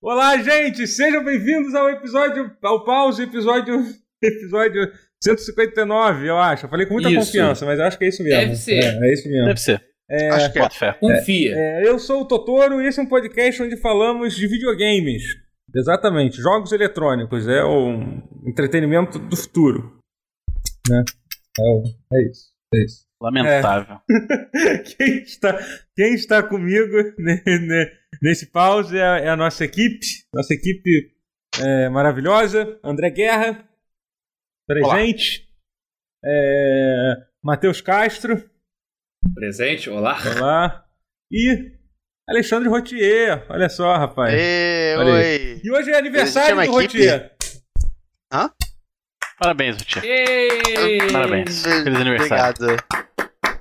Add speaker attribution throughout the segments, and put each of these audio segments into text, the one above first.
Speaker 1: Olá, gente! Sejam bem-vindos ao episódio, ao pause, episódio, episódio 159, eu acho. Eu falei com muita
Speaker 2: Isso.
Speaker 1: confiança, mas eu acho que é isso mesmo.
Speaker 2: Deve ser.
Speaker 1: É, é isso mesmo.
Speaker 3: Deve ser.
Speaker 1: É,
Speaker 4: Acho que é.
Speaker 3: Bota fé.
Speaker 2: Confia.
Speaker 1: é, eu sou o Totoro e esse é um podcast onde falamos de videogames. Exatamente, jogos eletrônicos, é um entretenimento do futuro. Né? É, o- é isso, é isso.
Speaker 3: Lamentável.
Speaker 4: É.
Speaker 1: Quem está, quem está comigo ne- ne- nesse pause é a, é a nossa equipe, nossa equipe é, maravilhosa, André Guerra, presente, é, Matheus Castro,
Speaker 2: Presente, olá.
Speaker 1: olá, e Alexandre Rotier, olha só, rapaz.
Speaker 4: Ê,
Speaker 1: Olha
Speaker 4: oi.
Speaker 1: E hoje é aniversário
Speaker 4: Existe
Speaker 1: do
Speaker 4: uma equipe?
Speaker 1: Rotier.
Speaker 3: Parabéns, Rutia.
Speaker 2: Ei!
Speaker 3: Parabéns. Feliz aniversário.
Speaker 4: Obrigado.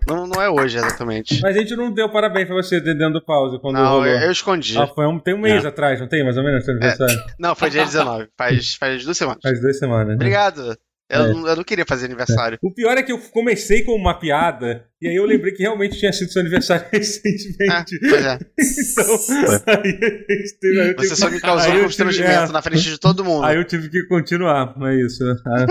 Speaker 4: Não, não é hoje, exatamente.
Speaker 1: Mas a gente não deu parabéns pra você dentro do pause quando
Speaker 4: Não,
Speaker 1: rolou.
Speaker 4: eu, É. eu escondi.
Speaker 1: Ah, foi um, tem um mês atrás, não tem mais ou menos seu aniversário?
Speaker 4: Não, foi dia 19. Faz, faz duas semanas.
Speaker 1: Faz duas semanas. né?
Speaker 4: Obrigado. Eu,
Speaker 1: É.
Speaker 4: não- eu não queria fazer aniversário.
Speaker 1: O pior é que eu comecei com uma piada e aí eu lembrei que realmente tinha sido seu aniversário
Speaker 4: Ah,
Speaker 1: recentemente.
Speaker 4: pois é.
Speaker 1: Então, aí, a gente teve- aí eu tive,
Speaker 4: Você só me
Speaker 1: Aí
Speaker 4: causou um
Speaker 1: eu
Speaker 4: constrangimento
Speaker 1: tive-
Speaker 4: na frente de todo mundo.
Speaker 1: aí eu tive que continuar, é isso. Ah,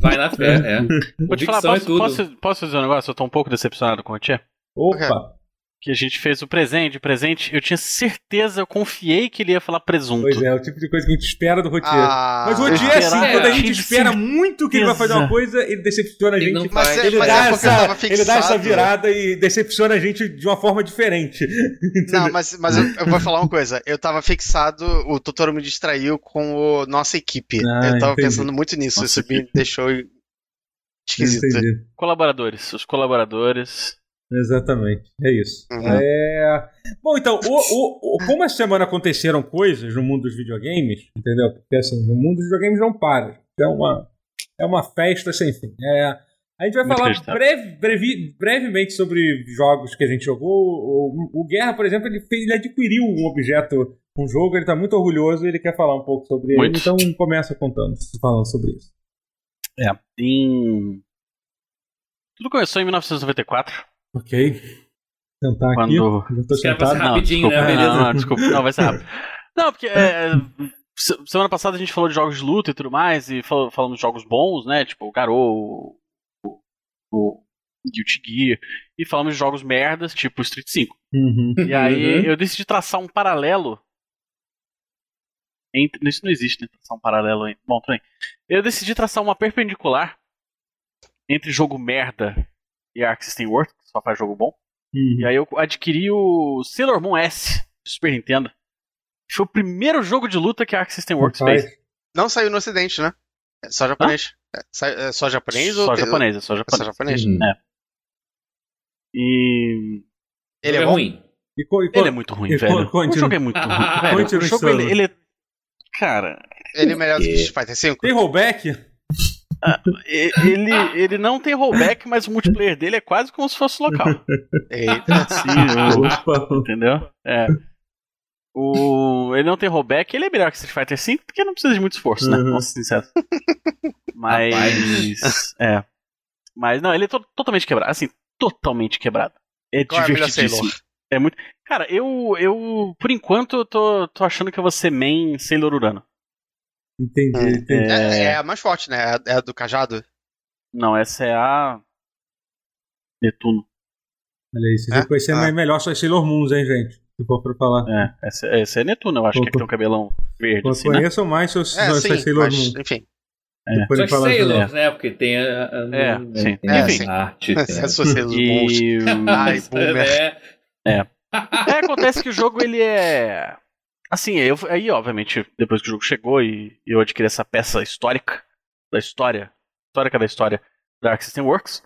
Speaker 2: Vai na fé, é.
Speaker 3: Vou te falar,
Speaker 2: Convicção é
Speaker 3: posso,
Speaker 2: tudo.
Speaker 3: posso, posso dizer um negócio? Eu tô um pouco decepcionado com o Rutia.
Speaker 1: Opa,
Speaker 3: Que a gente fez o presente, o presente, eu tinha certeza, eu confiei que ele ia falar presunto.
Speaker 1: pois é, é o tipo de coisa que a gente espera do roteiro.
Speaker 4: Ah,
Speaker 1: Mas o roteiro é assim,
Speaker 3: esperava.
Speaker 1: quando a gente
Speaker 3: Tive
Speaker 1: espera muito que ele vai fazer uma coisa, ele decepciona a
Speaker 2: Ele
Speaker 1: gente.
Speaker 2: não
Speaker 4: Mas
Speaker 2: faz.
Speaker 4: é-
Speaker 1: Ele,
Speaker 4: mas
Speaker 1: dá
Speaker 4: é porque eu tava
Speaker 1: essa, ele dá essa
Speaker 4: fixado. né?
Speaker 1: virada e decepciona a gente de uma forma diferente.
Speaker 4: Não, mas, mas eu, eu vou falar uma coisa. Eu tava fixado, o Totoro me distraiu com o nossa equipe.
Speaker 1: Ah,
Speaker 4: eu tava
Speaker 1: entendi.
Speaker 4: pensando muito nisso.
Speaker 3: Nossa
Speaker 4: Isso me deixou esquisito.
Speaker 1: Entendi.
Speaker 3: Colaboradores, os colaboradores.
Speaker 4: né?
Speaker 1: Exatamente, é isso.
Speaker 4: Uhum.
Speaker 1: É... Bom, então, o, o- o- como essa semana aconteceram coisas no mundo dos videogames, entendeu? Porque assim, no mundo dos videogames não para. É uma, é uma festa sem fim. É, A gente vai
Speaker 3: Muito
Speaker 1: falar
Speaker 3: acreditável.
Speaker 1: breve- brevi- brevemente sobre jogos que a gente jogou. O, o Guerra, por exemplo, ele, fez- ele adquiriu um objeto, um jogo, ele tá muito orgulhoso e ele quer falar um pouco sobre
Speaker 3: Muito.
Speaker 1: ele, então começa contando, falando sobre isso.
Speaker 3: É. Em... Tudo começou em 1994,
Speaker 1: Ok. Sentar aqui.
Speaker 3: quando
Speaker 1: Já tô
Speaker 2: Os caras vão
Speaker 1: sentado.
Speaker 2: ser rapidinho,
Speaker 3: desculpa,
Speaker 2: né?
Speaker 3: Não,
Speaker 2: Beleza.
Speaker 3: não, desculpa. Não, vai ser rápido. Não, porque é, se- semana passada a gente falou de jogos de luta e tudo mais, e fal- falamos de jogos bons, né? Tipo o Garou, o, o Guilty Gear, e falamos de jogos merdas, tipo Street 5.
Speaker 1: Uhum.
Speaker 3: E aí
Speaker 2: Uhum.
Speaker 3: eu decidi traçar um paralelo. Entre, isso não existe, né? Traçar um paralelo. Entre, bom, também. Eu decidi traçar uma perpendicular entre jogo merda e Arc System Works, que só faz jogo bom. E
Speaker 1: Uhum.
Speaker 3: aí eu adquiri o Sailor Moon S de Super Nintendo. Foi o primeiro jogo de luta que a Arc System Works
Speaker 1: Uhum. Rapaz,
Speaker 3: fez.
Speaker 4: Não saiu no ocidente, né? É só japonês. É, sai- é só japonês
Speaker 3: só
Speaker 4: ou
Speaker 3: japonês, é só
Speaker 4: É só
Speaker 3: japonês.
Speaker 4: japonês.
Speaker 2: Uhum.
Speaker 3: E
Speaker 4: Ele é,
Speaker 2: Jogo
Speaker 4: bom?
Speaker 2: ruim.
Speaker 1: E co- e co-
Speaker 3: ele é muito ruim,
Speaker 1: e
Speaker 3: velho.
Speaker 1: co-
Speaker 3: O
Speaker 1: continua.
Speaker 3: jogo é muito ruim. velho.
Speaker 1: Continua
Speaker 3: O jogo
Speaker 1: insano.
Speaker 3: ele, ele é cara,
Speaker 4: Ele é melhor do que
Speaker 2: É.
Speaker 4: Street Fighter 5?
Speaker 1: Tem rollback?
Speaker 3: e- ele ele não tem rollback, mas o multiplayer dele é quase como se fosse local.
Speaker 4: Eita.
Speaker 3: Sim,
Speaker 1: Opa.
Speaker 3: entendeu? É. O ele não tem rollback, ele é melhor que Street Fighter V porque não precisa de muito esforço, né?
Speaker 1: Uhum.
Speaker 3: Vamos ser sinceros. Mas. é. Mas não, ele é to- totalmente quebrado. Assim, totalmente quebrado. É
Speaker 4: Qual é a melhor
Speaker 3: divertidíssimo.
Speaker 4: Sailor?
Speaker 3: É muito. Cara, eu. eu por enquanto, eu tô, tô achando que eu vou ser main Sailor Urano.
Speaker 1: Entendi, entendi.
Speaker 4: É, é a mais forte, né? É a- É a do cajado.
Speaker 3: Não, essa é a. Netuno.
Speaker 1: Olha aí, vocês
Speaker 4: É?
Speaker 1: vão conhecer
Speaker 4: Ah.
Speaker 1: mais melhor só Sailor Moons, hein, gente? Se for pra falar.
Speaker 3: É, essa, essa é Netuno, eu acho que é que tem um cabelão verde,
Speaker 1: Eu
Speaker 3: assim, né?
Speaker 1: conheço mais seus,
Speaker 4: É,
Speaker 1: seus
Speaker 4: sim,
Speaker 1: Sailor
Speaker 4: mas, é.
Speaker 1: Moon.
Speaker 4: enfim.
Speaker 2: Só que
Speaker 1: assim,
Speaker 3: dela.
Speaker 2: Sailor, né? Porque tem a. a-
Speaker 3: É,
Speaker 2: né,
Speaker 3: sim.
Speaker 2: Tem
Speaker 4: É,
Speaker 2: a
Speaker 4: sim.
Speaker 2: arte. né? Ah, tem
Speaker 4: Se
Speaker 2: a-
Speaker 4: associa os bons.
Speaker 3: E.
Speaker 4: Ai, boomer.
Speaker 2: né?
Speaker 3: É, acontece que o jogo ele é. Assim, eu, aí, obviamente, depois que o jogo chegou e eu adquiri essa peça histórica da história, histórica da história da Arc System Works,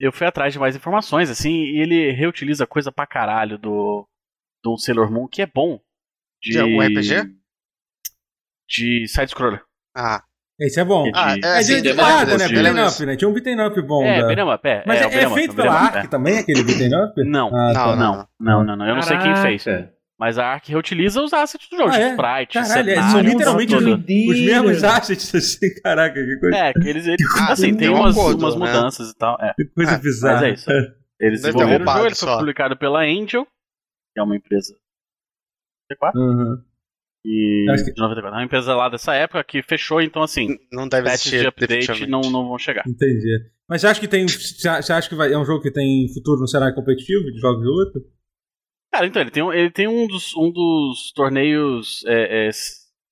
Speaker 3: eu fui atrás de mais informações, assim, e ele reutiliza coisa pra caralho do, do Sailor Moon, que é bom.
Speaker 4: De algum RPG?
Speaker 3: De side-scroller.
Speaker 4: Ah,
Speaker 1: Esse é bom.
Speaker 3: É de-
Speaker 4: ah é,
Speaker 1: é de,
Speaker 4: sim,
Speaker 1: de
Speaker 2: tem
Speaker 1: parada,
Speaker 2: vários,
Speaker 1: né?
Speaker 3: de-
Speaker 1: Beat'em up, né? Tinha um beat'em up bom.
Speaker 3: É,
Speaker 1: da-
Speaker 3: beat'em up, é.
Speaker 1: Mas
Speaker 3: é,
Speaker 1: é,
Speaker 3: o beat'em
Speaker 1: é
Speaker 3: up,
Speaker 1: feito
Speaker 3: o beat'em
Speaker 1: pela
Speaker 3: up,
Speaker 1: Ark também, aquele beat'em up?
Speaker 3: é. Não,
Speaker 1: Ah,
Speaker 4: Não, não.
Speaker 3: não, não, não, não. Eu não sei quem fez.
Speaker 2: Caraca. É,
Speaker 3: Mas a Ark reutiliza os assets do jogo,
Speaker 1: Ah,
Speaker 3: de
Speaker 1: é?
Speaker 3: sprite,
Speaker 1: Caralho, é,
Speaker 3: cenário,
Speaker 1: são
Speaker 3: essa
Speaker 1: literalmente
Speaker 3: toda.
Speaker 1: Os mesmos assets, assim, caraca, que coisa,
Speaker 3: É, que eles, eles
Speaker 4: Ah,
Speaker 3: assim,
Speaker 4: tem
Speaker 3: tem
Speaker 4: um
Speaker 3: umas,
Speaker 4: acordo,
Speaker 3: umas
Speaker 4: né?
Speaker 3: mudanças e tal. É,
Speaker 1: que coisa
Speaker 4: Ah,
Speaker 1: bizarra.
Speaker 3: mas é isso. Eles
Speaker 4: Deve ter
Speaker 3: desenvolveram o jogo,
Speaker 4: roubado
Speaker 3: ele foi
Speaker 4: só.
Speaker 3: publicado pela Angel, que é uma empresa.
Speaker 1: Uhum.
Speaker 3: E
Speaker 1: Acho que-
Speaker 3: de 94. É uma empresa lá dessa época que fechou, então assim,
Speaker 4: Não deve
Speaker 3: patches
Speaker 4: existir.
Speaker 3: de update
Speaker 4: definitivamente.
Speaker 3: não, não vão chegar.
Speaker 1: Entendi. Mas você acha que tem. Você acha que vai- é um jogo que tem futuro no cenário competitivo de jogos de luta?
Speaker 3: Cara, então, ele tem, um- ele tem um, dos, um dos torneios, é, é,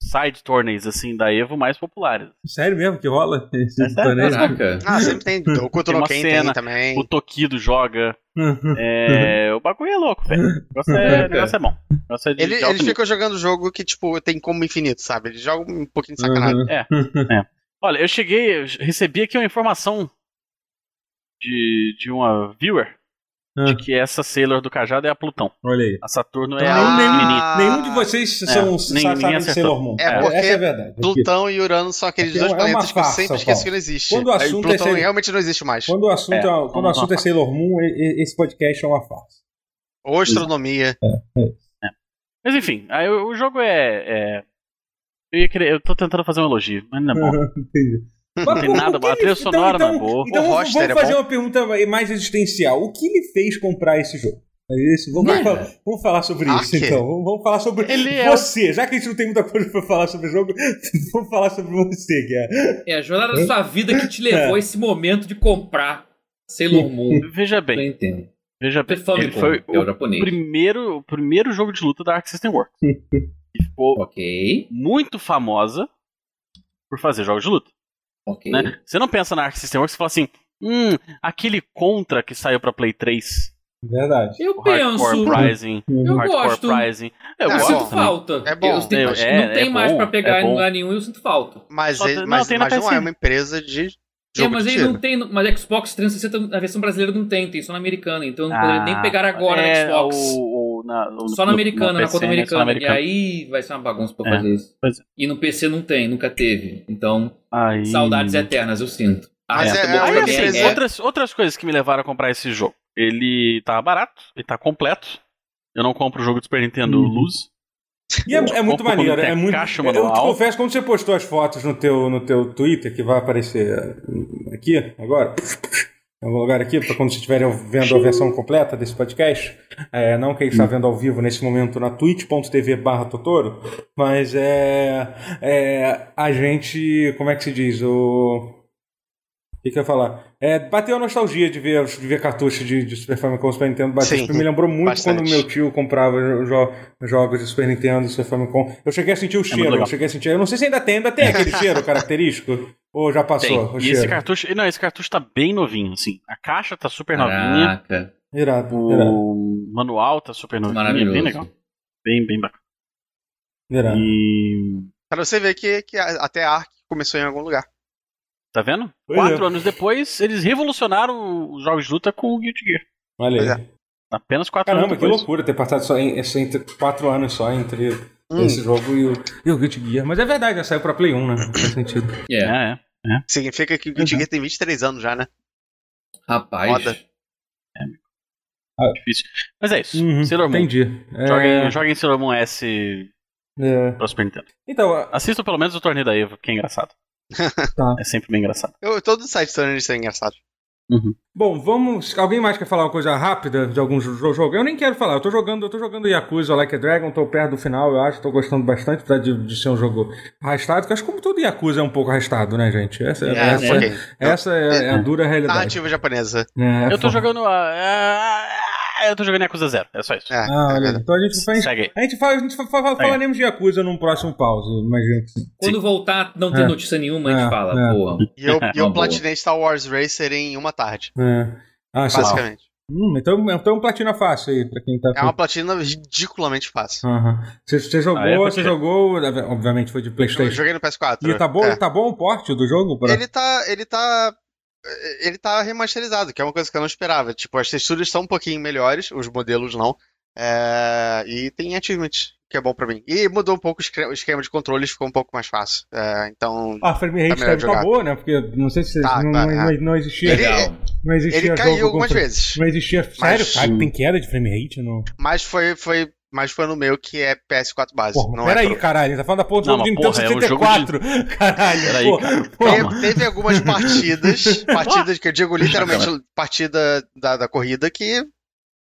Speaker 3: side tourneys, assim, da EVO mais populares.
Speaker 1: Sério mesmo que rola? Esse
Speaker 3: É sério,
Speaker 1: torneio?
Speaker 2: Caraca.
Speaker 4: Ah, sempre tem. O Kuto
Speaker 3: Tem
Speaker 4: no
Speaker 3: uma
Speaker 4: Ken
Speaker 3: cena.
Speaker 4: tem também.
Speaker 3: O Tokido joga,
Speaker 1: Uhum.
Speaker 3: é, o bagulho é louco, velho. O negócio é, o negócio é bom. O negócio é de,
Speaker 4: Ele,
Speaker 3: de alto
Speaker 4: eles
Speaker 3: nível.
Speaker 4: ficam jogando jogo que, tipo, tem combo infinito, sabe? Eles jogam um pouquinho de sacanagem.
Speaker 1: Uhum.
Speaker 3: Olha, eu cheguei, eu recebi aqui uma informação de, de uma viewer
Speaker 1: Ah.
Speaker 3: de que essa Sailor do Cajado é a Plutão.
Speaker 1: Olha aí.
Speaker 3: A Saturno é
Speaker 1: Então,
Speaker 3: a
Speaker 1: não, nem-
Speaker 3: Minito.
Speaker 4: Ah.
Speaker 1: Nenhum de vocês são, sa-
Speaker 3: Ah, ninguém
Speaker 1: sabem de
Speaker 3: acertou.
Speaker 1: Sailor Moon.
Speaker 4: É
Speaker 1: cara.
Speaker 4: porque
Speaker 1: Essa é a verdade. Aqui.
Speaker 4: Plutão e Urano são aqueles
Speaker 1: Aqui é
Speaker 4: dois
Speaker 1: uma- é uma
Speaker 4: planetas que eu
Speaker 1: farsa,
Speaker 4: sempre esqueço
Speaker 1: Paulo.
Speaker 4: que não existe.
Speaker 1: Quando o
Speaker 4: Aí
Speaker 1: assunto é
Speaker 4: Plutão
Speaker 1: ser-
Speaker 4: realmente não existe mais.
Speaker 1: Quando o assunto,
Speaker 3: É,
Speaker 1: é, quando o
Speaker 3: vamos
Speaker 1: assunto é Sailor Moon, e- e- esse podcast é uma farsa.
Speaker 4: Ou astronomia.
Speaker 3: Mas enfim, aí o, o jogo é. é- eu, ia querer- eu tô tentando fazer um elogio, mas não é bom.
Speaker 1: Entendi. Mas,
Speaker 3: tem
Speaker 1: pô,
Speaker 3: nada
Speaker 1: o que
Speaker 3: bom. A trilha
Speaker 1: ele-
Speaker 3: sonora não é boa.
Speaker 1: Então
Speaker 4: O
Speaker 1: vamos,
Speaker 4: roster
Speaker 1: vamos
Speaker 4: é
Speaker 1: fazer
Speaker 4: bom.
Speaker 1: uma pergunta mais existencial. O que lhe fez comprar esse jogo? É Isso, vamos,
Speaker 2: Nada.
Speaker 1: falar, vamos falar sobre
Speaker 4: Ah,
Speaker 1: isso
Speaker 4: que?
Speaker 1: então. Vamos, vamos falar sobre
Speaker 3: Ele é
Speaker 1: você. Já que a gente não tem muita coisa pra falar sobre o jogo, vamos falar sobre você, que é.
Speaker 2: É a jornada da sua vida que te
Speaker 3: É.
Speaker 2: levou a esse momento de comprar Sailor Moon.
Speaker 3: Veja
Speaker 2: Eu
Speaker 3: bem,
Speaker 2: entendo.
Speaker 3: veja bem.
Speaker 2: Foi
Speaker 3: Ele
Speaker 2: Famicom,
Speaker 3: foi
Speaker 2: que é o
Speaker 3: o
Speaker 2: japonês.
Speaker 3: primeiro, o primeiro jogo de luta da Arc System Works. E ficou
Speaker 2: Ok,
Speaker 3: muito famosa por fazer jogos de luta.
Speaker 2: ok.
Speaker 3: né? Você não pensa na Arc System Works e fala assim, hum, aquele Contra que saiu pra Play 3,
Speaker 1: Verdade.
Speaker 2: Eu
Speaker 3: o
Speaker 2: penso.
Speaker 3: Hardcore Rising,
Speaker 2: Eu
Speaker 3: Hardcore
Speaker 2: gosto.
Speaker 3: Rising. Eu
Speaker 4: Ah,
Speaker 2: Eu
Speaker 3: gosto
Speaker 4: bom,
Speaker 2: sinto
Speaker 3: também.
Speaker 2: falta.
Speaker 4: É bom.
Speaker 2: Eu tenho-
Speaker 3: Eu- é,
Speaker 2: não tem
Speaker 3: é
Speaker 2: mais
Speaker 3: bom,
Speaker 2: pra pegar
Speaker 3: é
Speaker 2: em
Speaker 3: bom.
Speaker 2: lugar nenhum e eu sinto falta.
Speaker 4: Mas,
Speaker 3: Só
Speaker 4: ele,
Speaker 3: tem-
Speaker 4: mas,
Speaker 3: não, tem na
Speaker 4: mas não
Speaker 3: PC.
Speaker 4: é uma empresa de
Speaker 2: É,
Speaker 4: jogo
Speaker 2: mas
Speaker 4: de
Speaker 2: ele
Speaker 4: tiro.
Speaker 2: não tem. no- Mas Xbox 360, a versão brasileira não tem, tem só na americana. Então eu não poderia nem
Speaker 3: Ah,
Speaker 2: pegar agora
Speaker 3: é,
Speaker 2: na Xbox.
Speaker 3: o- o- na- o-
Speaker 2: Só na
Speaker 3: no-
Speaker 2: americana, na
Speaker 3: PC,
Speaker 2: conta
Speaker 3: né, só
Speaker 2: americana.
Speaker 3: na
Speaker 2: E aí vai ser uma bagunça pra
Speaker 3: É,
Speaker 2: fazer isso.
Speaker 3: pois é.
Speaker 2: E no PC não tem, nunca teve. Então,
Speaker 3: Aí- é,
Speaker 2: saudades é eternas, eu sinto. Ah, tá
Speaker 4: Mas
Speaker 2: Arthur
Speaker 4: é- é
Speaker 3: Aí,
Speaker 2: também
Speaker 4: outra
Speaker 3: assim,
Speaker 4: empresa-
Speaker 3: outras, outras coisas que me levaram a comprar esse jogo. Ele tá barato, ele tá completo. Eu não compro o jogo do Super Nintendo
Speaker 1: Uhum.
Speaker 3: Luz.
Speaker 1: E é, é muito
Speaker 3: Como
Speaker 1: maneiro, é
Speaker 3: tem
Speaker 1: muito.
Speaker 3: caixa
Speaker 1: eu te
Speaker 3: manual.
Speaker 1: confesso, quando você postou as fotos no teu, no teu Twitter, que vai aparecer eh, aqui agora, em algum lugar aqui, para quando vocês estiverem vendo a versão completa desse podcast, é, não que a gente está vendo ao vivo nesse momento na twitch.tv barra Totoro, mas é, é, a gente, como é que se diz, o... O que, que eu ia falar? É, bateu a nostalgia de ver, de ver cartucho de, de Super Famicom Super Nintendo bater.
Speaker 4: Sim,
Speaker 1: Isso me lembrou muito
Speaker 4: bastante.
Speaker 1: quando meu tio comprava jo- jo- jogos de Super Nintendo, Super Famicom. Eu cheguei a sentir o cheiro,
Speaker 3: É legal.
Speaker 1: eu cheguei a sentir. Eu não sei se ainda tem, ainda tem aquele cheiro característico? Ou já
Speaker 3: Tem.
Speaker 1: passou o
Speaker 3: E esse
Speaker 1: cheiro?
Speaker 3: cartucho. e Não, esse cartucho tá bem novinho, assim. A caixa tá super
Speaker 2: Ah,
Speaker 3: novinha.
Speaker 2: Caraca,
Speaker 1: Irado, irado,
Speaker 3: O
Speaker 1: é.
Speaker 3: manual tá super novinho.
Speaker 2: maravilhoso.
Speaker 3: Bem legal. Bem, bem bacana.
Speaker 1: irado.
Speaker 3: E.
Speaker 4: Pra você ver que, que a- até a Ark começou em algum lugar.
Speaker 3: Tá vendo?
Speaker 1: Pois
Speaker 3: Quatro
Speaker 1: é.
Speaker 3: anos depois, eles revolucionaram os jogos de luta com o Guilty Gear.
Speaker 1: Olha aí.
Speaker 4: Pois
Speaker 3: Apenas quatro
Speaker 1: Caramba,
Speaker 3: anos
Speaker 1: que
Speaker 3: depois.
Speaker 1: loucura ter passado só em, esse- entre quatro anos só entre
Speaker 4: Hum,
Speaker 1: esse jogo e o, e o Guilty Gear. Mas é verdade, já saiu pra Play 1, né? Faz sentido.
Speaker 2: é.
Speaker 3: É, é.
Speaker 4: Hum, significa que o
Speaker 1: Uhum.
Speaker 4: Guilty Gear tem 23 anos já, né?
Speaker 2: Rapaz.
Speaker 4: Foda.
Speaker 3: Difícil. Mas é isso.
Speaker 1: Uhum,
Speaker 3: Sailor Moon.
Speaker 1: Entendi. É,
Speaker 3: Joguem, joguem Sailor Moon S
Speaker 1: é.
Speaker 3: pra Super Nintendo.
Speaker 1: Então, a-
Speaker 3: Assistam pelo menos o torneio da Eva, que é engraçado.
Speaker 1: Tá.
Speaker 3: É sempre bem engraçado.
Speaker 4: Eu, todo site tornando isso é engraçado.
Speaker 1: Bom, vamos. Alguém mais quer falar uma coisa rápida de algum jo- jo- jogo? Eu nem quero falar. Eu tô jogando, eu tô jogando Yakuza Like a Dragon, tô perto do final, eu acho, tô gostando bastante apesar de, de ser um jogo arrastado, que eu acho que como todo Yakuza é um pouco arrastado, né, gente? Essa,
Speaker 4: É,
Speaker 1: essa,
Speaker 4: ok.
Speaker 1: essa é, é a dura realidade.
Speaker 4: Narrativa japonesa.
Speaker 1: É,
Speaker 3: Ah, tipo, eu tô
Speaker 1: fo-
Speaker 3: jogando a. a- eu tô jogando Yakuza Zero. É só isso.
Speaker 4: É,
Speaker 1: Ah,
Speaker 4: é
Speaker 1: olha,
Speaker 4: verdade.
Speaker 1: então a gente faz.
Speaker 3: Segue aí.
Speaker 1: A gente, fala, a gente fa- fa- fa-
Speaker 3: Aí.
Speaker 1: falaremos de Yakuza num próximo pause, imagino que sim.
Speaker 2: Quando voltar, não tem
Speaker 1: É.
Speaker 2: notícia nenhuma, a gente
Speaker 1: É,
Speaker 2: fala,
Speaker 1: é.
Speaker 2: boa.
Speaker 4: E eu, e
Speaker 2: Uma
Speaker 4: eu
Speaker 2: boa.
Speaker 4: platinei Star Wars Racer em uma tarde,
Speaker 1: É. Ah, sim.
Speaker 4: basicamente.
Speaker 1: Hum, então, então é um platina fácil aí, pra quem tá.
Speaker 4: É uma platina ridiculamente fácil.
Speaker 1: Aham. Você, você jogou,
Speaker 3: Ah, é?
Speaker 1: você jogou, obviamente foi de
Speaker 4: Eu
Speaker 1: PlayStation.
Speaker 4: joguei no PS4.
Speaker 1: Ah, E tá bom,
Speaker 4: é.
Speaker 1: tá bom o porte do jogo? Pra...
Speaker 4: Ele tá. Ele tá. Ele tá remasterizado, que é uma coisa que eu não esperava. Tipo, as texturas são um pouquinho melhores, os modelos não. É, E tem achievement, que é bom pra mim. E mudou um pouco o esque- o esquema de controles, ficou um pouco mais fácil. É, então.
Speaker 1: A frame rate tá,
Speaker 4: Tá melhor
Speaker 1: tá
Speaker 4: jogar.
Speaker 1: boa, né? Porque não sei se
Speaker 4: Tá,
Speaker 1: não,
Speaker 4: tá,
Speaker 1: não-
Speaker 4: é.
Speaker 1: não existia.
Speaker 4: Ele-
Speaker 2: Legal.
Speaker 1: não existia
Speaker 4: Ele
Speaker 1: é jogo
Speaker 4: caiu
Speaker 1: com-
Speaker 4: algumas vezes.
Speaker 1: Não existia. Sério?
Speaker 4: Mas-
Speaker 1: Cara, tem queda de frame rate? No...
Speaker 4: Mas foi, foi, mas foi no meu que é PS4 base.
Speaker 1: Porra,
Speaker 4: não
Speaker 1: peraí,
Speaker 4: é pro-
Speaker 1: caralho. Tá falando da porra do
Speaker 3: Não,
Speaker 1: jogo de
Speaker 3: mas
Speaker 1: Nintendo
Speaker 3: porra, é um jogo
Speaker 1: 64. Caralho,
Speaker 3: Peraí,
Speaker 1: porra.
Speaker 3: cara.
Speaker 1: Porra.
Speaker 4: Te- Teve algumas partidas, partidas que eu digo
Speaker 3: Deixa
Speaker 4: literalmente
Speaker 3: eu
Speaker 4: partida da, da corrida que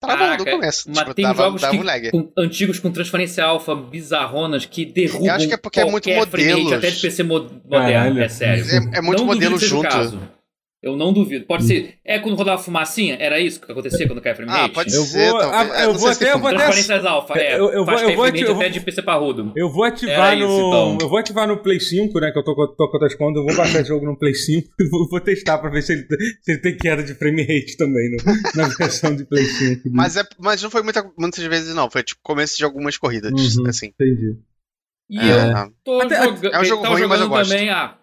Speaker 4: travava
Speaker 2: Caraca,
Speaker 4: do começo.
Speaker 2: Mas
Speaker 4: tipo,
Speaker 2: tem
Speaker 4: dava,
Speaker 2: jogos
Speaker 4: dava
Speaker 2: que-
Speaker 4: um lag.
Speaker 2: com- antigos com transferência alfa bizarronas que derrubam
Speaker 4: Eu acho que é porque é muito
Speaker 2: qualquer frame rate,
Speaker 4: modelos.
Speaker 2: até de PC mo- moderno,
Speaker 1: Caralho.
Speaker 2: é sério.
Speaker 4: É, é muito
Speaker 2: Não duvido
Speaker 4: modelo
Speaker 2: que seja o
Speaker 4: junto.
Speaker 2: caso. Eu não duvido.
Speaker 1: Hum.
Speaker 2: Pode ser. É quando rodava fumacinha? Era isso que acontecia quando caía frame
Speaker 4: Ah,
Speaker 2: rate?
Speaker 4: pode
Speaker 1: Eu
Speaker 4: ser.
Speaker 1: vou-
Speaker 4: talvez.
Speaker 1: ah,
Speaker 4: É,
Speaker 1: eu
Speaker 4: não
Speaker 1: vou
Speaker 4: sei se
Speaker 1: até-
Speaker 4: tem-
Speaker 1: eu vou até-
Speaker 2: Transparências alfa, é.
Speaker 1: Eu- eu
Speaker 2: faz
Speaker 1: vou- eu vou
Speaker 2: cair frame rate
Speaker 1: te- eu
Speaker 2: até
Speaker 1: vou-
Speaker 2: de PC parrudo.
Speaker 1: Eu vou
Speaker 2: Era
Speaker 1: ativar
Speaker 2: isso,
Speaker 1: no.
Speaker 2: então.
Speaker 1: Eu vou ativar no Play 5, né? Que eu tô, com- tô com outras contas, eu vou baixar esse jogo no Play 5 e vou, vou testar pra ver se ele, se ele tem queda de frame rate também no- na versão de Play 5.
Speaker 4: Mas, é, mas não foi muita, muitas vezes, não. Foi tipo começo de algumas corridas,
Speaker 1: Uhum.
Speaker 4: assim.
Speaker 1: Entendi.
Speaker 2: E
Speaker 4: É,
Speaker 2: eu
Speaker 4: não.
Speaker 2: tô
Speaker 1: Até-
Speaker 2: jogando.
Speaker 4: é um jogo
Speaker 2: tava
Speaker 4: ruim, mas eu
Speaker 2: jogando
Speaker 4: gosto.
Speaker 2: também, ah.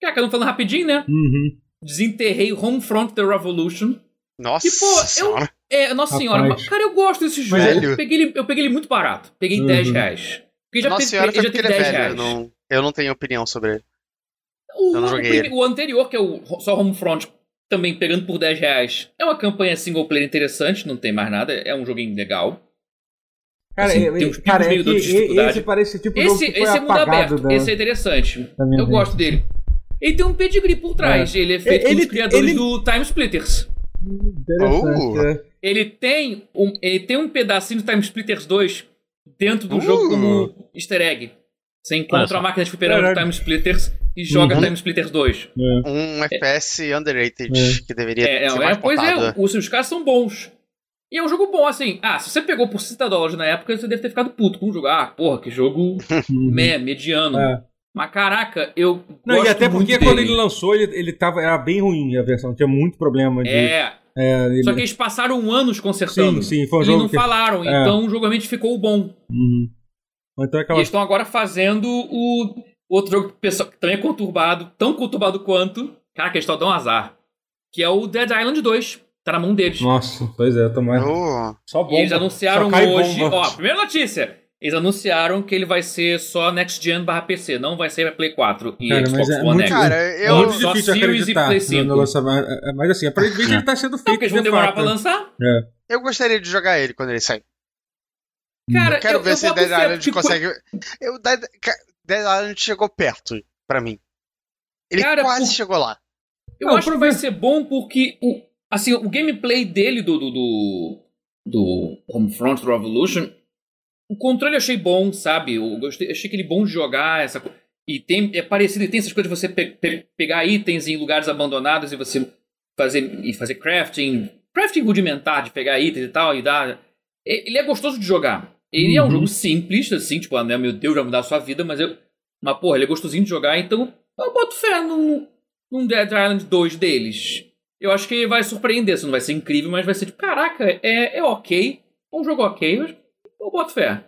Speaker 2: Caraca, não falando rapidinho, né?
Speaker 1: Uhum.
Speaker 2: Desenterrei Homefront The Revolution.
Speaker 4: Nossa
Speaker 2: Tipo, eu-
Speaker 4: senhora.
Speaker 2: É, nossa
Speaker 1: Rapaz.
Speaker 2: senhora, mas, cara, eu gosto desse jogo.
Speaker 1: Mas
Speaker 4: velho.
Speaker 2: Eu peguei, ele, eu peguei ele muito barato. Peguei
Speaker 1: Uhum.
Speaker 2: 10 reais. Porque já
Speaker 4: Nossa
Speaker 2: teve,
Speaker 4: senhora,
Speaker 2: eu
Speaker 4: foi
Speaker 2: já
Speaker 4: porque
Speaker 2: teve
Speaker 4: ele é
Speaker 2: 10
Speaker 4: velho.
Speaker 2: reais.
Speaker 4: eu Não, eu não tenho opinião sobre ele.
Speaker 2: O,
Speaker 4: Eu
Speaker 2: o
Speaker 4: não joguei
Speaker 2: prime-
Speaker 4: ele.
Speaker 2: o anterior, que é o Ho- só Homefront, também pegando por 10 reais. É uma campanha single player interessante, não tem mais nada. É um joguinho legal.
Speaker 1: Cara,
Speaker 2: Assim,
Speaker 1: é-
Speaker 2: tem uns picos
Speaker 1: cara, é
Speaker 2: meio
Speaker 1: que
Speaker 2: de dificuldade.
Speaker 1: esse parece tipo de jogo
Speaker 2: Esse,
Speaker 1: que foi
Speaker 2: esse é mundo
Speaker 1: apagado
Speaker 2: aberto.
Speaker 1: da-
Speaker 2: Esse é interessante.
Speaker 1: da minha
Speaker 2: Eu
Speaker 1: vida.
Speaker 2: gosto dele. Ele tem um pedigree por trás. Ele é feito
Speaker 1: Ele-
Speaker 2: pelos criadores
Speaker 1: ele-
Speaker 2: do Time Splitters.
Speaker 1: Interessante.
Speaker 4: Oh.
Speaker 1: é.
Speaker 2: Ele tem um, ele tem um pedacinho do Time Splitters 2 dentro do
Speaker 4: Uh.
Speaker 2: jogo como easter egg. Você
Speaker 3: Olha
Speaker 2: encontra
Speaker 3: só.
Speaker 2: a máquina de fliperama do
Speaker 1: Caralho.
Speaker 2: Time Splitters e joga
Speaker 4: Uhum.
Speaker 2: Time Splitters 2.
Speaker 4: Um FPS underrated
Speaker 1: É.
Speaker 4: que deveria
Speaker 2: É, é,
Speaker 4: ser
Speaker 2: é,
Speaker 4: mais
Speaker 2: pois
Speaker 4: portado.
Speaker 2: é, os, os caras são bons. E é um jogo bom, assim. Ah, se você pegou por 60 dólares na época, você deve ter ficado puto com o jogo. Ah, porra, que jogo
Speaker 1: Uhum.
Speaker 2: meh, mediano.
Speaker 1: É.
Speaker 2: Mas caraca, eu.
Speaker 1: Não,
Speaker 2: gosto
Speaker 1: e até
Speaker 2: muito
Speaker 1: porque
Speaker 2: dele.
Speaker 1: quando ele lançou, ele, ele tava, era bem ruim a versão, tinha muito problema de.
Speaker 2: É,
Speaker 1: é, ele-
Speaker 2: só que eles passaram anos consertando.
Speaker 1: sim, sim, foi um
Speaker 2: e
Speaker 1: jogo
Speaker 2: não
Speaker 1: que.
Speaker 2: falaram,
Speaker 1: é.
Speaker 2: então o jogo realmente ficou bom.
Speaker 1: Uhum. Então é
Speaker 2: E
Speaker 1: aquela.
Speaker 2: eles estão agora fazendo o outro jogo que o pessoal- que também é conturbado, tão conturbado quanto. Caraca, eles só dão azar. Que é o Dead Island 2. Tá na mão deles.
Speaker 1: Nossa, pois é, tomara.
Speaker 4: Oh,
Speaker 1: Só
Speaker 2: E
Speaker 1: bom.
Speaker 2: eles anunciaram
Speaker 1: só cai
Speaker 2: hoje.
Speaker 1: bomba.
Speaker 2: Ó, primeira notícia. Eles anunciaram que ele vai ser só Next Gen barra PC, não vai ser pra Play 4 e
Speaker 1: Cara,
Speaker 2: Xbox
Speaker 1: mas é
Speaker 2: One
Speaker 1: muito-
Speaker 2: X.
Speaker 4: cara,
Speaker 1: É
Speaker 4: eu.
Speaker 1: muito
Speaker 2: só
Speaker 1: difícil
Speaker 2: Series e
Speaker 1: acreditar
Speaker 2: Play
Speaker 1: no
Speaker 2: 5.
Speaker 1: negócio, mas- mas assim, aparentemente ele tá sendo
Speaker 2: Não,
Speaker 1: feito.
Speaker 2: porque eles vão
Speaker 1: de
Speaker 2: demorar
Speaker 1: fato.
Speaker 2: pra lançar.
Speaker 4: Eu gostaria de jogar ele quando ele sair.
Speaker 2: Cara,
Speaker 1: Hum.
Speaker 4: Eu quero
Speaker 2: eu,
Speaker 4: ver
Speaker 2: eu tipo,
Speaker 4: se
Speaker 2: boto
Speaker 4: Dead
Speaker 2: fé,
Speaker 4: Island
Speaker 2: porque co-
Speaker 4: consegue. Eu, Dead, ca- Dead Island chegou perto, pra mim. Ele
Speaker 2: Cara,
Speaker 4: quase
Speaker 2: por-
Speaker 4: chegou lá.
Speaker 2: Eu
Speaker 1: Não,
Speaker 2: acho que vai ser bom porque o, assim, o gameplay dele do, do, do, do Homefront Revolution, o controle eu achei bom, sabe? Eu gostei, achei que ele é bom de jogar, essa co- e tem, é parecido, e tem essas coisas de você pe- pe- pegar itens em lugares abandonados e você fazer, e fazer crafting, crafting rudimentar de pegar itens e tal, e dar... e- Ele é gostoso de jogar. Ele é um
Speaker 1: Uhum.
Speaker 2: jogo simples, assim, tipo, ah, né, meu Deus, vai mudar a sua vida, mas eu... Mas, porra, ele é gostosinho de jogar, então eu boto fé num, num Dead Island 2 deles. Eu acho que vai surpreender, se não vai ser incrível, mas vai ser tipo, caraca, é, é ok, é um jogo ok, mas eu boto fé.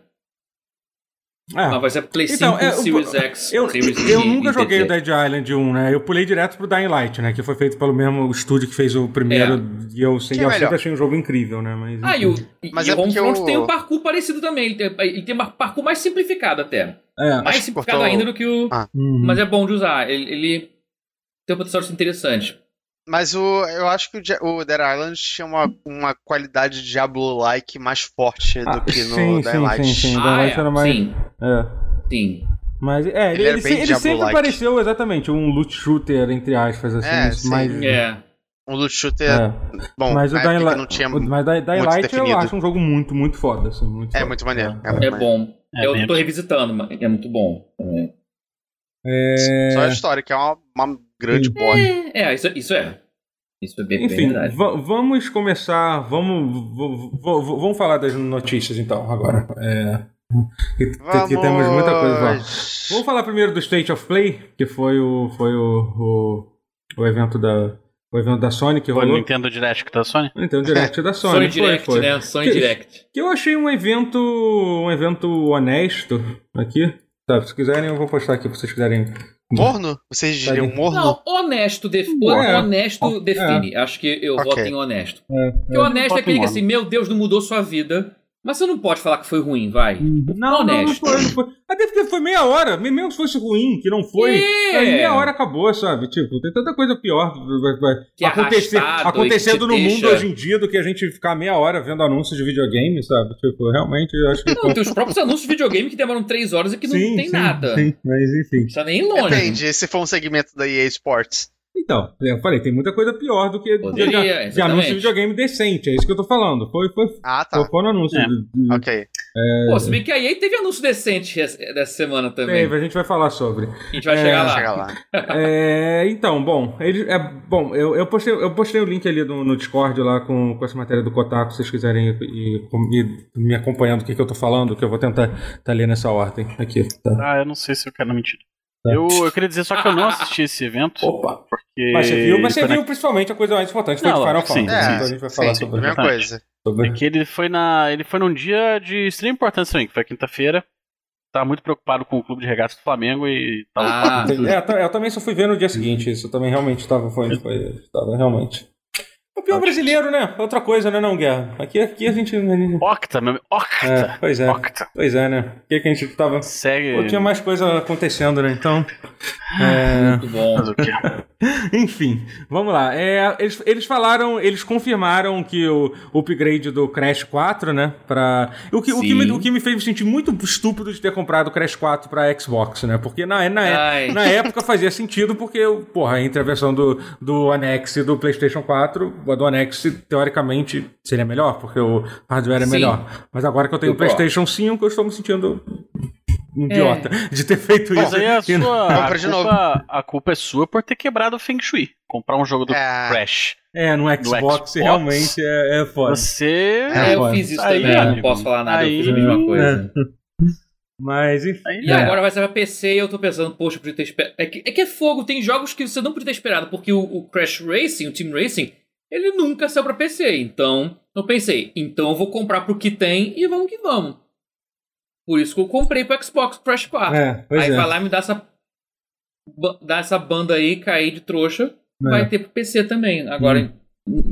Speaker 1: É.
Speaker 2: Mas vai ser Play 5,
Speaker 1: Então, é, o-
Speaker 2: Series X,
Speaker 1: Eu,
Speaker 2: Series
Speaker 1: eu
Speaker 2: e-
Speaker 1: nunca
Speaker 2: e
Speaker 1: joguei o
Speaker 2: TT.
Speaker 1: Dead Island 1, né? Eu pulei direto pro Dying Light, né? Que foi feito pelo mesmo estúdio que fez o primeiro.
Speaker 2: É.
Speaker 1: E eu, sei,
Speaker 4: Que é
Speaker 1: eu
Speaker 4: melhor.
Speaker 1: sempre achei um jogo incrível, né? Mas,
Speaker 2: Ah, e
Speaker 1: enfim.
Speaker 2: o, e-
Speaker 4: Mas
Speaker 2: e
Speaker 4: é
Speaker 2: o
Speaker 4: porque
Speaker 2: Homefront
Speaker 4: o-
Speaker 2: tem um parkour parecido também. Ele tem, ele tem um parkour mais simplificado até.
Speaker 1: É.
Speaker 2: Mais
Speaker 4: Acho que
Speaker 2: simplificado
Speaker 4: cortou-
Speaker 2: ainda do que o...
Speaker 4: Ah.
Speaker 1: Uhum.
Speaker 2: Mas é bom de usar. Ele, ele tem um potencial interessante.
Speaker 4: Mas o, eu acho que o, Ja- o Dead Island tinha uma, uma qualidade Diablo-like mais forte do
Speaker 1: Ah,
Speaker 4: que no
Speaker 1: sim,
Speaker 4: Dying
Speaker 1: sim,
Speaker 4: Light.
Speaker 1: sim, sim. Ainda mais sendo mais-
Speaker 2: Ah, Sim,
Speaker 1: É.
Speaker 2: sim.
Speaker 1: Mas é, ele,
Speaker 4: Ele era
Speaker 1: ele se-
Speaker 4: bem
Speaker 1: ele
Speaker 4: Diablo-like.
Speaker 1: sempre pareceu exatamente um loot shooter, entre aspas, assim,
Speaker 4: É,
Speaker 1: mas-
Speaker 4: sim.
Speaker 1: mas.
Speaker 2: É.
Speaker 4: Um loot shooter,
Speaker 1: é.
Speaker 4: bom,
Speaker 1: mas o
Speaker 4: na época
Speaker 1: Dying
Speaker 4: que
Speaker 1: Light.
Speaker 4: não tinha...
Speaker 1: o- Mas Dying Dying
Speaker 4: muito
Speaker 1: Light eu
Speaker 4: definido.
Speaker 1: acho um jogo muito, muito foda. Assim, muito
Speaker 4: É
Speaker 1: foda.
Speaker 4: muito maneiro.
Speaker 1: É.
Speaker 4: É muito
Speaker 2: É
Speaker 4: maneiro.
Speaker 2: bom.
Speaker 3: É
Speaker 2: eu
Speaker 3: bem-
Speaker 2: tô revisitando, mas é muito bom.
Speaker 4: Só a história, que é uma, uma grande bosta.
Speaker 2: É, é, isso, isso é. Isso é bem, bem
Speaker 1: Enfim,
Speaker 2: verdade.
Speaker 1: va- vamos começar. Vamos, v- v- v- vamos falar das notícias então, agora. É, que, que- que temos muita coisa pra falar.
Speaker 4: Vamos!
Speaker 1: Vamos falar primeiro do State of Play, que foi o, foi o, o, o evento da. O evento da Sony que
Speaker 3: Foi no
Speaker 1: rolou.
Speaker 3: Nintendo Direct da Sony?
Speaker 1: Então, o Direct da Sony.
Speaker 2: Sony
Speaker 1: foi,
Speaker 2: Direct,
Speaker 1: foi.
Speaker 2: né? Sony
Speaker 1: Que-
Speaker 2: Direct.
Speaker 1: Que eu achei um evento. um evento honesto aqui. Tá, se quiserem, eu vou postar aqui pra vocês quiserem.
Speaker 4: Morno? Vocês diriam
Speaker 1: Tadinho.
Speaker 4: morno?
Speaker 2: Não, honesto, def-
Speaker 1: É.
Speaker 2: honesto define. Acho que eu
Speaker 4: Ok.
Speaker 2: voto em honesto.
Speaker 1: É,
Speaker 2: Porque honesto
Speaker 3: Voto
Speaker 2: é aquele que
Speaker 3: em
Speaker 2: assim, meu Deus, não mudou sua vida. Mas você não pode falar que foi ruim, vai.
Speaker 1: Não, não, não
Speaker 2: Honesto.
Speaker 1: foi, não foi. Até porque foi meia hora, me- mesmo se fosse ruim, que não foi.
Speaker 2: É.
Speaker 1: aí Meia hora acabou, sabe? Tipo, tem tanta coisa pior vai- vai-
Speaker 2: Que é
Speaker 1: acontecer-
Speaker 2: arrastado e
Speaker 1: acontecendo
Speaker 2: que
Speaker 1: no
Speaker 2: te
Speaker 1: mundo
Speaker 2: deixa-
Speaker 1: hoje em dia do que a gente ficar meia hora vendo anúncios de videogame, sabe? Tipo, realmente eu acho que.
Speaker 2: Não, tem os próprios anúncios de videogame que demoram três horas e que não
Speaker 1: sim,
Speaker 2: tem
Speaker 1: sim,
Speaker 2: nada.
Speaker 1: Sim, mas enfim.
Speaker 2: Não precisa nem ir longe.
Speaker 4: Depende, se for um segmento da EA Sports.
Speaker 1: Então, eu falei, tem muita coisa pior do que
Speaker 2: Poderia,
Speaker 1: de, de
Speaker 2: exatamente.
Speaker 1: anúncio de videogame decente. É isso que eu tô falando. Foi, foi,
Speaker 4: Ah, tá.
Speaker 1: foi, foi no anúncio.
Speaker 3: É.
Speaker 1: de- de-
Speaker 4: Ok.
Speaker 2: Pô, se bem que a EA teve anúncio decente essa- dessa semana também.
Speaker 1: Teve, a gente vai falar sobre.
Speaker 2: a gente vai chegar lá.
Speaker 4: Vamos chegar lá.
Speaker 1: É, então, bom, ele, é, bom eu, eu, postei, eu postei o link ali do- no Discord lá com, com essa matéria do Kotaku, se vocês quiserem ir, ir- ir me acompanhando o que, que eu tô falando, que eu vou tentar tá ler nessa ordem aqui. Tá.
Speaker 3: Ah, eu não sei se eu quero mentir.
Speaker 1: Tá.
Speaker 3: Eu, eu queria dizer só que eu não assisti esse evento.
Speaker 1: Opa!
Speaker 3: Porque
Speaker 1: Mas você viu, mas você
Speaker 3: foi na-
Speaker 1: viu principalmente a coisa mais importante, foi
Speaker 3: né? Não, assim,
Speaker 1: de Final
Speaker 3: lógico, sim,
Speaker 1: Fantasy.
Speaker 4: sim, né?
Speaker 1: então a gente vai falar
Speaker 3: sim,
Speaker 1: sobre,
Speaker 4: Primeira
Speaker 3: Exatamente.
Speaker 4: coisa.
Speaker 1: sobre-
Speaker 3: É que ele foi na. Ele foi num dia de extrema importância também, que foi quinta-feira. Tava muito preocupado com o clube de regatas do Flamengo e tava
Speaker 2: Ah,
Speaker 1: É, eu ta- eu também só fui ver no dia seguinte, isso eu também realmente tava, foi, foi, tava realmente. Campeão brasileiro, né? Outra coisa, né, não, Guerra? Aqui, aqui a gente.
Speaker 3: Octa, meu amigo. Octa!
Speaker 1: É, pois é.
Speaker 3: Octa.
Speaker 1: Pois é, né? Por que que a gente tava.
Speaker 3: Segue.
Speaker 1: Pô, tinha mais coisa acontecendo, né? Então. é,
Speaker 2: muito bom.
Speaker 3: Mas o quê?
Speaker 1: Enfim, vamos lá. É, eles, eles falaram, eles confirmaram que o o upgrade do Crash 4, né? Pra, o, que, o, que me,
Speaker 2: Sim.
Speaker 1: o que me fez me sentir muito estúpido de ter comprado o Crash 4 pra Xbox, né? Porque na, na,
Speaker 2: Ai.
Speaker 1: na época fazia sentido, porque, porra, entre a versão do, do One X e do PlayStation 4, a do One X teoricamente seria melhor, porque o hardware é
Speaker 2: Sim.
Speaker 1: melhor. Mas agora que eu tenho o
Speaker 2: Eu concordo.
Speaker 1: PlayStation 5, eu estou me sentindo um idiota de ter feito
Speaker 3: Mas
Speaker 1: isso.
Speaker 3: aí a
Speaker 1: E não-
Speaker 3: sua. A
Speaker 4: Compra de
Speaker 3: culpa, a culpa é sua por ter quebrado o Feng Shui. Comprar um jogo do
Speaker 4: É.
Speaker 3: Crash.
Speaker 1: É, no Xbox,
Speaker 3: Xbox.
Speaker 1: realmente é, é foda.
Speaker 3: Você.
Speaker 2: É, eu
Speaker 1: Agora.
Speaker 2: fiz isso
Speaker 3: Aí,
Speaker 2: também, não
Speaker 1: é.
Speaker 3: amigo.
Speaker 2: posso falar nada, eu fiz a
Speaker 3: Aí,
Speaker 2: mesma coisa.
Speaker 1: Mas enfim.
Speaker 3: Aí,
Speaker 2: E agora vai ser pra PC e eu tô pensando, poxa, eu podia ter esperado. É que, é que é fogo, tem jogos que você não podia ter esperado, porque o, o Crash Racing, o Team Racing, ele nunca saiu pra PC. Então, eu pensei, então eu vou comprar pro que tem e vamos que vamos. Por isso que eu comprei pro Xbox Crash 4.
Speaker 1: É, pois é.
Speaker 2: aí Ah, vai lá e me dá essa, ba- dá essa banda aí, cair de trouxa.
Speaker 1: É. Hum.
Speaker 2: Vai ter pro PC também, agora, em-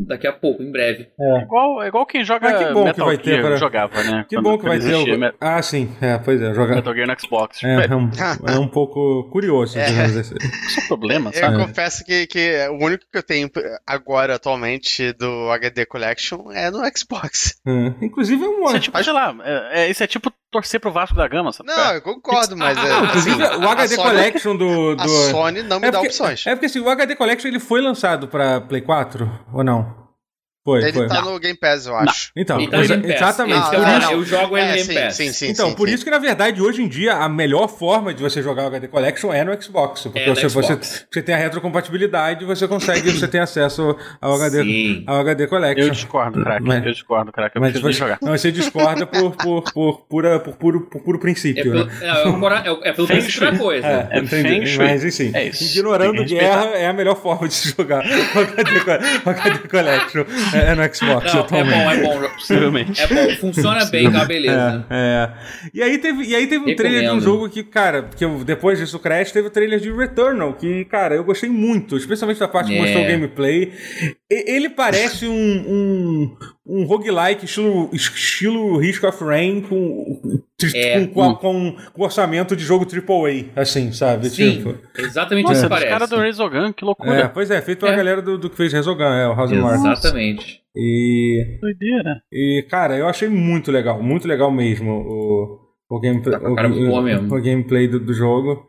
Speaker 2: daqui a pouco, em breve.
Speaker 3: É igual, é igual quem joga
Speaker 1: Ah, que bom que
Speaker 3: Metal
Speaker 1: vai ter
Speaker 3: Gear
Speaker 1: pra-
Speaker 3: jogava, né?
Speaker 1: Que
Speaker 3: Quando-
Speaker 1: bom que
Speaker 3: quando
Speaker 1: vai ter.
Speaker 3: existia
Speaker 1: O...
Speaker 3: Met-
Speaker 1: Ah, sim, é, pois é, jogar.
Speaker 3: Metal Gear no Xbox.
Speaker 1: É,
Speaker 3: É.
Speaker 1: é um, é um pouco curioso,
Speaker 4: É.
Speaker 1: digamos assim.
Speaker 3: Isso é um problema,
Speaker 4: Eu
Speaker 3: sabe?
Speaker 4: confesso que, que o único que eu tenho agora, atualmente, do HD Collection é no Xbox.
Speaker 1: É. Inclusive é um.
Speaker 3: Isso é tipo, sei lá, é, é- isso é tipo torcer pro Vasco da Gama, sabe?
Speaker 4: Não, eu concordo, mas é, assim,
Speaker 1: ah, Inclusive, o HD
Speaker 4: a Sony,
Speaker 1: Collection do. do...
Speaker 4: A Sony não Então me
Speaker 1: É
Speaker 4: dá
Speaker 1: porque-
Speaker 4: opções.
Speaker 1: É porque assim, o HD Collection ele foi lançado pra Play 4 ou não? Foi,
Speaker 4: Ele
Speaker 1: foi.
Speaker 4: tá no Game Pass, eu acho.
Speaker 1: Então,
Speaker 2: Então,
Speaker 1: exa-
Speaker 2: Game Pass.
Speaker 1: exatamente. Então,
Speaker 2: Isso que
Speaker 1: por
Speaker 2: eu ia
Speaker 4: Ah,
Speaker 1: isso-
Speaker 2: falar,
Speaker 4: não.
Speaker 2: eu jogo ele
Speaker 4: é,
Speaker 2: no Game
Speaker 4: sim,
Speaker 2: Pass.
Speaker 4: sim, sim.
Speaker 1: Então,
Speaker 4: sim,
Speaker 1: por
Speaker 4: sim.
Speaker 1: isso que, na verdade, hoje em dia, a melhor forma de você jogar o HD Collection é no Xbox. Porque
Speaker 2: É no
Speaker 1: você, você-
Speaker 2: Xbox.
Speaker 1: você tem a retrocompatibilidade e você consegue, você tem acesso ao HD,
Speaker 2: Sim.
Speaker 1: ao HD Collection.
Speaker 3: Eu discordo, craque.
Speaker 1: É Mas-
Speaker 3: Eu discordo, craque. Eu
Speaker 1: Mas
Speaker 3: preciso de
Speaker 1: você-
Speaker 3: jogar.
Speaker 1: Não, você discorda por, por, por, pura, por, puro, por puro
Speaker 2: É
Speaker 1: princípio,
Speaker 2: pelo,
Speaker 1: né?
Speaker 2: é, o cora- é o- é pelo
Speaker 3: Feng
Speaker 2: princípio da
Speaker 3: shui.
Speaker 2: coisa.
Speaker 1: É,
Speaker 3: É
Speaker 1: entendi.
Speaker 3: feng shui.
Speaker 1: Mas assim,
Speaker 3: É isso.
Speaker 1: ignorando
Speaker 3: Tem que respeitar.
Speaker 1: guerra é a melhor forma de se jogar o HD, co- o HD Collection é, no Xbox
Speaker 2: Não, é
Speaker 1: atualmente.
Speaker 2: bom, é bom.
Speaker 3: Possivelmente.
Speaker 2: É bom, funciona bem, tá beleza.
Speaker 1: É, é. E aí teve, e aí teve um
Speaker 2: Recomendo.
Speaker 1: trailer de um jogo que, cara, que eu- depois disso, o Crash teve o trailer de Returnal, que, cara, eu gostei muito, especialmente da parte que
Speaker 2: É.
Speaker 1: mostrou o gameplay. E- ele parece um, um, um roguelike estilo, estilo Risk of Rain com,
Speaker 2: É.
Speaker 1: com, com, com, com orçamento de jogo AAA, assim, sabe?
Speaker 2: Sim,
Speaker 1: Tipo.
Speaker 2: exatamente
Speaker 3: Nossa,
Speaker 2: isso
Speaker 3: os
Speaker 2: parece.
Speaker 3: caras do Resogun, que
Speaker 1: É,
Speaker 3: loucura.
Speaker 1: pois é, feito pela
Speaker 2: É.
Speaker 1: galera do, do que fez Resogun, é, o House of Marks.
Speaker 2: Exatamente.
Speaker 1: E
Speaker 3: Doideira.
Speaker 1: e, cara, eu achei muito legal, muito legal mesmo o, o, gameplay,
Speaker 2: Tá com a cara
Speaker 1: o,
Speaker 2: boa mesmo.
Speaker 1: o gameplay do, do jogo.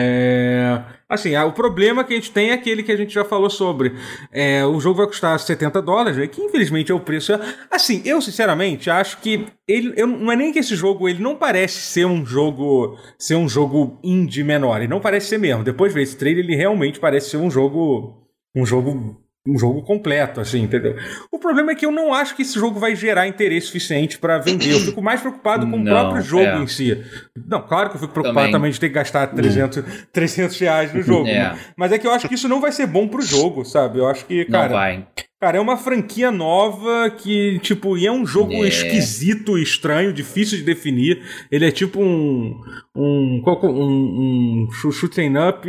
Speaker 1: É, assim, ah, o problema que a gente tem é aquele que a gente já falou sobre. É, o jogo vai custar 70 dólares, né, que infelizmente é o preço. Assim, eu sinceramente acho que ele, eu, não é nem que esse jogo ele não parece ser um jogo ser um jogo indie menor. Ele não parece ser mesmo. Depois de ver esse trailer, ele realmente parece ser um jogo um jogo um jogo completo, assim, entendeu? O problema é que eu não acho que esse jogo vai gerar interesse suficiente pra vender. Eu fico mais preocupado com o
Speaker 2: Não,
Speaker 1: próprio jogo
Speaker 2: é.
Speaker 1: em si. Não, claro que eu fico preocupado também,
Speaker 2: Também.
Speaker 1: de ter que gastar 300, 300 reais no jogo.
Speaker 2: É.
Speaker 1: né? Mas é que eu acho que isso não vai ser bom pro jogo, sabe? Eu acho que,
Speaker 2: Não
Speaker 1: cara,
Speaker 2: vai.
Speaker 1: cara é uma franquia nova que, tipo, e é um jogo
Speaker 2: É.
Speaker 1: esquisito, estranho, difícil de definir. Ele é tipo um. um, qual que é? um, um shoot- shooting up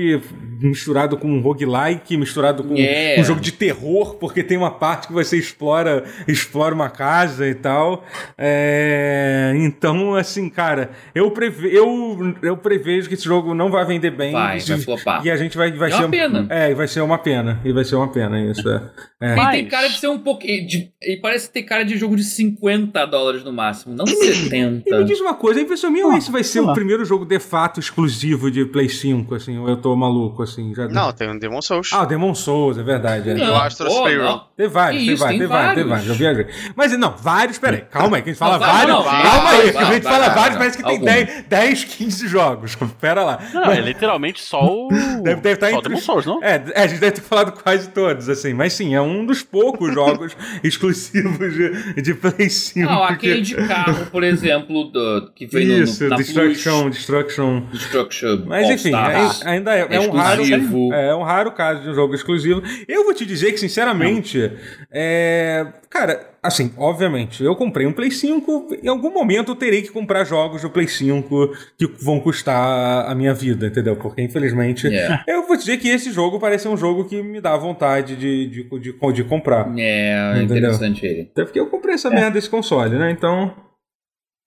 Speaker 1: misturado com um roguelike, misturado com
Speaker 2: É.
Speaker 1: um jogo de terror, porque tem uma parte que você explora, explora uma casa e tal. É, então, assim, cara, eu, preve, eu, eu prevejo que esse jogo não vai vender bem.
Speaker 2: Vai,
Speaker 1: e,
Speaker 2: vai flopar.
Speaker 1: e a gente vai, vai
Speaker 2: É uma
Speaker 1: ser.
Speaker 2: pena.
Speaker 1: É, e vai ser uma pena. E vai ser uma pena, isso é. é.
Speaker 2: Quem tem cara de ser um pouco. de- Ele parece ter cara de jogo de 50 dólares no máximo, não 70.
Speaker 1: E me diz uma coisa, a impressão minha
Speaker 3: Tá. Ah,
Speaker 1: é esse vai ser
Speaker 3: sei lá.
Speaker 1: o primeiro jogo de fato exclusivo de Play 5, assim, ou eu tô maluco, assim, já.
Speaker 4: Não, tem um Demon Souls.
Speaker 1: Ah, o Demon Souls, é verdade. É.
Speaker 4: Não. Astro Spiral.
Speaker 2: não.
Speaker 1: Tem vários,
Speaker 2: Que
Speaker 1: tem
Speaker 2: isso,
Speaker 1: vários, tem
Speaker 2: tem
Speaker 1: vários, tem vários.
Speaker 2: vários.
Speaker 1: Eu viajei. Mas não, vários, peraí, calma aí, que a gente fala
Speaker 2: Não, vai,
Speaker 1: vários.
Speaker 2: não, vai,
Speaker 1: calma aí,
Speaker 2: vai,
Speaker 1: que a gente
Speaker 2: vai,
Speaker 1: fala
Speaker 2: vai,
Speaker 1: vários,
Speaker 2: vai.
Speaker 1: parece que tem
Speaker 2: Algum.
Speaker 1: 10, 10, 15 jogos. Pera lá.
Speaker 3: Não, é literalmente só o.
Speaker 1: Deve- deve tá
Speaker 3: só o
Speaker 1: entre
Speaker 3: Demon
Speaker 1: os-
Speaker 3: Souls, não?
Speaker 1: É, é, a gente deve ter falado quase todos, assim, mas sim, é um dos poucos jogos exclusivos de, de Play 5.
Speaker 2: Não,
Speaker 1: porque-
Speaker 2: aquele de carro, por exemplo, do- que veio no-
Speaker 1: Isso,
Speaker 2: no, na
Speaker 1: Destruction, Destruction.
Speaker 2: Plus, Destruction.
Speaker 1: Mas enfim,
Speaker 2: All-Stars.
Speaker 1: é- ainda é, é um raro.
Speaker 2: Exclusivo.
Speaker 1: É, é um raro caso de um jogo exclusivo. Eu vou te dizer que, sinceramente, é, cara, assim, obviamente, eu comprei um Play 5. Em algum momento eu terei que comprar jogos do Play 5 que vão custar a minha vida, entendeu? Porque, infelizmente,
Speaker 2: É.
Speaker 1: eu vou dizer que esse jogo parece um jogo que me dá vontade de, de, de, de comprar.
Speaker 2: É,
Speaker 1: Entendeu?
Speaker 2: interessante ele.
Speaker 1: Até porque eu comprei essa merda desse console, né? Então.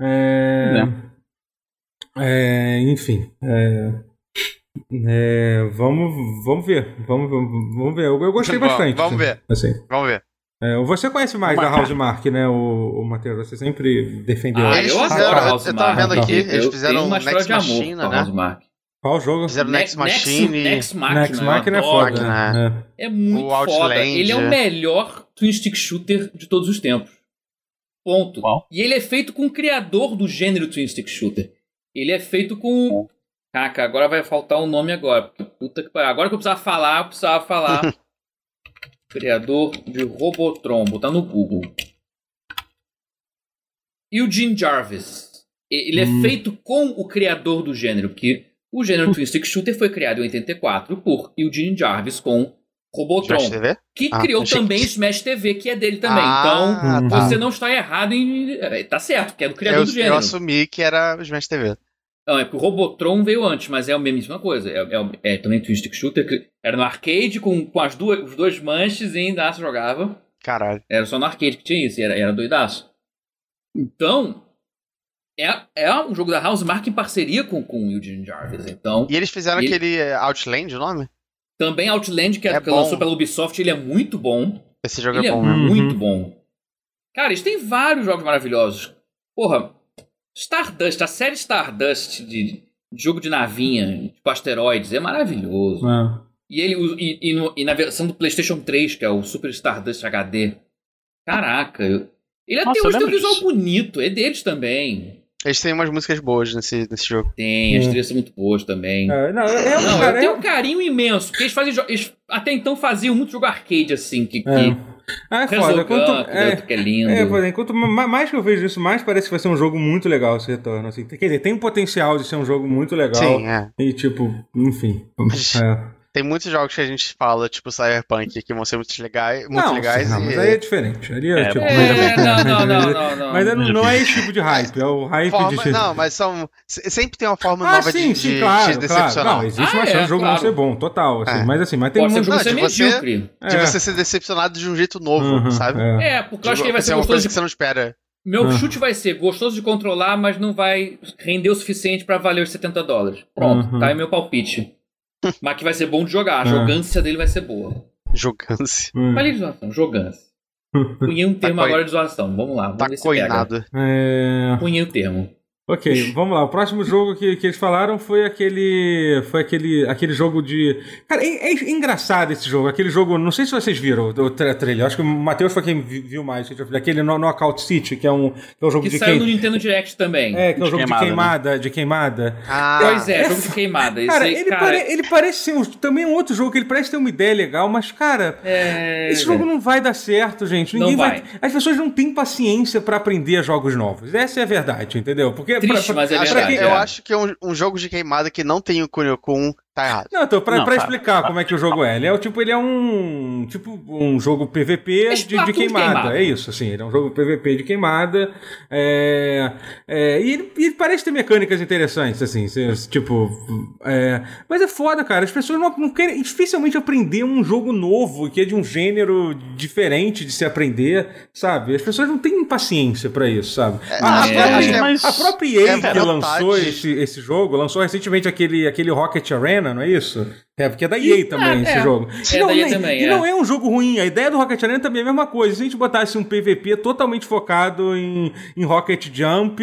Speaker 1: É. é, enfim. É, é, vamos, vamos ver. Vamos, vamos vamos ver. Eu, eu gostei
Speaker 4: Vamos-
Speaker 1: bastante.
Speaker 4: vamos ver.
Speaker 1: Assim.
Speaker 4: Vamos ver.
Speaker 1: É, você conhece mais da House Mark, né, o, o Matheus? Você sempre defendeu.
Speaker 2: Ah,
Speaker 4: Eles
Speaker 2: eu
Speaker 4: fizeram-
Speaker 2: adoro
Speaker 4: eu-
Speaker 2: House
Speaker 4: eu tava vendo aqui, eles fizeram
Speaker 2: tenho uma
Speaker 4: um
Speaker 2: história
Speaker 4: Next
Speaker 2: de amor
Speaker 4: Machina,
Speaker 2: com
Speaker 4: né?
Speaker 2: House Mark.
Speaker 1: Qual o jogo?
Speaker 4: Fizeram Next
Speaker 2: Ne-
Speaker 4: Machine.
Speaker 2: Next Machina,
Speaker 1: Next
Speaker 2: eu
Speaker 1: Machina é
Speaker 2: adoro.
Speaker 1: foda.
Speaker 4: né?
Speaker 1: né?
Speaker 2: É muito
Speaker 4: O
Speaker 2: foda.
Speaker 4: Outland.
Speaker 2: Ele é o melhor twin stick shooter de todos os tempos. Ponto.
Speaker 3: Qual?
Speaker 2: E ele é feito com o criador do gênero twin stick shooter. Ele é feito com Caraca, agora vai faltar um nome agora. porque Puta que pariu. Agora que eu precisava falar, eu precisava falar. criador de Robotron, botar no Google. Eugene Jarvis. E- Ele
Speaker 1: Hum.
Speaker 2: é feito com o criador do gênero, porque o gênero Twin Stick Shooter foi criado em 84 por Eugene Jarvis com
Speaker 4: Josh
Speaker 2: Robotron,
Speaker 4: TV?
Speaker 2: que
Speaker 4: Ah,
Speaker 2: criou
Speaker 4: achei que-
Speaker 2: também Smash TV, que é dele também. então,
Speaker 4: Ah,
Speaker 1: Hum.
Speaker 4: tá.
Speaker 2: você não está errado em... é, Tá certo, que é do criador
Speaker 4: Eu,
Speaker 2: do
Speaker 4: eu
Speaker 2: gênero.
Speaker 4: assumi que era o Smash TV.
Speaker 2: Não, é porque o Robotron veio antes, mas é a mesma coisa. É, é- é também Twin Stick Shooter, que era no arcade com, com as duas, os dois manches e ainda se jogava.
Speaker 4: Caralho.
Speaker 2: Era só no arcade que tinha isso, e era, era doidaço. Então, é, é um jogo da House Mark em parceria com, com o Eugene Jarvis. Então,
Speaker 4: E eles fizeram
Speaker 2: E-
Speaker 4: aquele é, Outland, o nome?
Speaker 2: também Outland, que, é-
Speaker 4: É
Speaker 2: que lançou
Speaker 4: bom.
Speaker 2: pela Ubisoft, ele é muito bom.
Speaker 4: Esse jogo
Speaker 2: Ele
Speaker 4: é
Speaker 2: é
Speaker 4: bom mesmo.
Speaker 2: muito
Speaker 1: Uhum.
Speaker 2: bom. Cara, eles têm vários jogos maravilhosos. Porra, Stardust, a série Stardust de, de jogo de navinha, tipo asteroides, é maravilhoso.
Speaker 3: Uhum.
Speaker 1: É.
Speaker 2: E, ele, o- e, e no- e na versão do PlayStation 3, que é o Super Stardust HD. Caraca, eu- ele
Speaker 3: Nossa,
Speaker 2: até
Speaker 3: eu
Speaker 2: hoje tem
Speaker 3: lembro
Speaker 2: um visual
Speaker 3: disso.
Speaker 2: bonito, é deles também.
Speaker 4: Eles têm umas músicas boas nesse, nesse jogo.
Speaker 2: Tem,
Speaker 1: Hum.
Speaker 2: as trilhas são muito boas também.
Speaker 1: É, não, eu, eu,
Speaker 2: Não,
Speaker 1: cara,
Speaker 2: eu tenho
Speaker 1: eu-
Speaker 2: um carinho imenso, porque eles fazem. jo- eles até então faziam muito jogo arcade, assim, que.
Speaker 1: É.
Speaker 2: que
Speaker 1: Ah, é foda.
Speaker 2: Resogun,
Speaker 1: Quanto,
Speaker 2: que
Speaker 1: é,
Speaker 2: tanto que é lindo.
Speaker 1: É, por enquanto, ma- mais que eu vejo isso, mais parece que vai ser um jogo muito legal esse retorno. assim. Quer dizer, tem um potencial de ser um jogo muito legal.
Speaker 4: Sim, é.
Speaker 1: E tipo, enfim. É.
Speaker 4: Tem muitos jogos que a gente fala, tipo Cyberpunk, que vão ser muito legais. Muito
Speaker 1: não,
Speaker 4: legais
Speaker 1: sim, não,
Speaker 4: e-
Speaker 1: mas aí é diferente. Ali é,
Speaker 3: É,
Speaker 1: tipo,
Speaker 3: é,
Speaker 1: veja
Speaker 2: É,
Speaker 1: bem.
Speaker 2: não, não, não, não, não.
Speaker 1: Mas é- não é esse tipo de hype, é o hype
Speaker 4: forma-
Speaker 1: de.
Speaker 4: Não, mas são. se- Sempre tem uma forma
Speaker 1: ah,
Speaker 4: nova
Speaker 1: sim,
Speaker 4: de,
Speaker 1: sim,
Speaker 4: de
Speaker 1: claro,
Speaker 4: te
Speaker 1: claro.
Speaker 4: decepcionar.
Speaker 1: Não, existe
Speaker 2: Ah,
Speaker 1: uma
Speaker 2: é,
Speaker 1: chance do jogo não
Speaker 2: claro.
Speaker 1: ser bom, total, assim.
Speaker 4: É.
Speaker 1: Mas assim, mas tem
Speaker 2: Pode ser
Speaker 1: um
Speaker 2: que
Speaker 4: Não,
Speaker 2: você é
Speaker 4: de você-
Speaker 2: medíocre.
Speaker 4: De
Speaker 1: é.
Speaker 4: você ser decepcionado de um jeito novo,
Speaker 1: Uhum,
Speaker 4: sabe?
Speaker 1: é.
Speaker 2: É, porque eu acho que ele vai
Speaker 4: Tipo,
Speaker 2: ser
Speaker 4: é uma
Speaker 2: gostoso
Speaker 4: coisa
Speaker 2: de
Speaker 4: que você não espera.
Speaker 2: Meu
Speaker 1: Ah.
Speaker 2: chute vai ser gostoso de controlar, mas não vai render o suficiente pra valer os 70 dólares. Pronto,
Speaker 1: Uhum.
Speaker 2: tá aí meu palpite. mas que vai ser bom de jogar, a
Speaker 1: Ah.
Speaker 2: jogância dele vai ser boa.
Speaker 4: Jogância.
Speaker 1: Hum.
Speaker 2: Falei de zoação, jogância. Cunhei um termo
Speaker 4: Tá coi-
Speaker 2: agora de zoação, vamos lá. Vamos
Speaker 4: Tá
Speaker 2: ver se pega.
Speaker 4: coinado.
Speaker 1: É,
Speaker 2: Cunhei o termo.
Speaker 1: Ok, vamos lá. O próximo jogo que, que eles falaram foi aquele. Foi aquele, aquele jogo de. Cara, é, é engraçado esse jogo. Aquele jogo. Não sei se vocês viram o, o tra- trailer. Acho que o Matheus foi quem vi- viu mais. Aquele No- Knockout City, que é um, que é um jogo
Speaker 2: Que
Speaker 1: de
Speaker 2: saiu no
Speaker 1: queimada.
Speaker 2: Nintendo Direct também.
Speaker 1: É, que é um
Speaker 3: De
Speaker 1: jogo de
Speaker 3: queimada,
Speaker 1: queimada, de queimada.
Speaker 4: Ah,
Speaker 2: Pois é, jogo de queimada. né? Esse
Speaker 1: Cara,
Speaker 2: aí,
Speaker 1: ele,
Speaker 2: cara, é-
Speaker 1: pare- ele parece ser um- também um outro jogo que ele parece ter uma ideia legal, mas, cara,
Speaker 2: é...
Speaker 1: esse jogo não vai dar certo, gente.
Speaker 2: Não
Speaker 1: Ninguém vai.
Speaker 2: vai.
Speaker 1: As pessoas não têm paciência pra aprender jogos novos. Essa é a verdade, entendeu? Porque pra-
Speaker 2: Triste,
Speaker 1: pra-
Speaker 2: mas é
Speaker 4: acho-
Speaker 2: verdade.
Speaker 4: eu
Speaker 2: é.
Speaker 4: acho que um, um jogo de queimada que não tem o Kunio Kun tá errado.
Speaker 1: Não, então, pra,
Speaker 3: Não,
Speaker 1: pra
Speaker 3: tá.
Speaker 1: explicar como é que o jogo é, ele é o tipo, ele é um. Tipo, um jogo PVP de- de,
Speaker 2: Splatoon de
Speaker 1: queimada.
Speaker 2: queimada.
Speaker 1: É isso, assim. Ele é um jogo PVP de queimada. É, é, e ele, e ele parece ter mecânicas interessantes, assim. se- se- Tipo. é, mas é foda, cara. As pessoas não, não querem dificilmente aprender um jogo novo que é de um gênero diferente de se aprender, sabe? As pessoas não têm paciência pra isso, sabe? a, a
Speaker 4: é,
Speaker 1: própria,
Speaker 4: acho que
Speaker 3: é mais-
Speaker 1: a própria EA
Speaker 4: é
Speaker 1: que
Speaker 4: vontade.
Speaker 1: lançou esse, esse jogo lançou recentemente aquele, aquele Rocket Arena, não é isso? É, porque é da EA também
Speaker 2: é,
Speaker 1: esse
Speaker 2: é.
Speaker 1: jogo.
Speaker 2: É
Speaker 1: não,
Speaker 2: da EA
Speaker 1: nem-
Speaker 2: também,
Speaker 1: e
Speaker 2: é.
Speaker 1: não é um jogo ruim. A ideia do Rocket Arena também é a mesma coisa. Se a gente botasse um PVP totalmente focado em, em Rocket Jump,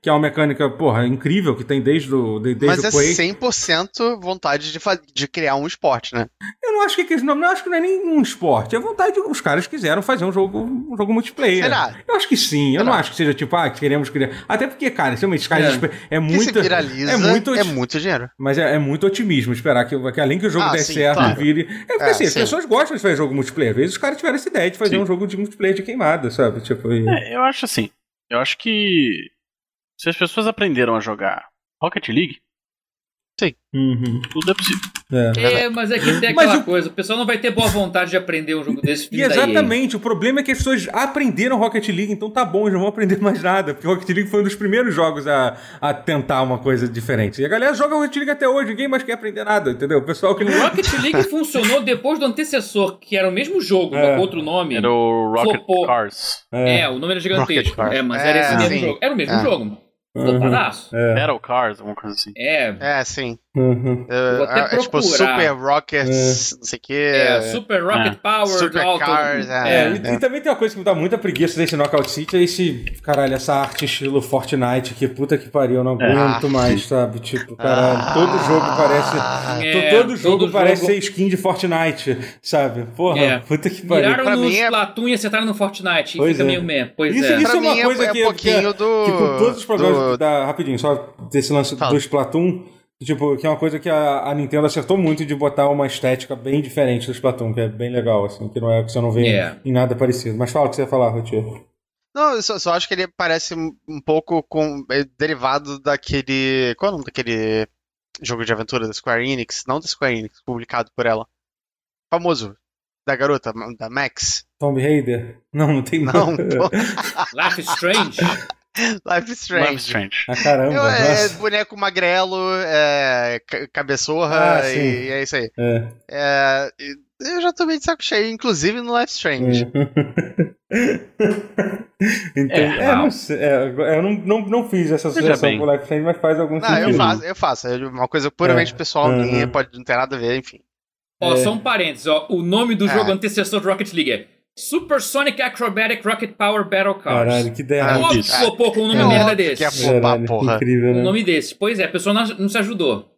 Speaker 1: que é uma mecânica, porra, incrível, que tem desde o, de- desde
Speaker 4: Mas
Speaker 1: o
Speaker 4: é
Speaker 1: Quake.
Speaker 4: 100% vontade de, fa- de criar um esporte, né?
Speaker 1: Eu não acho que é questão- não, eu acho que não é nenhum esporte. É vontade, os caras quiseram fazer um jogo, um jogo multiplayer.
Speaker 4: Será?
Speaker 1: Eu acho que sim. Eu
Speaker 4: Será?
Speaker 1: não acho que seja tipo, ah, queremos criar. Até porque, cara, realmente, os caras espe- é,
Speaker 4: Que se
Speaker 1: muito.
Speaker 4: viraliza
Speaker 1: é
Speaker 4: é
Speaker 1: muito-
Speaker 4: muito, dinheiro.
Speaker 1: Mas é, é muito otimismo esperar que, que além que o jogo
Speaker 4: Ah,
Speaker 1: dê
Speaker 4: sim,
Speaker 1: certo
Speaker 4: claro.
Speaker 1: vire. É porque
Speaker 4: É,
Speaker 1: assim, as
Speaker 4: sim.
Speaker 1: pessoas gostam de fazer jogo multiplayer. Às vezes os caras tiveram essa ideia de fazer
Speaker 3: Sim.
Speaker 1: um jogo de multiplayer de queimada, sabe? Tipo, e-
Speaker 3: É, eu acho assim. Eu acho que se as pessoas aprenderam a jogar Rocket League,
Speaker 1: Uhum.
Speaker 3: tudo é possível.
Speaker 1: É.
Speaker 2: É, mas é que tem
Speaker 1: Mas
Speaker 2: aquela
Speaker 1: o-
Speaker 2: coisa. O pessoal não vai ter boa vontade de aprender um jogo desse
Speaker 1: E
Speaker 2: filme da EA.
Speaker 1: exatamente, o problema é que as pessoas aprenderam Rocket League, então tá bom, eles não vão aprender mais nada, porque Rocket League foi um dos primeiros jogos a, a tentar uma coisa diferente. E a galera joga Rocket League até hoje, ninguém mais quer aprender nada, entendeu? O pessoal que não.
Speaker 2: O Rocket League funcionou depois do antecessor, que era o mesmo jogo,
Speaker 1: É.
Speaker 2: mas com outro nome.
Speaker 3: Era o Rocket
Speaker 2: Flopou.
Speaker 3: Cars.
Speaker 2: É, o nome era gigantesco.
Speaker 3: Rocket Car.
Speaker 2: É, mas
Speaker 4: É,
Speaker 2: era esse mesmo
Speaker 4: sim.
Speaker 2: jogo. Era o mesmo
Speaker 4: É.
Speaker 2: jogo.
Speaker 1: Uhum.
Speaker 2: Flopadaço.
Speaker 1: É.
Speaker 3: Battle Cars, alguma coisa assim.
Speaker 2: É. É.
Speaker 4: É, sim.
Speaker 1: Uhum.
Speaker 4: É,
Speaker 2: Vou até
Speaker 4: é, é tipo
Speaker 2: procurar.
Speaker 4: Super Rockets, não sei o que.
Speaker 2: é, Super Rocket
Speaker 3: É.
Speaker 2: Power,
Speaker 4: Super
Speaker 2: Auto-
Speaker 4: Cars,
Speaker 1: É,
Speaker 4: é.
Speaker 1: e, e também tem uma coisa que me dá muita preguiça desse Knockout City, é esse, caralho, essa arte estilo Fortnite, que puta que pariu, eu não
Speaker 3: É.
Speaker 1: aguento mais, sabe? Tipo, caralho,
Speaker 4: Ah.
Speaker 1: todo jogo parece.
Speaker 4: parece.
Speaker 2: É,
Speaker 1: to- todo jogo
Speaker 2: todo
Speaker 1: parece
Speaker 2: jogo-
Speaker 1: ser skin de Fortnite, sabe? Porra,
Speaker 2: É.
Speaker 1: puta que pariu.
Speaker 2: Viraram
Speaker 4: Pra
Speaker 2: no
Speaker 4: mim é-
Speaker 2: Splatoon e acertaram no Fortnite.
Speaker 1: Pois
Speaker 2: Fica
Speaker 1: é.
Speaker 2: meio meh. Pois
Speaker 1: Isso-
Speaker 2: é.
Speaker 1: isso-
Speaker 4: Pra
Speaker 1: é uma
Speaker 4: mim é,
Speaker 1: coisa
Speaker 4: é
Speaker 1: que-
Speaker 4: pouquinho do.
Speaker 1: Que com todos os problemas
Speaker 4: do-
Speaker 1: da. Rapidinho, só desse lance
Speaker 4: Fala.
Speaker 1: do Splatoon. Tipo, que é uma coisa que a, a Nintendo acertou muito de botar uma estética bem diferente do Splatoon, que é bem legal, assim, que não é que você não vê
Speaker 2: É.
Speaker 1: em nada parecido. Mas fala o que você ia falar, Rotier.
Speaker 4: Não, eu só, só acho que ele parece um um pouco com, é, derivado daquele. Qual é o nome daquele jogo de aventura da Square Enix? Não da Square Enix, publicado por ela. Famoso. Da garota, da Max.
Speaker 1: Tomb Raider? Não, não tem
Speaker 4: Não, pô.
Speaker 2: Life is Strange.
Speaker 4: Life is
Speaker 3: Love
Speaker 4: Strange.
Speaker 3: Strange.
Speaker 1: Ah, caramba.
Speaker 4: Eu- é,
Speaker 1: nossa.
Speaker 4: boneco magrelo, é, ca- cabeçorra,
Speaker 1: Ah, sim.
Speaker 4: e, e é isso aí.
Speaker 1: É.
Speaker 4: É, e- eu já tomei de saco cheio, inclusive no Life is
Speaker 1: É. Hum.
Speaker 4: Strange.
Speaker 1: Entendi.
Speaker 3: É,
Speaker 1: É,
Speaker 3: não.
Speaker 1: não sei, é, eu não, não, não fiz essa
Speaker 3: Veja
Speaker 1: associação
Speaker 3: bem.
Speaker 1: com o Life Strange, mas faz algum
Speaker 4: Não,
Speaker 1: sentido.
Speaker 4: eu faço, eu faço. É uma coisa puramente
Speaker 1: É,
Speaker 4: pessoal
Speaker 1: aham.
Speaker 4: minha, pode não ter nada a ver, enfim.
Speaker 2: Ó,
Speaker 1: É.
Speaker 2: só um parênteses. Ó, o nome do
Speaker 4: É.
Speaker 2: jogo antecessor do Rocket League é Super Sonic Acrobatic Rocket Power Battle Cars.
Speaker 1: Caralho, que derra.
Speaker 4: Ah,
Speaker 2: Óbvio que
Speaker 3: isso.
Speaker 2: flopou com um nome
Speaker 4: É
Speaker 2: merda
Speaker 4: óbvio que
Speaker 2: desse.
Speaker 4: é flop.
Speaker 1: Caralho,
Speaker 4: porra.
Speaker 1: Incrível,
Speaker 2: Um
Speaker 1: né?
Speaker 2: nome desse. Pois é, a pessoa não, não se ajudou.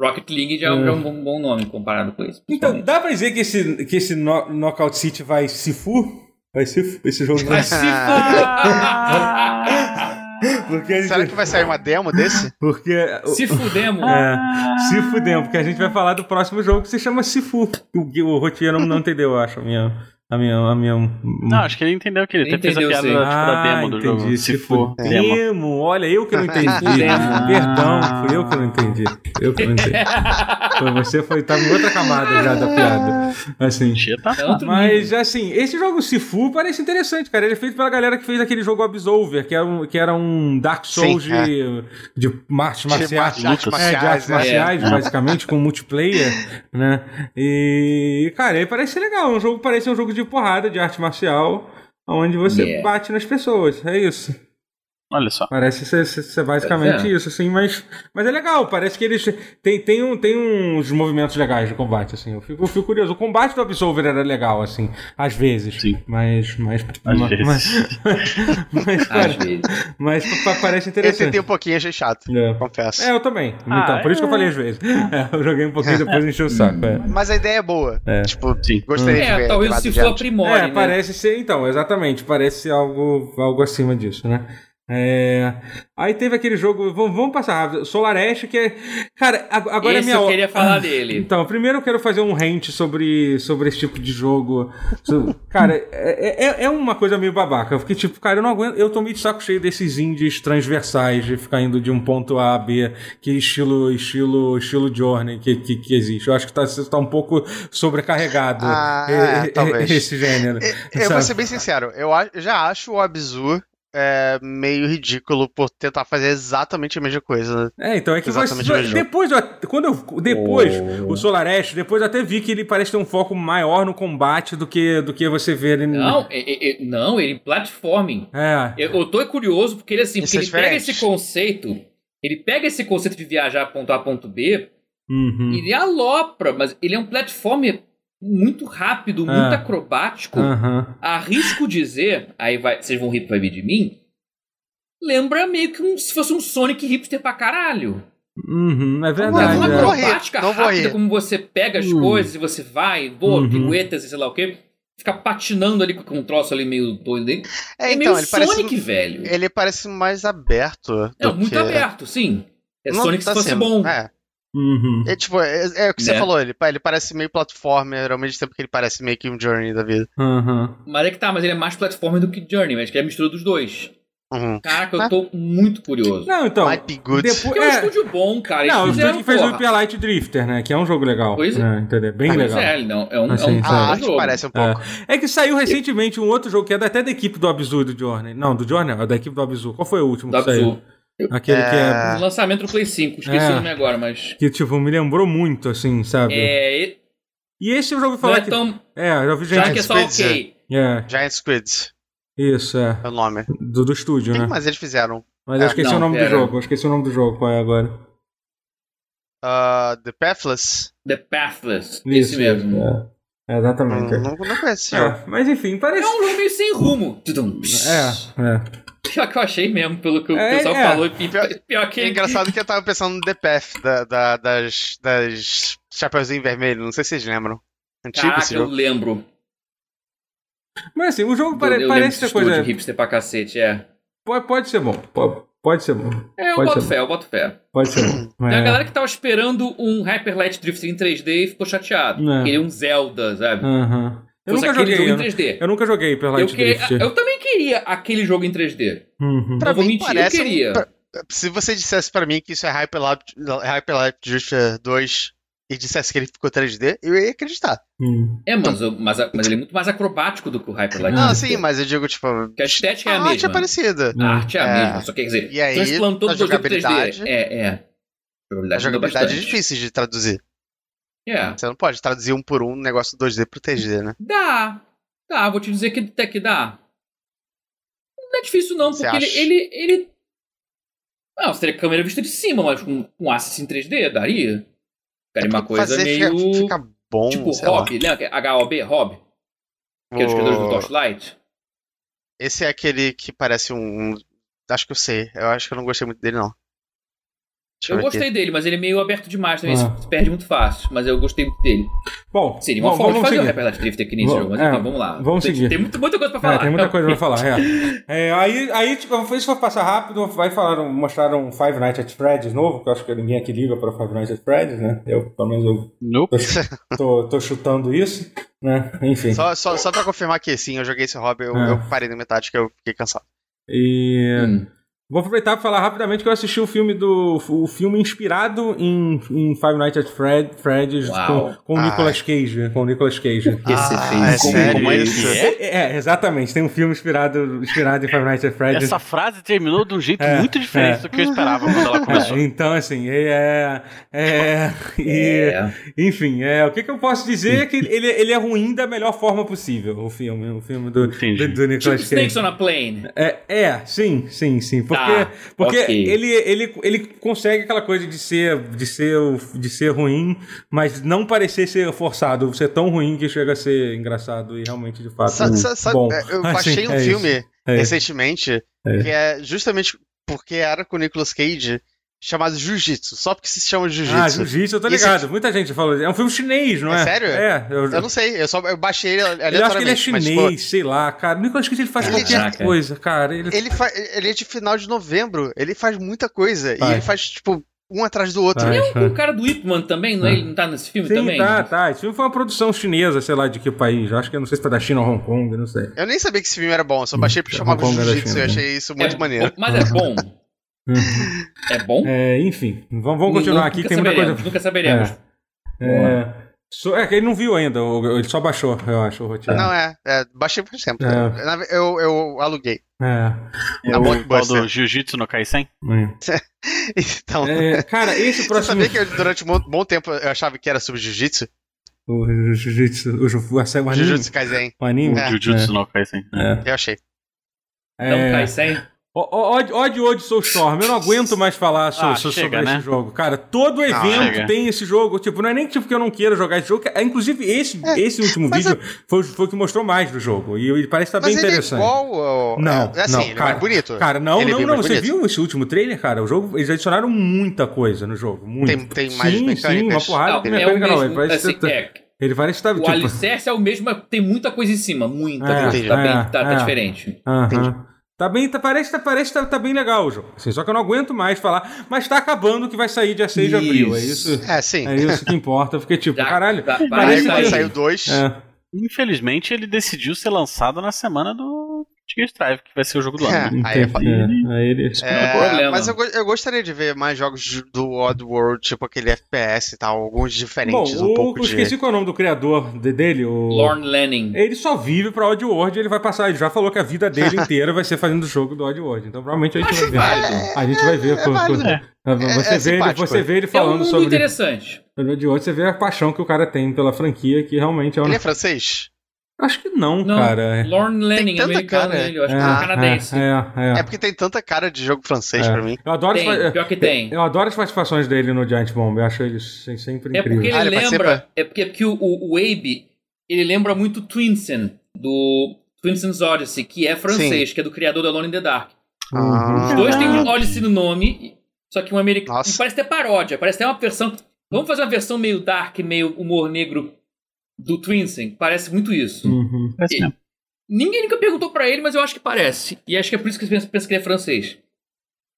Speaker 2: Rocket League já,
Speaker 1: É.
Speaker 2: já é um bom, bom nome comparado com esse.
Speaker 1: Então, dá pra dizer que esse, que esse no- Knockout City vai se fu? Vai se fu? Esse jogo vai se porque, a gente-
Speaker 4: Será que vai sair uma demo desse?
Speaker 1: porque
Speaker 2: Se fudemos.
Speaker 1: é, se fudemos, porque a gente vai falar do próximo jogo que se chama Sifu. O, Gui- o Rotier não, não entendeu, eu acho, a minha. A minha. A minha
Speaker 3: Não, acho que ele entendeu que ele até fez a
Speaker 2: Entendeu,
Speaker 3: piada
Speaker 2: sim.
Speaker 3: tipo, da demo do
Speaker 1: Hum. Ah, entendi. tipo, é.
Speaker 3: jogo. Se for demo.
Speaker 1: Demo, olha, eu que não entendi.
Speaker 2: Demo.
Speaker 1: Perdão, fui eu que não entendi. Eu que não entendi. Foi você foi, tava em outra camada já da piada. Assim.
Speaker 3: Mentira, tá?
Speaker 2: É outro nível.
Speaker 1: Mas assim, esse jogo Sifu parece interessante, cara. Ele é feito pela galera que fez aquele jogo Absolver, que era um, que era um Dark Souls
Speaker 4: Sim,
Speaker 1: de, de artes marciais.
Speaker 4: De artes
Speaker 3: lutas.
Speaker 1: É, de artes
Speaker 4: marciais, né?
Speaker 1: marciais, basicamente, com multiplayer, né? E, cara, ele parece ser legal. Um jogo parece ser um jogo de porrada de arte marcial, onde você
Speaker 2: Yeah.
Speaker 1: bate nas pessoas. É isso.
Speaker 3: Olha só.
Speaker 1: Parece ser, ser- ser basicamente
Speaker 2: Pois é.
Speaker 1: isso, assim, mas, mas é legal, parece que eles tem, tem, um, tem uns movimentos legais de combate, assim, eu fico, eu fico curioso. O combate do Absolver era legal, assim, às vezes,
Speaker 3: Sim.
Speaker 1: mas, mas,
Speaker 3: Às
Speaker 1: mas,
Speaker 3: vezes.
Speaker 1: mas, mas,
Speaker 2: Às
Speaker 1: cara,
Speaker 2: vezes.
Speaker 1: mas pa- parece
Speaker 4: Eu tentei
Speaker 1: interessante.
Speaker 4: um pouquinho, achei chato,
Speaker 1: É.
Speaker 4: confesso.
Speaker 1: É, eu também.
Speaker 3: Ah,
Speaker 1: então, por isso que eu
Speaker 3: é.
Speaker 1: falei às vezes. É, eu joguei um pouquinho depois encheu o saco. é.
Speaker 4: Mas a ideia é boa.
Speaker 1: É.
Speaker 4: Tipo,
Speaker 3: Sim.
Speaker 4: gostaria de ver.
Speaker 2: É, talvez
Speaker 4: levado
Speaker 2: se for
Speaker 4: adiante.
Speaker 2: aprimore,
Speaker 1: É,
Speaker 2: né?
Speaker 1: parece ser, então, exatamente, parece ser algo, algo acima disso, né? É, Aí teve aquele jogo, vamos, vamos passar rápido, Solar Ash, que é. Cara, ag- agora é
Speaker 2: Esse
Speaker 1: minha
Speaker 2: eu
Speaker 1: hora.
Speaker 2: queria falar dele.
Speaker 1: Então, primeiro eu quero fazer um rant sobre, sobre esse tipo de jogo. So- cara, é, é, é uma coisa meio babaca. Eu fiquei tipo, cara, eu não aguento. Eu tô meio de saco cheio desses indies transversais de ficar indo de um ponto A a B, que é estilo, estilo, estilo Journey que, que, que existe. Eu acho que tá, tá um pouco sobrecarregado É,
Speaker 4: Ah,
Speaker 1: e- e-
Speaker 4: talvez.
Speaker 1: esse gênero.
Speaker 4: É, Eu vou
Speaker 1: Sabe?
Speaker 4: ser bem sincero, eu, a- eu já acho o Abzu é, meio ridículo por tentar fazer exatamente a mesma coisa. né?
Speaker 1: É, então é que
Speaker 4: Exatamente o
Speaker 1: você,
Speaker 4: mesmo.
Speaker 1: depois eu, at- quando eu depois
Speaker 2: Oh.
Speaker 1: o Solar Ash, depois eu até vi que ele parece ter um foco maior no combate do que do que você vê ele
Speaker 2: Não, é- é- é- não, ele platforming.
Speaker 1: É.
Speaker 2: Eu, eu tô é curioso, porque ele assim, porque
Speaker 4: Isso é
Speaker 2: ele pega
Speaker 4: diferente.
Speaker 2: esse conceito, ele pega esse conceito de viajar ponto A ponto B
Speaker 1: Uhum.
Speaker 2: Ele alopra, mas ele é um platformer muito rápido, muito
Speaker 1: Ah.
Speaker 2: acrobático.
Speaker 1: Aham.
Speaker 2: Arrisco dizer, aí vai- vocês vão rir vai vir de mim, lembra meio que um- se fosse um Sonic hipster pra caralho.
Speaker 1: Uhum, é
Speaker 4: Não,
Speaker 1: verdade.
Speaker 2: Mas uma
Speaker 4: não vou
Speaker 1: é.
Speaker 4: rir,
Speaker 2: acrobática
Speaker 4: não vou
Speaker 2: rápida,
Speaker 4: rir.
Speaker 2: como você pega as
Speaker 1: Hum.
Speaker 2: coisas e você vai, voa,
Speaker 1: Uhum.
Speaker 2: piruetas e sei lá o quê. Fica patinando ali com- com um troço ali meio doido dele.
Speaker 4: É,
Speaker 2: É,
Speaker 4: então,
Speaker 2: meio
Speaker 4: ele
Speaker 2: Sonic,
Speaker 4: parece.
Speaker 2: velho.
Speaker 4: Ele parece mais aberto.
Speaker 2: É,
Speaker 4: do
Speaker 2: muito
Speaker 4: que-
Speaker 2: aberto, sim. É
Speaker 4: Não
Speaker 2: Sonic
Speaker 4: tá
Speaker 2: se fosse
Speaker 4: sendo.
Speaker 2: bom.
Speaker 4: É.
Speaker 1: Uhum.
Speaker 4: É tipo, é, é o que você
Speaker 2: Né?
Speaker 4: falou, ele, pa- ele parece meio platformer, ao mesmo tempo que ele parece meio que um journey da vida.
Speaker 1: Aham.
Speaker 2: Mas é que tá, mas ele é mais platformer do que Journey, mas que é a mistura dos dois.
Speaker 4: Uhum.
Speaker 2: Caraca, eu
Speaker 4: Mas-
Speaker 2: tô muito curioso.
Speaker 1: Não, então.
Speaker 4: Might be good.
Speaker 1: Depois,
Speaker 2: Porque é um
Speaker 1: é,
Speaker 2: estúdio bom, cara. Eles
Speaker 1: não, o
Speaker 2: fizeram,
Speaker 1: estúdio que fez o
Speaker 2: porra.
Speaker 1: Hyperlight Drifter, né? Que é um jogo legal.
Speaker 2: Pois é.
Speaker 1: né, entendeu? Bem
Speaker 4: Pois
Speaker 1: legal.
Speaker 2: Mas é, ele não. É um,
Speaker 1: Assim, sabe?
Speaker 2: é um bom
Speaker 4: A arte
Speaker 2: jogo.
Speaker 4: parece um pouco.
Speaker 1: É que saiu recentemente um outro jogo que é da- até da equipe do Abzu e do Journey. Não, do Journey, não, é da equipe do Abzu. Qual foi o último
Speaker 2: Da
Speaker 1: que saiu?
Speaker 2: Abzu.
Speaker 1: Aquele que é.
Speaker 4: É.
Speaker 2: O lançamento do Play 5. Esqueci
Speaker 1: É.
Speaker 2: o nome agora, mas.
Speaker 1: Que, tipo, me lembrou muito, assim, sabe?
Speaker 2: É. ele-
Speaker 1: E esse eu já ouvi
Speaker 2: Não
Speaker 1: falar
Speaker 2: é
Speaker 1: que.
Speaker 2: tão.
Speaker 1: É, já ouvi gente.
Speaker 2: Já que é só
Speaker 4: Squid,
Speaker 2: ok.
Speaker 1: É,
Speaker 4: Giant Squid
Speaker 1: isso, é.
Speaker 4: é o nome.
Speaker 1: Do, do estúdio, né?
Speaker 4: Tem, mas eles fizeram.
Speaker 1: Mas eu
Speaker 4: É,
Speaker 1: esqueci
Speaker 2: não,
Speaker 1: o nome do
Speaker 2: pera.
Speaker 1: jogo. Eu esqueci o nome do jogo, qual é agora.
Speaker 4: Ah, The Pathless?
Speaker 2: The Pathless.
Speaker 1: Isso,
Speaker 2: esse mesmo.
Speaker 1: É, É, exatamente.
Speaker 4: Não,
Speaker 1: é.
Speaker 4: não, não conheço.
Speaker 1: É, mas enfim,
Speaker 2: É.
Speaker 1: parece.
Speaker 2: um jogo meio sem rumo. Tudum.
Speaker 1: É, é.
Speaker 2: Pior que eu achei mesmo, pelo que o
Speaker 1: É,
Speaker 2: pessoal
Speaker 1: é.
Speaker 2: falou. e Pior, pior que
Speaker 4: É engraçado que eu tava pensando no The Path da, da- das, das Chapeuzinho Vermelho, não sei se vocês lembram. Antigo
Speaker 2: Caraca,
Speaker 4: esse
Speaker 2: eu
Speaker 4: jogo.
Speaker 2: lembro.
Speaker 1: Mas assim, o jogo
Speaker 2: Eu-
Speaker 1: pare-
Speaker 2: eu lembro
Speaker 1: parece
Speaker 2: desse
Speaker 1: ser
Speaker 2: estúdio
Speaker 1: coisa.
Speaker 2: hipster pra cacete, é.
Speaker 1: Pode, pode ser bom. Pode, pode ser bom.
Speaker 2: É, eu
Speaker 1: Pode
Speaker 2: boto
Speaker 1: ser
Speaker 2: fé, eu boto fé.
Speaker 1: Pode ser bom.
Speaker 2: Tem
Speaker 1: É.
Speaker 2: a galera que tava esperando um Hyper Light Drifter em 3D e ficou chateado.
Speaker 1: É.
Speaker 2: Queria um Zelda,
Speaker 4: É.
Speaker 2: sabe?
Speaker 1: Aham. Eu
Speaker 2: Fosse
Speaker 1: nunca joguei.
Speaker 2: aquele jogo
Speaker 1: Eu,
Speaker 2: em 3D.
Speaker 1: eu nunca joguei Hyper
Speaker 2: Eu,
Speaker 1: Light
Speaker 2: que-
Speaker 1: Drift.
Speaker 2: eu também queria aquele jogo em 3D.
Speaker 1: Uhum.
Speaker 4: Pra
Speaker 2: não vou
Speaker 4: mim
Speaker 2: mentir, eu
Speaker 4: parece um-
Speaker 2: queria.
Speaker 4: pra- Se você dissesse pra mim que isso é Hyper Light, Hyper Light Drifter 2 e dissesse que ele ficou 3D, eu ia acreditar.
Speaker 1: Hum.
Speaker 2: É, mas, eu- mas, a- mas ele é muito mais acrobático do que o Hyper Light
Speaker 4: Não,
Speaker 2: Drifter.
Speaker 4: Então. Ah, sim, mas eu digo, tipo, a
Speaker 2: Porque a estética é a,
Speaker 4: arte é
Speaker 2: mesma.
Speaker 4: parecida.
Speaker 2: A arte é a
Speaker 4: É.
Speaker 2: mesma, só quer dizer,
Speaker 4: E aí,
Speaker 2: transplantou
Speaker 4: a
Speaker 2: do 2D pro 3D.
Speaker 4: jogabilidade-
Speaker 2: É, é.
Speaker 4: A
Speaker 2: Jogabilidade, mudou
Speaker 4: jogabilidade é
Speaker 2: bastante.
Speaker 4: difícil de traduzir.
Speaker 2: É.
Speaker 4: Você não pode traduzir um por um negócio 2D pro 3D, né?
Speaker 2: Dá. Dá, vou te dizer que até que dá. Não é difícil não,
Speaker 4: Você
Speaker 2: porque ele,
Speaker 4: acha?
Speaker 2: ele, ele... Não, seria câmera vista de cima, mas com, com Axis em 3D, daria. Ficaria uma coisa
Speaker 4: É Fazer
Speaker 2: meio...
Speaker 4: fica, fica bom,
Speaker 2: tipo,
Speaker 4: sei lá.
Speaker 2: Hobby, lembra? que é HOB, Hobby? Que é os criadores do
Speaker 4: O-
Speaker 2: Torchlight.
Speaker 4: Esse é aquele que parece um. um- Acho que eu sei. Eu acho que eu não gostei muito dele, não. Deixa
Speaker 2: Eu
Speaker 4: ver aqui.
Speaker 2: gostei dele, mas ele é meio aberto demais também,
Speaker 1: Ah.
Speaker 2: se perde muito fácil. Mas eu gostei muito dele.
Speaker 1: Bom,
Speaker 2: Seria uma
Speaker 1: bom,
Speaker 2: forma de
Speaker 1: vamos
Speaker 2: fazer o
Speaker 1: seguir.
Speaker 2: Hyper Light Drift aqui nesse
Speaker 1: Vamos-
Speaker 2: jogo, mas
Speaker 1: é,
Speaker 2: enfim, vamos lá.
Speaker 1: vamos
Speaker 2: tem,
Speaker 1: seguir.
Speaker 2: Tem muita, muita coisa pra falar.
Speaker 1: É, tem muita coisa pra falar, é. É, aí, aí, tipo, isso foi passar rápido, vai falaram, mostraram um Five Nights at Freddy's novo, que eu acho que ninguém aqui liga pra Five Nights at Freddy's, né? Eu, pelo menos,
Speaker 3: Nope.
Speaker 1: eu tô, tô chutando isso, né? Enfim.
Speaker 4: Só, só, só pra confirmar que sim, eu joguei esse hobby, eu,
Speaker 2: Ah.
Speaker 1: É.
Speaker 4: eu parei na metade que eu fiquei cansado.
Speaker 1: E
Speaker 2: Hum.
Speaker 1: vou aproveitar pra falar rapidamente que eu assisti o filme do. o filme inspirado em, em Five Nights at Fred, Freddy's
Speaker 2: Uau.
Speaker 1: com, com o
Speaker 4: Ai.
Speaker 1: Nicolas Cage. Com o Nicolas Cage.
Speaker 2: Que você
Speaker 4: Ah, é
Speaker 2: fez
Speaker 4: sério
Speaker 3: Como é
Speaker 4: isso?
Speaker 3: que é?
Speaker 1: É, é, exatamente. Tem um filme inspirado, inspirado em Five Nights
Speaker 2: É
Speaker 1: at Freddy's.
Speaker 3: Essa frase terminou de um jeito
Speaker 1: É,
Speaker 3: muito diferente
Speaker 1: é.
Speaker 3: do que eu esperava quando ela começou.
Speaker 1: É, então, assim, é. é, e-
Speaker 2: É.
Speaker 1: Enfim, é, o que, que eu posso dizer é que ele, ele é ruim da melhor forma possível, o filme. O filme do,
Speaker 3: Entendi.
Speaker 1: do, do
Speaker 2: Tipo
Speaker 1: Nicolas Cage.
Speaker 2: Snakes on a Plane.
Speaker 1: É, é, sim, sim, sim. Porque,
Speaker 2: Tá,
Speaker 1: porque
Speaker 2: ok.
Speaker 1: ele, ele, ele consegue aquela coisa de ser, de, ser, o- de ser ruim, mas não parecer ser forçado, ser tão ruim que chega a ser engraçado e realmente de fato.
Speaker 4: Sa- sa- sa-
Speaker 1: bom.
Speaker 4: é, eu
Speaker 1: Assim,
Speaker 4: baixei um
Speaker 1: é
Speaker 4: filme
Speaker 1: É.
Speaker 4: recentemente
Speaker 1: É.
Speaker 4: que é justamente porque era com o Nicolas Cage chamado Jiu-Jitsu. Só porque se chama
Speaker 1: Ah,
Speaker 4: Jiu-Jitsu.
Speaker 1: Jiu-Jitsu, eu tô
Speaker 4: Esse-
Speaker 1: ligado. Muita gente falou. É um filme chinês, não é?
Speaker 4: É sério?
Speaker 1: É. Eu,
Speaker 4: eu não sei, eu só eu baixei ele
Speaker 1: eu acho que ele é
Speaker 4: aleatoriamente. mas,
Speaker 1: chinês,
Speaker 4: tipo,
Speaker 1: sei lá, cara. O Nicolas Cage ele faz
Speaker 4: Ele
Speaker 1: qualquer
Speaker 2: já-
Speaker 1: coisa, cara. Ele...
Speaker 4: ele, fa- ele é de final de novembro, ele faz muita coisa.
Speaker 1: Faz.
Speaker 4: E ele faz, tipo, um atrás do outro.
Speaker 1: Faz, faz.
Speaker 2: O cara do Ip Man também, não é? Ele não tá nesse filme
Speaker 1: É. Sim,
Speaker 2: também?
Speaker 1: tá, tá. Esse filme foi uma produção chinesa, sei lá de que país. Eu acho que eu não sei se foi da China ou Hong Kong, eu não sei.
Speaker 4: Eu nem sabia que esse filme era bom, eu só baixei porque
Speaker 1: Hum,
Speaker 4: chamava
Speaker 1: Hong Kong era
Speaker 4: Jiu-Jitsu e
Speaker 1: chinês,
Speaker 4: achei isso
Speaker 3: né?
Speaker 2: É
Speaker 4: muito maneiro.
Speaker 2: bom, Mas é bom. É bom?
Speaker 1: É, enfim, vamos, vamos continuar aqui, que
Speaker 2: Nunca
Speaker 1: tem muita coisa.
Speaker 2: saberemos, Nunca saberemos.
Speaker 1: É, é, so- é que ele não viu ainda, o- ele só baixou, eu acho, o roteiro.
Speaker 4: Não, é, é, baixei faz tempo.
Speaker 1: É.
Speaker 4: Na ve- Eu, eu aluguei.
Speaker 1: É,
Speaker 4: Na
Speaker 3: o tal
Speaker 4: Blockbuster.
Speaker 3: do Jiu-Jitsu no Kaisen?
Speaker 4: Então.
Speaker 1: é. É, cara, esse
Speaker 4: Você
Speaker 1: próximo.
Speaker 4: sabia que eu, durante um bom- bom tempo eu achava que era sobre jiu-jitsu?
Speaker 1: O Jiu-Jitsu, o Jiu- a série- o anime.
Speaker 4: Jiu-jitsu Kaisen.
Speaker 1: O anime?
Speaker 4: É.
Speaker 3: Jiu-Jitsu no Kaisen.
Speaker 1: É.
Speaker 4: Eu achei.
Speaker 2: Então,
Speaker 1: É,
Speaker 2: Kaisen.
Speaker 1: Odd Odd Odd Soulstorm, eu não aguento mais falar so,
Speaker 3: Ah,
Speaker 1: so-
Speaker 3: chega,
Speaker 1: sobre
Speaker 3: né?
Speaker 1: esse jogo. Cara,
Speaker 4: Ah,
Speaker 1: todo evento
Speaker 3: chega.
Speaker 1: tem esse jogo. Tipo, não é nem tipo que eu não queira jogar esse jogo. que- é, Inclusive, esse, esse último
Speaker 4: mas é-
Speaker 1: vídeo foi, foi o que mostrou mais do jogo. E ele parece estar
Speaker 4: Mas
Speaker 1: Tá bem
Speaker 4: ele é
Speaker 1: interessante.
Speaker 4: igual ao...
Speaker 1: Não,
Speaker 4: é, assim,
Speaker 1: não,
Speaker 4: ele é
Speaker 1: cara,
Speaker 4: mais bonito.
Speaker 1: Cara, não,
Speaker 4: Ele é
Speaker 1: não,
Speaker 4: bem
Speaker 1: não.
Speaker 4: mais
Speaker 1: Você
Speaker 4: bonito.
Speaker 1: viu esse último trailer, cara? O jogo, eles adicionaram muita coisa no jogo. Muito.
Speaker 4: Tem- tem mais
Speaker 1: sim, sim,
Speaker 4: mecânicas.
Speaker 1: uma porrada de
Speaker 2: Não, é o
Speaker 1: mecânica não. Ele
Speaker 2: mesmo.
Speaker 1: parece
Speaker 2: assim,
Speaker 1: estar.
Speaker 2: é,
Speaker 1: Ele parece estar.
Speaker 2: o
Speaker 1: Tipo,
Speaker 2: alicerce é o mesmo, mas tem muita coisa em cima. Muita
Speaker 1: É,
Speaker 2: coisa. Tá,
Speaker 1: é,
Speaker 2: bem, tá, tá
Speaker 1: é.
Speaker 2: diferente.
Speaker 1: aham.
Speaker 4: Entendi.
Speaker 1: Tá bem, tá, parece, tá, parece tá, tá bem legal o jogo. Assim, só que eu não aguento mais falar. Mas tá acabando que vai sair dia 6 de abril. É
Speaker 2: Isso.
Speaker 1: isso.
Speaker 4: É, sim.
Speaker 1: É isso que importa. Eu fiquei tipo,
Speaker 2: Já-
Speaker 1: caralho.
Speaker 2: tá-
Speaker 1: parece
Speaker 4: Aí
Speaker 1: que-
Speaker 4: quando saiu dois,
Speaker 1: É.
Speaker 3: Infelizmente, ele decidiu ser lançado na semana do Ticket Drive, que vai ser o jogo do
Speaker 4: É.
Speaker 3: ano. né?
Speaker 4: Aí é fa-
Speaker 1: É, aí ele-
Speaker 4: É,
Speaker 2: problema.
Speaker 4: mas eu, go- eu gostaria de ver mais jogos de- do Odd World, tipo aquele FPS e tal, alguns
Speaker 1: Bom,
Speaker 4: diferentes, um
Speaker 1: o,
Speaker 4: pouco
Speaker 1: eu esqueci
Speaker 4: de.
Speaker 1: qual é o nome do criador de- dele. O...
Speaker 2: Lorne Lanning. É
Speaker 1: Ele só vive pra Oddworld, ele vai passar, ele já falou que a vida dele inteira vai ser fazendo o jogo do Oddworld. Então provavelmente a gente vai ver.
Speaker 2: válido.
Speaker 1: A gente vai ver.
Speaker 4: É
Speaker 1: co- co-
Speaker 4: válido.
Speaker 1: É, você,
Speaker 4: é
Speaker 1: vê ele,
Speaker 4: simpático.
Speaker 1: você vê ele
Speaker 2: É um
Speaker 1: falando
Speaker 2: mundo
Speaker 1: sobre
Speaker 2: interessante.
Speaker 1: o Oddworld, você vê a paixão que o cara tem pela franquia, que realmente é um...
Speaker 4: Ele é francês?
Speaker 1: Acho que não,
Speaker 2: Não,
Speaker 1: cara. É,
Speaker 2: Lorne Lanning,
Speaker 4: tanta
Speaker 2: americano,
Speaker 4: cara.
Speaker 2: ele, eu acho que
Speaker 1: é,
Speaker 2: é canadense.
Speaker 1: É, é,
Speaker 4: É porque tem tanta cara de jogo francês
Speaker 1: É.
Speaker 4: pra mim.
Speaker 1: Eu adoro, as
Speaker 2: Tem,
Speaker 1: fa-
Speaker 2: pior que tem.
Speaker 1: eu adoro as participações dele no Giant Bomb, eu acho ele se- sempre
Speaker 2: É porque
Speaker 1: incrível.
Speaker 2: ele,
Speaker 4: Ah, ele
Speaker 2: lembra.
Speaker 4: participa?
Speaker 2: É porque, é porque o, o, o Abe, ele lembra muito Twinsen, do Twinsen's Odyssey, que é francês, que é do criador da Alone in the Dark.
Speaker 1: Uhum.
Speaker 2: Os dois têm um
Speaker 3: Ah.
Speaker 2: Odyssey no nome, só que um americano.
Speaker 4: Nossa.
Speaker 2: E parece até paródia, parece até uma versão. Vamos fazer uma versão meio dark, meio humor negro do Twinsen? Parece muito isso.
Speaker 1: Uhum.
Speaker 3: Parece mesmo.
Speaker 2: Ninguém nunca perguntou pra ele, mas eu acho que parece. E acho que é por isso que pensa, pensa que ele é francês.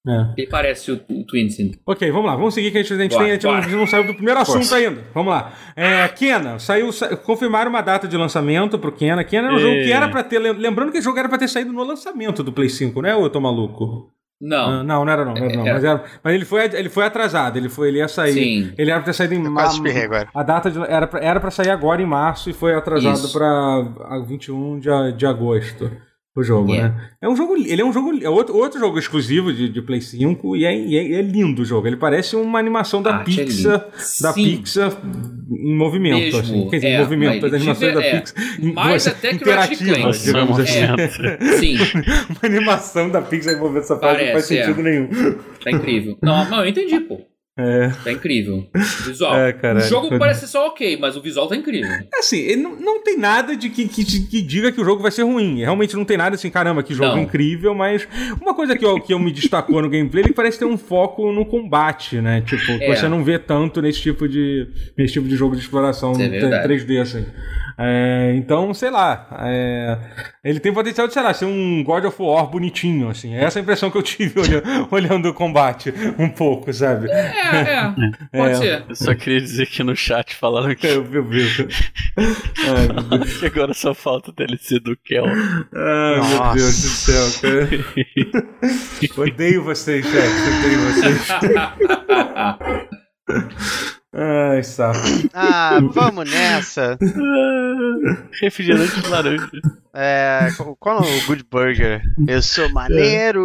Speaker 1: É.
Speaker 2: Ele parece o, o Twinsen.
Speaker 1: Ok, vamos lá, vamos seguir que a gente, a gente
Speaker 2: Bora,
Speaker 1: tem- a gente não- a
Speaker 2: bora.
Speaker 1: gente não saiu do primeiro assunto
Speaker 3: Força.
Speaker 1: ainda. Vamos lá. É, Kena, saiu, sa- confirmaram uma data de lançamento pro Kena. Kena era um
Speaker 3: E-
Speaker 1: jogo que era pra ter. lem- Lembrando que esse jogo era pra ter saído no lançamento do Play 5, né? Ou eu tô maluco?
Speaker 2: Não.
Speaker 1: Ah, não, não era não, não era não.
Speaker 2: Era.
Speaker 1: Mas, era- mas ele, foi, ele foi atrasado, ele, foi, ele ia sair.
Speaker 2: Sim.
Speaker 1: tá Ele era pra ter saído em
Speaker 4: Eu É quase
Speaker 1: março.
Speaker 4: espirrei agora.
Speaker 1: A data de- era, pra, era pra sair agora em março e foi atrasado
Speaker 2: Isso.
Speaker 1: pra a 21 de, a- de agosto. O jogo,
Speaker 2: Yeah.
Speaker 1: né? É um jogo. Ele é um jogo. É outro, outro jogo exclusivo de, de Play 5 e é, e é- é lindo o jogo. Ele parece uma animação da
Speaker 2: A arte é
Speaker 1: Pixar.
Speaker 2: linda.
Speaker 1: Da
Speaker 2: Sim.
Speaker 1: Pixar em movimento,
Speaker 2: Mesmo,
Speaker 1: assim. Quer dizer, em
Speaker 2: é,
Speaker 1: movimento,
Speaker 2: mas
Speaker 1: das animações
Speaker 2: ele
Speaker 1: da
Speaker 2: tiver-
Speaker 1: Pixar. em-
Speaker 2: mais até que Ratchet
Speaker 1: interativas,
Speaker 2: Clank.
Speaker 1: digamos assim.
Speaker 2: É. Sim.
Speaker 1: Uma animação da Pixar em movimento essa frase não faz
Speaker 2: Parece, é.
Speaker 1: sentido nenhum.
Speaker 2: Tá incrível. Não, não, eu entendi, pô.
Speaker 1: É.
Speaker 2: Tá incrível. Visual.
Speaker 1: É, caralho.
Speaker 2: o jogo
Speaker 1: Foi-
Speaker 2: parece só ok, mas o visual tá incrível.
Speaker 1: Assim, ele não, não tem nada de que, que, que diga que o jogo vai ser ruim. Realmente não tem nada assim, caramba, que jogo
Speaker 2: Não.
Speaker 1: incrível, mas uma coisa que eu, que eu me destacou no gameplay, ele parece ter um foco no combate, né? Tipo, que
Speaker 2: É.
Speaker 1: você não vê tanto nesse tipo de, nesse tipo de jogo de exploração
Speaker 2: Isso é
Speaker 1: tre-
Speaker 2: verdade.
Speaker 1: 3D, assim. É, então, sei lá. é, ele tem potencial de, sei lá, ser um God of War bonitinho, assim. É essa a impressão que eu tive olha- olhando o combate um pouco, sabe?
Speaker 2: É, é. Pode
Speaker 1: É.
Speaker 2: ser.
Speaker 3: Eu só queria dizer que no chat falaram que,
Speaker 1: Eu, meu Deus. Ai, meu Deus.
Speaker 3: que agora só falta o DLC do Kel.
Speaker 1: Ah, meu
Speaker 4: Nossa.
Speaker 1: Deus do céu, cara. Odeio vocês, chat. Odeio vocês. Ai, saco.
Speaker 4: Ah, vamos nessa.
Speaker 3: Ah, Refrigerante de laranja.
Speaker 4: É, qual- qual é o Good Burger? Eu sou maneiro.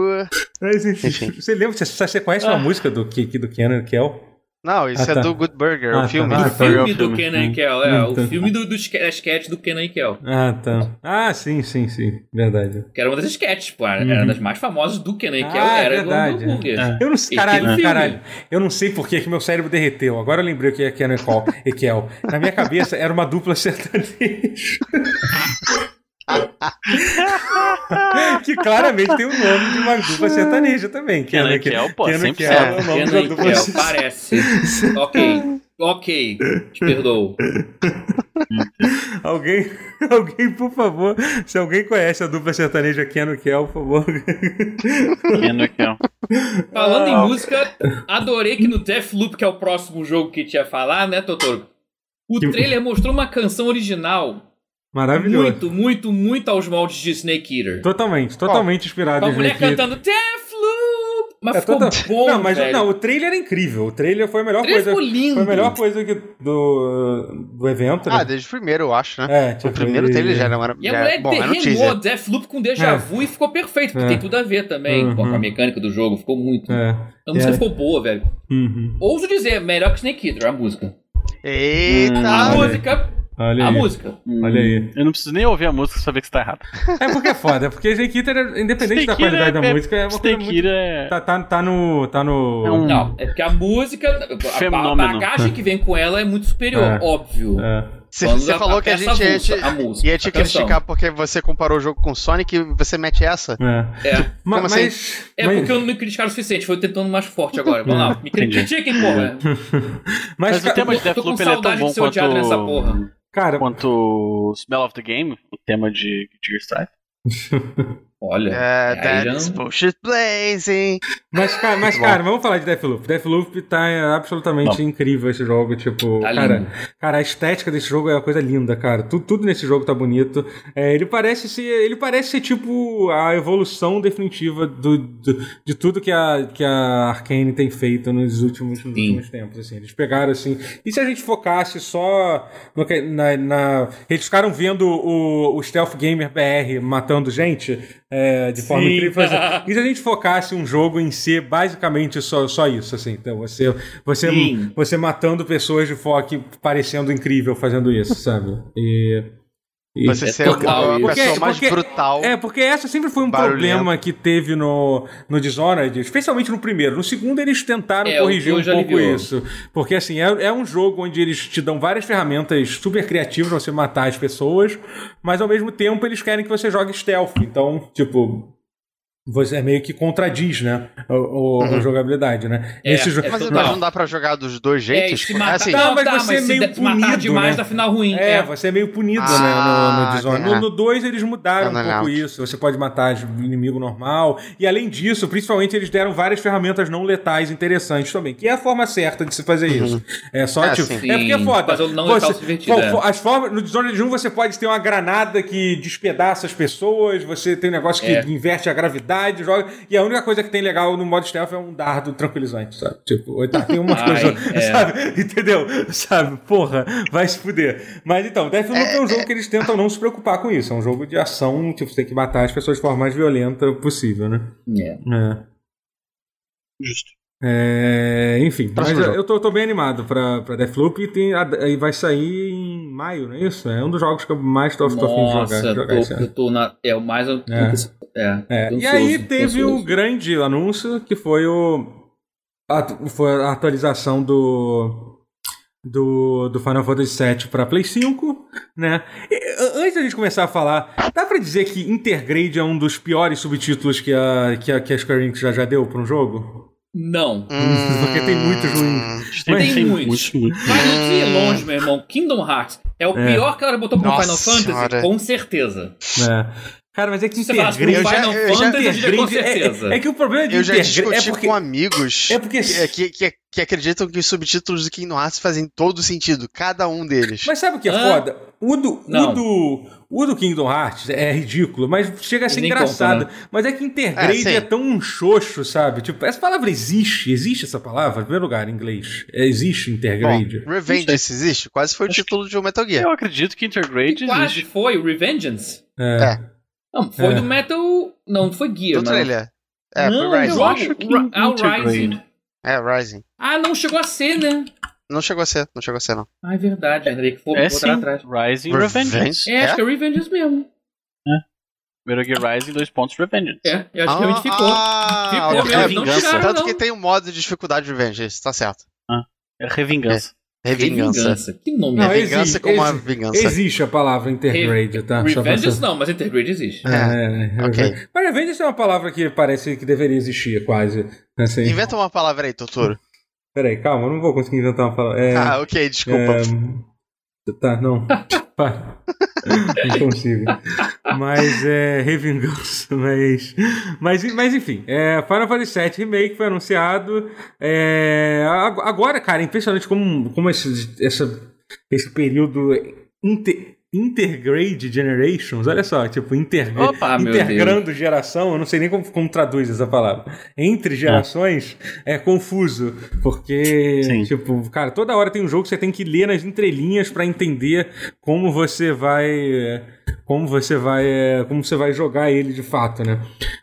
Speaker 1: Mas enfim. Você lembra? Você, você conhece uma música do, que, do Kenan Kel?
Speaker 4: Não, isso
Speaker 1: Ah,
Speaker 4: é
Speaker 1: tá.
Speaker 4: do Good Burger,
Speaker 1: Ah,
Speaker 4: o filme.
Speaker 1: tá.
Speaker 2: o
Speaker 1: Ah,
Speaker 2: filme
Speaker 3: o
Speaker 2: do
Speaker 3: filme.
Speaker 2: Kenan e Kel. É,
Speaker 1: Então.
Speaker 2: o filme do, do esque- da sketch do Kenan e Kel.
Speaker 1: Ah, tá. Ah, sim, sim, sim. Verdade.
Speaker 2: Que era uma das sketches, pô. Era
Speaker 1: Uhum.
Speaker 2: das mais famosas do Kenan e
Speaker 1: Ah,
Speaker 2: Kel.
Speaker 1: é
Speaker 2: era
Speaker 1: verdade,
Speaker 2: do hambúrguer.
Speaker 3: é.
Speaker 1: Eu não sei,
Speaker 2: E tem um
Speaker 1: caralho,
Speaker 2: filme.
Speaker 1: caralho. Eu não sei por que que meu cérebro derreteu. Agora eu lembrei o que é Kenan e Kel- e Kel. Na minha cabeça era uma dupla sertaneja. que claramente tem o nome de uma dupla sertaneja também. é
Speaker 3: Kenan e Kel, pô,
Speaker 1: Kenan e
Speaker 3: 100%.
Speaker 1: Kel é o nome
Speaker 2: Kenan
Speaker 1: da
Speaker 2: e
Speaker 1: dupla
Speaker 2: Kel, parece. ok. Ok. Te perdoo.
Speaker 1: Alguém, alguém, por favor, se alguém conhece a dupla sertaneja Kenan e Kel, por favor.
Speaker 3: Ken e Kel.
Speaker 2: Falando
Speaker 1: Ah.
Speaker 2: em música, adorei que no Deathloop, que é o próximo jogo que tinha falar, né, Totoro? O
Speaker 1: Que-
Speaker 2: trailer mostrou uma canção original.
Speaker 1: Maravilhoso.
Speaker 2: Muito, muito, muito aos moldes de Snake Eater.
Speaker 1: Totalmente, totalmente inspirado
Speaker 2: Uma
Speaker 1: em
Speaker 2: mulher
Speaker 1: Snake Eater.
Speaker 2: tá cantando Deathloop! Mas
Speaker 1: É
Speaker 2: ficou
Speaker 1: toda-
Speaker 2: bom,
Speaker 1: não, mas
Speaker 2: velho.
Speaker 1: não, o trailer era incrível. O trailer foi a melhor
Speaker 2: o trailer
Speaker 1: coisa.
Speaker 2: ficou lindo.
Speaker 1: Foi a melhor coisa que do, do evento, né?
Speaker 4: Ah, desde o primeiro, eu acho, né?
Speaker 1: é, tipo,
Speaker 4: O primeiro
Speaker 1: ele-
Speaker 4: dele já né? era mara-
Speaker 2: E a
Speaker 4: já-
Speaker 2: mulher é
Speaker 4: Bom, era um
Speaker 2: derremou
Speaker 4: teaser.
Speaker 2: Deathloop com déjà
Speaker 1: É.
Speaker 2: vu e ficou perfeito, porque
Speaker 1: É.
Speaker 2: tem tudo a ver também com a- com
Speaker 1: Uhum.
Speaker 2: a mecânica do jogo. Ficou muito.
Speaker 1: É.
Speaker 2: A música
Speaker 1: Era.
Speaker 2: ficou boa, velho.
Speaker 1: Uhum.
Speaker 2: Ouso dizer, melhor que Snake Eater, a música.
Speaker 4: Eita!
Speaker 2: A
Speaker 1: olha aí.
Speaker 2: música
Speaker 1: Olha
Speaker 2: a
Speaker 1: aí.
Speaker 2: música.
Speaker 1: Olha aí.
Speaker 3: Eu não preciso nem ouvir a música pra saber que você tá errado.
Speaker 1: É porque é foda, é porque Jequita, independente da
Speaker 3: Steak Eater
Speaker 1: qualidade da
Speaker 3: é-
Speaker 1: música, é uma coisa
Speaker 3: Steak
Speaker 1: muito.
Speaker 3: Eater é.
Speaker 1: Tá, tá, tá no. Tá no.
Speaker 3: É um-
Speaker 2: Não, é porque a música, a- a,
Speaker 3: Fenômeno.
Speaker 2: bagagem que vem com ela é muito superior,
Speaker 1: É.
Speaker 2: óbvio.
Speaker 1: É.
Speaker 4: Você
Speaker 2: Quando
Speaker 4: você falou que a
Speaker 2: peça
Speaker 4: gente ia
Speaker 2: avulsa,
Speaker 4: te,
Speaker 2: a música,
Speaker 4: ia te
Speaker 2: a canção.
Speaker 4: criticar porque você comparou o jogo com Sonic e você mete essa?
Speaker 1: É.
Speaker 2: É,
Speaker 1: Ma-
Speaker 4: Como
Speaker 1: Mas.
Speaker 4: assim?
Speaker 2: é
Speaker 1: mas- Hum,
Speaker 2: porque eu não me criticaram o suficiente, foi tentando mais forte agora. Vamos lá, me
Speaker 3: Entendi.
Speaker 2: critiquem, porra.
Speaker 1: mas,
Speaker 3: Mas o
Speaker 1: ca-
Speaker 3: tema de
Speaker 2: tô com
Speaker 3: Deathloop ele é tão
Speaker 2: saudade de
Speaker 3: bom
Speaker 2: ser odiado nessa porra.
Speaker 3: quanto.
Speaker 1: cara,
Speaker 3: Quanto Smell of the Game, o tema de Gear Strife.
Speaker 2: Olha,
Speaker 4: É,
Speaker 2: aí já
Speaker 4: that's
Speaker 2: não-
Speaker 4: bullshit blazing.
Speaker 1: mas, cara, mas,
Speaker 4: Muito bom.
Speaker 1: cara, vamos falar de Deathloop. Deathloop tá é, absolutamente incrível esse jogo. Tipo,
Speaker 2: Tá
Speaker 1: cara,
Speaker 2: lindo.
Speaker 1: cara, a estética desse jogo é uma coisa linda, cara. Tudo, tudo nesse jogo tá bonito. É, ele parece ser. Ele parece ser tipo a evolução definitiva do, do- de tudo que a, que a Arkane tem feito nos últimos, nos
Speaker 2: Sim.
Speaker 1: últimos tempos. Assim. Eles pegaram assim. E se a gente focasse só no que- na, na- Eles ficaram vendo o, o Stealth Gamer BR matando gente é, de forma
Speaker 2: Sim.
Speaker 1: incrível. Por exemplo, E se a gente focasse um jogo em ser basicamente só, só isso, assim? Então, você, você,
Speaker 2: Sim.
Speaker 1: você matando pessoas de foco parecendo incrível fazendo isso, sabe? E- e-
Speaker 4: Você
Speaker 2: É
Speaker 4: ser a
Speaker 2: total isso.
Speaker 4: pessoa
Speaker 1: Porque-
Speaker 4: mais
Speaker 1: porque-
Speaker 4: brutal.
Speaker 1: é, porque essa sempre foi um
Speaker 4: Barulhento.
Speaker 1: problema que teve no, no Dishonored, especialmente no primeiro. No segundo, eles tentaram
Speaker 2: É, o
Speaker 1: corrigir um
Speaker 2: dois já
Speaker 1: pouco
Speaker 2: aliviou.
Speaker 1: isso. Porque, assim, é, é um jogo onde eles te dão várias ferramentas super criativas pra você matar as pessoas, mas ao mesmo tempo eles querem que você jogue stealth. Então, tipo. Você é meio que contradiz, né? O, o- a jogabilidade, né?
Speaker 2: É,
Speaker 1: Esse jo-
Speaker 2: é
Speaker 4: Mas,
Speaker 2: total.
Speaker 4: mas não dá pra jogar dos dois
Speaker 2: É, e
Speaker 4: jeitos?
Speaker 2: se
Speaker 4: pô?
Speaker 2: matar,
Speaker 4: assim,
Speaker 2: não,
Speaker 1: mas
Speaker 2: tá,
Speaker 1: você é
Speaker 2: mas se
Speaker 1: meio
Speaker 2: de- matar
Speaker 1: punido,
Speaker 2: demais
Speaker 1: né?
Speaker 2: na final ruim.
Speaker 1: É,
Speaker 2: É,
Speaker 1: você é meio punido, né, no, no
Speaker 4: Ah,
Speaker 1: Dishonored.
Speaker 4: entendi.
Speaker 1: No- No 2 eles mudaram
Speaker 4: Ah,
Speaker 1: um pouco
Speaker 4: não.
Speaker 1: isso. Você pode matar as- o inimigo normal. E além disso, principalmente, eles deram várias ferramentas não letais interessantes também. Que é a forma certa de se fazer isso. É só,
Speaker 4: É,
Speaker 1: tipo...
Speaker 4: sim.
Speaker 1: É porque é foda.
Speaker 2: Mas o não
Speaker 1: Você-
Speaker 2: letal se divertido,
Speaker 1: Bom,
Speaker 2: é.
Speaker 1: fo- as formas, no Dishonored 1 você pode ter uma granada que despedaça as pessoas, você tem um negócio que
Speaker 2: É.
Speaker 1: inverte a gravidade, joga... E a única coisa que tem legal no modo stealth é um dardo tranquilizante, sabe? Tipo, tá, tem umas
Speaker 2: Ai,
Speaker 1: coisas...
Speaker 2: é.
Speaker 1: Sabe? Entendeu? Sabe? Porra, vai se fuder. Mas então, Deathloop é, um jogo que eles tentam não se preocupar com isso. É um jogo de ação, tipo, você tem que matar as pessoas de forma mais violenta possível, né?
Speaker 2: É.
Speaker 1: É.
Speaker 3: Justo.
Speaker 1: É, enfim, mas
Speaker 4: Próximo
Speaker 1: eu,
Speaker 4: jogo.
Speaker 1: eu tô, tô bem animado pra, pra Deathloop e, tem, a- e vai sair em maio, não é isso? É um dos jogos que eu mais tô, tô afim de jogar.
Speaker 2: Nossa,
Speaker 1: jogar esse
Speaker 2: tô,
Speaker 1: ano.
Speaker 2: eu tô na. É o mais. eu tô- É.
Speaker 1: É,
Speaker 2: tô
Speaker 1: E
Speaker 2: ansioso,
Speaker 1: aí
Speaker 2: tô
Speaker 1: teve o
Speaker 2: ansioso.
Speaker 1: grande anúncio que foi o a, foi a atualização do do, do Final Fantasy VII para Play 5, né? E, a- antes da gente começar a falar, dá pra dizer que Intergrade é um dos piores subtítulos que a que a, que a Square Enix já já deu pra um jogo?
Speaker 2: Não.
Speaker 4: hum,
Speaker 1: Porque tem muitos ruins.
Speaker 3: Tem,
Speaker 2: Tem muitos.
Speaker 3: muito.
Speaker 2: Vai muito longe, meu irmão. Kingdom Hearts é o
Speaker 1: É.
Speaker 2: pior que ela botou pro
Speaker 4: Nossa
Speaker 2: Final Fantasy?
Speaker 4: senhora.
Speaker 2: Com certeza.
Speaker 1: É. Cara, mas é que
Speaker 2: Se você falasse pro
Speaker 1: Intergrade,
Speaker 4: já-
Speaker 2: Final
Speaker 4: eu já-
Speaker 2: Fantasy, eu diria com
Speaker 1: Intergrade
Speaker 2: certeza.
Speaker 1: é, é que o problema de
Speaker 4: Eu já
Speaker 1: Intergrade
Speaker 4: discuti
Speaker 1: é porque
Speaker 4: com amigos
Speaker 1: é porque
Speaker 4: que, que- que- que acreditam que os subtítulos do Kingdom Hearts fazem todo sentido, cada um deles.
Speaker 1: Mas sabe o que é
Speaker 2: Hã?
Speaker 1: foda? O do, o,
Speaker 2: Não.
Speaker 1: do, o do Kingdom Hearts é ridículo, mas chega a ser
Speaker 2: Nem
Speaker 1: engraçado.
Speaker 2: conta, né?
Speaker 1: Mas é que Intergrade
Speaker 4: É, sim.
Speaker 1: é, tão um xoxo, sabe? Tipo, essa palavra existe, existe essa palavra, em primeiro lugar, em inglês. É, existe
Speaker 4: Bom,
Speaker 1: Intergrade.
Speaker 4: Revenge isso existe? Quase foi o título de um Metal
Speaker 2: é
Speaker 4: Gear.
Speaker 3: Eu acredito que Intergrade
Speaker 2: E quase
Speaker 3: existe.
Speaker 2: foi o Revengeance.
Speaker 1: é.
Speaker 2: Não, foi
Speaker 1: É.
Speaker 2: do Metal. Não, foi Gear,
Speaker 4: Do
Speaker 2: mas.
Speaker 4: trailer.
Speaker 2: né?
Speaker 4: É,
Speaker 2: não,
Speaker 4: foi
Speaker 2: eu
Speaker 4: Rising.
Speaker 2: acho que
Speaker 3: não
Speaker 2: ah, o
Speaker 3: integrate.
Speaker 2: Rising.
Speaker 4: É, Rising.
Speaker 2: Ah, não chegou a ser, né?
Speaker 4: Não chegou a ser, não chegou a ser, não.
Speaker 2: Ah, é verdade,
Speaker 1: né?
Speaker 2: Henrique. Vou
Speaker 3: É
Speaker 2: é
Speaker 3: sim,
Speaker 2: atrás.
Speaker 3: Rising
Speaker 4: Revengeance.
Speaker 3: Revengeance.
Speaker 2: É, acho que é Revengeance mesmo.
Speaker 3: Metal Gear Rising, dois pontos, Revengeance.
Speaker 2: É, eu acho que realmente ficou.
Speaker 4: Ah,
Speaker 2: Ficou
Speaker 4: ok.
Speaker 3: mesmo,
Speaker 4: É,
Speaker 3: não
Speaker 4: vingança.
Speaker 3: tiraram,
Speaker 4: Tanto
Speaker 2: não.
Speaker 4: que tem um modo de dificuldade de Revenge, isso tá certo.
Speaker 3: É Revingança.
Speaker 2: É
Speaker 4: Revingança.
Speaker 2: Que nome
Speaker 1: Não,
Speaker 2: é?
Speaker 1: é
Speaker 4: Vingança
Speaker 1: existe,
Speaker 4: com uma
Speaker 1: existe.
Speaker 4: vingança.
Speaker 1: Existe a palavra Intergrade, tá? Só pra-
Speaker 2: Revengeance não, mas Intergrade existe.
Speaker 1: É, é, é.
Speaker 4: Ok.
Speaker 1: Mas Revenge é uma palavra que parece que deveria existir, quase. Assim,
Speaker 4: Inventa uma palavra aí, Totoro.
Speaker 1: Peraí, calma, eu não vou conseguir inventar uma palavra. É,
Speaker 4: Ah, ok, desculpa.
Speaker 1: É, Tá, não. Para. Não consigo. Mas é. Revingança, mas. Mas, mas enfim, é, Final Fantasy VII Remake foi anunciado. É, ag- agora, cara, é impressionante como, como esse, essa, esse período. inte- Intergrade Generations, olha só, tipo, intergra
Speaker 3: Ah,
Speaker 2: Opa, Ah, meu
Speaker 1: intergrando geração, eu não sei nem como, como traduz essa palavra. Entre gerações é, confuso, porque,
Speaker 3: Sim.
Speaker 1: tipo, cara, toda hora tem um jogo que você tem que ler nas entrelinhas pra entender como você vai. Como você vai. é, Como você vai jogar ele de fato, né?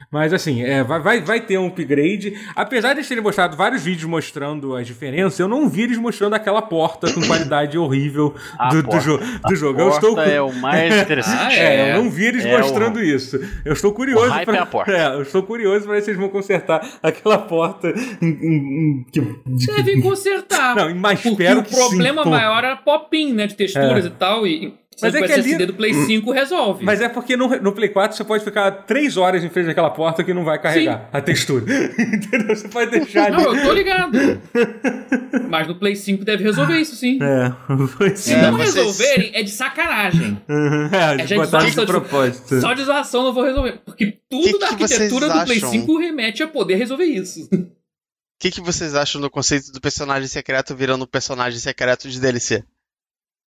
Speaker 1: Mas assim, é, vai, vai, vai ter um upgrade. Apesar de eles terem mostrado vários vídeos mostrando as diferenças, eu não vi eles mostrando aquela porta com qualidade horrível
Speaker 3: A
Speaker 1: do, do,
Speaker 3: porta.
Speaker 1: jo- do jogo. Eu
Speaker 3: Porta
Speaker 1: estou. cu-
Speaker 3: é o mais
Speaker 2: Ah,
Speaker 3: interessante.
Speaker 1: É, eu não vi eles
Speaker 3: É o-
Speaker 1: mostrando isso. Eu estou curioso.
Speaker 3: O hype
Speaker 1: pra...
Speaker 3: é a porta.
Speaker 1: É, eu estou curioso para ver se eles vão consertar aquela porta em, em- em- que.
Speaker 2: Devem consertar.
Speaker 1: Não, mas
Speaker 2: porque
Speaker 1: espero
Speaker 2: o
Speaker 1: que
Speaker 2: problema
Speaker 1: sim, pô.
Speaker 2: maior era pop-in, né? De texturas e tal. E
Speaker 1: Mas
Speaker 2: mas
Speaker 1: é
Speaker 2: o
Speaker 1: que ali-
Speaker 2: SSD do Play 5 resolve.
Speaker 1: Mas é porque no, no Play 4 você pode ficar três horas em frente daquela porta que não vai carregar a textura. Entendeu? Você pode deixar ali.
Speaker 2: Não, eu tô ligado. mas no Play 5 deve resolver isso, sim.
Speaker 1: É, pois
Speaker 2: Se
Speaker 1: é.
Speaker 4: É,
Speaker 2: não
Speaker 4: vocês-
Speaker 2: resolverem, é de sacanagem.
Speaker 1: Uhum, É,
Speaker 2: É, já
Speaker 1: botaram
Speaker 2: desbasta
Speaker 1: de
Speaker 2: de-
Speaker 1: propósito.
Speaker 2: Só de zoação não vou resolver. Porque tudo
Speaker 4: Que que
Speaker 2: da arquitetura
Speaker 4: vocês
Speaker 2: do Play
Speaker 4: acham?
Speaker 2: 5 remete a poder resolver isso.
Speaker 4: O que, que vocês acham do conceito do personagem secreto virando um personagem secreto de DLC?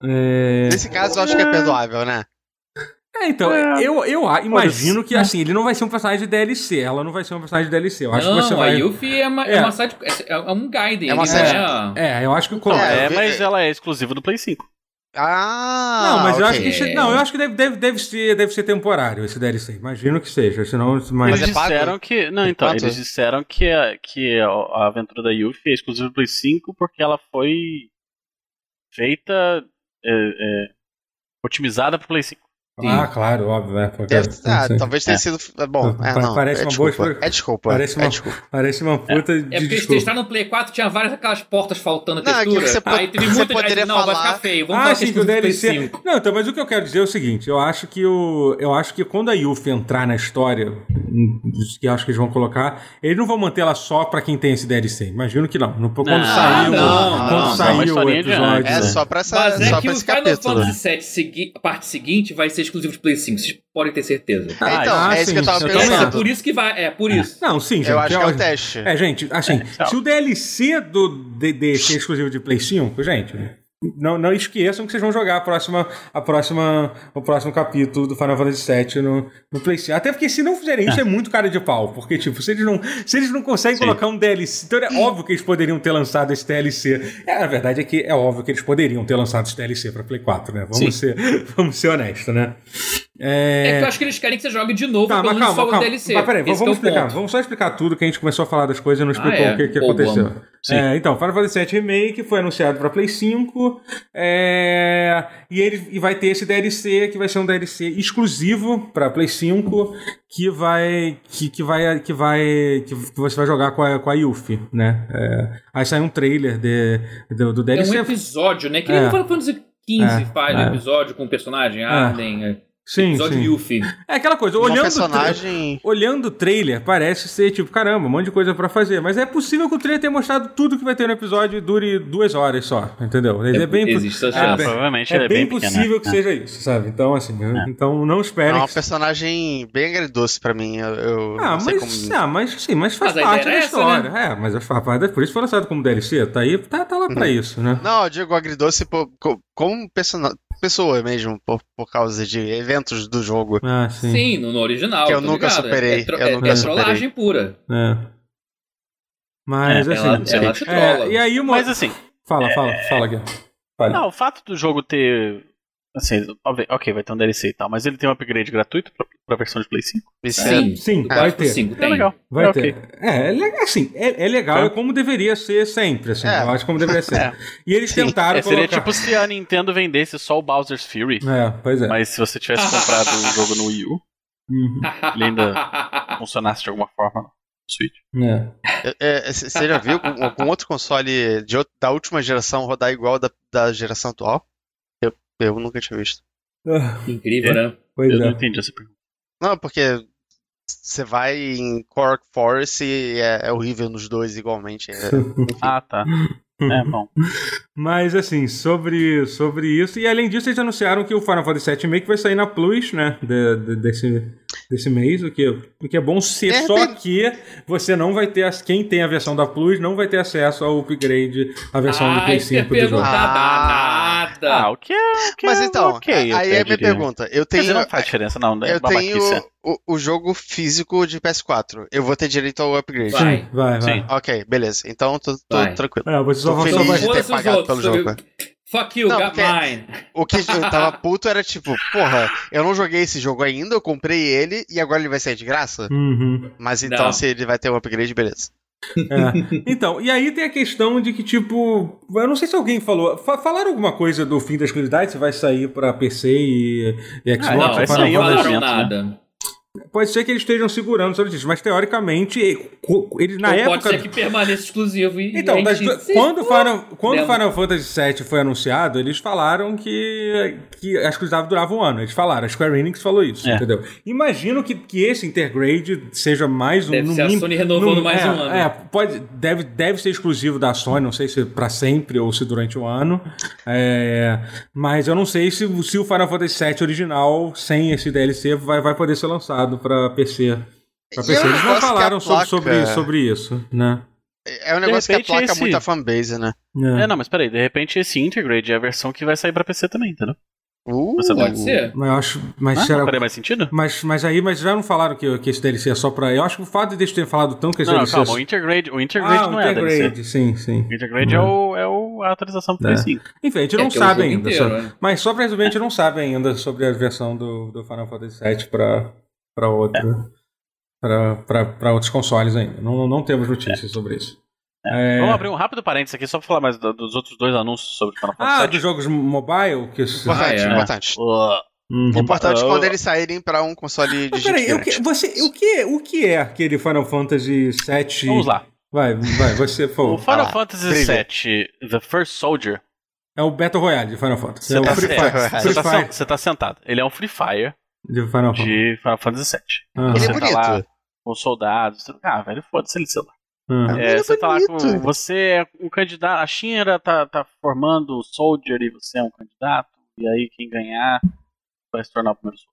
Speaker 1: É...
Speaker 4: Nesse caso, eu acho que é perdoável, né?
Speaker 1: É, então,
Speaker 3: É.
Speaker 1: eu, eu a- imagino que
Speaker 2: É.
Speaker 1: assim, ele não vai ser um personagem de DLC. Ela não vai ser um personagem de DLC. Eu acho
Speaker 2: não,
Speaker 1: que você vai.
Speaker 2: a Yuffie é uma, é.
Speaker 1: É.
Speaker 2: uma side- é- é um guide.
Speaker 4: É uma
Speaker 2: ele
Speaker 4: side-
Speaker 2: não é-
Speaker 1: É, eu acho que. como-
Speaker 4: É,
Speaker 3: É,
Speaker 4: eu vi-
Speaker 3: mas ela é exclusiva do Play 5.
Speaker 4: Ah!
Speaker 1: Não, mas eu acho
Speaker 4: ok.
Speaker 1: que isso- é, não, eu acho que deve, deve, deve, ser, deve ser temporário esse DLC. Imagino que seja, senão mas
Speaker 4: Mas
Speaker 3: eles
Speaker 4: é pago?
Speaker 3: disseram que. Não, então,
Speaker 4: Quanto?
Speaker 3: eles disseram que a, que a- a aventura da Yuffie é exclusiva do Play 5 porque ela foi feita. é, é, otimizada pro Play 5.
Speaker 1: ah, claro, óbvio, né? Porque-
Speaker 4: Deve- ah,
Speaker 1: não sei.
Speaker 4: talvez tenha sido. é Bom, é,
Speaker 1: Pa-
Speaker 4: não.
Speaker 1: parece
Speaker 4: é
Speaker 1: uma boa
Speaker 4: desculpa.
Speaker 1: explica-
Speaker 4: É desculpa.
Speaker 1: Parece uma-
Speaker 4: É desculpa.
Speaker 1: Parece uma puta
Speaker 2: É
Speaker 1: de
Speaker 2: porque eles
Speaker 1: desculpa.
Speaker 2: testaram no Play 4, tinha várias aquelas portas faltando a
Speaker 4: Não, é que
Speaker 2: textura.
Speaker 4: você po-
Speaker 2: aí teve
Speaker 4: você
Speaker 2: muita
Speaker 4: poderia
Speaker 2: gente. Não, vai
Speaker 4: falar-
Speaker 2: ficar feio. Vamos
Speaker 1: Ah,
Speaker 2: falar
Speaker 1: sim,
Speaker 2: que
Speaker 1: que o
Speaker 2: do Play
Speaker 1: DLC.
Speaker 2: 5.
Speaker 1: Não, então, mas o que eu quero dizer é o seguinte: eu acho que o. Eu acho que quando a Yuffie entrar na história, hum, que eu acho que eles vão colocar, eles não vão manter ela só pra quem tem esse DLC. Imagino que não. No- quando
Speaker 3: Não,
Speaker 1: saiu,
Speaker 2: não,
Speaker 1: quando
Speaker 4: não, não,
Speaker 3: uma
Speaker 1: saiu o
Speaker 3: historinha de
Speaker 1: episódio.
Speaker 3: antes,
Speaker 4: É
Speaker 3: né?
Speaker 4: só pra, essa,
Speaker 2: Mas
Speaker 4: só
Speaker 2: é que
Speaker 4: pra
Speaker 2: o
Speaker 4: esse
Speaker 2: Final
Speaker 4: capítulo. né?
Speaker 2: Fantasy VII, segui- a parte seguinte, vai ser exclusivo do Play 5, vocês podem ter certeza.
Speaker 4: É,
Speaker 3: Ah,
Speaker 4: então,
Speaker 1: ah,
Speaker 4: é isso que eu
Speaker 1: sim,
Speaker 4: tava
Speaker 1: eu
Speaker 2: É,
Speaker 1: também
Speaker 4: pensando.
Speaker 2: é por isso que vai. É, por isso.
Speaker 1: Não, sim, gente.
Speaker 4: Eu acho que é
Speaker 1: óbvio.
Speaker 4: o teste.
Speaker 1: É, gente, assim,
Speaker 3: tchau.
Speaker 1: se o DLC do de- desse é exclusivo de Play 5, gente, não, não esqueçam que vocês vão jogar a próxima, a próxima, o próximo capítulo do Final Fantasy VII no, no Play 5. Até porque se não fizerem isso, é muito cara de pau. Porque, tipo, se eles não, se eles não conseguem
Speaker 3: Sim.
Speaker 1: colocar um DLC. Então é óbvio que eles poderiam ter lançado esse DLC. É, a verdade é que é óbvio que eles poderiam ter lançado esse DLC pra Play 4, né? Vamos, ser, vamos ser honestos, né?
Speaker 2: É. que eu acho que eles querem que você jogue de novo,
Speaker 1: Tá,
Speaker 2: pelo
Speaker 1: mas
Speaker 2: menos
Speaker 1: calma,
Speaker 2: só
Speaker 1: calma.
Speaker 2: o DLC.
Speaker 1: Mas peraí,
Speaker 2: Esse
Speaker 1: vamos
Speaker 2: que é o
Speaker 1: explicar.
Speaker 2: ponto.
Speaker 1: Vamos só explicar tudo que a gente começou a falar das coisas e não explicou
Speaker 2: Ah, é.
Speaker 1: o que, que
Speaker 2: Ou
Speaker 1: aconteceu.
Speaker 2: vamos.
Speaker 3: Sim.
Speaker 1: É, então, Final Fantasy VII Remake foi anunciado pra Play 5. é, e ele e vai ter esse DLC, que vai ser um DLC exclusivo pra Play 5, que vai. que, que vai. que vai. que você vai jogar com a, com a Yuffie, né? É, aí sai um trailer de, do, do
Speaker 2: É um
Speaker 1: DLC.
Speaker 2: episódio, né? Que
Speaker 1: É.
Speaker 2: nem o Final Fantasy XV faz um
Speaker 1: é.
Speaker 2: episódio com o personagem Arden. é.
Speaker 1: sim,
Speaker 2: episódio
Speaker 1: sim.
Speaker 2: Yuffie.
Speaker 1: É aquela coisa,
Speaker 4: Uma
Speaker 1: olhando. o tra-
Speaker 4: Um personagem.
Speaker 1: Olhando o trailer, parece ser tipo, caramba, um monte de coisa pra fazer. Mas é possível que o trailer tenha mostrado tudo que vai ter no episódio e dure duas horas só, entendeu? É, bem, po-
Speaker 2: Existe essa
Speaker 3: Ah,
Speaker 1: bem-
Speaker 2: chance.
Speaker 3: provavelmente
Speaker 1: é
Speaker 3: ela é
Speaker 1: bem
Speaker 3: bem,
Speaker 1: possível que
Speaker 3: pequena.
Speaker 1: seja isso, sabe? Então, assim, eu- então não
Speaker 4: É
Speaker 1: espere.
Speaker 4: uma
Speaker 1: que-
Speaker 4: personagem bem agridoce pra mim. Eu, eu
Speaker 1: Ah,
Speaker 4: não sei
Speaker 1: mas,
Speaker 4: como.
Speaker 1: ah, mas sim, mas faz
Speaker 2: Mas a
Speaker 1: parte
Speaker 2: ideia
Speaker 1: da
Speaker 2: era essa,
Speaker 1: história. É, mas eu falo, mas é por isso foi lançado como DLC, tá aí, tá, tá lá pra isso, né?
Speaker 4: Não, eu digo agridoce por, co- como persona- pessoa mesmo, por, por causa de eventos do jogo.
Speaker 1: Ah, sim.
Speaker 2: Sim, no, no original.
Speaker 4: Que eu
Speaker 2: tá
Speaker 4: nunca
Speaker 2: ligado?
Speaker 4: superei,
Speaker 2: É, tro-
Speaker 4: eu
Speaker 2: é-
Speaker 4: nunca
Speaker 2: é
Speaker 4: superei.
Speaker 2: trollagem pura.
Speaker 1: É. Mas
Speaker 3: É,
Speaker 1: assim.
Speaker 2: ela- ela te
Speaker 1: é,
Speaker 2: trola.
Speaker 1: e aí uma.
Speaker 3: Mas assim,
Speaker 1: Fala, fala, fala, Guilherme. Fala.
Speaker 3: Não, o fato do jogo ter. Assim, óbvio- ok, vai ter um DLC e tal, mas ele tem um upgrade gratuito pra, pra versão de Play 5.
Speaker 4: Me sinto-
Speaker 2: Sim,
Speaker 1: sim,
Speaker 2: do
Speaker 1: vai
Speaker 2: 4 pro
Speaker 1: ter.
Speaker 2: 5
Speaker 3: É
Speaker 2: tem.
Speaker 3: legal.
Speaker 1: Vai
Speaker 3: é
Speaker 1: ter.
Speaker 3: ok.
Speaker 1: É, é legal, assim, é, é legal,
Speaker 3: Tá.
Speaker 1: é como deveria ser sempre, assim,
Speaker 4: É.
Speaker 1: eu acho como deveria ser.
Speaker 3: É.
Speaker 1: E eles
Speaker 4: Sim.
Speaker 1: tentaram
Speaker 3: É, seria
Speaker 1: colocar...
Speaker 3: tipo assim. se a Nintendo vendesse só o Bowser's Fury,
Speaker 1: É, pois é.
Speaker 3: mas Ah. se você tivesse comprado o jogo no Wii U,
Speaker 1: Uhum.
Speaker 3: Linda. funcionasse de alguma forma no Switch.
Speaker 1: É.
Speaker 4: é, é, c- Você já viu algum algum outro console de out- da última geração rodar igual da, da geração atual? Eu, eu nunca tinha visto.
Speaker 1: Ah,
Speaker 2: Incrível, né?
Speaker 1: Pois
Speaker 3: Eu não
Speaker 1: é.
Speaker 3: entendi essa pergunta.
Speaker 4: Não, porque você vai em Cork Forest e é, é horrível nos dois igualmente. É,
Speaker 3: Ah, tá. É, bom.
Speaker 1: Mas assim, sobre, sobre isso. E além disso, eles anunciaram que o Final Fantasy VII Make vai sair na Plus, né? de- de- desse, desse mês, o que, o que é bom ser.
Speaker 4: É,
Speaker 1: só
Speaker 4: tem-
Speaker 1: que você não vai ter. as- Quem tem a versão da Plus não vai ter acesso ao upgrade, a versão do Play
Speaker 2: Ai, você
Speaker 3: é
Speaker 1: 5 do jogo.
Speaker 2: perguntar
Speaker 4: Ah.
Speaker 2: danada. merda!
Speaker 3: Ah, o que é. O que
Speaker 4: Mas
Speaker 3: é
Speaker 4: então,
Speaker 3: ok,
Speaker 4: aí
Speaker 3: eu até
Speaker 4: é a
Speaker 3: diria.
Speaker 4: minha pergunta.
Speaker 3: Quer
Speaker 4: Eu tenho,
Speaker 3: dizer, não faz diferença, não. É
Speaker 4: eu tenho
Speaker 3: babaquice.
Speaker 4: o, o jogo físico de PS4. Eu vou ter direito ao upgrade.
Speaker 2: Vai.
Speaker 1: Sim, vai, vai.
Speaker 3: Ah, Sim.
Speaker 4: Ok, beleza. Então tô, tô
Speaker 2: Vai.
Speaker 4: tranquilo.
Speaker 1: É, vocês só
Speaker 4: Tô
Speaker 1: vão
Speaker 4: feliz
Speaker 1: só vai-
Speaker 4: de ter
Speaker 2: Foda-se os
Speaker 4: pagado
Speaker 2: outros,
Speaker 4: pelo né?
Speaker 2: sabe? Fuck you,
Speaker 4: Não,
Speaker 2: got
Speaker 4: porque-
Speaker 2: mine.
Speaker 4: O que eu tava puto era tipo, porra, eu não joguei esse jogo ainda, eu comprei ele e agora ele vai sair de graça?
Speaker 1: Uhum,
Speaker 4: Mas então
Speaker 2: Não.
Speaker 4: se ele vai ter um upgrade, beleza.
Speaker 1: é. Então, e aí tem a questão de que, tipo, eu não sei se alguém falou. fa- falaram alguma coisa do fim da exclusividade? Se vai sair pra PC e, e Xbox?
Speaker 3: Ah, não, vai
Speaker 1: Final
Speaker 3: sair, eu
Speaker 2: não
Speaker 1: Fantasy?
Speaker 3: lançamento,
Speaker 2: falaram
Speaker 3: né?
Speaker 2: nada.
Speaker 1: Pode ser que eles estejam segurando sobre isso, mas teoricamente, e- co- eles na
Speaker 2: Ou
Speaker 1: época.
Speaker 2: Pode ser que permaneça exclusivo. E
Speaker 1: Então,
Speaker 2: e a
Speaker 1: das
Speaker 2: gente
Speaker 1: duas-
Speaker 2: se-
Speaker 1: quando, Final, quando
Speaker 2: Lembra.
Speaker 1: Final Fantasy VII foi anunciado, eles falaram que, que as coisas duravam um ano. Eles falaram, a Square Enix falou isso,
Speaker 3: É.
Speaker 1: entendeu? Imagino que, que esse intergrade seja mais um.
Speaker 2: Deve
Speaker 1: no
Speaker 2: ser a
Speaker 1: mínimo-
Speaker 2: Sony renovando
Speaker 1: no-
Speaker 2: mais
Speaker 1: é,
Speaker 2: um ano.
Speaker 1: É, pode, deve, deve ser exclusivo da Sony, não sei se pra sempre ou se durante o ano. É, mas eu não sei se, se o Final Fantasy VII original, sem esse DLC, vai, vai poder ser lançado pra PC. Pra
Speaker 4: E
Speaker 1: PC.
Speaker 4: é um
Speaker 1: Eles não
Speaker 4: negócio que a
Speaker 1: falaram sobre, sobre,
Speaker 4: placa-
Speaker 1: sobre isso, né?
Speaker 4: É um negócio que
Speaker 3: repente,
Speaker 4: aplaca
Speaker 3: esse-
Speaker 4: muito a fanbase, né?
Speaker 3: É, não, mas peraí, de repente esse Integrate é a versão que vai sair pra PC também, entendeu?
Speaker 4: Uh,
Speaker 3: Você
Speaker 2: Pode ser.
Speaker 1: Mas eu acho. Mas
Speaker 3: Ah,
Speaker 1: será.
Speaker 3: não faria mais sentido?
Speaker 1: Mas, mas aí, mas já não falaram que, que esse DLC é só pra. Eu acho que o fato de eles terem falado tão que esse
Speaker 3: Não, não,
Speaker 1: DLC.
Speaker 3: calma, o Integrate, o Integrate
Speaker 1: é ah, o
Speaker 3: não é a DLC.
Speaker 1: Intergrade, sim, sim.
Speaker 3: O Integrate é, o, é o, a atualização pro
Speaker 1: É.
Speaker 3: PS5.
Speaker 1: Enfim, a gente
Speaker 2: É
Speaker 1: não
Speaker 2: que é o
Speaker 1: sabe
Speaker 2: jogo
Speaker 1: ainda.
Speaker 2: inteiro,
Speaker 1: sabe?
Speaker 2: né?
Speaker 1: Mas só pra resumir, a gente não sabe ainda sobre a versão do, do Final Fantasy VII pra, pra outra. Pra, pra, pra outros consoles ainda. Não, não temos notícias sobre isso. É.
Speaker 3: Vamos abrir um rápido parênteses aqui só pra falar mais do- dos outros dois anúncios sobre o Final
Speaker 1: Ah,
Speaker 3: Fantasy
Speaker 1: dos
Speaker 3: VII.
Speaker 1: jogos mobile? Que...
Speaker 4: Importante,
Speaker 2: Ah, é.
Speaker 4: importante.
Speaker 3: Ah,
Speaker 1: Uhum.
Speaker 4: Importante
Speaker 3: Ah,
Speaker 4: quando
Speaker 3: eu-
Speaker 4: eles saírem pra um console
Speaker 1: Mas
Speaker 4: digital.
Speaker 1: peraí, o que, você, o, que, o que é aquele Final Fantasy VII?
Speaker 3: Vamos lá.
Speaker 1: Vai, vai, você, por
Speaker 3: O
Speaker 1: favor.
Speaker 3: Final
Speaker 4: lá.
Speaker 3: Fantasy
Speaker 4: Brilha.
Speaker 3: VII, The First Soldier,
Speaker 1: É o Battle Royale de Final Fantasy.
Speaker 3: Você
Speaker 1: é o
Speaker 3: tá
Speaker 1: Free
Speaker 3: certo.
Speaker 1: Fire,
Speaker 4: Você
Speaker 1: Free
Speaker 3: você tá,
Speaker 1: Fire
Speaker 3: sen- você tá sentado. Ele é um Free Fire
Speaker 1: de Final Fantasy.
Speaker 3: de Final Fantasy VII.
Speaker 1: Ah,
Speaker 4: Ele é
Speaker 3: Você tá lá
Speaker 4: bonito.
Speaker 3: com os soldados. tudo. Ah, velho, foda-se ele, sei lá.
Speaker 1: ah.
Speaker 3: É,
Speaker 4: Ele é
Speaker 3: você tá lá com.
Speaker 4: bonito.
Speaker 3: Você é um candidato. A Shinra tá, tá formando o Soldier e você é um candidato. E aí quem ganhar vai se tornar o primeiro Soldier.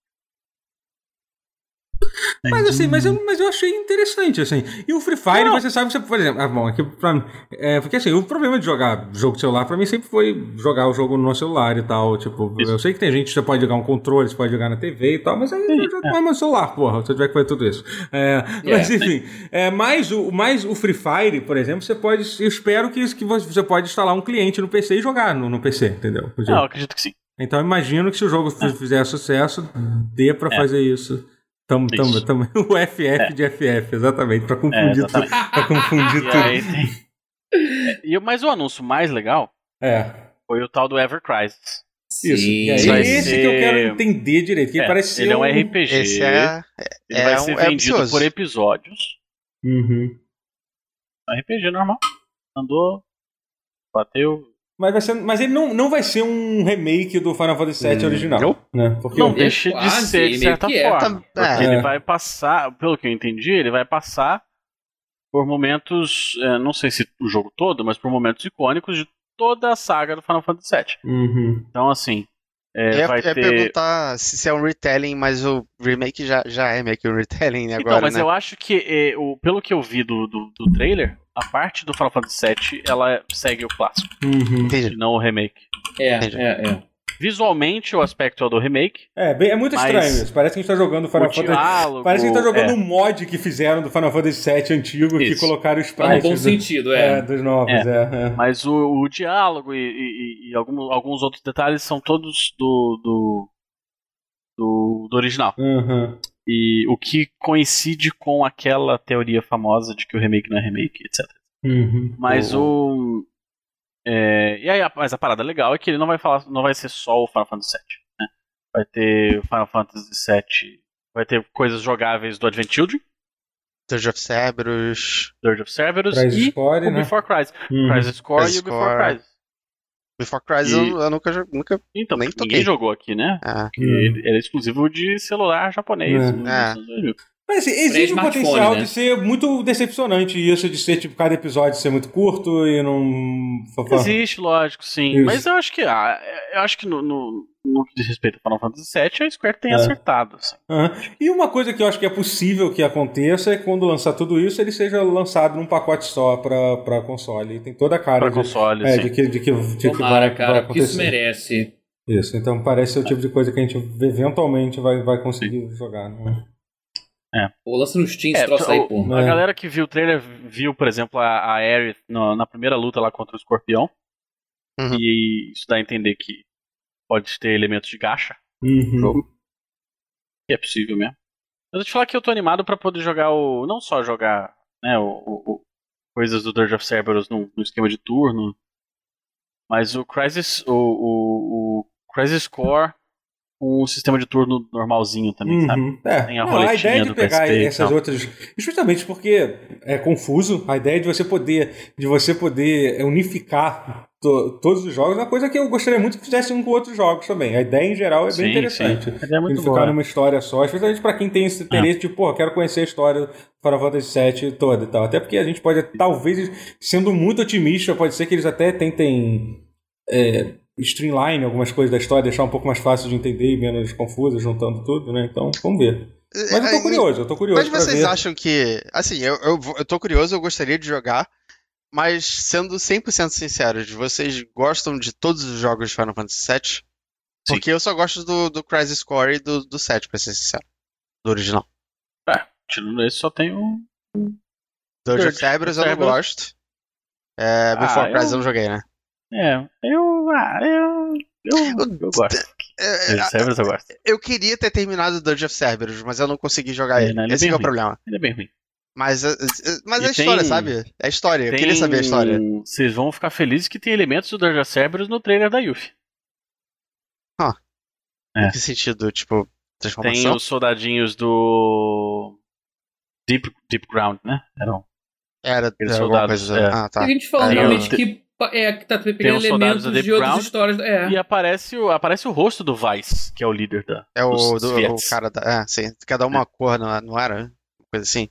Speaker 1: Mas assim, mas eu, mas eu achei interessante, assim. E o Free Fire,
Speaker 3: Não.
Speaker 1: você sabe, você, por exemplo, ah, bom, aqui pra, é, porque assim, o problema de jogar jogo de celular, pra mim, sempre foi jogar o jogo no celular e tal. Tipo,
Speaker 3: Isso.
Speaker 1: eu sei que tem gente que você pode jogar um controle, você pode jogar na TV e tal, mas aí
Speaker 3: Sim, é.
Speaker 1: eu jogo mais no celular, porra, se eu tiver que fazer tudo isso. É, mas enfim, é, mais, o, mais o Free Fire, por exemplo, você pode. Eu espero que, isso- que você você pode instalar um cliente no PC e jogar no, no PC, entendeu? Quer dizer,
Speaker 3: Não, eu acredito que sim.
Speaker 1: Então imagino que se o jogo
Speaker 2: É.
Speaker 1: f- fizer sucesso,
Speaker 2: Uhum.
Speaker 1: dê pra fazer isso. Tam, tam,
Speaker 3: É. Isso.
Speaker 1: tam, o FF de FF, exatamente, pra
Speaker 3: É,
Speaker 1: confundir tudo.
Speaker 3: exatamente.
Speaker 1: Pra confundir
Speaker 3: E
Speaker 1: tudo.
Speaker 3: aí tem. É, E, o- mas o anúncio mais legal
Speaker 1: É.
Speaker 3: foi o tal do Ever Crisis.
Speaker 1: Isso. E aí,
Speaker 3: Isso vai
Speaker 1: esse
Speaker 3: ser-
Speaker 1: que eu quero entender direito. Que
Speaker 3: É,
Speaker 1: parece ser
Speaker 3: ele é um RPG.
Speaker 4: Esse é.
Speaker 3: ele
Speaker 4: é
Speaker 3: vai
Speaker 4: um-
Speaker 3: ser
Speaker 4: é
Speaker 3: vendido
Speaker 4: ambicioso.
Speaker 3: por episódios. É um
Speaker 1: Uhum.
Speaker 3: RPG normal. Andou, bateu.
Speaker 1: Mas, vai ser- mas ele não, não vai ser um remake do Final Fantasy
Speaker 2: Hum.
Speaker 1: VII original. Né? Porque
Speaker 3: Não
Speaker 1: não,
Speaker 3: deixa de
Speaker 2: quase,
Speaker 3: ser, de
Speaker 2: meio
Speaker 3: certa
Speaker 2: que é.
Speaker 3: forma.
Speaker 4: Tá- é.
Speaker 3: Porque
Speaker 1: É.
Speaker 3: ele vai passar, pelo que eu entendi, ele vai passar por momentos, eh, não sei se o jogo todo, mas por momentos icônicos de toda a saga do Final Fantasy VII.
Speaker 1: uhum.
Speaker 3: Então, assim, eh,
Speaker 4: Eu ia,
Speaker 3: vai
Speaker 4: eu ia
Speaker 3: ter.
Speaker 4: é, perguntar se, se é um retelling, mas o remake já, já é meio que um retelling agora,
Speaker 3: Então, mas
Speaker 4: né?
Speaker 3: eu acho que, eh, o, pelo que eu vi do, do, do trailer, a parte do Final Fantasy VII ela segue o clássico,
Speaker 1: Uhum.
Speaker 4: Entendi.
Speaker 3: e não o remake.
Speaker 2: É,
Speaker 4: Entendi.
Speaker 2: é, é.
Speaker 3: Visualmente, o aspecto é o do remake.
Speaker 1: É, bem, é muito
Speaker 3: Mas-
Speaker 1: estranho isso. Parece que a gente tá jogando Final
Speaker 3: o
Speaker 1: Fantasy.
Speaker 3: diálogo.
Speaker 1: Parece que a gente tá jogando
Speaker 3: é.
Speaker 1: um mod que fizeram do Final Fantasy VII antigo que
Speaker 3: Isso. né?
Speaker 1: colocaram os
Speaker 2: Mas no
Speaker 1: sprites.
Speaker 2: É um bom
Speaker 1: do-
Speaker 2: sentido,
Speaker 1: É,
Speaker 2: é.
Speaker 1: dos novos, é.
Speaker 3: É.
Speaker 1: é.
Speaker 3: Mas o, o diálogo e, e- e- e algum- alguns outros detalhes são todos do, do, do, do original.
Speaker 1: Uhum.
Speaker 3: E o que coincide com aquela teoria famosa de que o remake não é remake, etc.
Speaker 1: Uhum.
Speaker 3: Mas o. é, e aí, a, mas a parada legal é que ele não vai falar, não vai ser só o Final Fantasy VII. né? Vai ter o Final Fantasy VII, vai ter coisas jogáveis do Advent Children,
Speaker 4: Surge of Cerberus,
Speaker 3: do Age of Cerberus
Speaker 1: Traz
Speaker 3: e
Speaker 1: score,
Speaker 3: o
Speaker 1: né?
Speaker 3: Before Crisis.
Speaker 1: Uhum.
Speaker 3: Crisis Core e
Speaker 4: Crisis
Speaker 3: o Before
Speaker 4: Core.
Speaker 3: Crisis.
Speaker 4: Before Crisis
Speaker 3: E-
Speaker 4: eu, eu nunca, jo- nunca...
Speaker 3: Então,
Speaker 4: Nem
Speaker 3: ninguém
Speaker 4: toquei.
Speaker 3: jogou aqui, né?
Speaker 4: Ah,
Speaker 3: Porque ele era exclusivo de celular japonês. né?
Speaker 1: É.
Speaker 3: nos
Speaker 4: É.
Speaker 3: anos 2000.
Speaker 1: Mas assim, existe um
Speaker 2: smartphone,
Speaker 1: potencial
Speaker 2: né?
Speaker 1: de ser muito decepcionante isso, de ser, tipo, cada episódio ser muito curto e não.
Speaker 3: Existe, lógico, sim.
Speaker 1: Isso.
Speaker 3: Mas eu acho que ah, eu acho que no, no, no no que diz respeito ao Final Fantasy VII, a Square
Speaker 1: É.
Speaker 3: tem acertado. assim.
Speaker 1: Aham. E uma coisa que eu acho que é possível que aconteça é que quando lançar tudo isso, ele seja lançado num pacote só pra, pra console. E tem toda a cara
Speaker 3: Pra
Speaker 1: de,
Speaker 3: console,
Speaker 1: é,
Speaker 3: sim.
Speaker 1: de que, de que, de
Speaker 4: Tipo,
Speaker 1: que
Speaker 2: Tomara,
Speaker 1: vai, vai
Speaker 2: cara, porque isso
Speaker 1: acontecer.
Speaker 2: merece.
Speaker 1: Isso, então parece o tipo de coisa que a gente eventualmente vai, vai conseguir jogar. né?
Speaker 2: Pô, lança no Steam
Speaker 3: É,
Speaker 2: esse troço
Speaker 3: o-
Speaker 2: aí, pô.
Speaker 1: É.
Speaker 3: A galera que viu o trailer viu, por exemplo, a, a Aerith no- na primeira luta lá contra o escorpião.
Speaker 4: Uhum.
Speaker 3: E isso dá a entender que pode ter elementos de gacha,
Speaker 1: Uhum.
Speaker 3: que é possível mesmo. Mas eu te falar que eu tô animado pra poder jogar o. Não só jogar né, o, o- o- coisas do Dirge of Cerberus num, num esquema de turno, mas o Crisis. O, o, o Crisis Core com um sistema de turno normalzinho também, sabe?
Speaker 1: Uhum. É.
Speaker 3: Tem a
Speaker 1: Não, a
Speaker 3: roletinha
Speaker 1: ideia de
Speaker 3: do
Speaker 1: pegar
Speaker 3: PSP e
Speaker 1: essas
Speaker 3: tal.
Speaker 1: outras. Justamente porque é confuso, a ideia de você poder, de você poder unificar to- todos os jogos é uma coisa que eu gostaria muito que fizesse um com outros jogos também. A ideia em geral é bem
Speaker 3: Sim,
Speaker 1: interessante.
Speaker 3: sim. A ideia É muito
Speaker 1: Ele ficar
Speaker 3: boa.
Speaker 1: numa história só, especialmente pra quem tem esse interesse de, pô, quero conhecer a história do Final Fantasy VII toda e tal. Até porque a gente pode, talvez, sendo muito otimista, pode ser que eles até tentem é, streamline algumas coisas da história, deixar um pouco mais fácil de entender e menos confusa, juntando tudo, né? Então, vamos ver. Mas
Speaker 4: É,
Speaker 1: eu tô curioso, eu tô curioso
Speaker 4: Mas
Speaker 1: pra
Speaker 4: vocês
Speaker 1: ver.
Speaker 4: acham que. Assim, eu, eu, vou- eu tô curioso, eu gostaria de jogar. Mas sendo 100% sinceros, vocês gostam de todos os jogos de Final Fantasy VII? Porque eu só gosto do, do Crisis Core e do, do 7, pra ser sincero. Do original.
Speaker 3: Tirando esse, só tem o.
Speaker 4: Dungeon
Speaker 3: Dirge.
Speaker 4: of Cerberus eu não
Speaker 3: Cerberus.
Speaker 4: gosto. É,
Speaker 3: Ah,
Speaker 4: Before
Speaker 3: eu-
Speaker 4: Crisis eu não joguei, né?
Speaker 3: É, eu. Ah, eu. Eu, eu gosto.
Speaker 4: É,
Speaker 3: Dungeon Cerberus eu gosto.
Speaker 4: Eu queria ter terminado o Dungeon of Cerberus, mas eu não consegui jogar
Speaker 3: É,
Speaker 4: ele.
Speaker 3: não, ele é
Speaker 4: Esse
Speaker 3: bem
Speaker 4: que é o
Speaker 3: ruim.
Speaker 4: problema.
Speaker 3: Ele é bem ruim.
Speaker 4: Mas, é- é- mas
Speaker 3: E
Speaker 4: é a história,
Speaker 3: tem-
Speaker 4: sabe? É a história. Eu queria saber a história.
Speaker 3: Vocês vão ficar felizes que tem elementos do Dungeon Cerberus no trailer da Yuffie. É.
Speaker 4: Em que sentido? Tipo,
Speaker 3: Tem
Speaker 4: transformação?
Speaker 3: os soldadinhos do. Deep, Deep Ground, né? Eram.
Speaker 4: Era,
Speaker 3: Aqueles
Speaker 4: era alguma
Speaker 3: soldados,
Speaker 4: coisa.
Speaker 3: é.
Speaker 4: Ah, tá.
Speaker 2: Tem gente falando
Speaker 4: É,
Speaker 2: realmente
Speaker 3: eu-
Speaker 2: que pa- é, que tá
Speaker 3: Tem
Speaker 2: pegando
Speaker 3: uns soldados
Speaker 2: elementos
Speaker 3: do
Speaker 2: de
Speaker 3: Deep
Speaker 2: outras
Speaker 3: Ground
Speaker 2: histórias. É.
Speaker 3: E aparece o, aparece o rosto do Vice, que é o líder da.
Speaker 4: É o,
Speaker 3: Os
Speaker 4: do, o
Speaker 3: Vietes.
Speaker 4: cara da. É, sim. Cada uma cor, não, não era? Uma coisa assim?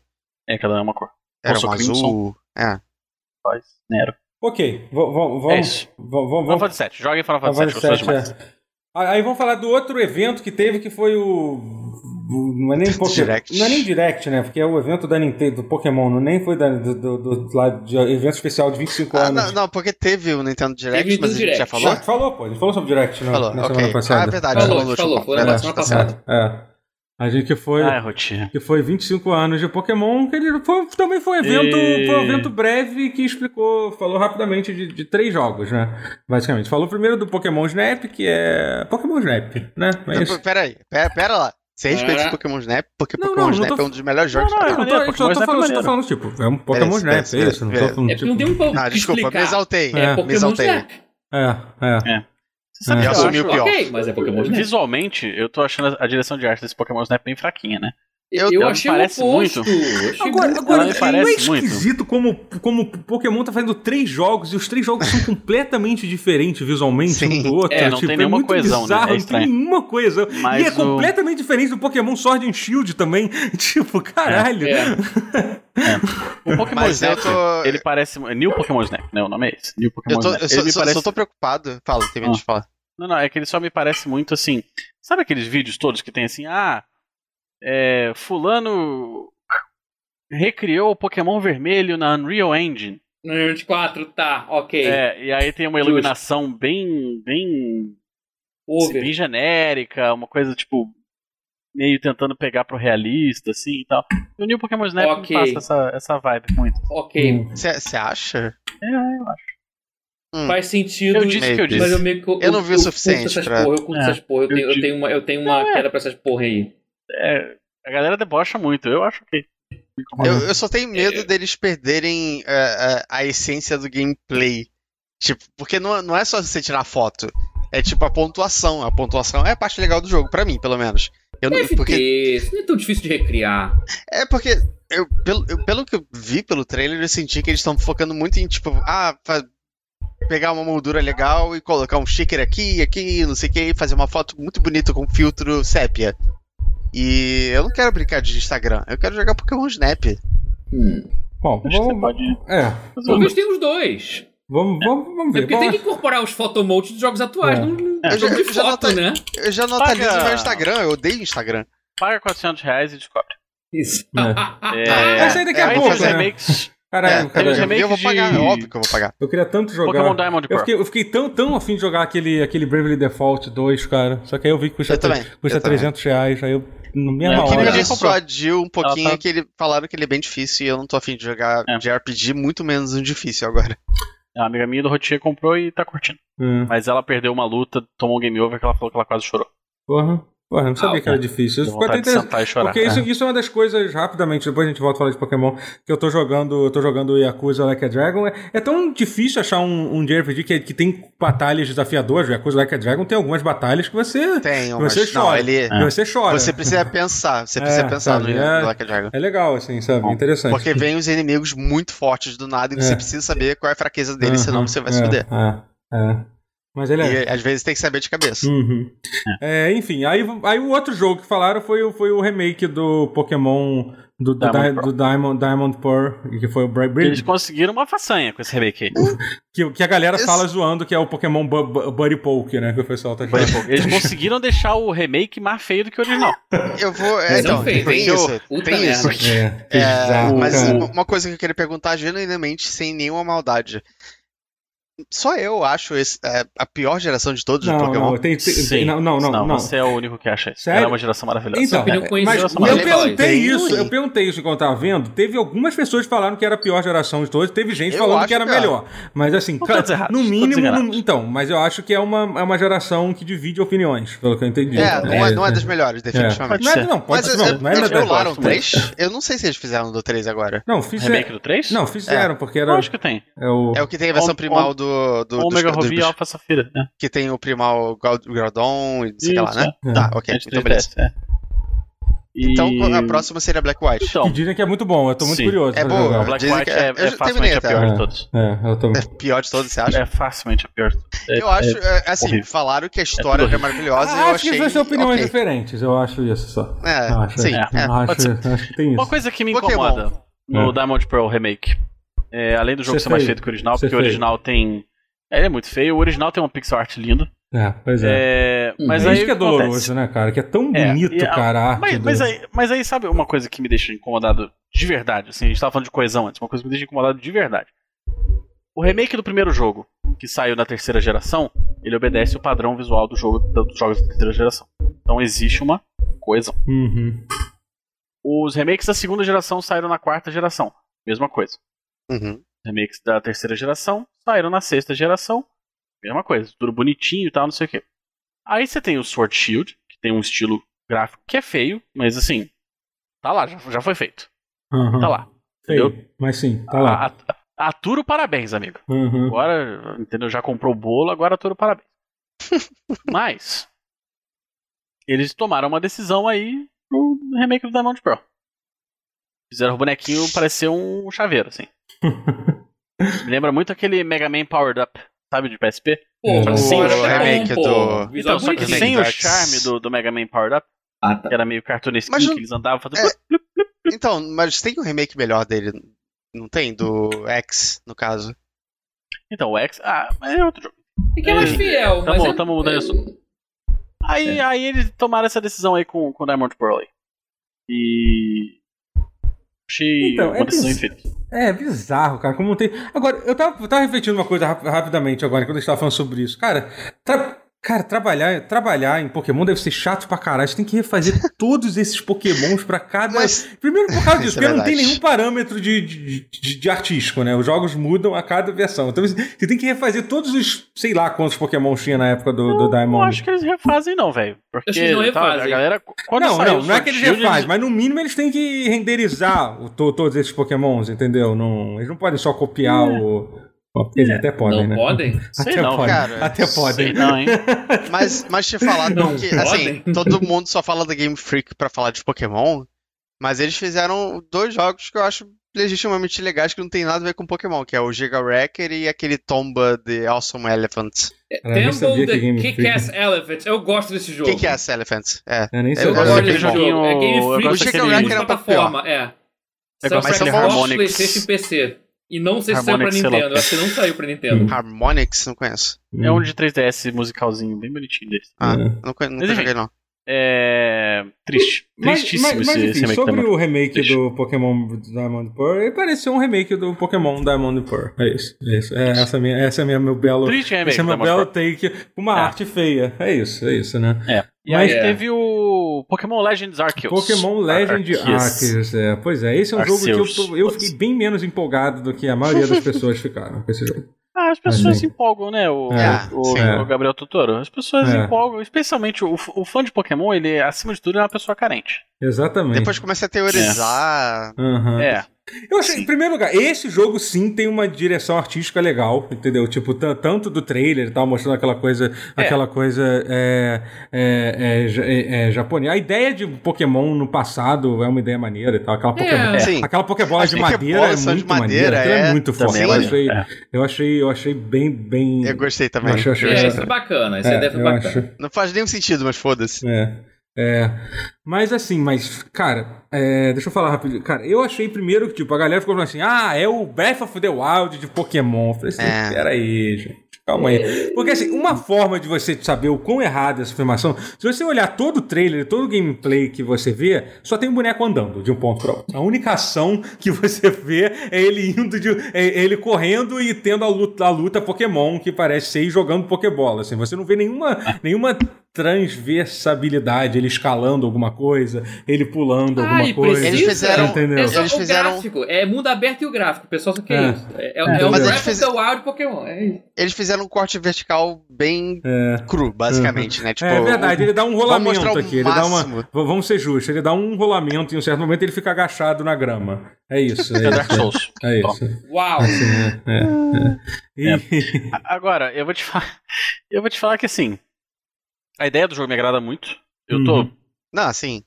Speaker 3: É, cada um é uma cor.
Speaker 4: Era
Speaker 3: Nossa,
Speaker 4: um
Speaker 3: Crimson.
Speaker 4: azul. É.
Speaker 3: Vice, Nero.
Speaker 1: Ok, v- v- vamos.
Speaker 3: É isso.
Speaker 1: Vamos, vamos,
Speaker 3: Final Fantasy VII. Joguem Final
Speaker 1: Final
Speaker 3: Fantasy VII, gostou
Speaker 1: VII, é.
Speaker 3: demais.
Speaker 1: Ah, Aí vamos falar do outro evento que teve, que foi o. o- Não é nem Poké-
Speaker 4: Direct.
Speaker 1: Não é nem Direct, né? Porque é o evento da Nintendo, do Pokémon, não nem foi da, do, do, do- lá de evento especial de 25
Speaker 4: Ah,
Speaker 1: anos.
Speaker 4: não, não, porque teve o Nintendo Direct,
Speaker 2: Teve o
Speaker 4: mas a
Speaker 2: Nintendo
Speaker 4: gente já
Speaker 2: Direct.
Speaker 4: falou?
Speaker 1: Já falou, pô. Ele falou sobre Direct na,
Speaker 4: Falou,
Speaker 1: na semana
Speaker 4: ok. Ah, é
Speaker 1: passada.
Speaker 4: verdade,
Speaker 2: Falou,
Speaker 4: falou no último
Speaker 2: falou,
Speaker 4: papo,
Speaker 2: foi na
Speaker 4: verdade,
Speaker 2: semana
Speaker 4: tá
Speaker 1: É,
Speaker 2: passada.
Speaker 4: certo.
Speaker 1: é. A gente que foi.
Speaker 3: Ah, é rotina.
Speaker 1: Que foi 25 anos de Pokémon, que ele foi- também foi um evento,
Speaker 3: E-
Speaker 1: foi um evento breve que explicou, falou rapidamente de, de três jogos, né? Basicamente. Falou primeiro do Pokémon Snap, que é. Pokémon Snap, né? É isso.
Speaker 4: Então, Pera aí, pera, pera lá. Você respeita
Speaker 2: Ah.
Speaker 4: os Pokémon Snap, porque
Speaker 1: Não,
Speaker 4: Pokémon
Speaker 1: não, não
Speaker 4: Snap
Speaker 1: tô-
Speaker 4: é um dos melhores
Speaker 1: Não,
Speaker 4: jogos.
Speaker 1: não, eu,
Speaker 3: maneiro,
Speaker 1: tô, eu
Speaker 3: Pokémon
Speaker 1: só tô
Speaker 3: Snap é
Speaker 1: falando, tô
Speaker 3: maneiro.
Speaker 1: falando, tipo, é um Pokémon
Speaker 4: Beleza,
Speaker 1: Snap, é
Speaker 4: beleza,
Speaker 1: isso. Não tô
Speaker 4: beleza.
Speaker 1: falando,
Speaker 2: É porque não
Speaker 1: tipo.
Speaker 2: tem um pouco
Speaker 4: Ah, desculpa,
Speaker 2: explicar.
Speaker 4: me exaltei. né?
Speaker 2: É,
Speaker 1: É,
Speaker 4: me
Speaker 2: Pokémon
Speaker 4: exaltei.
Speaker 2: Snap.
Speaker 1: É, é.
Speaker 3: Você sabe
Speaker 1: É.
Speaker 3: que eu
Speaker 1: Eu
Speaker 4: assumi
Speaker 3: acho-
Speaker 4: o pior.
Speaker 2: Ok, mas é Pokémon
Speaker 4: né?
Speaker 2: Snap.
Speaker 3: Visualmente, eu tô achando a a direção de arte desse Pokémon Snap bem fraquinha, né?
Speaker 4: Eu-
Speaker 2: Eu,
Speaker 3: Ela
Speaker 2: achei
Speaker 3: parece
Speaker 2: o oposto.
Speaker 3: muito.
Speaker 2: Eu achei um
Speaker 1: Agora,
Speaker 2: muito-
Speaker 1: agora
Speaker 3: me
Speaker 1: não é
Speaker 3: parece muito.
Speaker 1: esquisito como, como o Pokémon tá fazendo três jogos e os três jogos são completamente diferentes visualmente um
Speaker 4: Sim.
Speaker 1: do outro.
Speaker 3: É, não
Speaker 1: tipo,
Speaker 3: tem
Speaker 1: é
Speaker 3: nenhuma
Speaker 1: muito
Speaker 3: coesão, né? É
Speaker 1: bizarro, não tem
Speaker 3: estranho.
Speaker 1: nenhuma coisa. e
Speaker 3: Mas
Speaker 1: é
Speaker 3: o-
Speaker 1: completamente diferente do Pokémon Sword and Shield também. Tipo, caralho.
Speaker 2: É.
Speaker 3: O Pokémon
Speaker 4: Mas é eu
Speaker 3: Snap,
Speaker 4: tô-
Speaker 3: ele parece. New Pokémon Snap, né? O nome é esse. New Pokémon
Speaker 4: Eu, tô,
Speaker 3: Snap.
Speaker 4: eu
Speaker 3: ele
Speaker 4: só,
Speaker 3: me
Speaker 4: só-
Speaker 3: parece.
Speaker 4: só tô preocupado. Fala, tem medo de falar.
Speaker 3: Não, não, é que ele só me parece muito assim. Sabe aqueles vídeos todos que tem assim, ah, é, fulano recriou o Pokémon vermelho na Unreal Engine.
Speaker 2: No 24, tá, ok.
Speaker 3: É, e aí tem uma
Speaker 2: Justo.
Speaker 3: iluminação bem, bem,
Speaker 2: Over.
Speaker 3: bem genérica, uma coisa tipo meio tentando pegar pro realista assim e tal. E o New Pokémon Snap me
Speaker 2: Ok.
Speaker 3: passa essa, essa vibe muito.
Speaker 2: Ok.
Speaker 1: Hum.
Speaker 4: Você acha?
Speaker 3: É, eu acho.
Speaker 2: Faz sentido.
Speaker 3: Eu disse o que eu
Speaker 4: Maybe.
Speaker 3: disse.
Speaker 2: Mas eu meio que.
Speaker 4: Eu não vi o
Speaker 2: curto
Speaker 4: suficiente
Speaker 2: essas
Speaker 4: pra-
Speaker 2: porra, eu curto
Speaker 3: É.
Speaker 2: essas porra. Eu
Speaker 3: Eu
Speaker 2: tenho, eu
Speaker 3: digo-
Speaker 2: tenho uma, eu tenho uma
Speaker 3: Não, é.
Speaker 2: queda pra essas porra aí.
Speaker 3: É, a galera debocha muito, eu acho que. me incomoda.
Speaker 4: Eu, eu só tenho medo deles perderem é, é, a essência do gameplay. Tipo, porque não, não é só você tirar foto. É tipo a pontuação. A pontuação é a parte legal do jogo, pra mim, pelo menos. Eu não-
Speaker 2: Deve
Speaker 4: porque,
Speaker 2: ter. Isso não é tão difícil de recriar.
Speaker 4: é porque, eu, pelo, eu- pelo que eu vi pelo trailer, eu senti que eles estão focando muito em, tipo, ah, fa- pegar uma moldura legal e colocar um sticker aqui, aqui, não sei o que, e fazer uma foto muito bonita com filtro sépia. E eu não quero brincar de Instagram, eu quero jogar Pokémon Snap.
Speaker 2: Hum.
Speaker 1: Bom,
Speaker 3: Acho que você
Speaker 1: vamos.
Speaker 3: pode
Speaker 1: É.
Speaker 3: fazer uma
Speaker 2: Talvez tenha os dois.
Speaker 1: Vamos, vamos, vamos
Speaker 2: É
Speaker 1: ver.
Speaker 2: porque
Speaker 1: Bom,
Speaker 2: tem que incorporar os photomodes dos jogos atuais.
Speaker 1: É.
Speaker 2: Não, não
Speaker 3: É.
Speaker 2: jogo de
Speaker 4: Eu já
Speaker 2: foto,
Speaker 4: notei-
Speaker 2: né?
Speaker 4: Eu já notarizo
Speaker 3: Paga-
Speaker 4: meu Instagram, eu odeio Instagram.
Speaker 3: Paga 400 reais e descobre.
Speaker 2: Isso. Ah,
Speaker 3: É.
Speaker 1: Vai sair daqui a
Speaker 4: É,
Speaker 3: Aí
Speaker 1: pouco,
Speaker 3: tem os
Speaker 4: fazer-
Speaker 1: né?
Speaker 3: remakes.
Speaker 1: Caralho,
Speaker 4: É,
Speaker 3: tem os
Speaker 1: caralho.
Speaker 3: remakes
Speaker 4: eu vou pagar, é
Speaker 3: de-
Speaker 4: óbvio que eu vou pagar.
Speaker 1: Eu queria tanto jogar.
Speaker 3: Pokémon Diamond
Speaker 1: eu
Speaker 3: Pearl.
Speaker 1: fiquei, eu fiquei tão, tão afim de jogar aquele, aquele Bravely Default 2, cara. Só que aí eu vi que custa,
Speaker 4: Eu também,
Speaker 1: custa
Speaker 4: eu também.
Speaker 1: 300 reais. Aí eu, no
Speaker 3: É,
Speaker 1: mesma
Speaker 4: O que me
Speaker 1: hora.
Speaker 3: ninguém
Speaker 4: dissuadiu um pouquinho
Speaker 3: Ela tá-
Speaker 4: é que ele, falaram que ele é bem difícil e eu não tô afim de jogar
Speaker 3: É.
Speaker 4: JRPG, muito menos um difícil agora.
Speaker 3: A amiga minha do Rotier comprou e tá curtindo.
Speaker 1: Hum,
Speaker 3: Mas ela perdeu uma luta, tomou um game over que ela falou que ela quase chorou.
Speaker 1: porra, porra, não sabia
Speaker 3: Ah,
Speaker 1: que era difícil.
Speaker 3: Deu
Speaker 1: Isso ficou até
Speaker 3: vontade de
Speaker 1: interessante.
Speaker 3: sentar e chorar.
Speaker 1: Porque isso, isso é uma das coisas, rapidamente, depois a gente volta a falar de Pokémon, que eu tô jogando, eu tô jogando Yakuza Like a Dragon. É, é tão difícil achar um, um JRPG que, que tem batalhas desafiadoras. Yakuza Like a Dragon tem algumas batalhas que você.
Speaker 4: Tem,
Speaker 1: que
Speaker 4: mas
Speaker 1: você
Speaker 4: não,
Speaker 1: chora.
Speaker 4: ele...
Speaker 3: É.
Speaker 1: que Você chora.
Speaker 4: É. Você precisa pensar, você precisa
Speaker 1: É,
Speaker 4: pensar
Speaker 1: sabe,
Speaker 4: no
Speaker 1: é.
Speaker 4: Black Dragon.
Speaker 1: É legal, assim, sabe? Interessante.
Speaker 4: Porque vem os inimigos muito fortes do nada e você
Speaker 1: É.
Speaker 4: precisa saber qual é a fraqueza dele, senão
Speaker 1: Aham,
Speaker 4: você vai
Speaker 1: é,
Speaker 4: se fuder.
Speaker 1: É, é. Mas ele é.
Speaker 4: E às vezes tem que saber de cabeça.
Speaker 1: Uhum. É, enfim, aí, aí o outro jogo que falaram foi, o- foi o remake do Pokémon do, do Di- do Diamond,
Speaker 3: Diamond Pearl.
Speaker 1: Diamond, Pearl, que foi o Bright
Speaker 3: Eles
Speaker 1: Bridge,
Speaker 3: conseguiram uma façanha com esse remake aí.
Speaker 1: que, que a galera
Speaker 4: Esse-
Speaker 1: fala zoando que é o Pokémon Bu- Bu- Buddy Poke, né? Que o pessoal tá
Speaker 3: Por
Speaker 1: achando.
Speaker 3: exemplo, Eles conseguiram deixar o remake mais feio do que o original.
Speaker 4: Eu vou. É,
Speaker 2: Mas
Speaker 4: então,
Speaker 2: não fez,
Speaker 4: tem
Speaker 2: hein?
Speaker 4: isso.
Speaker 2: Puta
Speaker 4: Tem isso.
Speaker 2: merda.
Speaker 1: É, que
Speaker 4: É,
Speaker 1: bizarro,
Speaker 4: mas
Speaker 1: cara.
Speaker 4: uma coisa que eu queria perguntar genuinamente, sem nenhuma maldade. Só eu acho esse, é, a pior geração de todos
Speaker 1: Não,
Speaker 4: de Pokémon.
Speaker 1: não, tem, tem-
Speaker 3: Sim.
Speaker 1: não, não, não, não.
Speaker 3: Você é o único que acha isso.
Speaker 1: Sério?
Speaker 3: Era uma geração maravilhosa.
Speaker 1: Então,
Speaker 2: opinião
Speaker 1: é,
Speaker 2: conhecida,
Speaker 1: mas
Speaker 2: essa
Speaker 1: eu
Speaker 2: matéria.
Speaker 1: perguntei
Speaker 4: Bem
Speaker 1: isso,
Speaker 4: ruim.
Speaker 1: eu perguntei isso quando eu tava vendo. Teve algumas pessoas que falaram que era a pior geração de todos, teve gente
Speaker 4: Eu
Speaker 1: falando
Speaker 4: acho é.
Speaker 1: que era
Speaker 4: pior.
Speaker 1: melhor. Mas assim,
Speaker 3: Não
Speaker 1: cara,
Speaker 3: todos errados,
Speaker 1: no
Speaker 3: todos
Speaker 1: mínimo, no-
Speaker 3: enganados.
Speaker 1: então, mas eu acho que é uma, é uma geração que divide opiniões, pelo que eu entendi.
Speaker 4: É, não é, não é das melhores,
Speaker 1: Mas
Speaker 4: definitivamente.
Speaker 1: não, é,
Speaker 3: Pode
Speaker 1: não, pode
Speaker 4: Mas
Speaker 1: ser, não, não é
Speaker 4: eles
Speaker 1: da-
Speaker 4: rolaram
Speaker 3: gosto,
Speaker 4: três? Eu não sei se eles fizeram do 3 agora.
Speaker 1: Não,
Speaker 3: Remake
Speaker 1: fizeram.
Speaker 3: do 3?
Speaker 1: é- Não, fizeram, porque era.
Speaker 3: É Eu acho que tem.
Speaker 1: É o,
Speaker 4: É o que tem a versão
Speaker 3: Om-
Speaker 4: primal
Speaker 3: Om-
Speaker 4: do, do dos-
Speaker 3: Ômega
Speaker 4: dos
Speaker 3: Ruby e
Speaker 4: bichos.
Speaker 3: Alpha Safira. né?
Speaker 4: que tem o primal Gal- Groudon e não sei o que lá,
Speaker 3: Isso,
Speaker 4: né?
Speaker 1: é.
Speaker 4: Tá, ok.
Speaker 3: Antes do
Speaker 4: Então, beleza.
Speaker 3: 3DS, é. E-
Speaker 4: Então a próxima seria Black White.
Speaker 3: Então,
Speaker 1: que dizem que é muito bom, eu tô muito
Speaker 3: Sim.
Speaker 1: curioso.
Speaker 4: É
Speaker 1: pra
Speaker 4: boa,
Speaker 1: jogar.
Speaker 3: a Black
Speaker 4: dizem
Speaker 3: White é,
Speaker 4: que- eu já
Speaker 3: é
Speaker 4: terminei
Speaker 3: facilmente a
Speaker 4: até.
Speaker 3: pior
Speaker 1: É.
Speaker 3: de todos.
Speaker 1: É, eu tô.
Speaker 4: Pior de todos, você acha?
Speaker 3: É facilmente a pior de todos. É-
Speaker 4: eu acho, é, assim,
Speaker 3: horrível.
Speaker 4: falaram que a história
Speaker 3: tudo
Speaker 4: é, maravilhosa e
Speaker 1: Ah,
Speaker 4: eu
Speaker 1: acho
Speaker 4: achei.
Speaker 1: que são opiniões
Speaker 4: ok.
Speaker 1: diferentes, eu acho isso só.
Speaker 4: É,
Speaker 1: Eu acho,
Speaker 4: sim,
Speaker 1: eu
Speaker 4: é,
Speaker 3: pode
Speaker 1: acho,
Speaker 3: ser.
Speaker 1: acho que tem isso.
Speaker 3: Uma coisa que me
Speaker 4: Pokémon.
Speaker 3: incomoda no
Speaker 1: É.
Speaker 3: Diamond Pearl Remake, é, além do jogo
Speaker 1: Ser
Speaker 3: ser mais
Speaker 1: feio.
Speaker 3: feio do que o original,
Speaker 1: Ser
Speaker 3: porque o
Speaker 1: feio.
Speaker 3: original tem. Ele é muito feio, o original tem uma pixel art linda.
Speaker 1: É, pois é.
Speaker 3: É, mas
Speaker 1: é
Speaker 3: aí
Speaker 1: isso que é
Speaker 3: o acontece?
Speaker 1: doloroso, né, cara? Que é tão
Speaker 3: É,
Speaker 1: bonito,
Speaker 3: e a-
Speaker 1: cara. a arte
Speaker 3: Mas,
Speaker 1: do-
Speaker 3: mas aí, mas aí, sabe uma coisa que me deixa incomodado de verdade? Assim, a gente tava falando de coesão antes, uma coisa que me deixa incomodado de verdade. O remake do primeiro jogo, que saiu na terceira geração, ele obedece o padrão visual do jogo, dos jogos da terceira geração. Então existe uma coesão.
Speaker 1: Uhum.
Speaker 3: Os remakes da segunda geração saíram na quarta geração. Mesma coisa.
Speaker 4: Uhum.
Speaker 3: remakes da terceira geração saíram na sexta geração. Mesma coisa, tudo bonitinho e tal, não sei o quê. Aí você tem o Sword Shield, que tem um estilo gráfico que é feio, mas assim, tá lá, já, já foi feito.
Speaker 1: Uhum.
Speaker 3: Tá lá.
Speaker 1: Feio,
Speaker 3: entendeu?
Speaker 1: Mas sim, tá lá.
Speaker 3: A- a- Aturo, parabéns, amigo.
Speaker 1: Uhum.
Speaker 3: Agora, entendeu? Já comprou o bolo, agora Aturo, parabéns. mas, eles tomaram uma decisão aí pro remake do Diamond Pearl. Fizeram o bonequinho parecer um chaveiro, assim. Me lembra muito aquele Mega Man Powered Up, sabe, de PSP?
Speaker 2: Pô,
Speaker 1: Mas
Speaker 4: sim,
Speaker 2: agora
Speaker 4: o
Speaker 2: tá
Speaker 4: remake
Speaker 2: bom, pô. Visual
Speaker 4: do-
Speaker 3: Então, só que
Speaker 2: bonitinho.
Speaker 3: sem o
Speaker 4: Darks.
Speaker 3: charme do, do Mega Man Powered Up,
Speaker 2: Ah, tá.
Speaker 3: que era meio cartunesco,
Speaker 4: Mas
Speaker 3: que
Speaker 4: não-
Speaker 3: eles andavam fazendo...
Speaker 4: É. Então, mas tem um remake melhor dele, não tem? Do X, no caso.
Speaker 3: Então, o X... Ah, mas é outro jogo.
Speaker 2: É que é mais
Speaker 3: É.
Speaker 2: fiel,
Speaker 3: Tá
Speaker 2: mas
Speaker 3: bom,
Speaker 2: é-
Speaker 3: tá bom, mudando de assunto.
Speaker 1: É.
Speaker 3: Aí, aí eles tomaram essa decisão aí com, com o Diamond Pearl aí. E... Achei
Speaker 1: Então, é
Speaker 3: uma decisão
Speaker 1: isso.
Speaker 3: infeliz.
Speaker 1: É bizarro, cara. Como tem. Agora, eu tava, eu tava refletindo uma coisa rap- rapidamente agora, quando a gente tava falando sobre isso. Cara, tra- cara, trabalhar, trabalhar em Pokémon deve ser chato pra caralho. Você tem que refazer todos esses Pokémons pra cada.
Speaker 4: Mas
Speaker 1: Primeiro por causa disso,
Speaker 4: Isso é
Speaker 1: porque não tem
Speaker 4: verdade.
Speaker 1: nenhum parâmetro de, de, de- de artístico, né? Os jogos mudam a cada versão. Então você tem que refazer todos os, sei lá quantos Pokémons tinha na época do, do
Speaker 3: Não
Speaker 1: Diamond.
Speaker 3: acho que eles refazem não, velho. Porque
Speaker 2: Acho que eles não
Speaker 3: tá, a
Speaker 2: refazem.
Speaker 3: galera... Quando
Speaker 1: não,
Speaker 3: saiu
Speaker 1: não,
Speaker 3: o
Speaker 1: não é
Speaker 3: Sword
Speaker 1: que eles
Speaker 3: Shield,
Speaker 1: refazem, mas no mínimo eles têm que renderizar o to- todos esses pokémons, entendeu? Não, eles não podem só copiar
Speaker 3: É.
Speaker 1: o. Bom, Eles até podem,
Speaker 2: não
Speaker 1: né?
Speaker 2: podem?
Speaker 3: Sei
Speaker 1: até
Speaker 3: não,
Speaker 1: podem.
Speaker 4: cara.
Speaker 1: até podem.
Speaker 3: Sei não, hein?
Speaker 4: Mas, mas te falar
Speaker 1: Não
Speaker 4: que,
Speaker 2: podem.
Speaker 4: assim, todo mundo só fala da Game Freak pra falar de Pokémon, mas eles fizeram dois jogos que eu acho legitimamente legais que não tem nada a ver com Pokémon, que é o Giga Wrecker e aquele Tomba The Awesome Elephant.
Speaker 1: Cara, eu nem sabia
Speaker 2: Temple
Speaker 1: que Game
Speaker 2: the é
Speaker 1: Freak-
Speaker 2: Kick-Ass Elephant. Eu gosto desse
Speaker 4: O
Speaker 2: jogo.
Speaker 4: que, que é esse Elephant? É.
Speaker 1: Eu nem sei.
Speaker 4: Eu
Speaker 1: o que
Speaker 2: Eu
Speaker 4: gosto
Speaker 1: é.
Speaker 2: gosto
Speaker 4: daquele
Speaker 2: desse
Speaker 4: jogo.
Speaker 2: jogo. É Game
Speaker 3: Eu
Speaker 2: Freak,
Speaker 3: gosto
Speaker 2: de
Speaker 4: daquele-
Speaker 2: plataforma, é.
Speaker 4: Eu gosto daquele
Speaker 2: São pra
Speaker 3: Harmonic.
Speaker 2: Xbox, PlayStation e PC. E não sei se saiu pra
Speaker 3: Harmonix, sei lá.
Speaker 2: Nintendo. Eu acho que não saiu pra Nintendo.
Speaker 4: Harmonix, não conheço.
Speaker 3: É um de 3DS musicalzinho, bem bonitinho deles.
Speaker 4: Ah,
Speaker 1: É.
Speaker 4: não conheço,
Speaker 3: Mas,
Speaker 4: nunca
Speaker 3: enfim.
Speaker 4: joguei, não.
Speaker 3: É. Triste.
Speaker 1: Mas,
Speaker 3: Tristíssimo
Speaker 1: mas, mas enfim,
Speaker 3: esse, esse remake da
Speaker 1: sobre
Speaker 3: Mano.
Speaker 1: o remake
Speaker 3: Deixa.
Speaker 1: do Pokémon Diamond Pearl, ele pareceu um remake do Pokémon Diamond Pearl. É isso. É isso. É, essa é minha, essa é minha meu belo.
Speaker 3: Triste remake
Speaker 1: esse é
Speaker 3: da
Speaker 1: meu
Speaker 3: Mano.
Speaker 1: belo take. Uma
Speaker 3: É.
Speaker 1: arte feia. É isso, é isso, né?
Speaker 3: É. E
Speaker 1: Mas-
Speaker 3: aí
Speaker 2: É.
Speaker 3: teve o Pokémon Legends Arceus.
Speaker 1: Pokémon Legend
Speaker 3: Arceus.
Speaker 1: Arceus. é. Pois é, esse é um jogo
Speaker 3: Arceus.
Speaker 1: que eu, tô- eu fiquei bem menos empolgado do que a maioria das pessoas ficaram com esse jogo.
Speaker 3: Ah, as
Speaker 1: Mas, né?
Speaker 3: pessoas se empolgam, né? O,
Speaker 4: É,
Speaker 3: o-
Speaker 4: sim.
Speaker 3: o Gabriel Totoro. As pessoas
Speaker 1: É.
Speaker 3: empolgam, especialmente o, f- o fã de Pokémon, ele, acima de tudo, é uma pessoa carente.
Speaker 1: Exatamente.
Speaker 4: Depois começa a teorizar.
Speaker 1: Aham.
Speaker 3: É.
Speaker 1: Eu achei, em primeiro lugar, esse jogo sim tem uma direção artística legal, entendeu? Tipo, tan- tanto do trailer e tal, mostrando aquela coisa,
Speaker 3: É.
Speaker 1: aquela coisa é, é, é, ja- é, é, japonesa. A ideia de Pokémon no passado é uma ideia maneira e tal. Aquela Pokémon.
Speaker 2: É.
Speaker 4: Sim.
Speaker 1: Aquela Pokébola
Speaker 4: As
Speaker 1: de madeira é
Speaker 4: Pokébolas são de
Speaker 1: muito maneira,
Speaker 4: madeira,
Speaker 1: aquilo é,
Speaker 4: é.
Speaker 1: muito forte.
Speaker 3: Também
Speaker 1: Eu
Speaker 3: é
Speaker 1: achei,
Speaker 3: maneiro,
Speaker 1: eu achei, eu achei bem, bem.
Speaker 3: É.
Speaker 4: Eu gostei
Speaker 1: eu
Speaker 4: também.
Speaker 1: achei, eu achei,
Speaker 2: É, isso é bacana. Isso é, deve ser
Speaker 1: eu
Speaker 2: bacana.
Speaker 1: acho-
Speaker 4: Não faz nenhum sentido, mas foda-se.
Speaker 1: é. É. Mas assim, mas, cara, é, deixa eu falar rapidinho. Cara, eu achei primeiro que, tipo, a galera ficou falando assim: ah, é o Breath of the Wild de Pokémon. Eu falei assim,
Speaker 4: É.
Speaker 1: peraí, gente. Calma aí. Porque, assim, uma forma de você saber o quão errada é essa afirmação, se você olhar todo o trailer, todo o gameplay que você vê, só tem um boneco andando de um ponto para outro. A única ação que você vê é ele indo de. é ele correndo e tendo a luta, a luta Pokémon, que parece ser e jogando Pokébola. Assim, você não vê nenhuma, nenhuma transversabilidade, ele escalando alguma coisa, ele pulando alguma
Speaker 2: Ai,
Speaker 1: coisa.
Speaker 2: precisa.
Speaker 4: Eles fizeram-
Speaker 1: Entendeu?
Speaker 2: É só
Speaker 4: Eles
Speaker 2: o
Speaker 4: fizeram-
Speaker 2: gráfico. É mundo aberto e o gráfico. O pessoal só quer
Speaker 1: É.
Speaker 2: isso. É, é, é o
Speaker 1: Mas
Speaker 4: eles
Speaker 2: Breath of the
Speaker 4: fizeram-
Speaker 2: Wild Pokémon. É isso.
Speaker 4: Eles fizeram um corte vertical bem
Speaker 1: É.
Speaker 4: cru, basicamente, né? Tipo,
Speaker 1: é verdade, ele dá um
Speaker 4: mostrar
Speaker 1: rolamento
Speaker 4: o
Speaker 1: aqui. Ele dá uma,
Speaker 4: máximo.
Speaker 1: v- vamos ser justos, ele dá um rolamento em um certo momento ele fica agachado na grama. É isso, é
Speaker 3: É Dark
Speaker 1: isso.
Speaker 3: Souls.
Speaker 1: É isso.
Speaker 2: Uau!
Speaker 1: É, é. E-
Speaker 3: A- Agora, eu vou te falar. Eu vou te falar que assim. A ideia do jogo me agrada muito. Eu tô.
Speaker 1: Uhum.
Speaker 4: Não, assim.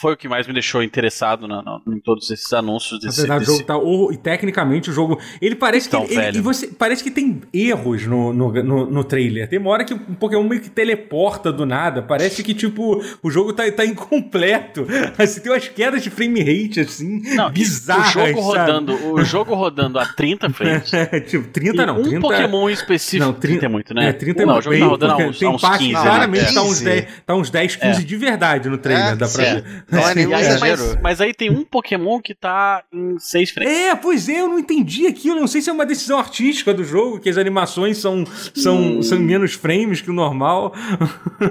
Speaker 3: Foi o que mais me deixou interessado na- na- em todos esses anúncios desse.
Speaker 1: Apesar do
Speaker 3: desse-
Speaker 1: jogo tá horror- e tecnicamente o jogo, ele parece
Speaker 3: Então,
Speaker 1: que ele- ele-
Speaker 3: velho.
Speaker 1: e você parece que tem erros no, no, no, no trailer. Tem uma hora que o Pokémon meio que teleporta do nada, parece que tipo o jogo tá, tá incompleto. Assim, tem umas quedas de frame rate assim
Speaker 3: Não,
Speaker 1: bizarras.
Speaker 3: o jogo
Speaker 1: sabe?
Speaker 3: rodando, o jogo rodando a 30 frames.
Speaker 1: É, tipo, 30
Speaker 3: E
Speaker 1: não,
Speaker 3: um
Speaker 1: 30
Speaker 3: Pokémon específico.
Speaker 1: Não,
Speaker 3: 30, é muito, né?
Speaker 1: É, 30 é
Speaker 3: não,
Speaker 1: muito
Speaker 3: o jogo
Speaker 1: bem,
Speaker 3: tá rodando a
Speaker 1: porque
Speaker 3: uns,
Speaker 1: tem
Speaker 3: a uns
Speaker 1: parte
Speaker 3: 15.
Speaker 1: que
Speaker 3: né? É.
Speaker 1: claramente
Speaker 4: É.
Speaker 1: tá uns
Speaker 4: 15.
Speaker 1: 10, tá uns 10, 15 de verdade no trailer,
Speaker 4: É,
Speaker 1: dá pra
Speaker 4: sim.
Speaker 1: ver. Assim,
Speaker 4: Não é nenhum
Speaker 3: E aí,
Speaker 4: exagero.
Speaker 3: mas, mas aí tem um Pokémon que tá em 6 frames.
Speaker 1: É, pois é, eu não entendi aquilo. Eu não sei se é uma decisão artística do jogo, que as animações são, são,
Speaker 4: Hum.
Speaker 1: são em menos frames que o normal.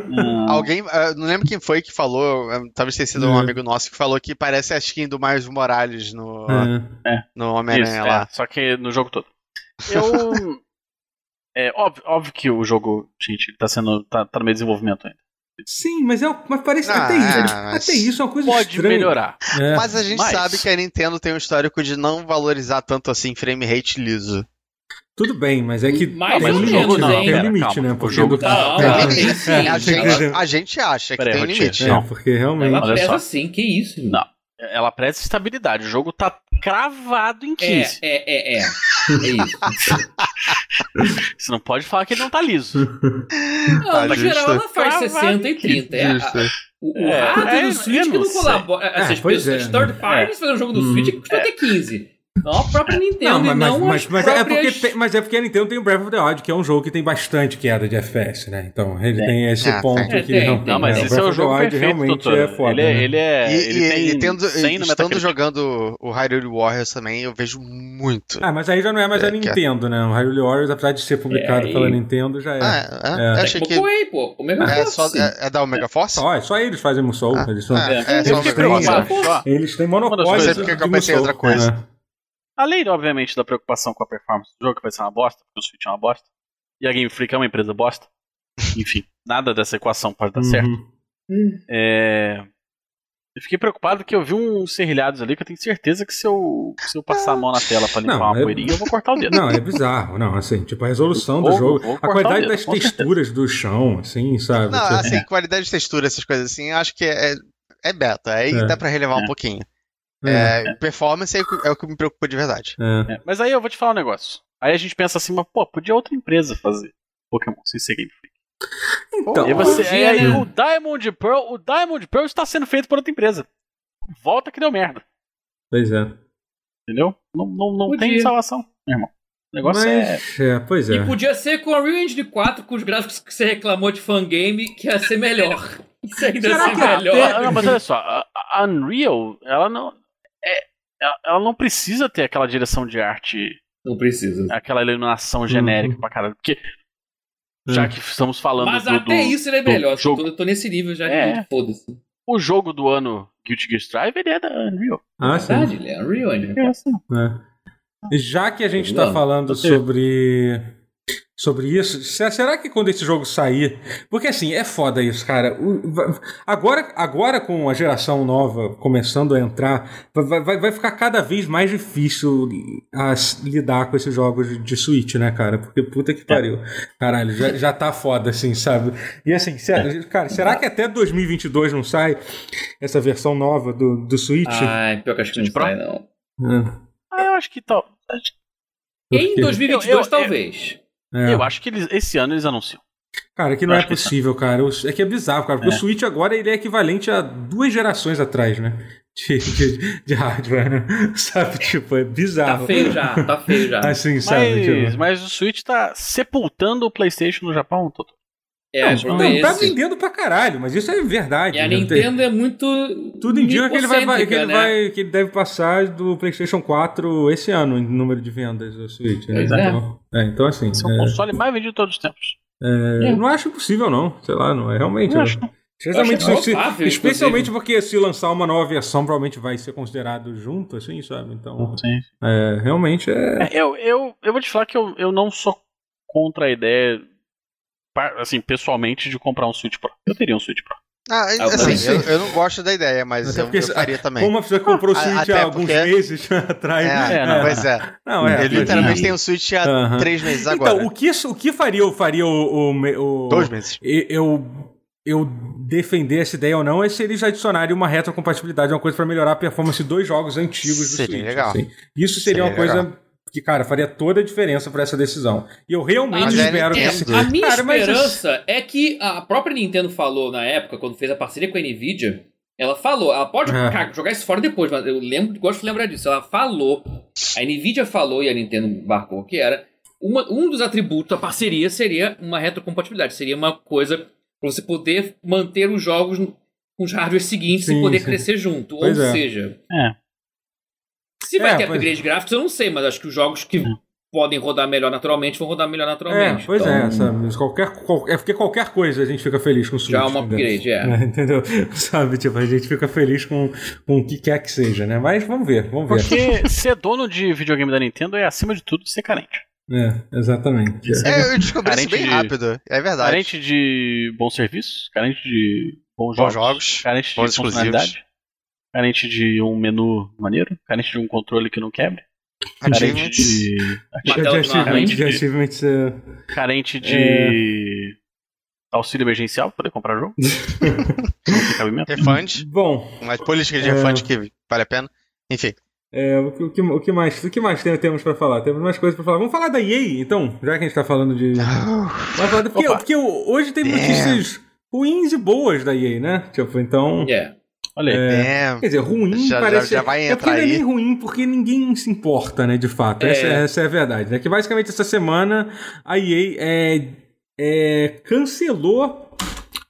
Speaker 3: Hum,
Speaker 4: Alguém. ah, Não lembro quem foi que falou. ah, Talvez tenha sido um
Speaker 1: Hum. É.
Speaker 4: amigo nosso que falou que parece a skin do Miles Morales no,
Speaker 1: É.
Speaker 4: no
Speaker 3: Isso,
Speaker 4: Homem-Aranha
Speaker 3: é,
Speaker 4: lá.
Speaker 3: só que no jogo todo. Eu. é óbvio, óbvio que o jogo, gente, ele tá sendo. tá, tá no meio de desenvolvimento ainda.
Speaker 1: Sim, mas, é, mas parece
Speaker 4: Ah,
Speaker 1: até isso. eles-
Speaker 4: mas-
Speaker 1: Até isso é uma coisa
Speaker 3: Pode
Speaker 1: estranha.
Speaker 3: melhorar.
Speaker 1: É.
Speaker 4: Mas a gente
Speaker 3: Mas-
Speaker 4: sabe que a Nintendo tem um histórico de não valorizar tanto assim frame rate liso.
Speaker 1: Tudo bem, mas é que
Speaker 2: Mais
Speaker 1: tem
Speaker 2: ou
Speaker 1: um
Speaker 2: menos,
Speaker 1: limite, né?
Speaker 2: hein?
Speaker 1: Tem um
Speaker 3: Pera,
Speaker 1: limite,
Speaker 3: calma,
Speaker 1: né?
Speaker 3: o
Speaker 1: Porque
Speaker 3: jogo tá
Speaker 1: do-
Speaker 2: Não,
Speaker 1: É,
Speaker 2: não,
Speaker 4: Tem
Speaker 2: tem sim.
Speaker 4: A gente,
Speaker 2: Ela,
Speaker 4: a gente acha que
Speaker 3: Peraí,
Speaker 4: tem um
Speaker 3: Rotinha.
Speaker 4: limite.
Speaker 1: é, porque realmente.
Speaker 2: ela
Speaker 3: Olha
Speaker 2: pesa
Speaker 3: só.
Speaker 2: sim, assim, que isso.
Speaker 3: Não, Ela presta estabilidade. O jogo tá cravado em
Speaker 2: É,
Speaker 3: 15.
Speaker 2: é, é, é. É isso.
Speaker 3: Você não pode falar que ele não tá liso.
Speaker 2: Não, no
Speaker 4: justo.
Speaker 2: geral ela faz
Speaker 3: Cravado
Speaker 2: 60 e 30. É,
Speaker 4: Justo.
Speaker 2: a- o, o
Speaker 3: É,
Speaker 2: rato
Speaker 3: é,
Speaker 2: do
Speaker 3: eu
Speaker 2: Switch que
Speaker 3: não
Speaker 2: não
Speaker 3: sei.
Speaker 2: colabora. Essas
Speaker 1: pois
Speaker 2: pessoas,
Speaker 1: é, né?
Speaker 2: third parties, fazendo jogo do
Speaker 1: Hum.
Speaker 2: Switch, que custou até 15. Não a própria Nintendo
Speaker 1: Não, mas,
Speaker 2: e
Speaker 1: mas,
Speaker 2: não
Speaker 1: mas,
Speaker 2: as
Speaker 1: mas é
Speaker 2: próprias...
Speaker 1: porque tem- mas é porque a Nintendo tem o Breath of the Wild, que é um jogo que tem bastante queda de FPS, né? Então ele
Speaker 3: Tem.
Speaker 1: tem esse
Speaker 4: Ah,
Speaker 1: ponto
Speaker 2: tem.
Speaker 1: que
Speaker 2: É, tem,
Speaker 1: não
Speaker 2: tem.
Speaker 3: Não, mas
Speaker 2: É,
Speaker 1: né?
Speaker 3: esse é
Speaker 1: Breath
Speaker 3: o
Speaker 1: of the
Speaker 3: jogo
Speaker 1: Wild
Speaker 3: perfeito,
Speaker 1: realmente
Speaker 3: doutor.
Speaker 1: é foda.
Speaker 3: ele, é-
Speaker 1: né?
Speaker 3: ele é.
Speaker 4: E,
Speaker 3: ele tem
Speaker 4: e, e tendo,
Speaker 3: 100 no
Speaker 4: estando
Speaker 3: Metacritic.
Speaker 4: jogando o Hyrule Warriors também, eu vejo muito.
Speaker 1: Ah, mas aí já não é mais
Speaker 4: É,
Speaker 1: a Nintendo, né? O Hyrule Warriors, apesar de ser publicado
Speaker 2: É, e-
Speaker 1: pela Nintendo, já é.
Speaker 4: Ah, é,
Speaker 1: É.
Speaker 4: Eu
Speaker 2: Tem
Speaker 4: achei que.
Speaker 2: pouco aí, pô. Como é que
Speaker 4: É,
Speaker 2: eu
Speaker 4: só,
Speaker 2: faço?
Speaker 4: é, é da Omega Force?
Speaker 1: Só, só eles fazem Musou.
Speaker 4: Ah,
Speaker 1: eles, são-
Speaker 4: é, é
Speaker 1: eles
Speaker 4: só Omega
Speaker 1: têm-
Speaker 4: Force.
Speaker 1: Nossa.
Speaker 3: Só.
Speaker 1: eles têm monopólio.
Speaker 3: Uma das
Speaker 4: coisas que eu
Speaker 1: de
Speaker 4: pensei é outra
Speaker 1: Musou,
Speaker 4: coisa.
Speaker 1: né?
Speaker 3: Além, obviamente, da preocupação com a performance do jogo, que vai ser uma bosta, porque o Switch é uma bosta. E a Game Freak é uma empresa bosta. Enfim, nada dessa equação pode dar
Speaker 1: Uhum.
Speaker 3: Tá certo. É, Eu fiquei preocupado que eu vi uns serrilhados ali que eu tenho certeza que se eu, se eu passar a mão na tela pra limpar
Speaker 1: Não,
Speaker 3: uma
Speaker 1: é-
Speaker 3: poeirinha, eu vou cortar o dedo.
Speaker 1: Não, é bizarro. Não, assim, tipo, a resolução do
Speaker 3: Vou-
Speaker 1: jogo,
Speaker 3: vou
Speaker 1: a
Speaker 3: cortar o
Speaker 1: qualidade
Speaker 3: dedo,
Speaker 1: das
Speaker 3: com certeza.
Speaker 1: texturas do chão, assim, sabe?
Speaker 4: Não,
Speaker 1: Tipo,
Speaker 4: assim, qualidade de textura, essas coisas assim, eu acho que é, é beta. Aí
Speaker 1: É.
Speaker 4: dá pra relevar
Speaker 3: É.
Speaker 4: um pouquinho.
Speaker 1: é,
Speaker 4: É, Performance é o que- é o que me preocupa de verdade.
Speaker 1: é.
Speaker 3: É, Mas aí eu vou te falar um negócio. Aí a gente pensa assim, mas pô, podia outra empresa fazer Pokémon sem ser Game Freak.
Speaker 1: Então,
Speaker 3: E você,
Speaker 2: Podia,
Speaker 3: aí,
Speaker 2: né?
Speaker 3: o Diamond Pearl, o Diamond Pearl está sendo feito por outra empresa. Volta que deu merda.
Speaker 1: pois é.
Speaker 3: Entendeu? Não, não, não tem
Speaker 2: Podia.
Speaker 3: salvação, meu irmão. O negócio é.
Speaker 1: Mas, é... pois é.
Speaker 2: E podia ser com a Real Engine 4, com os gráficos que você reclamou de fangame, que ia ser melhor. Isso ainda ia
Speaker 1: Será
Speaker 2: ser
Speaker 1: que é
Speaker 2: melhor.
Speaker 3: Ah, não, mas olha só, a, a Unreal, ela não. é- ela- ela não precisa ter aquela direção de arte
Speaker 2: Não precisa.
Speaker 3: aquela iluminação genérica
Speaker 1: Uhum.
Speaker 3: pra caralho. Porque,
Speaker 1: É.
Speaker 3: já que estamos falando
Speaker 2: Mas
Speaker 3: do, do-
Speaker 2: até isso ele é
Speaker 3: do
Speaker 2: melhor. Eu
Speaker 3: jogo.
Speaker 2: tô, eu tô nesse nível já
Speaker 3: É.
Speaker 2: de foda-se.
Speaker 3: o jogo do ano Guilty Gear Strive, ele é da Unreal.
Speaker 1: Ah, sim.
Speaker 2: Verdade, ele é Unreal Engine.
Speaker 3: É assim.
Speaker 1: É. Já que a gente está
Speaker 2: Vamos lá.
Speaker 1: falando
Speaker 3: Você-
Speaker 1: sobre sobre isso, se- será que quando esse jogo sair, porque assim é foda isso, cara. O- va- Agora, agora com a geração nova começando a entrar, va- va- vai, vai ficar cada vez mais difícil a s- lidar com esses jogos de- de Switch, né, cara? Porque puta que pariu, caralho, já, já tá foda assim, sabe? E assim, se- cara, será que até 2022 não sai essa versão nova do, do Switch?
Speaker 2: Ai, pior que acho que não
Speaker 3: Pro?
Speaker 2: sai, não.
Speaker 1: É.
Speaker 3: Ah, eu acho que tal.
Speaker 2: Em
Speaker 1: Porque-
Speaker 2: 2022,
Speaker 3: Eu- eu- eu-
Speaker 2: talvez.
Speaker 1: É.
Speaker 3: Eu acho que eles, esse ano eles anunciam.
Speaker 1: Cara, que não
Speaker 3: Eu
Speaker 1: é
Speaker 3: acho que tá.
Speaker 1: possível, cara. Os- É que é bizarro, cara. Porque
Speaker 3: É.
Speaker 1: o Switch agora ele é equivalente a duas gerações atrás, né? De, de, de hardware, né? Sabe? Tipo, é
Speaker 2: Tá
Speaker 1: bizarro.
Speaker 2: feio já, tá feio já.
Speaker 1: Assim, sabe?
Speaker 3: Mas,
Speaker 1: Tipo...
Speaker 3: mas o Switch tá sepultando o PlayStation no Japão, Toto.
Speaker 2: É,
Speaker 3: Não,
Speaker 2: o problema é
Speaker 1: Não, tá
Speaker 2: esse.
Speaker 1: vendendo pra caralho, mas isso é verdade.
Speaker 2: E a
Speaker 1: não tem-
Speaker 2: Nintendo é muito.
Speaker 1: Tudo indica que ele, vai, vai- que, ele
Speaker 2: né?
Speaker 1: vai, que ele deve passar do PlayStation 4 esse ano em número de vendas do Switch. Né?
Speaker 2: Pois é. um
Speaker 1: Então, é, então, assim.
Speaker 3: Esse é o
Speaker 1: é,
Speaker 3: console mais vendido de todos os tempos.
Speaker 1: é, não acho impossível, não. Sei lá, não é realmente.
Speaker 3: Eu acho
Speaker 1: Especialmente,
Speaker 2: Eu acho é
Speaker 1: se- se-
Speaker 2: provável,
Speaker 1: especialmente porque se lançar uma nova versão, provavelmente vai ser considerado junto, assim, sabe? Então, é, realmente é.
Speaker 3: É, Eu, eu, eu vou te falar que eu, eu não sou contra a ideia, pa- assim, pessoalmente, de comprar um Switch Pro. Eu teria um Switch Pro.
Speaker 4: Ah,
Speaker 2: Ah,
Speaker 4: assim,
Speaker 1: mas-
Speaker 4: eu, eu não gosto da ideia, mas
Speaker 1: Até
Speaker 4: eu,
Speaker 1: porque
Speaker 4: eu
Speaker 1: se-
Speaker 4: faria também.
Speaker 1: Como uma pessoa que comprou o
Speaker 4: A-
Speaker 1: Switch
Speaker 4: Ah, até
Speaker 1: há alguns
Speaker 4: porque-
Speaker 1: meses atrás.
Speaker 4: É,
Speaker 3: É, não,
Speaker 4: pois é.
Speaker 1: Não, é.
Speaker 4: Ele
Speaker 1: pois é.
Speaker 4: literalmente tem o Switch há
Speaker 1: Aham.
Speaker 4: três meses
Speaker 1: Então,
Speaker 4: agora.
Speaker 1: o que, isso- o que faria, eu faria o. o, me- o-
Speaker 4: Dois meses.
Speaker 1: e- eu, eu defender essa ideia ou não é se eles adicionarem uma retrocompatibilidade, uma coisa pra melhorar a performance de dois jogos antigos do
Speaker 4: Seria
Speaker 1: Switch.
Speaker 4: legal.
Speaker 1: assim. Isso seria,
Speaker 4: Seria
Speaker 1: uma coisa
Speaker 4: legal.
Speaker 1: que, cara, faria toda a diferença pra essa decisão. E eu realmente
Speaker 2: Mas
Speaker 4: é
Speaker 1: espero que.
Speaker 4: Nintendo.
Speaker 1: esse-
Speaker 2: A minha
Speaker 1: Cara, mas
Speaker 2: esperança é que a própria Nintendo falou na época, quando fez a parceria com a Nvidia, ela falou, ela pode
Speaker 1: É.
Speaker 2: cara, jogar isso fora depois, mas eu lembro, gosto de lembrar disso. Ela falou, a Nvidia falou e a Nintendo embarcou que era uma- um dos atributos da parceria seria uma retrocompatibilidade, seria uma coisa pra você poder manter os jogos com os hardwares seguintes
Speaker 1: Sim,
Speaker 2: e poder
Speaker 1: sim.
Speaker 2: crescer junto.
Speaker 1: Pois
Speaker 2: Ou
Speaker 1: é.
Speaker 2: seja,
Speaker 3: É.
Speaker 2: se vai
Speaker 1: É,
Speaker 2: ter
Speaker 1: pois-
Speaker 2: upgrade gráfico, eu não sei, mas acho que os jogos que podem rodar melhor naturalmente vão rodar melhor naturalmente.
Speaker 1: É, pois
Speaker 2: Então,
Speaker 1: é, sabe? Qualquer, qual- é porque qualquer coisa a gente fica feliz com o Switch.
Speaker 2: Já é um
Speaker 1: entendeu?
Speaker 2: upgrade, é.
Speaker 1: É, entendeu? Sabe, tipo, a gente fica feliz com, com o que quer que seja, né? Mas vamos ver, vamos ver.
Speaker 3: Porque ser dono de videogame da Nintendo é, acima de tudo, ser carente.
Speaker 1: É, exatamente. É.
Speaker 4: É, eu descobri isso
Speaker 3: Carente
Speaker 4: bem
Speaker 3: de-
Speaker 4: rápido. É verdade.
Speaker 3: Carente de bom serviço, carente de bons jogos,
Speaker 4: Bons jogos.
Speaker 3: carente
Speaker 4: bons
Speaker 3: de
Speaker 4: exclusivos.
Speaker 3: funcionalidade, carente de um menu maneiro, carente de um controle que não quebre, carente
Speaker 4: achievements.
Speaker 3: de...
Speaker 1: Já-
Speaker 2: Martelo
Speaker 1: já
Speaker 2: na
Speaker 1: tive-
Speaker 3: frente.
Speaker 1: já tive muitos, é,
Speaker 3: carente de... auxílio emergencial pra poder comprar jogo. não tem cabimento.
Speaker 4: Refund.
Speaker 1: Bom,
Speaker 4: Uma política de
Speaker 1: É.
Speaker 4: refund que vale a pena. Enfim.
Speaker 1: É, o, que, o que- o que mais, o que mais tem- temos pra falar? Temos mais coisas pra falar. Vamos falar da EA, então, já que a gente tá falando de. Vamos falar da- porque,
Speaker 3: Opa.
Speaker 1: porque hoje tem
Speaker 2: É.
Speaker 4: Damn.
Speaker 1: notícias ruins e boas da EA, né? Tipo, então.
Speaker 2: É.
Speaker 3: Olha aí.
Speaker 4: É.
Speaker 1: Quer dizer, ruim
Speaker 4: Já- já-
Speaker 1: parece.
Speaker 4: já vai
Speaker 1: é porque
Speaker 4: entrar
Speaker 1: não é
Speaker 4: aí.
Speaker 1: nem ruim, porque ninguém se importa, né? De fato. Essa,
Speaker 2: É.
Speaker 1: essa é a verdade. Né? Que basicamente essa semana a EA é, é, cancelou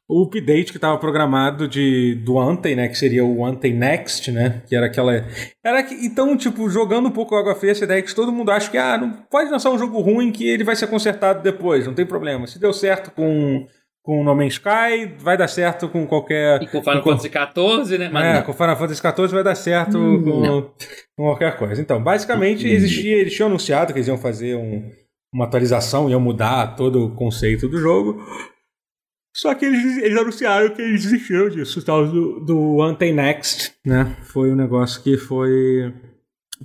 Speaker 1: o update que estava programado de, do Anthem, né? Que seria o Anthem Next, né? Que era aquela. Era que, então, tipo, jogando um pouco água fria essa ideia que todo mundo acha que ah, não pode lançar um jogo ruim que ele vai ser consertado depois, não tem problema. Se deu certo com. Com No Man's Sky, vai dar certo com qualquer
Speaker 2: E com Final Fantasy XIV, né? Mas
Speaker 1: é,
Speaker 2: não.
Speaker 1: com Final Fantasy XIV vai dar certo com, com qualquer coisa. Então, basicamente, existia, eles tinham anunciado que eles iam fazer um- uma atualização, iam mudar todo o conceito do jogo. Só que eles, eles anunciaram que eles desistiram disso, tal, do, do Anthem Next, né? Foi um negócio que foi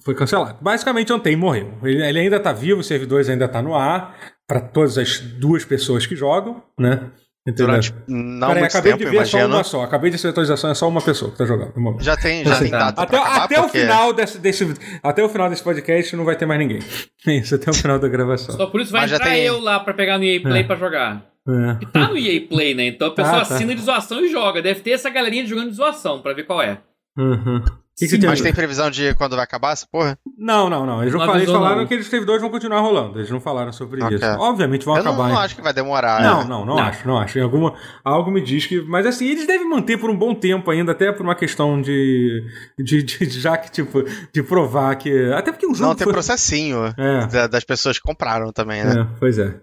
Speaker 1: foi cancelado. Basicamente, Anthem morreu. Ele, ele ainda tá vivo, os servidores ainda tá no ar, para todas as duas pessoas que jogam, né? Entendeu?
Speaker 4: Durante não
Speaker 1: Cara, eu
Speaker 4: muito
Speaker 1: acabei de
Speaker 4: tempo,
Speaker 1: ver só
Speaker 4: imagino.
Speaker 1: uma só. Acabei de ser atualização, é só uma pessoa que tá jogando no momento.
Speaker 4: Já tem, já
Speaker 1: Assim,
Speaker 4: tem data
Speaker 1: Até,
Speaker 4: pra acabar,
Speaker 1: até
Speaker 4: porque-
Speaker 1: o final desse, desse- até o final desse podcast não vai ter mais ninguém. Isso, até o final da gravação.
Speaker 2: Só por isso vai
Speaker 4: Mas já
Speaker 2: entrar
Speaker 4: tem-
Speaker 2: eu lá pra pegar no EA Play pra jogar.
Speaker 1: É.
Speaker 2: Que tá no EA Play, né? Então a pessoa
Speaker 1: Tá, tá.
Speaker 2: assina de zoação e joga. Deve ter essa galerinha jogando de zoação pra ver qual é.
Speaker 1: Uhum. que, que você
Speaker 2: Sim,
Speaker 1: tem?
Speaker 4: Mas tem previsão de quando vai acabar essa porra?
Speaker 1: Não, não, não. Eles, não
Speaker 2: Não
Speaker 1: falaram, eles
Speaker 2: avisou,
Speaker 1: falaram
Speaker 2: não.
Speaker 1: que eles teve dois vão continuar rolando. Eles não falaram sobre
Speaker 4: Ok.
Speaker 1: isso. Obviamente vão
Speaker 4: eu não,
Speaker 1: acabar.
Speaker 4: não
Speaker 1: hein?
Speaker 4: acho que vai demorar.
Speaker 1: Não,
Speaker 4: né?
Speaker 1: não, não,
Speaker 2: Não.
Speaker 1: acho, não acho. Em alguma, algo me diz que. Mas assim, eles devem manter por um bom tempo ainda, até por uma questão de. de, de- de- já que, tipo, de provar que. Até porque o jogo.
Speaker 4: Não tem
Speaker 1: foi...
Speaker 4: processinho
Speaker 1: É,
Speaker 4: da- das pessoas que compraram também, né?
Speaker 1: é, pois é.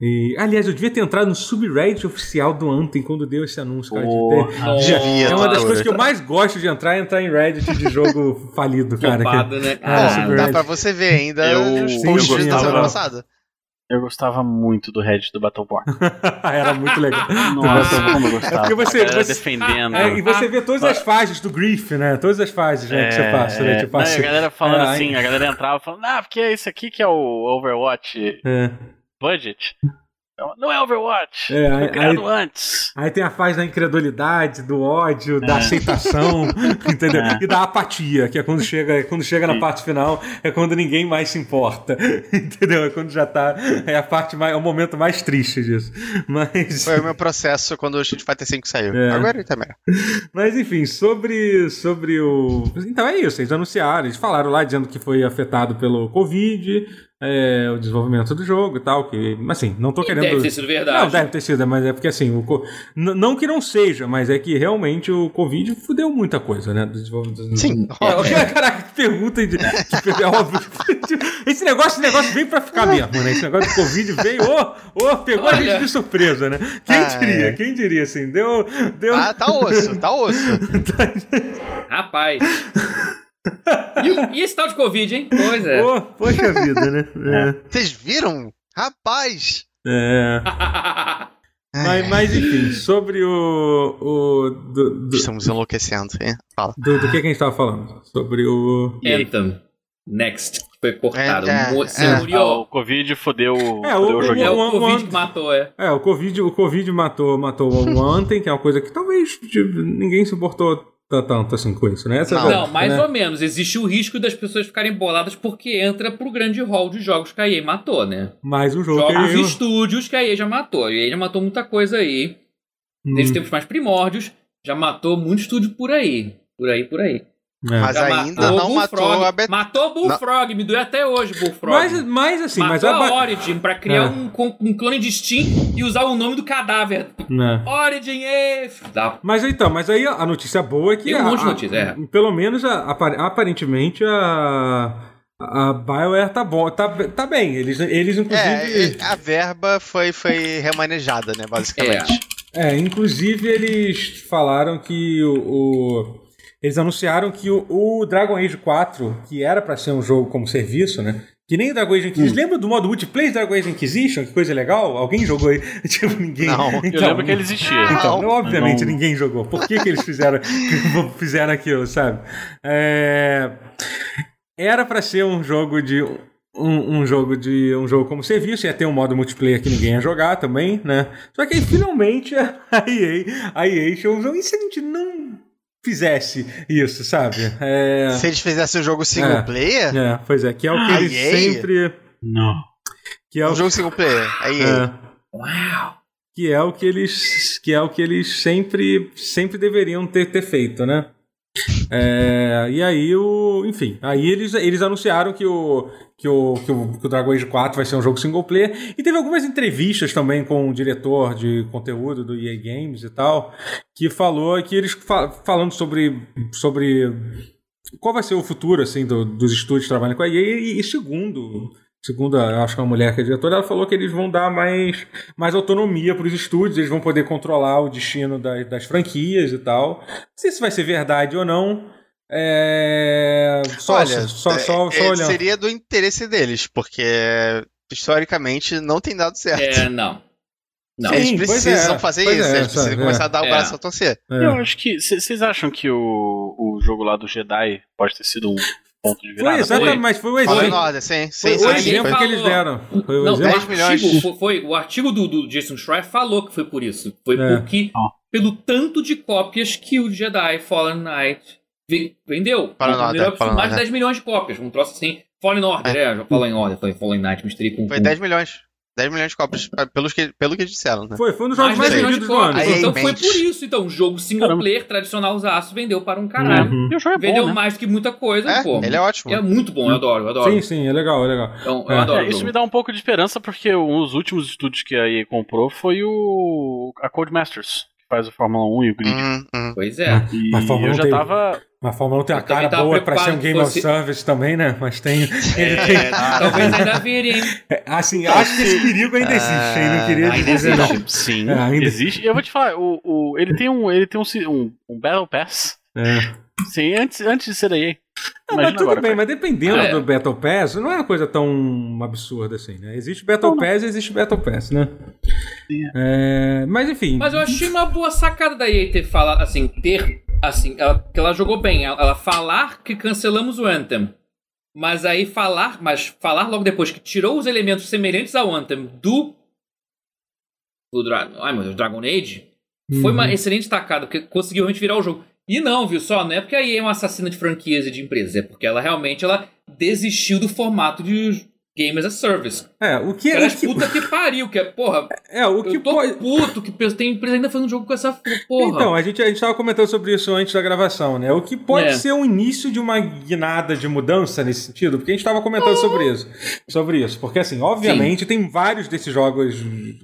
Speaker 1: E, aliás, eu devia ter entrado no subreddit oficial do Anthem quando deu esse anúncio, cara. Tipo,
Speaker 4: Devia,
Speaker 1: é uma das
Speaker 4: Adoro.
Speaker 1: coisas que
Speaker 3: né?
Speaker 1: eu mais gosto de entrar é entrar em Reddit de jogo falido, cara. que-
Speaker 2: Flopado, né?
Speaker 1: Ah,
Speaker 2: cara?
Speaker 1: super-
Speaker 4: Bom, dá
Speaker 1: verdade.
Speaker 4: pra você ver ainda
Speaker 3: Eu-
Speaker 4: os
Speaker 1: Sim,
Speaker 4: posts
Speaker 1: sim,
Speaker 4: da semana
Speaker 1: eu-
Speaker 4: passada.
Speaker 3: Eu gostava muito do Reddit do Battleborn.
Speaker 1: Era muito legal.
Speaker 3: Nossa, como eu gostava.
Speaker 1: É porque você-
Speaker 3: A galera
Speaker 1: você-
Speaker 3: defendendo.
Speaker 1: É, e você vê todas as fases do Griff, né? Todas as fases né, que você passa, né?
Speaker 3: é,
Speaker 1: Tipo,
Speaker 3: não, e
Speaker 1: assim,
Speaker 3: a galera falando
Speaker 1: é,
Speaker 3: assim, a galera entrava falando, ah, porque é esse aqui que é o Overwatch
Speaker 1: é.
Speaker 3: Budget. Eu, Não é Overwatch,
Speaker 1: É, aí-
Speaker 3: foi criado antes.
Speaker 1: Aí tem a fase da incredulidade, do ódio,
Speaker 2: É.
Speaker 1: da aceitação, entendeu?
Speaker 3: É.
Speaker 1: E da apatia, que é quando chega, é quando chega na parte final, é quando ninguém mais se importa, entendeu? É quando já tá, é a parte mais, é o momento mais triste disso. Mas,
Speaker 4: Foi o meu processo quando o Street Fighter V saiu.
Speaker 1: É.
Speaker 4: Agora ele também.
Speaker 1: mas enfim, sobre, sobre o, então é isso. Eles anunciaram, eles falaram lá dizendo que foi afetado pelo Covid, é, o desenvolvimento do jogo e tal, que, mas, assim, não tô
Speaker 2: E
Speaker 1: querendo.
Speaker 2: Deve ter sido
Speaker 1: Não,
Speaker 2: verdade.
Speaker 1: deve ter sido, mas é porque assim, o co- N- não que não seja, mas é que realmente o Covid fudeu muita coisa, né? do desenvolvimento do-
Speaker 4: Sim.
Speaker 1: É, Caraca, que pergunta de, de- é óbvio. Esse negócio, esse negócio veio pra ficar mesmo, né? Esse negócio do Covid veio, ô, ô, pegou a gente
Speaker 2: Olha.
Speaker 1: de surpresa, né? Quem
Speaker 4: Ah,
Speaker 1: diria,
Speaker 4: é.
Speaker 1: quem diria assim? Deu. deu...
Speaker 4: Ah, tá osso, tá osso.
Speaker 2: Rapaz. E, o- e esse tal de Covid, hein? Pois é.
Speaker 1: Ô, poxa vida, né?
Speaker 4: Vocês viram? Rapaz!
Speaker 1: É. É. Mas, mas, enfim, sobre o. o do, do,
Speaker 4: Estamos enlouquecendo, hein? Fala.
Speaker 1: do, do que, que a gente tava falando? Sobre o.
Speaker 2: Anthem. Então, Next. Foi cortado.
Speaker 4: É, é,
Speaker 2: Mo-
Speaker 4: é.
Speaker 2: Se
Speaker 3: Ah, o
Speaker 2: muriou.
Speaker 3: Covid fodeu,
Speaker 1: É,
Speaker 3: fodeu
Speaker 1: o-
Speaker 3: o
Speaker 1: o-
Speaker 2: É
Speaker 3: joguinho.
Speaker 2: o
Speaker 1: um-
Speaker 2: Covid
Speaker 1: um-
Speaker 2: que matou, é.
Speaker 1: É, o Covid, o COVID matou, matou o ontem, que é uma coisa que talvez tipo, ninguém se importou t- tanto assim com isso, né? Essa é a
Speaker 4: Não,
Speaker 2: Não,
Speaker 1: verdade,
Speaker 2: mais
Speaker 1: né?
Speaker 2: ou menos. Existe o risco das pessoas ficarem boladas porque entra pro grande hall de jogos que a EA matou, né?
Speaker 1: Mais um jogo que
Speaker 2: Jogos
Speaker 1: eu...
Speaker 2: de estúdios que a EA já matou. A EA já matou muita coisa aí. Desde
Speaker 1: Hum.
Speaker 2: tempos mais primórdios, já matou muito estúdio por aí. Por aí, por aí.
Speaker 1: é.
Speaker 4: Mas
Speaker 2: Já
Speaker 4: ainda
Speaker 2: matou
Speaker 4: não
Speaker 2: Bullfrog.
Speaker 4: matou a Bet-
Speaker 2: Matou Bullfrog, me doeu até hoje Bullfrog.
Speaker 1: Mas, mas, assim,
Speaker 2: matou
Speaker 1: mas a...
Speaker 2: a
Speaker 1: ba-
Speaker 2: Origin pra
Speaker 1: É.
Speaker 2: criar um, con- um clone de Steam e usar o nome do cadáver.
Speaker 1: Né.
Speaker 2: Origin, eh, ê! Dá.
Speaker 1: Mas então, mas aí a notícia boa é que...
Speaker 2: Tem um
Speaker 1: a-
Speaker 2: monte de
Speaker 1: a-
Speaker 2: notícia, é.
Speaker 1: Pelo menos, a- apar- aparentemente, a... A BioWare tá bom, tá, be- tá bem. Eles, eles inclusive...
Speaker 4: É, a verba foi, foi remanejada, né, basicamente.
Speaker 1: É, inclusive eles falaram que o. o- eles anunciaram que o, o Dragon Age 4, que era pra ser um jogo como serviço, né? Que nem o Dragon Age Inquisition. Lembra do modo multiplayer do Dragon Age Inquisition? Que coisa legal? Alguém jogou aí? Tipo, ninguém.
Speaker 4: Não, eu
Speaker 1: Então,
Speaker 3: eu lembro que ele existia.
Speaker 1: Então,
Speaker 4: Não.
Speaker 1: obviamente
Speaker 3: Não.
Speaker 1: ninguém jogou. Por que, que eles fizeram, fizeram aquilo, sabe? É, Era pra ser um jogo de. Um, um jogo de um jogo como serviço, ia ter um modo multiplayer que ninguém ia jogar também, né? Só que aí finalmente a EA, a EA chegou, e se a gente não fizesse isso, sabe? É,
Speaker 4: Se eles fizessem um jogo single
Speaker 1: É.
Speaker 4: player,
Speaker 1: é, pois é, que é o que
Speaker 4: Ah,
Speaker 1: eles
Speaker 4: EA?
Speaker 1: sempre.
Speaker 3: Não.
Speaker 1: Que é o
Speaker 4: um jogo single player, aí
Speaker 1: é.
Speaker 2: Uau!
Speaker 1: que é o que eles que é o que eles sempre sempre deveriam ter, ter feito, né? É, e aí o enfim, aí eles, eles anunciaram que o que o, que o que o Dragon Age 4 vai ser um jogo single player e teve algumas entrevistas também com o diretor de conteúdo do EA Games e tal, que falou que eles fa- falando sobre sobre qual vai ser o futuro assim do- dos estúdios trabalhando com a EA e, e segundo segundo a- acho que uma mulher que é diretora ela falou que eles vão dar mais mais autonomia para os estúdios eles vão poder controlar o destino da- das franquias e tal não sei se vai ser verdade ou não é... só
Speaker 4: Olha,
Speaker 1: só
Speaker 4: é-
Speaker 1: só, só
Speaker 4: é-
Speaker 1: olhando
Speaker 4: seria do interesse deles, porque historicamente não tem dado certo.
Speaker 2: É, não. Não.
Speaker 1: Sim,
Speaker 4: Eles
Speaker 1: pois
Speaker 4: precisam
Speaker 1: é,
Speaker 4: fazer
Speaker 1: pois
Speaker 4: isso,
Speaker 1: é,
Speaker 4: eles precisam
Speaker 1: sabe,
Speaker 4: começar a dar o
Speaker 2: é.
Speaker 4: braço a torcer.
Speaker 1: É.
Speaker 3: Eu acho que. Vocês acham que o, o jogo lá do Jedi pode ter sido um ponto de
Speaker 1: foi
Speaker 3: virada?
Speaker 1: exatamente
Speaker 2: foi.
Speaker 1: mas foi o
Speaker 4: Fala
Speaker 1: exemplo
Speaker 4: em ordem, sim,
Speaker 1: foi
Speaker 4: sim,
Speaker 1: o
Speaker 2: Aí
Speaker 4: sim.
Speaker 1: exemplo
Speaker 2: ele
Speaker 1: que eles
Speaker 2: falou.
Speaker 1: deram foi o
Speaker 2: Não, o
Speaker 1: exemplo
Speaker 4: dez milhões.
Speaker 2: artigo, fo- foi, o artigo do, do Jason Schreier falou que foi por isso. Foi
Speaker 1: É.
Speaker 2: porque,
Speaker 3: Ó.
Speaker 2: pelo tanto de cópias que o Jedi Fallen Knight ve- vendeu. Então,
Speaker 4: Fallen Order,
Speaker 2: Vendeu
Speaker 4: Fallen
Speaker 2: mais de
Speaker 4: Order.
Speaker 2: é, 10 milhões de cópias, um troço assim. Fallen Order, é, Fallen Order, falei Fallen Knight, misturei com...
Speaker 4: Foi
Speaker 2: com-
Speaker 4: 10 milhões. 10 milhões de cópias, pelos que, pelo que disseram, né?
Speaker 1: Foi, foi um dos jogos mais,
Speaker 4: de
Speaker 1: vendidos do ano.
Speaker 4: Aí,
Speaker 1: Foi-
Speaker 2: então
Speaker 4: Aí,
Speaker 2: foi
Speaker 4: mente.
Speaker 2: por isso. Então, o jogo single
Speaker 3: Caramba.
Speaker 2: player tradicional aço vendeu para um caralho.
Speaker 1: Uhum.
Speaker 3: E o jogo é
Speaker 2: Vendeu
Speaker 3: bom, né?
Speaker 2: mais que muita coisa,
Speaker 4: É,
Speaker 2: pô.
Speaker 4: ele é ótimo.
Speaker 2: É muito bom, eu adoro, eu adoro.
Speaker 1: Sim, sim, é legal, é legal.
Speaker 2: Então, eu
Speaker 1: É.
Speaker 2: adoro.
Speaker 3: É,
Speaker 2: o
Speaker 3: isso
Speaker 2: jogo.
Speaker 3: me dá um pouco de esperança, porque um dos últimos estúdios que a EA comprou foi o a Codemasters, que faz o Fórmula 1 e o Grid.
Speaker 4: Hum, hum.
Speaker 2: Pois é.
Speaker 3: E
Speaker 1: Mas a Fórmula
Speaker 3: eu
Speaker 1: 1
Speaker 3: já
Speaker 1: tem-
Speaker 3: tava.
Speaker 1: Mas a Fórmula 1 tem uma
Speaker 2: Eu também
Speaker 1: cara
Speaker 2: tava
Speaker 1: boa pra ser um
Speaker 2: preocupado
Speaker 1: Game
Speaker 2: que
Speaker 1: of
Speaker 2: fosse-
Speaker 1: Service também, né? Mas tem. Ele tem...
Speaker 4: É, tá.
Speaker 2: Talvez ainda vire, hein?
Speaker 1: Assim, acho que esse perigo
Speaker 2: Ah,
Speaker 1: ainda existe, hein? Não queria
Speaker 4: Ah,
Speaker 1: te
Speaker 4: ainda
Speaker 1: dizer, não.
Speaker 3: Sim,
Speaker 1: É, ainda-
Speaker 3: existe. E eu vou te falar, o, o, ele tem um. Ele tem um, si- um, um Battle Pass.
Speaker 1: É.
Speaker 3: Sim, antes, antes de ser a EA.
Speaker 1: Não, mas
Speaker 3: Imagina
Speaker 1: Ah, tudo
Speaker 3: agora.
Speaker 1: bem, mas dependendo
Speaker 2: Ah, é.
Speaker 1: do Battle Pass, não é uma coisa tão absurda assim, né? Existe o Battle Pass e existe o Battle Pass, né? É, mas enfim.
Speaker 2: Mas eu achei uma boa sacada da EA ter falado, assim, ter, assim, ela, que ela jogou bem. Ela, ela falar que cancelamos o Anthem. Mas aí falar, mas falar logo depois que tirou os elementos semelhantes ao Anthem do. do Dra Ai, meu Deus, Dragon Age. Foi uma excelente tacada, porque conseguiu realmente virar o jogo. E não, viu só, não é porque a EA é uma assassina de franquias e de empresa, é porque ela realmente ela desistiu do formato de Game as a Service.
Speaker 1: É, o que,
Speaker 2: Cara,
Speaker 1: o que,
Speaker 2: puta que pariu, que é, porra,
Speaker 1: é, o que
Speaker 2: eu tô
Speaker 1: pode.
Speaker 2: puto que pensa- tem empresa ainda fazendo jogo com essa porra.
Speaker 1: Então, a gente, a gente tava comentando sobre isso antes da gravação, né? O que pode
Speaker 2: É.
Speaker 1: ser o início de uma guinada de mudança nesse sentido, porque a gente tava comentando sobre isso. Sobre isso. Porque, assim, obviamente, tem vários desses jogos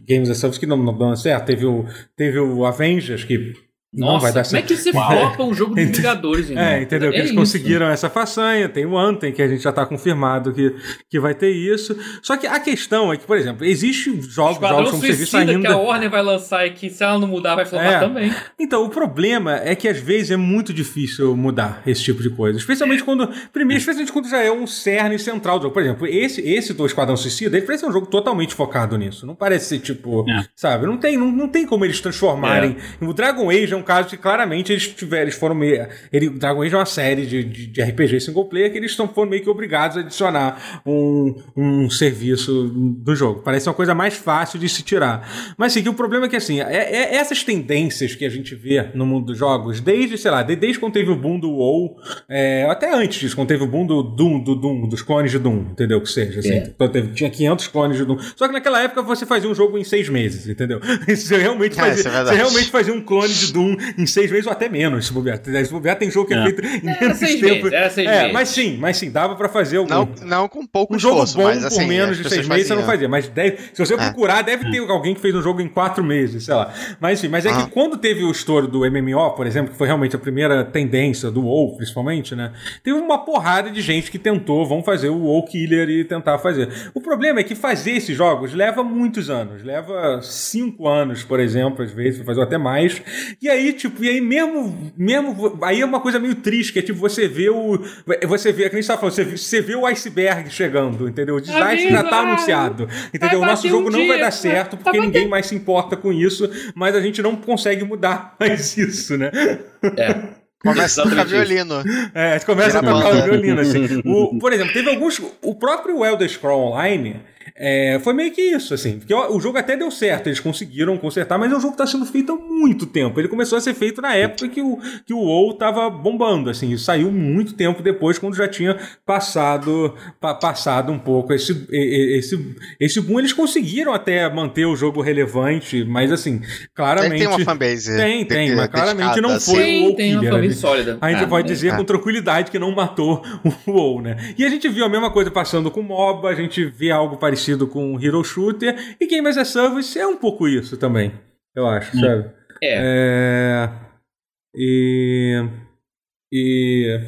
Speaker 1: Games as Service que não, não dão certo. Teve o, teve o Avengers, que
Speaker 2: Nossa,
Speaker 1: não vai dar
Speaker 2: como é
Speaker 1: certo.
Speaker 2: que você flopa um jogo de
Speaker 1: Ent-
Speaker 2: Vingadores, irmão?
Speaker 1: É, entendeu? Que eles
Speaker 2: isso.
Speaker 1: conseguiram essa façanha. Tem o Anthem, que a gente já tá confirmado que, que vai ter isso. Só que a questão é que, por exemplo, existe jogos,
Speaker 2: Esquadrão
Speaker 1: jogos como serviço
Speaker 2: Suicida que é a
Speaker 1: ainda.
Speaker 2: Warner vai lançar e que se ela não mudar vai flopar
Speaker 1: É.
Speaker 2: também.
Speaker 1: Então, o problema é que às vezes é muito difícil mudar esse tipo de coisa. Especialmente quando. Primeiro, especialmente quando já é um cerne central do jogo. Por exemplo, esse, esse do Esquadrão Suicida, ele parece um jogo totalmente focado nisso. Não parece ser tipo.
Speaker 3: É.
Speaker 1: Sabe? Não tem, não, não tem como eles transformarem. O Dragon Age é um caso que claramente eles tiveram. Eles foram meio. Ele, o Dragon Age é uma série de, de, de RPG single player que eles estão foram meio que obrigados a adicionar um, um serviço do jogo. Parece uma coisa mais fácil de se tirar. Mas sim, que o problema é que assim, é- é- essas tendências que a gente vê no mundo dos jogos, desde, sei lá, de- desde quando teve o boom do WoW, é, até antes disso, quando teve o boom do Doom, do Doom, dos clones de Doom, entendeu? Que seja, assim,
Speaker 2: É.
Speaker 1: então teve- tinha 500 clones de Doom. Só que naquela época você fazia um jogo em seis meses, entendeu? Você realmente
Speaker 4: É,
Speaker 1: fazia,
Speaker 4: isso é verdade.
Speaker 1: você realmente fazia um clone de Doom em seis meses ou até menos, se bobear. Se bobear tem jogo que é,
Speaker 3: É.
Speaker 1: feito em
Speaker 2: Era
Speaker 1: menos
Speaker 2: seis
Speaker 1: tempo.
Speaker 2: meses, era seis
Speaker 1: é,
Speaker 2: meses.
Speaker 1: mas sim, mas sim, dava pra fazer algum.
Speaker 4: Não, não com pouco
Speaker 1: Um jogo
Speaker 4: esforço,
Speaker 1: bom
Speaker 4: mas assim.
Speaker 1: por menos
Speaker 4: as
Speaker 1: de
Speaker 4: pessoas
Speaker 1: seis meses você não
Speaker 4: faziam.
Speaker 1: fazia. Mas deve- se você
Speaker 4: É.
Speaker 1: procurar, deve ter alguém que fez um jogo em quatro meses, sei lá. Mas enfim, mas é
Speaker 4: Ah.
Speaker 1: que quando teve o estouro do MMO, por exemplo, que foi realmente a primeira tendência do WoW, principalmente, né? Teve uma porrada de gente que tentou, vão fazer o WoW Killer e tentar fazer. O problema é que fazer esses jogos leva muitos anos. Leva cinco anos, por exemplo, às vezes, pra fazer ou até mais. E aí, tipo, e aí mesmo, mesmo, aí é uma coisa meio triste, que é tipo, você vê o, você vê, é que nem você tá falando, você vê, você vê o iceberg chegando, entendeu? O desastre já tá
Speaker 2: Avisa!
Speaker 1: anunciado, entendeu? O
Speaker 2: Vai
Speaker 1: nosso
Speaker 2: bater
Speaker 1: jogo
Speaker 2: um
Speaker 1: não vai
Speaker 2: dia,
Speaker 1: dar
Speaker 2: vai-
Speaker 1: certo,
Speaker 2: tá
Speaker 1: porque
Speaker 2: batendo.
Speaker 1: ninguém mais se importa com isso, mas a gente não consegue mudar mais isso, né?
Speaker 2: É.
Speaker 4: Começa a
Speaker 2: Exatamente
Speaker 4: tocar
Speaker 2: isso.
Speaker 4: violino.
Speaker 1: É, você começa a
Speaker 4: Vira
Speaker 1: tocar o
Speaker 4: banda.
Speaker 1: violino, assim. O, por exemplo, teve alguns. O próprio Elder Scroll Online é, foi meio que isso, assim. Porque o, o jogo até deu certo, eles conseguiram consertar, mas é um jogo que está sendo feito há muito tempo. Ele começou a ser feito na época que o, que o WoW tava bombando, assim. E saiu muito tempo depois, quando já tinha passado, pa- passado um pouco esse, e- e- esse, esse boom. Eles conseguiram até manter o jogo relevante, mas, assim,
Speaker 4: Ele
Speaker 1: claramente.
Speaker 4: tem uma fanbase.
Speaker 1: Tem, tem,
Speaker 4: de-
Speaker 1: mas claramente não
Speaker 4: dedicada,
Speaker 1: foi
Speaker 4: assim.
Speaker 1: o
Speaker 2: Tem,
Speaker 1: WoW
Speaker 2: tem uma
Speaker 1: Killer,
Speaker 2: família
Speaker 1: né?
Speaker 2: sólida.
Speaker 1: A gente
Speaker 2: Ah,
Speaker 1: pode
Speaker 2: é.
Speaker 1: dizer
Speaker 4: é.
Speaker 1: com tranquilidade que não matou o WoW, né? E a gente viu a mesma coisa passando com MOBA, a gente vê algo parecido com um Hero Shooter, e Game as a Service é um pouco isso também, eu acho,
Speaker 3: Sim.
Speaker 1: sabe?
Speaker 2: É.
Speaker 1: É... E... E...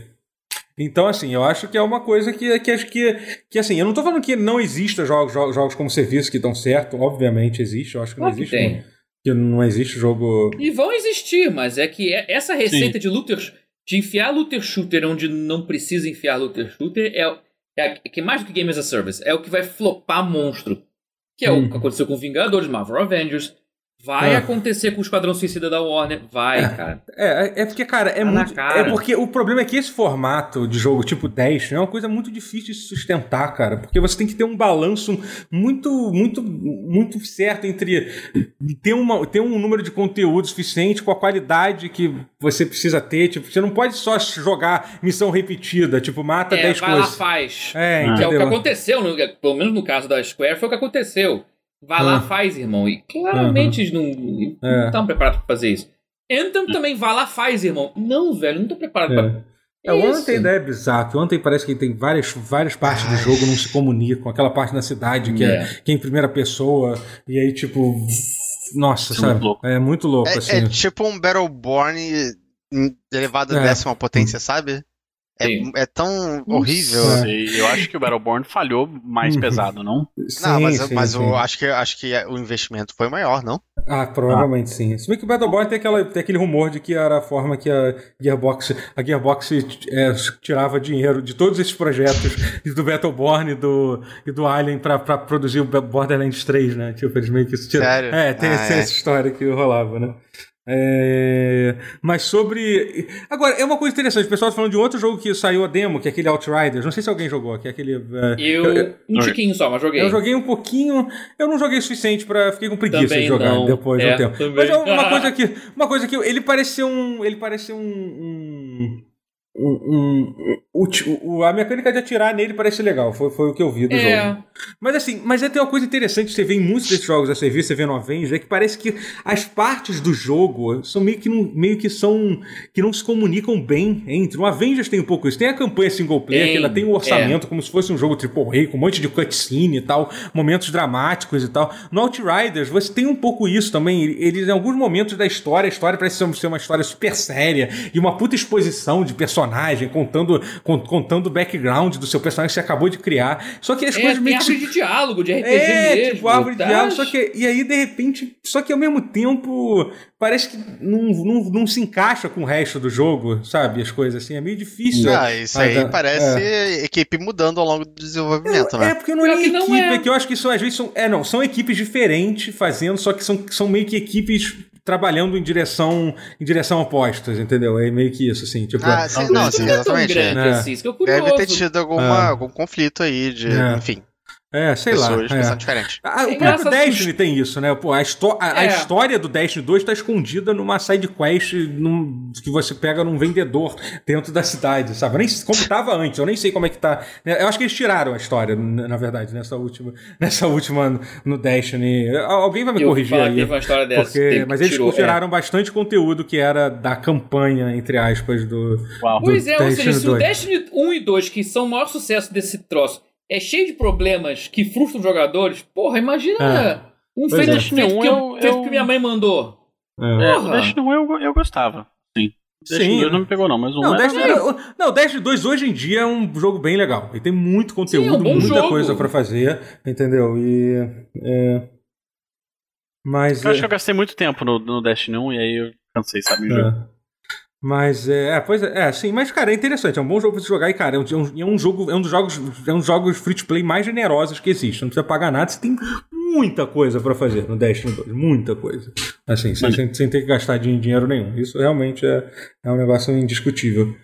Speaker 1: Então, assim, eu acho que é uma coisa que, que acho que, que assim, eu não tô falando que não exista jogos, jogos, jogos como serviço que dão certo, obviamente existe, eu acho que não
Speaker 2: Claro que
Speaker 1: existe.
Speaker 2: tem.
Speaker 1: que não existe jogo.
Speaker 2: E vão existir, mas é que é- essa receita de looter, de enfiar looter shooter onde não precisa enfiar looter shooter, é, o- é, a- que mais do que Game as a Service, é o que vai flopar monstro. Que é
Speaker 1: Hum.
Speaker 2: o que aconteceu com Vingadores, Marvel Avengers. Vai
Speaker 1: É.
Speaker 2: acontecer com o Esquadrão Suicida da Warner. Vai, cara.
Speaker 1: É, é porque, cara, é
Speaker 2: Tá na
Speaker 1: muito.
Speaker 2: cara.
Speaker 1: É porque o problema é que esse formato de jogo tipo 10 é uma coisa muito difícil de sustentar, cara. Porque você tem que ter um balanço muito, muito, muito certo entre ter, uma, ter um número de conteúdo suficiente com a qualidade que você precisa ter. Tipo, você não pode só jogar missão repetida, tipo, mata
Speaker 2: é,
Speaker 1: 10
Speaker 2: vai lá,
Speaker 1: coisas.
Speaker 2: faz.
Speaker 1: É,
Speaker 3: Ah.
Speaker 2: Que é o que
Speaker 1: entendeu?
Speaker 2: aconteceu, no- pelo menos no caso da Square, foi o que aconteceu. Vai lá,
Speaker 1: Ah.
Speaker 2: faz, irmão. E claramente eles não
Speaker 1: É.
Speaker 2: não estavam preparados pra fazer isso. Anthem também, vai lá, faz, irmão. Não, velho, não tô preparado pra
Speaker 1: É. É, o
Speaker 2: Isso.
Speaker 1: Ontem né, é bizarro. que O Ontem parece que tem várias, várias partes do jogo não se comunicam. Aquela parte na cidade que é,
Speaker 2: É.
Speaker 1: que é em primeira pessoa. E aí, tipo. Nossa,
Speaker 3: Isso é
Speaker 1: sabe?
Speaker 3: muito louco.
Speaker 1: É muito louco,
Speaker 4: É,
Speaker 1: assim.
Speaker 4: é tipo um Battleborn em- elevado à
Speaker 1: É.
Speaker 4: décima potência, sabe? É,
Speaker 2: Sim.
Speaker 4: é tão horrível.
Speaker 1: Nossa.
Speaker 3: Sei, eu acho que o Battleborn falhou mais
Speaker 1: Uhum.
Speaker 3: pesado, não?
Speaker 1: Sim,
Speaker 4: Não, mas,
Speaker 1: sim,
Speaker 4: mas
Speaker 1: sim.
Speaker 4: Eu acho que acho que o investimento foi maior, não?
Speaker 1: Ah, provavelmente sim. Se bem que o Battleborn tem, aquela, tem aquele rumor de que era a forma que a Gearbox, a Gearbox é, tirava dinheiro de todos esses projetos do Battleborn e do, e do Alien pra, pra produzir o Borderlands 3, né? Tipo, eles meio que se tiram.
Speaker 4: Sério?
Speaker 1: É, tem,
Speaker 4: Ah,
Speaker 1: tem
Speaker 4: é.
Speaker 1: essa história que rolava, né? É, Mas sobre. Agora, é uma coisa interessante. O pessoal tá falando de outro jogo que saiu a demo, que é aquele Outriders. Não sei se alguém jogou, que é aquele. é,
Speaker 2: Eu, um
Speaker 3: eu-
Speaker 2: tiquinho só, mas joguei.
Speaker 1: eu joguei um pouquinho, eu não joguei o suficiente para fiquei com preguiça
Speaker 2: Também
Speaker 1: de jogar
Speaker 2: não.
Speaker 1: depois
Speaker 2: É,
Speaker 1: do tempo.
Speaker 2: também.
Speaker 1: Mas é uma coisa que, uma coisa que ele pareceu um, ele pareceu um, um- um- um- o ti- o- a mecânica de atirar nele parece legal, foi, foi o que eu vi do jogo.
Speaker 2: É,
Speaker 1: Mas assim, mas é tem uma coisa interessante que você vê em muitos desses jogos da serviço, você vê no Avenger, é que parece que as partes do jogo são meio que não, meio que são que não se comunicam bem entre. O Avengers tem um pouco isso. Tem a campanha single player,
Speaker 2: Tem, é.
Speaker 1: que ela tem um orçamento como se fosse um jogo AAA, com um monte de cutscene e tal, momentos dramáticos e tal. No Outriders, você tem um pouco isso também. Eles, em alguns momentos da história, a história parece ser uma- ser uma história super séria e uma puta exposição de personagem, contando, con- contando o background do seu personagem que você acabou de criar. Só que as
Speaker 2: é,
Speaker 1: coisas
Speaker 2: tem
Speaker 1: meio que se
Speaker 2: árvore de diálogo, de RPG
Speaker 1: é,
Speaker 2: mesmo.
Speaker 1: tipo, árvore de
Speaker 2: tá?
Speaker 1: diálogo, só que. E aí, de repente, só que ao mesmo tempo, parece que não, não, não se encaixa com o resto do jogo, sabe? As coisas assim. É meio difícil.
Speaker 4: Ah, isso
Speaker 1: Ah,
Speaker 4: aí
Speaker 1: tá.
Speaker 4: parece
Speaker 1: É.
Speaker 4: equipe mudando ao longo do desenvolvimento, né?
Speaker 1: É, porque não é
Speaker 2: Pior
Speaker 1: nem
Speaker 2: que não
Speaker 1: equipe, é.
Speaker 2: é.
Speaker 1: que eu acho que são, às vezes são. É, não, são equipes diferentes fazendo, só que são, são meio que equipes trabalhando em direção em direção opostas, entendeu? É meio que isso, assim. Tipo,
Speaker 4: Ah, sim,
Speaker 3: Talvez.
Speaker 4: não,
Speaker 2: Isso
Speaker 4: sim,
Speaker 2: não é tão
Speaker 4: exatamente.
Speaker 2: grande
Speaker 1: É.
Speaker 2: assim, isso que é curioso.
Speaker 4: Deve ter tido alguma,
Speaker 1: É.
Speaker 4: algum conflito aí de,
Speaker 1: É.
Speaker 4: enfim,
Speaker 1: é, sei lá.
Speaker 4: pessoas
Speaker 1: é.
Speaker 4: pensando diferente.
Speaker 1: Ah,
Speaker 2: É
Speaker 1: o próprio
Speaker 2: engraçado
Speaker 1: Destiny tem isso, né? Pô, a, histó- a- a
Speaker 2: É.
Speaker 1: história do Destiny 2 está escondida numa side quest num- que você pega num vendedor dentro da cidade, sabe? Eu nem sei como tava antes, eu nem sei como é que tá. né? Eu acho que eles tiraram a história, n- na verdade, nessa última, nessa última no- no Destiny. Al- Alguém vai me
Speaker 2: Eu
Speaker 1: corrigir
Speaker 2: falar que
Speaker 1: aí.
Speaker 2: Teve uma história dessa.
Speaker 1: Porque,
Speaker 2: teve que
Speaker 1: mas eles
Speaker 2: tirou, é.
Speaker 1: tiraram bastante conteúdo que era da campanha, entre aspas, do.
Speaker 3: Uau.
Speaker 1: do
Speaker 2: Pois é, ou seja,
Speaker 1: Destiny
Speaker 2: se o
Speaker 1: 2.
Speaker 2: Destiny 1 e 2, que são o maior sucesso desse troço, é cheio de problemas que frustram os jogadores, porra, imagina um
Speaker 1: Pois
Speaker 2: feito,
Speaker 1: é.
Speaker 2: feito,
Speaker 3: Destiny 1
Speaker 2: que, eu,
Speaker 3: eu-
Speaker 2: feito
Speaker 3: eu-
Speaker 2: que minha mãe mandou.
Speaker 1: É.
Speaker 3: É, o
Speaker 2: Porra.
Speaker 3: Destiny 1 eu, eu gostava. Sim. O Destiny
Speaker 1: Sim.
Speaker 3: 2 não me pegou, não, mas um
Speaker 1: Não,
Speaker 3: era-
Speaker 1: Destiny, o- não, Destiny 2 hoje em dia é um jogo bem legal. E tem muito conteúdo,
Speaker 2: Sim, é um bom
Speaker 1: muita
Speaker 2: jogo.
Speaker 1: coisa pra fazer, entendeu? E. é, mas.
Speaker 3: Eu acho que
Speaker 1: é,
Speaker 3: eu gastei muito tempo no, no Destiny 1 e aí eu cansei, sabe? do jogo.
Speaker 1: é. Mas é, é, pois é, é, sim, mas cara, é interessante, é um bom jogo pra você jogar e cara, é um, é um- é um jogo, é um dos jogos, é um dos jogos free to play mais generosos que existe, não precisa pagar nada, você tem muita coisa pra fazer no Destiny 2, muita coisa. Assim, sem, sem, sem ter que gastar din- dinheiro nenhum. Isso realmente é, é um negócio indiscutível.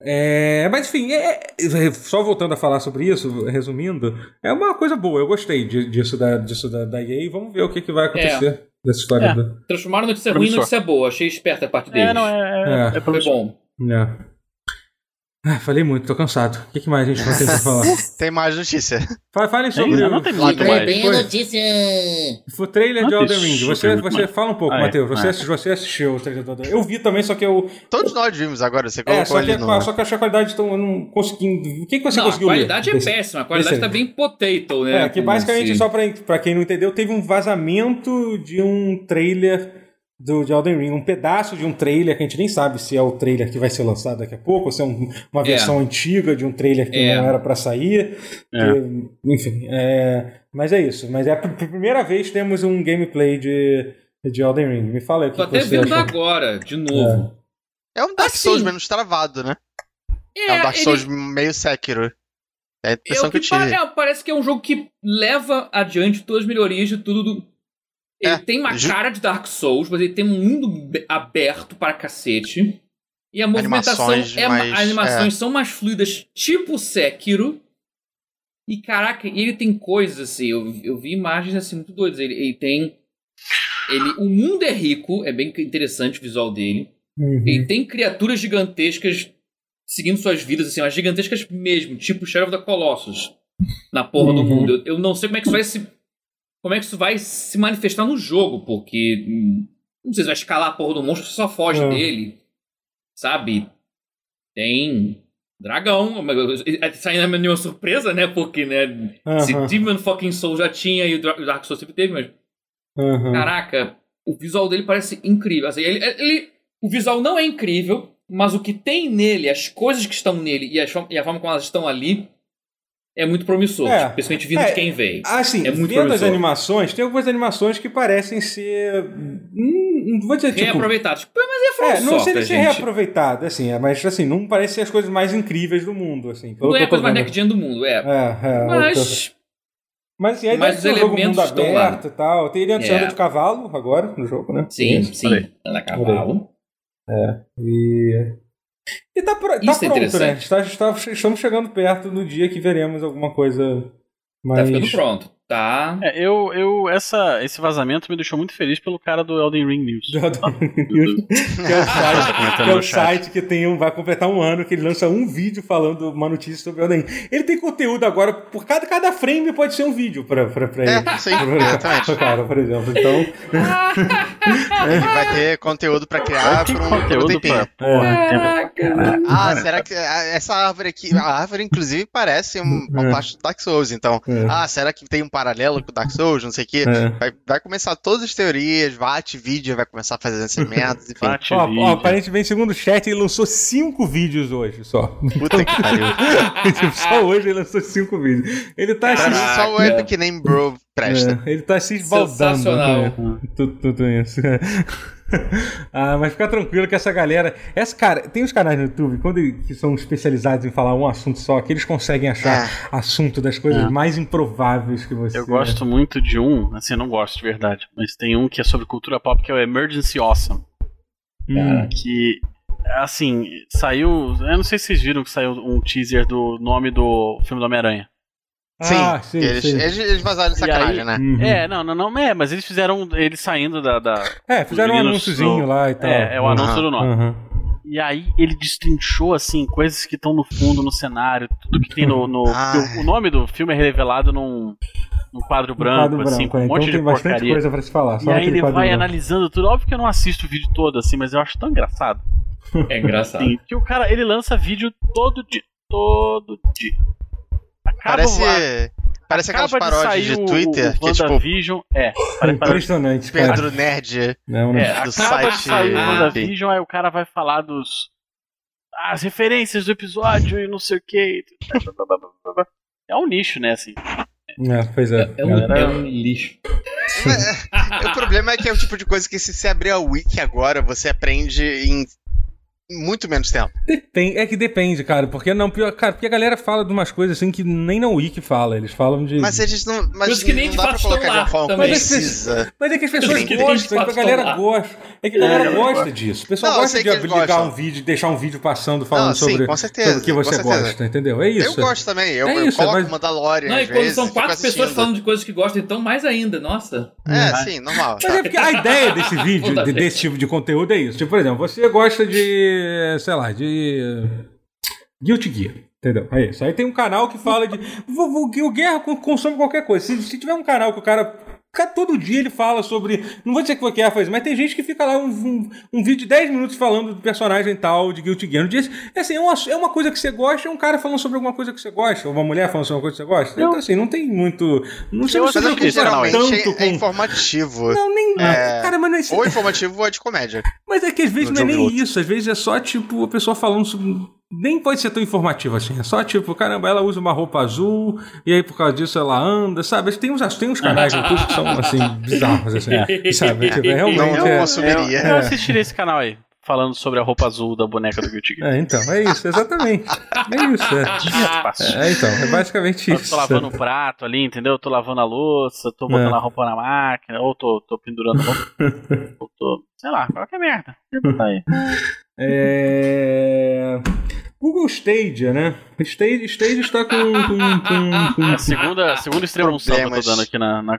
Speaker 1: É, mas enfim, é- é- só voltando a falar sobre isso, resumindo, é uma coisa boa, eu gostei di- disso da, disso da, da EA, vamos ver o que, que vai acontecer dessa história
Speaker 3: É.
Speaker 1: do.
Speaker 2: Transformaram notícia ruim em
Speaker 3: Promissor.
Speaker 2: notícia boa. Achei esperta a parte deles.
Speaker 3: É, não, é. é,
Speaker 1: É.
Speaker 3: é
Speaker 2: Foi
Speaker 3: promissor.
Speaker 2: bom.
Speaker 1: É. Ah, falei muito, tô cansado. O que, que mais a gente não tem pra falar?
Speaker 4: Tem mais notícia.
Speaker 1: Fa- Falem
Speaker 3: Tem-
Speaker 1: sobre
Speaker 3: É, não tem
Speaker 1: o,
Speaker 3: muito
Speaker 1: Foi-
Speaker 3: mais.
Speaker 5: Tem
Speaker 1: Foi.
Speaker 5: a notícia.
Speaker 1: o trailer de
Speaker 3: Não tem
Speaker 1: Elden Ring.
Speaker 3: super
Speaker 1: Você,
Speaker 3: muito
Speaker 1: você
Speaker 3: mais.
Speaker 1: fala um pouco,
Speaker 3: Ah, é.
Speaker 1: Matheus. Você,
Speaker 3: Ah, é.
Speaker 1: assi- você assistiu o trailer do Elden Ring. Eu vi também, só que eu.
Speaker 4: Todos nós vimos agora, você
Speaker 1: É,
Speaker 4: colocou
Speaker 1: só que,
Speaker 4: ali
Speaker 1: a-
Speaker 4: no...
Speaker 1: só que eu achei a qualidade tão. Eu não consegui. O que, que você
Speaker 2: Não, a
Speaker 1: conseguiu
Speaker 2: qualidade
Speaker 1: ler?
Speaker 2: é péssima. A qualidade
Speaker 1: desse-
Speaker 2: tá bem potato, né?
Speaker 1: É, que
Speaker 2: Como
Speaker 1: basicamente,
Speaker 2: se-
Speaker 1: só pra, pra quem não entendeu, teve um vazamento de um trailer do, de Elden Ring, um pedaço de um trailer que a gente nem sabe se é o trailer que vai ser lançado daqui a pouco, ou se é um- uma
Speaker 2: É.
Speaker 1: versão antiga de um trailer que
Speaker 2: É.
Speaker 1: não era pra sair.
Speaker 3: É.
Speaker 1: Que, enfim, é, mas é isso. Mas é a pr- primeira vez que temos um gameplay de, de Elden Ring. Me fala aí o
Speaker 2: Tô
Speaker 1: que, que
Speaker 2: até
Speaker 1: você
Speaker 2: vendo
Speaker 1: achou.
Speaker 2: agora, de novo.
Speaker 4: É um Dark
Speaker 2: Assim.
Speaker 4: Souls menos travado, né?
Speaker 2: É,
Speaker 4: É, um Dark
Speaker 2: ele-
Speaker 4: Souls meio Sekiro. É a
Speaker 2: é
Speaker 4: impressão
Speaker 2: o
Speaker 4: que
Speaker 2: que
Speaker 4: eu
Speaker 2: pa-
Speaker 4: tive.
Speaker 2: é, parece que é um jogo que leva adiante todas as melhorias de tudo. do- Ele
Speaker 4: É,
Speaker 2: tem uma
Speaker 4: ju-
Speaker 2: cara de Dark Souls, mas ele tem um mundo be- aberto para cacete. E a movimentação
Speaker 4: Animações
Speaker 2: é ma-
Speaker 4: mais-
Speaker 2: as animações são mais fluidas, tipo Sekiro. E caraca, e ele tem coisas assim, eu, eu vi imagens assim muito doidas. Ele, ele tem ele o mundo é rico, é bem interessante o visual dele.
Speaker 1: Uhum.
Speaker 2: E tem criaturas gigantescas seguindo suas vidas, assim, umas gigantescas mesmo, tipo Shadow of the Colossus, na porra do
Speaker 1: Uhum.
Speaker 2: mundo. Eu, eu não sei como é que isso vai se como é que isso vai se manifestar no jogo, porque hum, não sei se vai escalar a porra do monstro, você só foge
Speaker 1: É.
Speaker 2: dele, sabe? Tem dragão, mas eu- eu- saindo a minha surpresa, né? Porque, né? Se
Speaker 1: Aham,
Speaker 2: Demon fucking Soul já tinha e o Dra- o Dark Souls sempre teve, mas
Speaker 1: aham.
Speaker 2: Caraca, o visual dele parece incrível. Assim, ele, ele- o visual não é incrível, mas o que tem nele, as coisas que estão nele e, as forma- e a forma como elas estão ali é muito promissor.
Speaker 1: É.
Speaker 2: tipo, principalmente vindo
Speaker 1: É.
Speaker 2: de quem veio.
Speaker 1: Ah, sim,
Speaker 2: É muito
Speaker 1: vendo as
Speaker 2: promissor.
Speaker 1: animações, tem algumas animações que parecem ser. hum, Não vou dizer tipo.
Speaker 2: Reaproveitado. Tipo, mas é From
Speaker 1: É, não sei
Speaker 2: Software,
Speaker 1: se é
Speaker 2: gente.
Speaker 1: reaproveitado, assim, é, mas assim, não parece ser as coisas mais incríveis do mundo, assim. Pelo
Speaker 2: Não
Speaker 1: que
Speaker 2: é a
Speaker 1: eu tô
Speaker 2: coisa mais
Speaker 1: vendo.
Speaker 2: next-gen do mundo,
Speaker 1: É,
Speaker 2: é.
Speaker 1: é, eu tô-
Speaker 2: mas
Speaker 1: Mas assim, aí
Speaker 2: mas
Speaker 1: deve ser um
Speaker 2: os
Speaker 1: jogo
Speaker 2: elementos
Speaker 1: mundo
Speaker 2: estão lá.
Speaker 1: aberto e tal. Tem ele anda- você
Speaker 2: É.
Speaker 1: anda de cavalo agora no jogo, né?
Speaker 2: sim, sim.
Speaker 3: Olha
Speaker 2: Anda a cavalo.
Speaker 1: E. E tá, pro, tá
Speaker 2: Isso é
Speaker 1: pronto, né?
Speaker 2: interessante.
Speaker 1: Está, está- estamos chegando perto do dia que veremos alguma coisa mais.
Speaker 2: Tá ficando pronto. Tá.
Speaker 3: É, eu, eu, essa, esse vazamento me deixou muito feliz pelo cara do Elden Ring News.
Speaker 1: que é o site,
Speaker 2: Tá
Speaker 3: comentando
Speaker 1: que, é o
Speaker 3: no chat.
Speaker 1: site que tem um, vai completar um ano que ele lança um vídeo falando uma notícia sobre o Elden Ring. Ele tem conteúdo agora, por cada, cada frame pode ser um vídeo pra, pra, pra ele.
Speaker 4: É, sim,
Speaker 1: Pra-
Speaker 4: exatamente.
Speaker 1: pra cara, por exemplo. Então,
Speaker 4: Ele vai ter conteúdo pra criar
Speaker 3: Vai
Speaker 4: por
Speaker 3: ter
Speaker 4: um, por um
Speaker 3: conteúdo
Speaker 4: tempinho.
Speaker 3: pra porra.
Speaker 2: Caraca.
Speaker 4: Ah,
Speaker 1: tá-
Speaker 4: será que ah, essa árvore aqui, a árvore inclusive parece um- uma
Speaker 1: É.
Speaker 4: parte do Dark Souls, então.
Speaker 1: É.
Speaker 4: Ah, será que tem um paralelo com o Dark Souls, não sei o quê?
Speaker 1: é.
Speaker 4: Vai, vai começar todas as teorias, Vate, vídeo, vai começar a fazer lançamentos, enfim.
Speaker 3: Bate
Speaker 1: Ó,
Speaker 3: vídeo.
Speaker 1: ó, aparentemente, segundo o chat, ele lançou cinco vídeos hoje só.
Speaker 4: Puta que pariu.
Speaker 2: Ah,
Speaker 1: Tipo, só hoje ele lançou cinco vídeos. Ele tá
Speaker 4: Pra
Speaker 1: se.
Speaker 4: mim, só o
Speaker 2: Caraca.
Speaker 4: Epic Name Bro presta.
Speaker 1: É, ele tá se esbaldando.
Speaker 2: Sensacional.
Speaker 1: né? Tudo, tudo isso. ah, mas fica tranquilo que essa galera. Essa, cara, tem os canais no YouTube quando, ele- que são especializados em falar um assunto só, que eles conseguem
Speaker 4: É.
Speaker 1: achar assunto das coisas
Speaker 3: É.
Speaker 1: mais improváveis que você.
Speaker 3: Eu gosto muito de um, assim, eu não gosto de verdade, mas tem um que é sobre cultura pop que é o Emergency Awesome.
Speaker 1: Hum.
Speaker 3: Que, assim, saiu. Eu não sei se vocês viram que saiu um teaser do nome do filme do Homem-Aranha.
Speaker 4: Sim,
Speaker 1: Ah, sim,
Speaker 4: É, eles,
Speaker 1: sim.
Speaker 4: Eles, eles vazaram de
Speaker 3: E aí-
Speaker 4: sacanagem, né?
Speaker 1: Uhum. É,
Speaker 3: É, não, não, não, é, mas eles fizeram ele saindo da. da-
Speaker 1: fizeram um
Speaker 3: Os meninos
Speaker 1: anúnciozinho
Speaker 3: do-
Speaker 1: lá e tal.
Speaker 3: é, é o anúncio
Speaker 4: Aham,
Speaker 3: do nome.
Speaker 1: Aham.
Speaker 3: E aí ele destrinchou, assim, coisas que estão no fundo, no cenário, tudo que tem no. no-
Speaker 4: Ah.
Speaker 3: porque o, o nome do filme é revelado num, num quadro
Speaker 1: Um
Speaker 3: branco,
Speaker 1: quadro
Speaker 3: assim,
Speaker 1: branco,
Speaker 3: com um
Speaker 1: é.
Speaker 3: monte
Speaker 1: então
Speaker 3: de
Speaker 1: tem bastante
Speaker 3: porcaria.
Speaker 1: coisa pra se falar.
Speaker 3: E
Speaker 1: Só um
Speaker 3: aí
Speaker 1: aquele
Speaker 3: ele vai
Speaker 1: quadro branco.
Speaker 3: analisando tudo. Óbvio que eu não assisto o vídeo todo, assim, mas eu acho tão engraçado.
Speaker 2: É engraçado.
Speaker 3: Assim, que o cara, ele lança vídeo todo dia. Todo dia. Acaba,
Speaker 4: Parece,
Speaker 3: acaba
Speaker 4: parece aquelas
Speaker 3: de
Speaker 4: paródias de,
Speaker 3: sair o-
Speaker 4: Twitter,
Speaker 3: o,
Speaker 4: que é tipo
Speaker 3: WandaVision. É, parece, parece,
Speaker 1: Impressionante, cara.
Speaker 4: Pedro Nerd
Speaker 1: Não, não.
Speaker 3: é, acaba
Speaker 4: do
Speaker 3: de
Speaker 4: site.
Speaker 3: sair o
Speaker 2: Ah,
Speaker 3: WandaVision, aí o cara vai falar dos... As referências do episódio e não sei o que. É um nicho, né, assim.
Speaker 1: É, pois é.
Speaker 2: É um, é um lixo.
Speaker 4: O problema é que é o tipo de coisa que se você abrir a wiki agora, você aprende em muito menos tempo.
Speaker 1: Tem- é que depende, cara, porque não, pior, cara, porque a galera fala de umas coisas assim que nem na Wiki fala, eles falam de.
Speaker 4: Mas é- eles não. Mas
Speaker 2: Coisas que nem
Speaker 4: não
Speaker 2: de
Speaker 4: dá pra
Speaker 2: fato
Speaker 4: colocar
Speaker 2: estão
Speaker 4: de uma
Speaker 2: lá
Speaker 4: forma
Speaker 2: também.
Speaker 4: precisa.
Speaker 1: Mas é que as pessoas
Speaker 4: Tem que-
Speaker 1: gostam, é que a galera
Speaker 2: falar.
Speaker 1: gosta. É que a galera gosta disso. O pessoal
Speaker 4: Não, eu
Speaker 1: gosta
Speaker 4: sei
Speaker 1: de
Speaker 4: que eles
Speaker 1: ligar
Speaker 4: gostam.
Speaker 1: um vídeo, deixar um vídeo passando falando
Speaker 4: Não,
Speaker 1: sobre,
Speaker 4: sim, com certeza.
Speaker 1: sobre o que
Speaker 4: com
Speaker 1: você
Speaker 4: certeza.
Speaker 1: gosta, entendeu? É isso.
Speaker 4: Eu gosto também. Eu,
Speaker 1: É
Speaker 4: eu
Speaker 1: isso,
Speaker 4: coloco
Speaker 1: mas-
Speaker 4: Mandalorian.
Speaker 2: Não, e
Speaker 4: às
Speaker 2: quando
Speaker 4: vezes,
Speaker 2: são
Speaker 4: fico
Speaker 2: quatro pessoas
Speaker 4: assistindo.
Speaker 2: falando de coisas que gostam, então mais ainda, nossa.
Speaker 4: É, sim, normal.
Speaker 1: Mas é porque a ideia desse vídeo,
Speaker 2: Toda
Speaker 1: de-
Speaker 2: vez.
Speaker 1: desse tipo de conteúdo é isso. Tipo, por exemplo, você gosta de, sei lá, de Guilty Gear. Entendeu? É isso. Aí tem um canal que fala de. O, o, o Guerra con- consome qualquer coisa. Se, se tiver um canal que o cara. cara, Todo dia ele fala sobre. Não vou dizer que o Guerra faz, mas tem gente que fica lá um, um, um vídeo de 10 minutos falando do personagem tal, de Guilty Gear. No dia, é, assim, é, uma, é uma coisa que você gosta, é um cara falando sobre alguma coisa que você gosta, ou uma mulher falando sobre alguma coisa que você gosta. Então, assim, não tem muito. Não sei
Speaker 3: Eu
Speaker 1: se
Speaker 4: Mas
Speaker 1: você
Speaker 4: acho que
Speaker 1: preocupa
Speaker 4: geralmente
Speaker 1: tanto
Speaker 4: é, é
Speaker 1: com.
Speaker 4: informativo.
Speaker 1: Não, nem.
Speaker 4: É.
Speaker 1: Cara, mas não é isso.
Speaker 4: Ou informativo ou é de comédia.
Speaker 1: Mas é que às vezes
Speaker 4: No
Speaker 1: não é
Speaker 4: jogo
Speaker 1: nem
Speaker 4: do outro.
Speaker 1: isso, às vezes é só tipo a pessoa falando sobre. Nem pode ser tão informativo assim. É só tipo, caramba, ela usa uma roupa azul e aí por causa disso ela anda, sabe? Tem uns, tem uns canais no YouTube que são assim, bizarros, assim. Sabe? Tipo, é
Speaker 4: Não,
Speaker 1: realmente.
Speaker 4: não
Speaker 1: É,
Speaker 4: consumiria.
Speaker 3: Eu assistiria esse canal aí, falando sobre a roupa azul da boneca do Guilty Gear.
Speaker 1: é, então, é isso, exatamente. É isso. É,
Speaker 3: Fácil.
Speaker 1: É, então, é basicamente
Speaker 3: Eu
Speaker 1: isso.
Speaker 3: tô lavando um prato ali, entendeu? Eu tô lavando a louça, tô botando
Speaker 1: É.
Speaker 3: a roupa na máquina, ou tô, tô pendurando a roupa, ou tô. Sei lá, qualquer merda. Tá aí.
Speaker 1: É. Google Stadia, né? Stadia, Stadia está com. com- com- com-
Speaker 3: A segunda, a segunda extremunção que eu tô
Speaker 4: Problemas.
Speaker 3: dando aqui na, na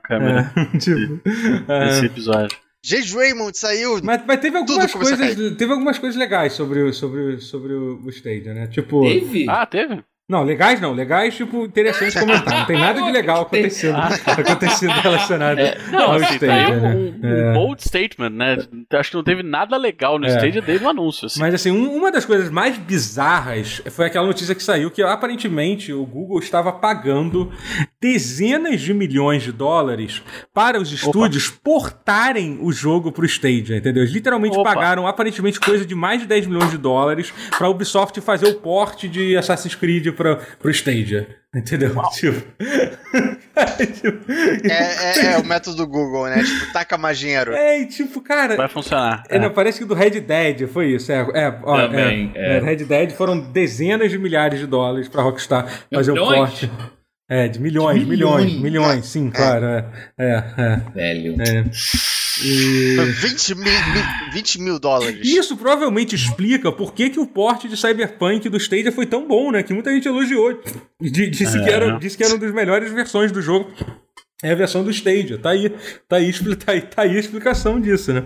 Speaker 3: câmera
Speaker 1: é, tipo, é.
Speaker 3: nesse episódio.
Speaker 4: Jade Raymond saiu.
Speaker 1: Mas, mas teve algumas
Speaker 4: Tudo começou a
Speaker 1: coisas, teve algumas coisas legais sobre o sobre o- sobre o, o Stadia, né? Tipo,
Speaker 2: Teve?
Speaker 3: Ah, teve?
Speaker 1: Não, legais não. Legais, tipo, interessante comentar. Não tem nada de legal acontecendo, acontecendo relacionado
Speaker 3: Ah. Não,
Speaker 1: ao
Speaker 3: assim, tá aí
Speaker 1: Stadia, né?
Speaker 2: É.
Speaker 3: um, um bold statement, né? Acho que não teve nada legal no
Speaker 1: É.
Speaker 3: Stadia desde o anúncio. Assim.
Speaker 1: Mas assim, um- uma das coisas mais bizarras foi aquela notícia que saiu que aparentemente o Google estava pagando dezenas de milhões de dólares para os estúdios portarem o jogo para o Stadia, entendeu? Eles literalmente
Speaker 3: Opa.
Speaker 1: pagaram aparentemente coisa de mais de 10 milhões de dólares para a Ubisoft fazer o porte de Assassin's Creed para o Stadia. Entendeu? Tipo... tipo...
Speaker 4: É, é- é o método do Google, né? Tipo, taca mais dinheiro.
Speaker 1: É, e tipo, cara,
Speaker 3: Vai funcionar.
Speaker 1: É, não, parece que do Red Dead foi isso. É, é, ó,
Speaker 2: Também,
Speaker 1: é,
Speaker 2: é.
Speaker 1: é, Red Dead foram dezenas de milhares de dólares pra Rockstar fazer o
Speaker 2: Milhões?
Speaker 1: corte. É, de milhões,
Speaker 2: De
Speaker 1: milhões,
Speaker 2: milhões.
Speaker 1: milhões, sim, claro. É, é,
Speaker 2: Velho.
Speaker 1: é, é. E
Speaker 4: 20 mil, mil- 20 mil dólares.
Speaker 1: isso provavelmente explica por que, que o porte de Cyberpunk do Stadia foi tão bom, né? Que muita gente elogiou. E di- Disse,
Speaker 3: É,
Speaker 1: que era,
Speaker 3: né?
Speaker 1: disse que era uma das melhores versões do jogo. É a versão do Stadia. Tá aí, tá aí, expli- tá aí, tá aí a explicação disso, né?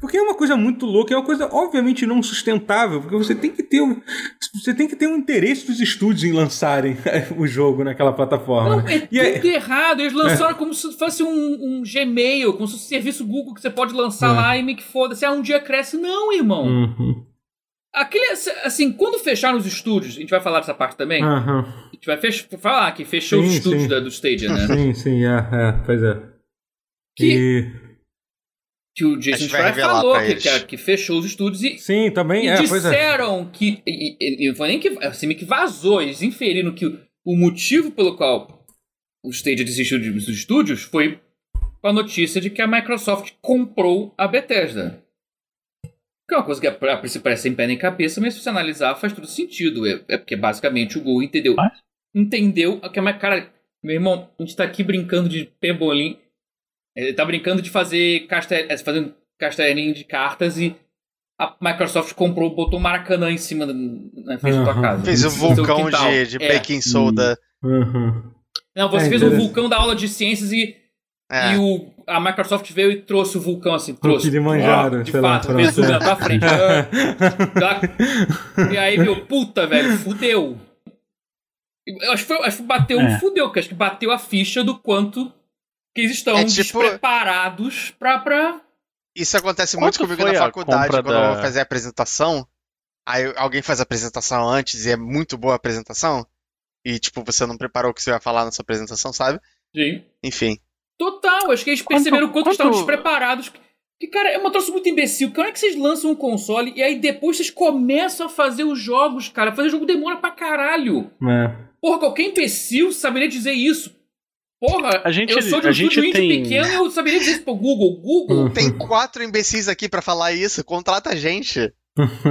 Speaker 1: Porque é uma coisa muito louca, é uma coisa obviamente não sustentável, porque você tem que ter um, você tem que ter um interesse dos estúdios em lançarem o jogo naquela plataforma.
Speaker 2: Não,
Speaker 1: né?
Speaker 2: é
Speaker 1: E aí- É.
Speaker 2: tudo errado. Eles lançaram como se fosse um, um Gmail, como se fosse um serviço Google que você pode lançar
Speaker 1: É.
Speaker 2: lá e meio que foda-se. Ah, um dia cresce. Não, irmão.
Speaker 1: Uhum.
Speaker 2: Aquele, assim, quando fecharam os estúdios, a gente vai falar dessa parte também.
Speaker 1: Aham.
Speaker 2: A gente vai fech- falar que fechou os
Speaker 1: Ah. Sim,
Speaker 2: estúdios
Speaker 1: sim.
Speaker 2: da- do Stadia, né?
Speaker 1: Sim, sim, é, é, pois é.
Speaker 2: Que,
Speaker 1: E-
Speaker 2: que o
Speaker 4: A
Speaker 2: Jason
Speaker 4: gente vai
Speaker 2: Schreier
Speaker 4: revelar
Speaker 2: falou
Speaker 4: pra
Speaker 2: que,
Speaker 4: eles.
Speaker 2: que- que fechou os estúdios e,
Speaker 1: sim, também
Speaker 2: e
Speaker 1: é, pois é.
Speaker 2: disseram que. E, e, e não foi nem que. Assim, meio que vazou. Eles inferiram que o, o motivo pelo qual o Stadia desistiu de- dos estúdios foi com a notícia de que a Microsoft comprou a Bethesda. Que é uma coisa que a, a princípio parece sem pé nem cabeça, mas se você analisar faz todo sentido. É, é porque basicamente o Google entendeu.
Speaker 3: Faz?
Speaker 2: Entendeu a que a minha cara. Meu irmão, a gente tá aqui brincando de pebolim. Ele tá brincando de fazer castel, é, fazer um castelinho de cartas e a Microsoft comprou, botou um maracanã em cima da- na frente da
Speaker 1: Aham.
Speaker 2: tua casa.
Speaker 4: Fez um
Speaker 2: No seu
Speaker 4: vulcão
Speaker 2: quintal.
Speaker 4: de, de
Speaker 2: É.
Speaker 4: baking soda.
Speaker 1: Uhum.
Speaker 2: Não, você
Speaker 1: É,
Speaker 2: fez um
Speaker 1: interessante.
Speaker 2: vulcão da aula de ciências e,
Speaker 4: É.
Speaker 2: e o, a Microsoft veio e trouxe o vulcão assim, trouxe.
Speaker 1: um- Kilimanjaro,
Speaker 2: Ah, de
Speaker 1: sei lá, É.
Speaker 2: fato,
Speaker 1: pronto,
Speaker 2: Vesúvio
Speaker 1: é.
Speaker 2: na tua frente. Ah, tá. e aí, meu, puta, velho, fudeu. Eu acho que, foi- acho que bateu um
Speaker 3: É.
Speaker 2: fudeu, porque acho que bateu a ficha do quanto que eles estão
Speaker 4: É tipo-
Speaker 2: despreparados pra, pra...
Speaker 4: Isso acontece
Speaker 3: Quanto
Speaker 4: muito comigo
Speaker 3: foi
Speaker 4: na
Speaker 3: a
Speaker 4: faculdade,
Speaker 3: compra
Speaker 4: quando eu
Speaker 3: da-
Speaker 4: vou fazer a apresentação. Aí alguém faz a apresentação antes e é muito boa a apresentação. E, tipo, você não preparou o que você vai falar na sua apresentação, sabe?
Speaker 2: Sim.
Speaker 4: Enfim.
Speaker 2: Total, acho que eles
Speaker 3: Quanto-
Speaker 2: perceberam o quanto,
Speaker 3: quanto-
Speaker 2: estavam despreparados. Que, cara, é uma troço muito imbecil. Como é que vocês lançam um console e aí depois vocês começam a fazer os jogos, cara? Fazer jogo demora pra caralho.
Speaker 1: É.
Speaker 2: Porra, qualquer imbecil saberia dizer isso. Porra,
Speaker 3: A gente-
Speaker 2: eu sou de
Speaker 3: a
Speaker 2: um
Speaker 3: gente
Speaker 2: estúdio indie
Speaker 3: tem-
Speaker 2: pequeno e eu saberia dizer isso pro Google. Google,
Speaker 1: Hum.
Speaker 4: Tem quatro imbecis aqui pra falar isso. Contrata a gente.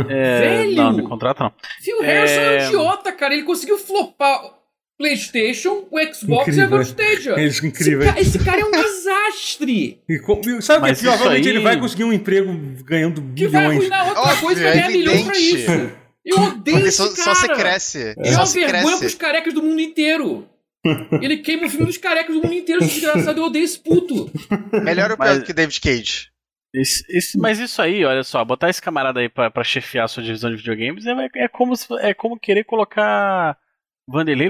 Speaker 3: É,
Speaker 2: Velho!
Speaker 3: Não, me contrata não.
Speaker 2: Phil Harrison é...
Speaker 3: É.
Speaker 2: um idiota, cara. Ele conseguiu flopar o PlayStation, o Xbox e
Speaker 1: Incrível.
Speaker 2: agora o Stadia.
Speaker 1: É isso, incrível.
Speaker 2: Esse, ca- esse cara é um desastre.
Speaker 1: E co- e sabe o que é
Speaker 3: Mas
Speaker 1: pior?
Speaker 3: isso
Speaker 1: Provavelmente
Speaker 3: aí-
Speaker 1: ele vai conseguir um emprego ganhando
Speaker 2: Que vai
Speaker 1: bilhões.
Speaker 2: arruinar outra
Speaker 4: Óbvio,
Speaker 2: coisa e vai
Speaker 4: é
Speaker 2: ganhar milhão pra
Speaker 4: evidente.
Speaker 2: isso. Eu odeio
Speaker 4: Porque
Speaker 2: esse
Speaker 4: só,
Speaker 2: cara.
Speaker 4: só se cresce.
Speaker 2: Ele é
Speaker 4: Só
Speaker 2: uma
Speaker 4: se
Speaker 2: vergonha pros
Speaker 4: cresce.
Speaker 2: carecas do mundo inteiro. Ele queima o filme dos carecas do mundo inteiro, esse desgraçado. Eu odeio esse puto.
Speaker 4: Melhor ou
Speaker 3: Mas-
Speaker 4: pior do que David Cage?
Speaker 3: Esse- esse- mas isso aí, olha só, botar esse camarada aí pra, pra chefiar a sua divisão de videogames é, é como, se- é como querer colocar Vanderlei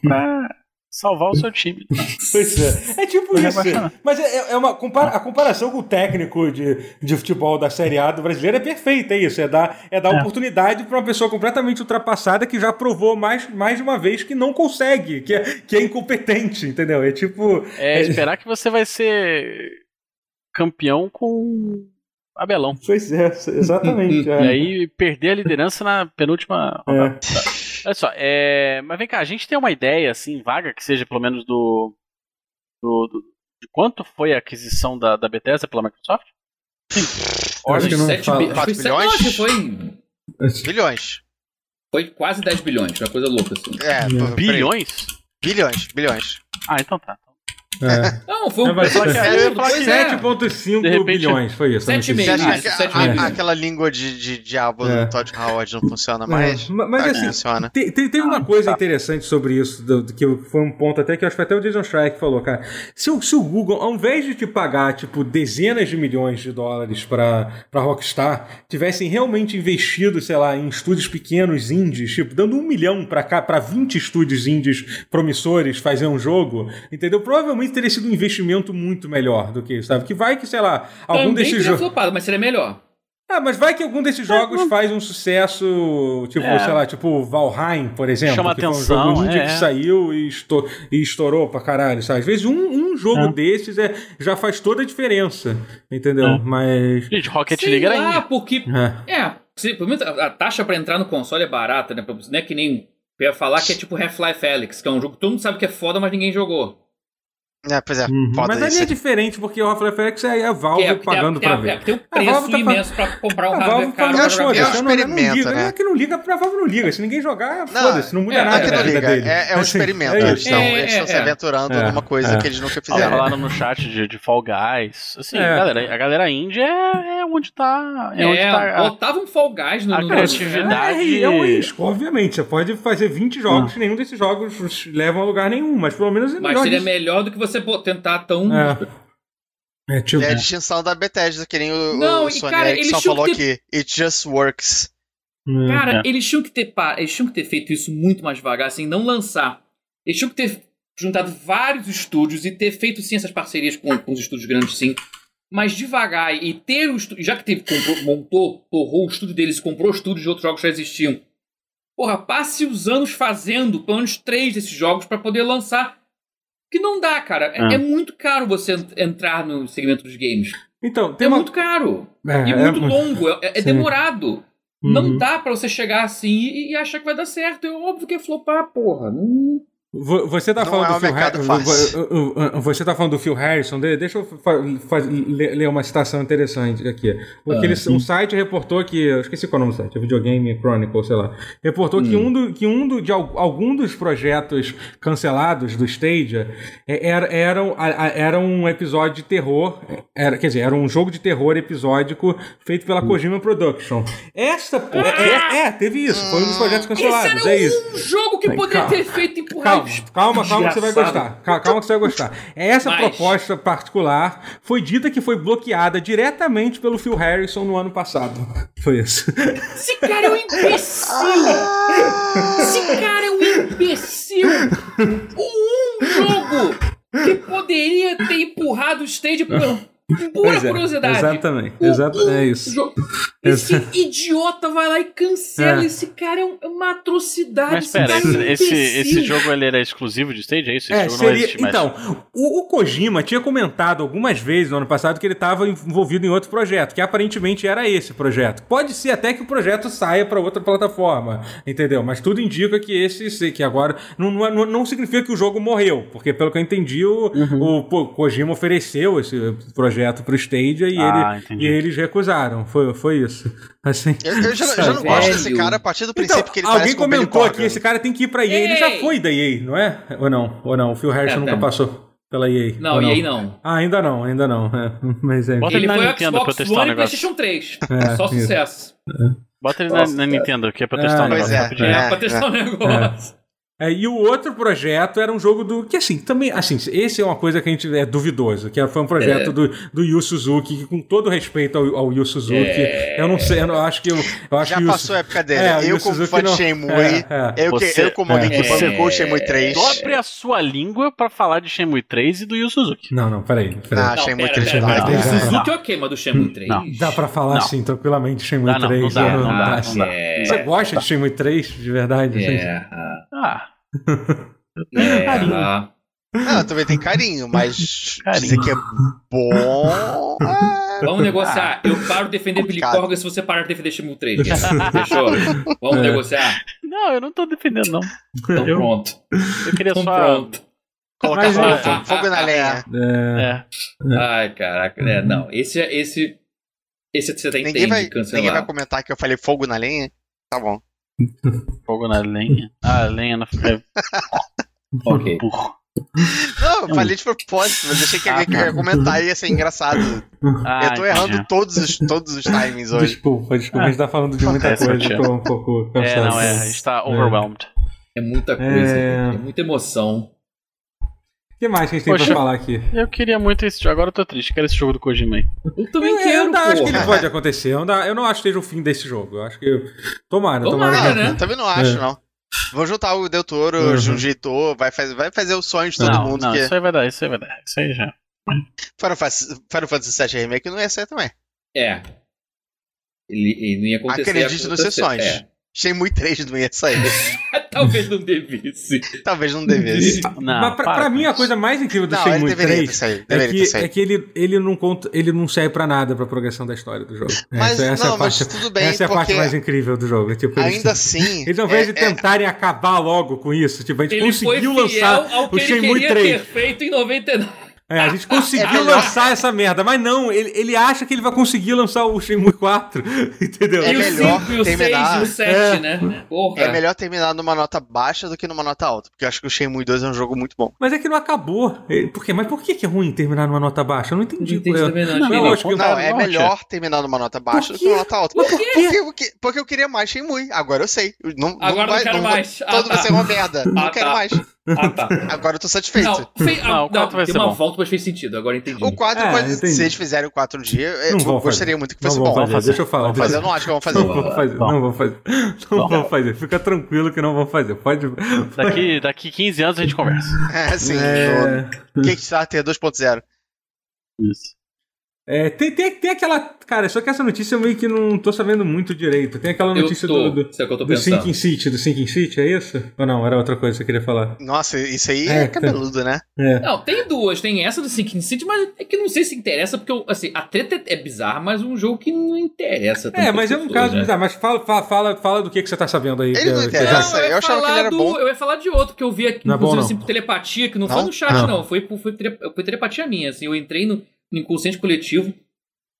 Speaker 3: pra salvar o seu time.
Speaker 1: Pois é. É tipo
Speaker 3: Vai
Speaker 1: isso.
Speaker 3: rebaixar.
Speaker 1: Mas é, é uma compara- a comparação com o técnico de, de futebol da Série A do brasileiro é perfeita, é isso. É dar, é dar
Speaker 3: É.
Speaker 1: oportunidade para uma pessoa completamente ultrapassada que já provou mais, mais de uma vez que não consegue, que é, que é incompetente, entendeu? É tipo.
Speaker 3: É esperar que você vai ser campeão com Abelão.
Speaker 1: Pois é, exatamente. é.
Speaker 3: E aí perder a liderança na penúltima rodada.
Speaker 2: tá.
Speaker 3: Olha só, é, mas vem cá, a gente tem uma ideia, assim, vaga, que seja pelo menos do. do- do- de quanto foi a aquisição da, da Bethesda pela Microsoft?
Speaker 1: Acho que não
Speaker 2: Sete
Speaker 1: fala.
Speaker 2: bi- acho que foi
Speaker 4: Quatro
Speaker 2: sete-
Speaker 4: bilhões?
Speaker 2: não, acho que foi,
Speaker 4: Bilhões.
Speaker 2: foi quase 10 bilhões, uma coisa louca assim.
Speaker 4: É,
Speaker 1: Não.
Speaker 4: pô, peraí.
Speaker 3: Bilhões?
Speaker 4: Bilhões, bilhões.
Speaker 3: Ah, então tá.
Speaker 1: É.
Speaker 2: Não, foi um
Speaker 1: Não, vai
Speaker 2: preço
Speaker 1: ser-
Speaker 2: absurdo. Pois é.
Speaker 1: 7,5
Speaker 3: De repente-
Speaker 1: bilhões, foi isso. a notícia.
Speaker 2: 7,5.
Speaker 4: Você acha
Speaker 2: isso,
Speaker 4: que a-
Speaker 2: sete
Speaker 4: a-
Speaker 1: milhões.
Speaker 4: aquela língua de, de diabo
Speaker 1: É.
Speaker 4: do Todd Howard não funciona
Speaker 1: É,
Speaker 4: mais?
Speaker 1: ma- mas
Speaker 4: Tá, Ah,
Speaker 1: assim,
Speaker 4: funciona.
Speaker 1: Tem, tem, tem uma coisa interessante sobre isso, do- do que foi um ponto até que eu acho que até o Jason Schreier que falou, cara. Se o, se o Google, ao invés de te pagar, tipo, dezenas de milhões de dólares pra, pra Rockstar, tivessem realmente investido, sei lá, em estúdios pequenos indies, tipo, dando um milhão pra cá, pra 20 estúdios indies promissores fazer um jogo, entendeu? Provavelmente teria sido um investimento muito melhor do que isso, sabe? Que vai que, sei lá, algum
Speaker 2: Também
Speaker 1: desses
Speaker 2: teria
Speaker 1: jogos.
Speaker 2: flopado, mas seria melhor.
Speaker 1: Ah, mas vai que algum desses jogos faz um sucesso, tipo,
Speaker 3: É.
Speaker 1: sei lá, tipo Valheim, por exemplo.
Speaker 3: Chama
Speaker 1: que Foi um
Speaker 3: atenção,
Speaker 1: jogo indie
Speaker 3: é.
Speaker 1: que saiu e, esto- e estourou pra caralho, sabe? Às vezes um, um jogo
Speaker 3: É.
Speaker 1: desses é, já faz toda a diferença, entendeu?
Speaker 3: É.
Speaker 1: Mas.
Speaker 3: Gente, Rocket
Speaker 2: Sei
Speaker 3: League era
Speaker 2: lá,
Speaker 3: indie.
Speaker 2: porque...
Speaker 1: É.
Speaker 2: É, se- pelo menos a, a taxa pra entrar no console é barata, né? Não é que nem... Eu ia falar que é tipo Half-Life Alyx, que é um jogo que todo mundo sabe que é foda, mas ninguém jogou.
Speaker 4: É, pois é,
Speaker 1: Uhum.
Speaker 4: foda
Speaker 1: Mas ali
Speaker 4: isso.
Speaker 1: é diferente, porque o Half-Life Alyx é a Valve
Speaker 2: Que é- que é-
Speaker 1: pagando
Speaker 2: que é-
Speaker 1: pra
Speaker 2: que
Speaker 1: ver.
Speaker 2: é- Tem um
Speaker 1: A Valve
Speaker 2: preço
Speaker 1: tá pagando-
Speaker 2: imenso pra comprar um
Speaker 1: a
Speaker 2: hardware
Speaker 1: Valve
Speaker 2: caro
Speaker 1: pagando
Speaker 2: pra
Speaker 1: pra
Speaker 2: jogar.
Speaker 4: foda-se.
Speaker 1: ver. Não, não, não liga.
Speaker 4: experimenta, é um né?
Speaker 1: Não é que não liga, pra Valve não liga. Se ninguém jogar,
Speaker 4: Não,
Speaker 1: foda-se, não muda
Speaker 2: é,
Speaker 4: Não é
Speaker 1: nada
Speaker 4: que
Speaker 1: na
Speaker 4: não
Speaker 1: vida
Speaker 4: liga,
Speaker 1: dele.
Speaker 4: é, é um
Speaker 1: Assim,
Speaker 4: experimento.
Speaker 1: é
Speaker 4: eles
Speaker 1: isso.
Speaker 4: estão
Speaker 2: É,
Speaker 4: eles estão
Speaker 2: é,
Speaker 4: se
Speaker 2: é.
Speaker 4: aventurando
Speaker 1: É,
Speaker 4: numa coisa
Speaker 1: é.
Speaker 4: que eles nunca
Speaker 3: Falaram
Speaker 4: fizeram.
Speaker 3: no chat de, de Fall Guys. Assim,
Speaker 1: É.
Speaker 3: galera, a galera indie é, é onde tá. É, onde
Speaker 2: É,
Speaker 3: tá. a-
Speaker 2: botava um Fall Guys no...
Speaker 3: a
Speaker 2: né?
Speaker 3: né?
Speaker 2: no-
Speaker 3: criatividade.
Speaker 1: É, é um risco, obviamente. Você pode fazer 20 jogos, e nenhum desses jogos levam a lugar nenhum, mas pelo menos é
Speaker 2: Mas
Speaker 1: melhor.
Speaker 2: seria
Speaker 1: isso.
Speaker 2: melhor do que você bo- tentar tão...
Speaker 1: É. É, tipo,
Speaker 4: É a distinção da Bethesda, que nem o,
Speaker 2: Não,
Speaker 4: o
Speaker 2: e,
Speaker 4: Sony
Speaker 2: cara,
Speaker 4: Ericsson
Speaker 2: eles tinham
Speaker 4: falou
Speaker 2: que
Speaker 4: aqui. It just works.
Speaker 1: é.
Speaker 2: Cara,
Speaker 3: É.
Speaker 2: eles, tinham que ter pa- eles tinham que ter feito isso muito mais devagar, assim, não lançar. Eles tinham que ter juntado vários estúdios e ter feito, sim, essas parcerias com, com os estúdios grandes, sim. Mas devagar e ter o estúdio. Já que teve, comprou- montou, torrou o estúdio deles, comprou estúdios de outros jogos que já existiam. Porra, passe os anos fazendo pelo menos três desses jogos pra poder lançar. Que não dá, cara. É,
Speaker 3: É.
Speaker 2: é muito caro você ent- entrar no segmento dos games.
Speaker 1: Então, tem
Speaker 2: É
Speaker 1: uma.
Speaker 2: muito caro.
Speaker 1: É,
Speaker 2: E
Speaker 1: é
Speaker 2: muito
Speaker 1: muito-
Speaker 2: longo, é, é
Speaker 1: Sim.
Speaker 2: demorado. Não
Speaker 1: Uhum.
Speaker 2: dá pra você chegar assim e, e achar que vai dar certo. É óbvio que é flopar, porra. Não-
Speaker 1: Vo- Você tá
Speaker 4: Não
Speaker 1: falando
Speaker 4: é um
Speaker 1: do Phil
Speaker 4: mercado
Speaker 1: Harrison.
Speaker 4: fácil.
Speaker 1: Você tá falando do Phil Harrison. De- Deixa eu fa- fa- le- ler uma citação interessante aqui. Porque
Speaker 2: Ah,
Speaker 1: eles- um site reportou que. Eu esqueci qual é o nome do site, é Videogame Chronicle, sei lá. Reportou que um, do- que um do- de al- algum dos projetos cancelados do Stadia é- era, era, um- a- a- era um episódio de terror. Era, quer dizer, era um jogo de terror episódico feito pela Kojima Production. Essa. é- é, é, teve isso. Foi um dos projetos cancelados.
Speaker 2: Esse
Speaker 1: É
Speaker 2: era
Speaker 1: isso.
Speaker 2: um jogo que
Speaker 1: Ai,
Speaker 2: poderia
Speaker 1: calma.
Speaker 2: ter feito empurrar.
Speaker 1: Calma, calma, calma que você vai
Speaker 2: Desgraçado.
Speaker 1: gostar. Ca- Calma que você vai gostar. É Essa
Speaker 2: Mas-
Speaker 1: proposta particular foi dita que foi bloqueada diretamente pelo Phil Harrison no ano passado. Foi isso.
Speaker 2: Esse cara é um imbecil! Esse cara é um imbecil! Um jogo que poderia ter empurrado o stage por pura
Speaker 1: Pois é,
Speaker 2: curiosidade.
Speaker 1: Exatamente.
Speaker 2: Um-
Speaker 1: Exa- é isso.
Speaker 2: Jo- Esse idiota vai lá e cancela.
Speaker 1: É.
Speaker 2: Esse cara é um- é uma atrocidade.
Speaker 3: Mas pera,
Speaker 2: esse,
Speaker 3: esse,
Speaker 2: cara é um
Speaker 3: esse,
Speaker 2: imbecil.
Speaker 3: esse jogo ele era exclusivo de stage? É isso? Esse
Speaker 1: É,
Speaker 3: jogo não
Speaker 1: seria-
Speaker 3: existe mais.
Speaker 1: Então, o, o Kojima tinha comentado algumas vezes no ano passado que ele estava envolvido em outro projeto, que aparentemente era esse projeto. Pode ser até que o projeto saia para outra plataforma, entendeu? Mas tudo indica que esse, que agora. Não, não, é, não- não significa que o jogo morreu, porque pelo que eu entendi, o, o Ko- Kojima ofereceu esse projeto pro Stadia e,
Speaker 3: Ah,
Speaker 1: ele,
Speaker 3: entendi.
Speaker 1: e eles recusaram. Foi, foi isso. Assim.
Speaker 4: Eu, eu já, já não
Speaker 2: é Velho.
Speaker 4: gosto desse cara a partir do princípio
Speaker 1: Então,
Speaker 4: que ele
Speaker 1: alguém
Speaker 4: parece com o Billy
Speaker 1: comentou
Speaker 4: Corgan.
Speaker 1: aqui, esse cara tem que ir pra EA, ele
Speaker 2: Ei!
Speaker 1: já foi da EA, não é? Ou não? Ou não? O Phil Harrison
Speaker 2: É,
Speaker 1: nunca
Speaker 2: tá.
Speaker 1: passou pela EA.
Speaker 2: Não,
Speaker 1: ou
Speaker 2: e aí não.
Speaker 1: Ah, ainda não, ainda não. é. Mas é.
Speaker 3: Bota
Speaker 2: Ele
Speaker 3: ele na
Speaker 2: foi ao
Speaker 3: Nintendo pra
Speaker 2: Xbox
Speaker 3: testar o
Speaker 2: One e
Speaker 3: negócio.
Speaker 2: PlayStation 3.
Speaker 1: É,
Speaker 2: Só
Speaker 1: isso.
Speaker 2: sucesso.
Speaker 3: Bota ele na, na Nintendo, que é pra
Speaker 1: É,
Speaker 3: testar o
Speaker 1: pois
Speaker 3: negócio
Speaker 4: é.
Speaker 3: rapidinho.
Speaker 2: É,
Speaker 4: É,
Speaker 2: pra testar o negócio.
Speaker 1: É, e o outro projeto era um jogo do. Que assim, também. Assim, esse é uma coisa que a gente é duvidoso, que foi um projeto
Speaker 3: É.
Speaker 1: do, do Yu Suzuki, que com todo respeito ao, ao Yu Suzuki,
Speaker 3: É.
Speaker 1: eu não sei, eu não acho que. Eu, eu acho
Speaker 4: Já
Speaker 1: que o Yu-
Speaker 4: passou a época dele.
Speaker 1: É, o
Speaker 4: eu,
Speaker 1: Yu
Speaker 4: como
Speaker 1: Suzuki
Speaker 4: fã de
Speaker 1: não-
Speaker 4: Shenmue,
Speaker 1: é, é.
Speaker 4: eu, que-
Speaker 3: Você-
Speaker 4: eu, como alguém
Speaker 1: é.
Speaker 4: que bancou o Shenmue 3.
Speaker 3: Dobre a sua língua pra falar de Shenmue 3 e do Yu Suzuki.
Speaker 1: Não, não, peraí. peraí.
Speaker 4: Ah, Shenmue 3 não
Speaker 3: pera,
Speaker 4: dá.
Speaker 1: pera.
Speaker 2: O
Speaker 1: Não,
Speaker 2: Suzuki ok, mas do Shenmue 3.
Speaker 3: Não.
Speaker 1: Dá pra falar
Speaker 3: Não.
Speaker 1: assim, tranquilamente, Shenmue
Speaker 3: Dá não,
Speaker 1: 3.
Speaker 3: não dá,
Speaker 1: né?
Speaker 3: não dá,
Speaker 1: assim.
Speaker 3: não dá.
Speaker 2: É,
Speaker 1: Você gosta de Shenmue 3, de verdade? assim?
Speaker 2: é,
Speaker 3: Ah,
Speaker 2: é,
Speaker 3: Carinho.
Speaker 2: ah.
Speaker 4: Não, também tem carinho, mas
Speaker 3: Carinho.
Speaker 4: dizer que é bom. é,
Speaker 2: Vamos negociar. Eu paro de defender Billy
Speaker 4: Complicado.
Speaker 2: Corgan se você parar de defender Shenmue 3. Fechou? Vamos
Speaker 1: É.
Speaker 2: negociar?
Speaker 3: não, eu não tô defendendo, não.
Speaker 2: Então pronto.
Speaker 3: Eu queria
Speaker 2: Então
Speaker 3: só.
Speaker 2: pronto.
Speaker 4: Colocar
Speaker 1: Mas,
Speaker 4: fogo,
Speaker 1: é.
Speaker 4: fogo, fogo na lenha.
Speaker 1: É.
Speaker 3: É.
Speaker 2: Ai, caraca. É, não. Esse, esse, esse é você até
Speaker 4: Ninguém
Speaker 2: entende
Speaker 4: vai, ninguém vai
Speaker 2: cancelar.
Speaker 4: comentar que eu falei fogo na lenha. Tá bom.
Speaker 3: Fogo na lenha. Ah, lenha na. É,
Speaker 2: Ok.
Speaker 3: burro.
Speaker 4: Não, eu falei de propósito, mas achei que alguém queria comentar e ia ser engraçado.
Speaker 3: Ah,
Speaker 4: eu tô errando
Speaker 3: entendi.
Speaker 4: todos os, todos os timings hoje.
Speaker 1: Desculpa, desculpa, a gente tá falando de muita
Speaker 3: Acontece,
Speaker 1: coisa,
Speaker 3: Tatiana.
Speaker 1: tô um pouco
Speaker 3: É,
Speaker 1: cansado.
Speaker 3: não, é. A gente tá overwhelmed.
Speaker 2: É muita coisa,
Speaker 1: É.
Speaker 2: é muita emoção.
Speaker 1: O que mais que a gente tem
Speaker 3: Poxa.
Speaker 1: pra falar aqui?
Speaker 3: Eu queria muito esse jogo. Agora eu tô triste, quero esse jogo do Kojima aí.
Speaker 2: Eu também
Speaker 1: eu, É, eu
Speaker 2: quero,
Speaker 1: ainda acho que ele
Speaker 2: porra.
Speaker 1: pode acontecer. Eu, ainda- eu não acho que seja o fim desse jogo. Eu acho que. Tomara, tomara.
Speaker 2: Tomara,
Speaker 1: que-
Speaker 2: né?
Speaker 4: Eu também não acho,
Speaker 1: É.
Speaker 4: não. Vou juntar o Del Toro,
Speaker 1: Uhum.
Speaker 4: o Junji Ito, vai fazer, vai fazer o sonho de todo
Speaker 3: não,
Speaker 4: mundo
Speaker 3: não,
Speaker 4: que
Speaker 3: isso aí vai dar, isso aí vai dar. Isso aí já.
Speaker 4: Final Fantasy, Final Fantasy VII Remake não ia ser também.
Speaker 2: É. Ele, ele não ia acontecer.
Speaker 4: Acredite
Speaker 2: ia
Speaker 4: nos
Speaker 2: acontecer.
Speaker 4: sessões. Shenmue 3 não ia sair.
Speaker 2: É. Talvez não devisse.
Speaker 4: Talvez não devesse.
Speaker 3: Não,
Speaker 1: Mas pra,
Speaker 3: para
Speaker 1: pra
Speaker 3: com
Speaker 1: mim, a
Speaker 3: isso.
Speaker 1: coisa mais incrível do
Speaker 4: Não, ele
Speaker 1: Shenmue
Speaker 4: deveria
Speaker 1: 3
Speaker 4: ter saído.
Speaker 1: é
Speaker 4: Deveria ter
Speaker 1: que, é
Speaker 4: saído.
Speaker 1: que ele, ele, não conta, ele não serve pra nada pra progressão da história do jogo.
Speaker 4: Mas
Speaker 1: essa, essa é
Speaker 4: não,
Speaker 1: a parte,
Speaker 4: mas tudo bem,
Speaker 1: essa é a parte
Speaker 4: porque
Speaker 1: mais incrível do jogo. Tipo, eles-
Speaker 4: ainda assim.
Speaker 1: Eles não
Speaker 4: é-
Speaker 1: vez de
Speaker 4: é-
Speaker 1: tentarem acabar logo com isso. Tipo, a gente
Speaker 2: Ele foi
Speaker 1: conseguiu
Speaker 2: fiel
Speaker 1: lançar.
Speaker 2: ao que
Speaker 1: o
Speaker 2: ele
Speaker 1: Shenmue
Speaker 2: queria
Speaker 1: 3.
Speaker 2: ter feito em 99.
Speaker 1: É, a gente conseguiu
Speaker 4: melhor.
Speaker 1: lançar essa merda, mas não, ele, ele acha que ele vai conseguir lançar o Shenmue 4, entendeu?
Speaker 4: É
Speaker 2: e o
Speaker 4: melhor
Speaker 2: 5, e o 6,
Speaker 4: terminar-
Speaker 2: e o 7,
Speaker 1: É.
Speaker 2: né? Porra.
Speaker 4: É melhor terminar numa nota baixa do que numa nota alta, porque eu acho que o Shenmue 2 é um jogo muito bom.
Speaker 1: Mas é que não acabou. É, Por quê? Mas por que que é ruim terminar numa nota baixa? Eu não entendi.
Speaker 2: Não entendi
Speaker 1: qual é.
Speaker 2: também não,
Speaker 1: Não,
Speaker 2: achei
Speaker 1: eu
Speaker 2: não.
Speaker 1: acho que-
Speaker 4: Não, é
Speaker 3: não,
Speaker 4: melhor terminar numa nota baixa
Speaker 1: Por
Speaker 4: do que numa nota alta.
Speaker 1: Mas por quê?
Speaker 4: Porque, eu que- porque eu queria mais Shenmue. Agora eu sei. Eu Não, não
Speaker 2: Agora eu não
Speaker 4: vai-
Speaker 2: quero
Speaker 4: não-
Speaker 2: mais.
Speaker 4: Todo
Speaker 2: ah,
Speaker 4: vai ser uma merda. Não
Speaker 2: Ah,
Speaker 4: quero
Speaker 2: tá.
Speaker 4: mais.
Speaker 2: Ah, tá.
Speaker 4: Agora eu tô satisfeito.
Speaker 2: Não, fei... ah,
Speaker 3: Não, o
Speaker 2: não,
Speaker 3: quarto vai
Speaker 2: deu
Speaker 3: ser
Speaker 2: uma
Speaker 3: bom.
Speaker 2: volta, mas fez sentido. Agora entendi.
Speaker 4: O 4,
Speaker 1: É,
Speaker 4: pode,
Speaker 1: entendi.
Speaker 4: se eles fizerem o 4 um dia, eu
Speaker 1: Não vão
Speaker 4: gostaria muito que
Speaker 1: Não
Speaker 4: fosse
Speaker 1: vão
Speaker 4: bom.
Speaker 1: fazer,
Speaker 3: fazer.
Speaker 1: deixa eu falar.
Speaker 3: Vamos
Speaker 1: deixa
Speaker 4: Mas
Speaker 1: eu-
Speaker 4: eu não acho que vão fazer.
Speaker 1: Não vão fazer, não vão fazer. Não vão fazer. Fica tranquilo que não vão fazer. Pode.
Speaker 3: Daqui, daqui 15 anos a gente conversa.
Speaker 4: É, sim. É...
Speaker 1: É,
Speaker 4: Kickstarter 2.0.
Speaker 3: Isso.
Speaker 1: é, tem, tem, tem aquela. Cara, só que essa notícia eu meio que não tô sabendo muito direito. Tem aquela
Speaker 2: eu
Speaker 1: notícia
Speaker 2: tô,
Speaker 1: do, do,
Speaker 2: Isso é o que eu tô
Speaker 1: do
Speaker 2: pensando.
Speaker 1: Sinking City, do Sinking City, é isso? Ou não? Era outra coisa que eu queria falar.
Speaker 4: Nossa, isso aí
Speaker 1: É,
Speaker 4: é,
Speaker 1: tá.
Speaker 4: cabeludo, né?
Speaker 1: É.
Speaker 2: Não, tem duas. Tem essa do Sinking City, mas é que não sei se interessa, porque eu, assim, a treta é- é bizarra, mas um jogo que não interessa.
Speaker 1: É,
Speaker 2: tantas
Speaker 1: mas é um
Speaker 2: pessoas,
Speaker 1: caso
Speaker 2: né?
Speaker 1: bizarro. Mas fala, fala, fala, fala do que, que você tá sabendo aí.
Speaker 4: Ele
Speaker 1: que-
Speaker 4: não
Speaker 1: que-
Speaker 4: interessa.
Speaker 1: já-
Speaker 4: Não, assim, eu
Speaker 2: ia
Speaker 4: achava que
Speaker 2: falar
Speaker 4: ele era
Speaker 2: do-
Speaker 4: bom.
Speaker 2: Eu ia falar de outro que eu vi aqui,
Speaker 1: Não é bom,
Speaker 2: inclusive,
Speaker 1: não.
Speaker 2: assim, por telepatia, que não,
Speaker 4: Não?
Speaker 2: foi no chat,
Speaker 1: Não.
Speaker 2: não. Foi, por- foi, tele- foi telepatia minha, assim. Eu entrei no, no inconsciente coletivo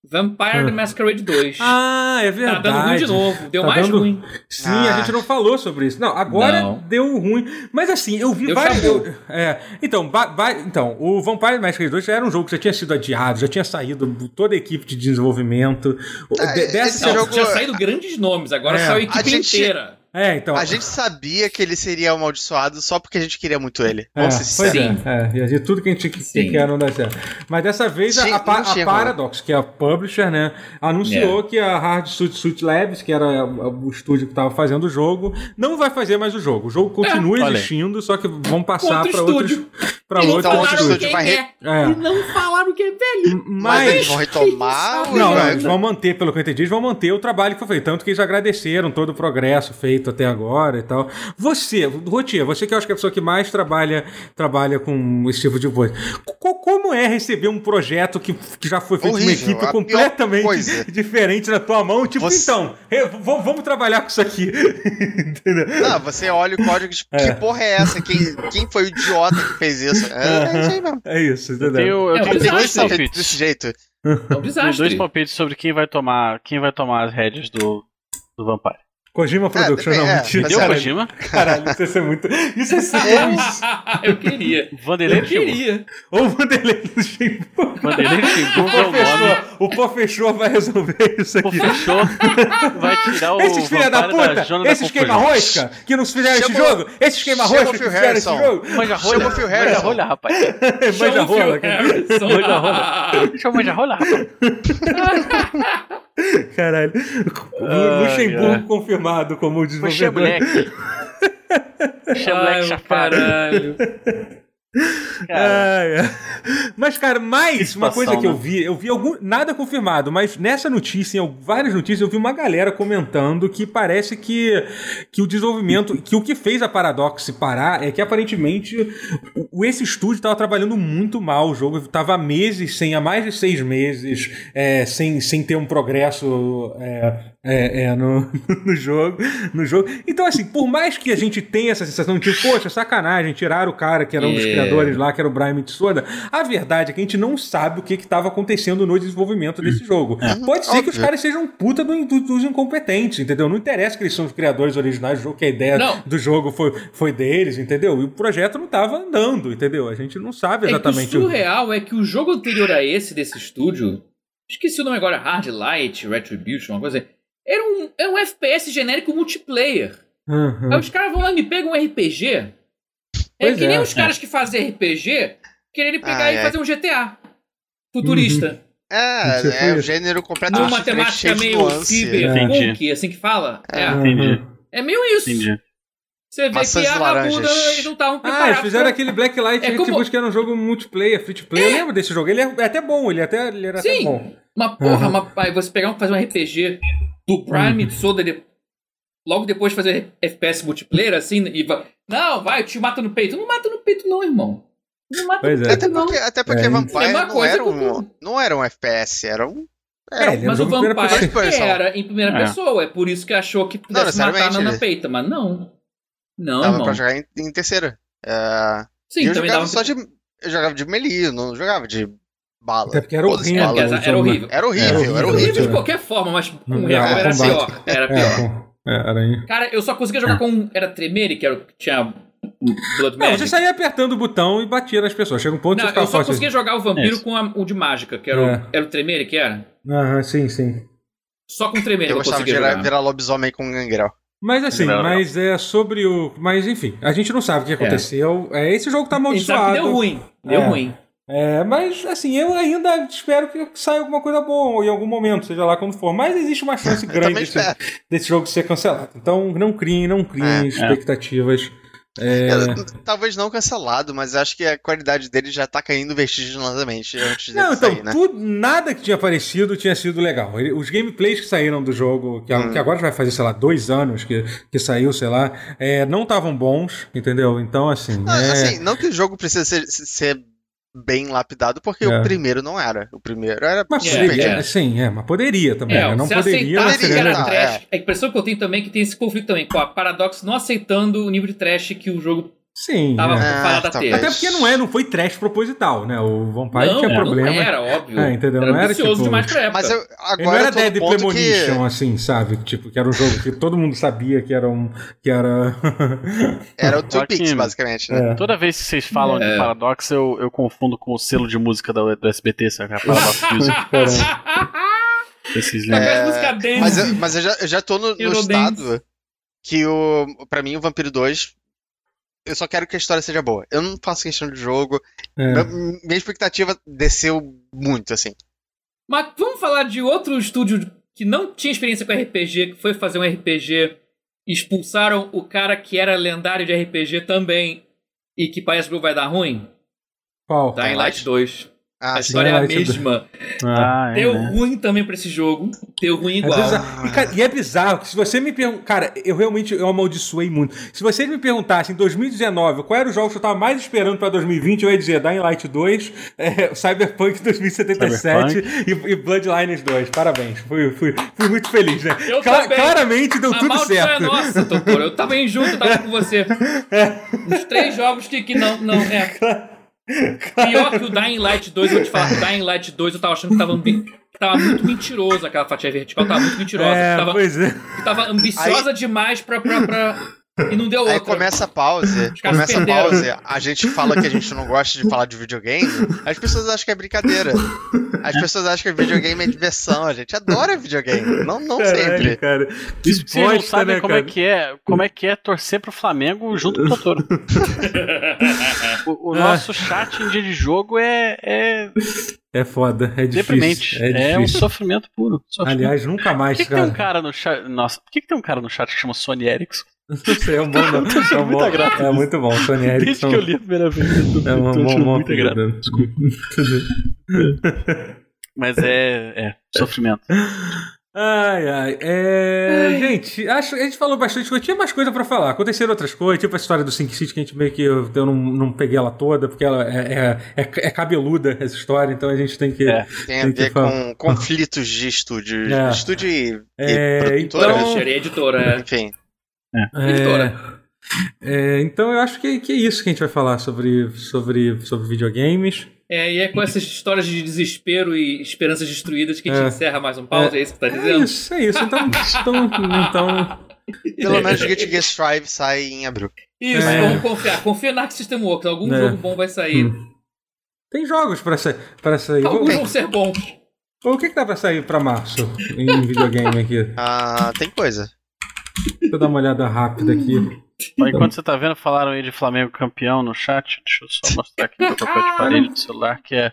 Speaker 2: Vampire
Speaker 1: Ah.
Speaker 2: The Masquerade 2.
Speaker 1: Ah, é
Speaker 2: tá
Speaker 1: verdade.
Speaker 2: dando ruim de novo. Deu
Speaker 1: Tá
Speaker 2: mais
Speaker 1: dando-
Speaker 2: ruim.
Speaker 1: Sim, a
Speaker 4: Ah.
Speaker 1: gente não falou sobre isso. Não, agora
Speaker 2: Não.
Speaker 1: deu um ruim. Mas assim, eu vi
Speaker 2: Deu
Speaker 1: vários.
Speaker 2: chabu.
Speaker 1: eu- é, então, ba- ba- então, o Vampire Masquerade 2 já era um jogo que já tinha sido adiado, já tinha saído toda a equipe de desenvolvimento. O-
Speaker 4: Ah,
Speaker 1: de- dessa-
Speaker 4: esse
Speaker 2: Não,
Speaker 4: jogo-
Speaker 2: tinha saído grandes nomes, agora
Speaker 1: É.
Speaker 2: saiu a equipe
Speaker 4: A gente-
Speaker 2: inteira.
Speaker 1: É, então.
Speaker 4: A gente sabia que ele seria amaldiçoado só porque a gente queria muito ele.
Speaker 1: É,
Speaker 4: Vamos ser
Speaker 1: pois
Speaker 4: sinceros.
Speaker 1: é, é, e a gente- tudo que a gente que- que
Speaker 2: Sim.
Speaker 1: quer não dá certo. Mas dessa vez a-
Speaker 4: Sim,
Speaker 1: a, Pa-
Speaker 4: não
Speaker 1: a
Speaker 4: tinha como.
Speaker 1: Paradox, que é a publisher, né, anunciou que a Hard Suit Suit Labs, que era a- a- o estúdio que estava fazendo o jogo, não vai fazer mais o jogo. O jogo continua
Speaker 3: olha aí.
Speaker 1: existindo, só que vão passar
Speaker 2: Outro
Speaker 1: para outros
Speaker 2: estúdio.
Speaker 1: para
Speaker 2: e não
Speaker 1: outro
Speaker 4: outro
Speaker 2: falaram
Speaker 4: estúdio
Speaker 2: quem
Speaker 4: vai re-
Speaker 2: é.
Speaker 1: É.
Speaker 2: E não falaram quem é velho.
Speaker 4: Mas, eles
Speaker 1: Mas
Speaker 4: vão retomar o
Speaker 1: não, não, eles
Speaker 4: jogo.
Speaker 1: vão manter, pelo que eu entendi, eles vão manter o trabalho que foi feito. Tanto que eles agradeceram todo o progresso feito até agora e tal. Você, Rotier, você que eu acho que é a pessoa que mais trabalha, trabalha com esse tipo de coisa. Co- como é receber um projeto que, que já foi feito
Speaker 4: Horrível,
Speaker 1: uma
Speaker 4: a
Speaker 1: equipe
Speaker 4: pior coisa.
Speaker 1: completamente diferente na tua mão? Tipo,
Speaker 4: Você-
Speaker 1: então, eu- v- vamos trabalhar com isso aqui. Entendeu?
Speaker 4: Não, você olha o código e diz, que porra é essa? Quem, quem foi o idiota que fez isso? É, é isso aí mesmo.
Speaker 1: É isso,
Speaker 3: Eu
Speaker 1: entendeu?
Speaker 3: tenho, eu
Speaker 2: É,
Speaker 3: tenho
Speaker 2: mas eu
Speaker 3: dois
Speaker 2: acho que-
Speaker 4: Feito
Speaker 3: palpites.
Speaker 4: desse jeito.
Speaker 2: É um
Speaker 3: Tenho
Speaker 2: desastre.
Speaker 3: dois palpites sobre quem vai tomar, quem vai tomar as rédeas do, do Vampire.
Speaker 1: Kojima Productions,
Speaker 4: depende-
Speaker 1: não,
Speaker 4: é,
Speaker 1: mentira.
Speaker 4: mas
Speaker 3: Deu
Speaker 4: é,
Speaker 1: Caralho,
Speaker 3: Kojima?
Speaker 1: Caralho, isso ia ser muito. Isso é ia ser bom.
Speaker 2: eu queria.
Speaker 3: Vanderlei
Speaker 2: Eu
Speaker 3: Tibu.
Speaker 2: queria.
Speaker 1: Ou o Vanderlei do Chimbó.
Speaker 3: Vanderlei
Speaker 2: Então,
Speaker 3: Tibu é o nome.
Speaker 1: Professor, o professor vai resolver isso
Speaker 3: O
Speaker 1: aqui.
Speaker 3: fechou vai tirar o
Speaker 1: Esses filha da
Speaker 3: Vampire
Speaker 2: tá
Speaker 1: puta,
Speaker 3: Jona da
Speaker 1: esses
Speaker 3: Confusão.
Speaker 1: queima-rosca que não fizeram esse
Speaker 4: Chama-
Speaker 1: jogo, esses
Speaker 4: chama
Speaker 1: queima-rosca
Speaker 4: o
Speaker 1: que
Speaker 4: Phil
Speaker 1: fizeram esse
Speaker 4: Harrison.
Speaker 1: jogo,
Speaker 3: Manja rola,
Speaker 4: Chama o Phil
Speaker 3: manja
Speaker 4: Harrison.
Speaker 3: rola, rapaz.
Speaker 1: manja
Speaker 2: Chama o Phil é.
Speaker 1: rola. cara.
Speaker 2: Harrison.
Speaker 3: Manja Deixa eu manja rola, rapaz.
Speaker 1: Caralho.
Speaker 3: Ai,
Speaker 1: Luxemburgo
Speaker 3: ai.
Speaker 1: confirmado como
Speaker 3: Puxa,
Speaker 1: desenvolvedor.
Speaker 3: moleque. Puxa, moleque
Speaker 2: Ai,
Speaker 3: chapado.
Speaker 2: Caralho.
Speaker 3: Cara,
Speaker 1: Ai, ai. É, Mas, cara,
Speaker 3: Que
Speaker 1: mais uma
Speaker 3: situação,
Speaker 1: coisa que eu
Speaker 3: né?
Speaker 1: vi, eu vi algum, nada confirmado, mas nessa notícia, em várias notícias, eu vi uma galera comentando que parece que, que o desenvolvimento, que o que fez a Paradox parar é que aparentemente o- o, esse estúdio estava trabalhando muito mal o jogo, estava há meses, sem, há mais de seis meses, é, sem, sem ter um progresso é, é, é, no, no jogo, no jogo. Então, assim, por mais que a gente tenha essa sensação de, tipo, poxa, sacanagem, tiraram o cara que era um dos
Speaker 2: É.
Speaker 1: desenhadores lá, que era o Brian Mitsuda. A verdade é que a gente não sabe o que estava acontecendo no desenvolvimento
Speaker 2: Hum.
Speaker 1: desse jogo.
Speaker 2: É.
Speaker 1: É. Pode ser que os
Speaker 4: Uhum, Óbvio.
Speaker 1: caras sejam puta do- do- dos incompetentes, entendeu? Não interessa que eles são os criadores originais do jogo, que a ideia
Speaker 2: Não.
Speaker 1: do jogo foi, foi deles, entendeu? E o projeto não estava andando, entendeu? A gente não sabe
Speaker 2: É
Speaker 1: exatamente
Speaker 2: que o
Speaker 1: o-
Speaker 2: surreal é que o jogo anterior a esse desse estúdio, esqueci o nome agora, Hard Light, Retribution, uma coisa assim, era um, era um FPS genérico multiplayer.
Speaker 1: Aham.
Speaker 2: Aí os caras vão lá e me pegam um RPG. é
Speaker 1: Hum. Pois
Speaker 2: que
Speaker 1: é.
Speaker 2: nem os caras que fazem RPG quererem pegar
Speaker 4: Ai,
Speaker 2: e
Speaker 4: ai.
Speaker 2: fazer um GTA
Speaker 1: Uhum.
Speaker 2: futurista.
Speaker 1: Isso
Speaker 4: É, é
Speaker 1: foi-
Speaker 4: um gênero
Speaker 2: Uma
Speaker 4: completamente diferente,
Speaker 2: matemática
Speaker 4: cheio de
Speaker 2: meio
Speaker 4: nuance.
Speaker 2: cyberpunk, assim que fala. É,
Speaker 3: Entendi.
Speaker 2: é meio isso.
Speaker 3: Entendi.
Speaker 2: Você vê
Speaker 4: Maçãs
Speaker 2: que
Speaker 4: e
Speaker 2: a
Speaker 4: laranjas.
Speaker 2: Rabuda eles não estavam
Speaker 1: Ah,
Speaker 2: preparados.
Speaker 1: eles fizeram
Speaker 2: pra-
Speaker 1: aquele Blacklight
Speaker 2: É
Speaker 1: é
Speaker 2: como-
Speaker 1: que era um jogo multiplayer, free to play. Eu lembro desse jogo. Ele é até bom, ele, até, ele era até
Speaker 2: Sim.
Speaker 1: bom.
Speaker 2: Uma porra,
Speaker 1: Aham. Uhum.
Speaker 2: uma, aí você pegar um, fazer um RPG do Prime Mitsuda de, logo depois fazer FPS multiplayer, assim, e vai. Não, vai, eu te mata no peito. Não mata no peito, não, irmão. Não mata
Speaker 1: Pois
Speaker 2: no
Speaker 1: é.
Speaker 2: peito,
Speaker 4: Até
Speaker 2: não.
Speaker 4: porque, até porque
Speaker 1: É,
Speaker 4: Vampire
Speaker 2: é uma
Speaker 4: não
Speaker 2: coisa
Speaker 4: era,
Speaker 2: com
Speaker 4: um, não era um FPS, era um.
Speaker 1: É, ele era um
Speaker 2: Mas o
Speaker 1: jogo em primeira pessoa.
Speaker 2: Vampire
Speaker 4: primeira pessoa.
Speaker 2: era em primeira
Speaker 3: É.
Speaker 2: pessoa, é por isso que achou que pudesse matar
Speaker 4: necessariamente,
Speaker 2: na, na
Speaker 4: né?
Speaker 2: peita, mas não. Não,
Speaker 4: dava
Speaker 2: irmão.
Speaker 4: pra jogar em, em terceira. É,
Speaker 2: Sim,
Speaker 4: e eu
Speaker 2: também dava.
Speaker 4: jogava só de. Eu jogava de melee, eu não jogava de bala.
Speaker 1: Até porque era
Speaker 4: Todos
Speaker 1: horrível.
Speaker 2: É,
Speaker 4: bala.
Speaker 2: porque era,
Speaker 1: Jogo, né?
Speaker 2: horrível.
Speaker 4: Era
Speaker 1: Era
Speaker 4: horrível, era
Speaker 1: horrível.
Speaker 4: horrível.
Speaker 2: de qualquer forma, mas com
Speaker 1: Não,
Speaker 2: o Revo
Speaker 1: era
Speaker 2: era
Speaker 1: combate.
Speaker 2: pior. Era pior.
Speaker 1: É, bom. É, era aí.
Speaker 2: Cara, eu só conseguia jogar com. Era Tremere, que era o que tinha um Blood
Speaker 1: Não,
Speaker 2: Magic.
Speaker 1: você saía apertando o botão e batia nas pessoas. Chega um ponto que
Speaker 2: Não,
Speaker 1: você ficava
Speaker 2: eu só
Speaker 1: forte.
Speaker 2: conseguia jogar o vampiro
Speaker 3: Isso.
Speaker 2: com a- o de mágica, que era,
Speaker 1: É.
Speaker 2: o, era o Tremere, que era?
Speaker 1: Aham, sim, sim.
Speaker 2: Só com o Tremere eu,
Speaker 4: Eu gostava de
Speaker 2: conseguia
Speaker 4: virar,
Speaker 2: jogar.
Speaker 4: virar lobisomem com um gangrel.
Speaker 1: Mas assim,
Speaker 3: Não, não.
Speaker 1: mas é sobre o. Mas enfim, a gente não sabe o que aconteceu. É, esse jogo tá
Speaker 2: A gente sabe que deu
Speaker 1: amaldiçoado.
Speaker 2: ruim. Deu
Speaker 1: É.
Speaker 2: ruim.
Speaker 1: É, mas assim, eu ainda espero que saia alguma coisa boa em algum momento, seja lá quando for. Mas existe uma chance grande
Speaker 4: Também é,
Speaker 1: desse,
Speaker 4: espero.
Speaker 1: desse jogo ser cancelado. Então não criem, não criem
Speaker 4: É.
Speaker 1: expectativas. É,
Speaker 4: Talvez não cancelado, mas acho que a qualidade dele já tá caindo vertiginosamente antes dele
Speaker 1: Não, então,
Speaker 4: sair, né?
Speaker 1: tudo, nada que tinha aparecido tinha sido legal. Ele- os gameplays que saíram do jogo, que, a-
Speaker 4: Hum.
Speaker 1: que agora vai fazer, sei lá, dois anos que, que saiu, sei lá, é, não estavam bons, entendeu? Então, assim.
Speaker 4: Não,
Speaker 1: é-
Speaker 4: assim, não que o jogo precisa ser, ser bem lapidado, porque
Speaker 1: É.
Speaker 4: o primeiro não era. O primeiro era
Speaker 1: mas
Speaker 2: Yeah,
Speaker 1: poderia,
Speaker 2: yeah.
Speaker 1: sim, é, mas poderia também.
Speaker 2: É,
Speaker 1: né? Não
Speaker 2: se
Speaker 1: poderia, mas
Speaker 2: aceitasse que
Speaker 1: seria
Speaker 4: poderia,
Speaker 2: era
Speaker 1: legal.
Speaker 4: não,
Speaker 2: trash. A impressão que eu tenho também é que tem esse conflito também com a Paradox não aceitando o nível de trash que o jogo
Speaker 1: Sim.
Speaker 2: tava
Speaker 1: é.
Speaker 4: Ah,
Speaker 2: parado a ter.
Speaker 4: talvez.
Speaker 1: Até porque não é, não foi trash proposital, né? O Vampire
Speaker 2: não, é,
Speaker 1: tinha
Speaker 2: não
Speaker 1: problema.
Speaker 2: era, óbvio.
Speaker 1: É, entendeu? Não era,
Speaker 2: ambicioso
Speaker 1: tipo-
Speaker 2: demais pra época.
Speaker 4: Mas eu,
Speaker 1: Ele não
Speaker 4: agora
Speaker 1: era
Speaker 4: eu tô no
Speaker 1: Dead
Speaker 4: ponto que...
Speaker 1: Premonition, assim, sabe? Tipo, que era um jogo que todo mundo sabia que era um. que era.
Speaker 4: Era o
Speaker 3: Só
Speaker 4: Two
Speaker 3: que-
Speaker 4: Peaks, basicamente, né?
Speaker 1: É.
Speaker 3: Toda vez que vocês falam
Speaker 4: É.
Speaker 3: de Paradox, eu, eu confundo com o selo de música da, do SBT, sabe? A Paradox Music. Vocês lembram?
Speaker 2: Tocar as músicas dance.
Speaker 4: É, Mas, eu, mas eu, já, eu já tô no, no
Speaker 2: Hero
Speaker 4: estado que o. Pra mim, o Vampiro 2. Eu só quero que a história seja boa. Eu não faço questão de jogo.
Speaker 1: É.
Speaker 4: Meu- minha expectativa desceu muito, assim.
Speaker 2: Mas vamos falar de outro estúdio que não tinha experiência com RPG, que foi fazer um RPG, expulsaram o cara que era lendário de RPG também, e que parece que vai dar ruim?
Speaker 1: Qual?
Speaker 2: Dying Light 2. A
Speaker 4: Ah, sim.
Speaker 2: história é a
Speaker 1: Dying Light 2.
Speaker 2: mesma.
Speaker 1: Ah.
Speaker 3: Ah, é,
Speaker 2: Deu
Speaker 3: né?
Speaker 2: ruim também pra esse jogo, deu ruim
Speaker 1: É
Speaker 2: igual. né?
Speaker 1: bizarro. E, cara, e é bizarro que se você me perguntar. Cara, eu realmente eu amaldiçoei muito. Se vocês me perguntassem em 2019 qual era o jogo que eu tava mais esperando pra 2020, eu ia dizer Dying Light 2, é, Cyberpunk 2077 E, e Bloodlines 2. Parabéns. Fui, fui, fui muito feliz, né?
Speaker 2: Eu também.
Speaker 1: claramente deu
Speaker 2: a
Speaker 1: tudo
Speaker 2: maldição é
Speaker 1: certo.
Speaker 2: nossa, Tokoro. Eu tava em junto, tava com você.
Speaker 1: É.
Speaker 2: Os três jogos que, que não, não é. Pior que o Dying Light 2, eu vou te falar, o Dying Light 2 eu tava achando que tava, ambi- que tava muito mentiroso aquela fatia vertical, tava muito mentirosa.
Speaker 1: É,
Speaker 2: que tava,
Speaker 1: pois é.
Speaker 2: que tava ambiciosa demais pra, pra, pra. E não deu outra.
Speaker 4: Aí começa a pause,
Speaker 2: caras
Speaker 4: começa a
Speaker 2: perderam.
Speaker 4: pause, a gente fala que a gente não gosta de falar de videogame, as pessoas acham que é brincadeira. As pessoas acham que videogame é diversão, a gente adora videogame, não, não sempre.
Speaker 1: Caralho, É, cara. Que
Speaker 3: Isso, vocês não
Speaker 1: bosta,
Speaker 3: sabem
Speaker 1: né,
Speaker 3: como, é
Speaker 1: cara?
Speaker 3: que é, como é que é torcer pro Flamengo junto com o Totoro. o o
Speaker 1: Ah.
Speaker 3: nosso chat em dia de jogo é, é
Speaker 1: É foda, é
Speaker 3: deprimente.
Speaker 1: difícil. É
Speaker 3: É, um
Speaker 1: difícil.
Speaker 3: sofrimento puro. um Sofrimento.
Speaker 1: Aliás, nunca
Speaker 3: por
Speaker 1: mais,
Speaker 3: que, que
Speaker 1: cara.
Speaker 3: tem um cara no chat. Nossa, por que, que tem um cara no chat que chama Sony Ericsson?
Speaker 1: Não sei, é um bom nome. É, um bom,
Speaker 3: muita graça
Speaker 1: é muito bom, Sony
Speaker 3: Desde
Speaker 1: Erickson.
Speaker 3: que eu li a primeira vez, eu tô,
Speaker 1: É uma
Speaker 3: tô
Speaker 1: mão
Speaker 3: achando
Speaker 1: mão
Speaker 3: muito grato. Desculpa. Mas é, é sofrimento.
Speaker 1: Ai, ai. É, Gente, acho, a gente falou bastante coisa. Tinha mais coisa pra falar. Aconteceram outras coisas, tipo a história do Sync City, que a gente meio que eu, eu não, não peguei ela toda, porque ela é, é, é- é cabeluda essa história, então a gente tem que.
Speaker 3: É.
Speaker 4: Tem a
Speaker 1: Tem que
Speaker 4: ver
Speaker 1: falar.
Speaker 4: com conflitos de estúdio,
Speaker 1: É.
Speaker 4: estúdio e, e
Speaker 1: É,
Speaker 4: produtora,
Speaker 1: então-
Speaker 2: Seria editora, é.
Speaker 4: enfim.
Speaker 1: é,
Speaker 2: Editora.
Speaker 1: É, então eu acho que, que é isso que a gente vai falar sobre, sobre, sobre videogames.
Speaker 2: É, e é com essas histórias de desespero e esperanças destruídas que a gente
Speaker 1: É.
Speaker 2: encerra mais um pause, é, isso que tá
Speaker 1: É
Speaker 2: dizendo?
Speaker 1: isso, é isso. Então, então, então
Speaker 4: Pelo menos o Guilty Gear Strive sai em abril.
Speaker 2: Isso,
Speaker 1: É.
Speaker 2: vamos confiar. Confia na Arc System Works, algum
Speaker 1: É. Hum.
Speaker 2: jogo bom vai sair.
Speaker 1: tem jogos pra, sa pra sair. O,
Speaker 2: Alguns vão ser bons.
Speaker 1: o que, que dá pra sair pra março em videogame aqui?
Speaker 4: Ah, tem coisa.
Speaker 1: Deixa eu dar uma olhada rápida aqui.
Speaker 3: Ó, Enquanto você tá vendo, falaram aí de Flamengo campeão no chat. Deixa eu só mostrar aqui meu papel de parede do celular, que é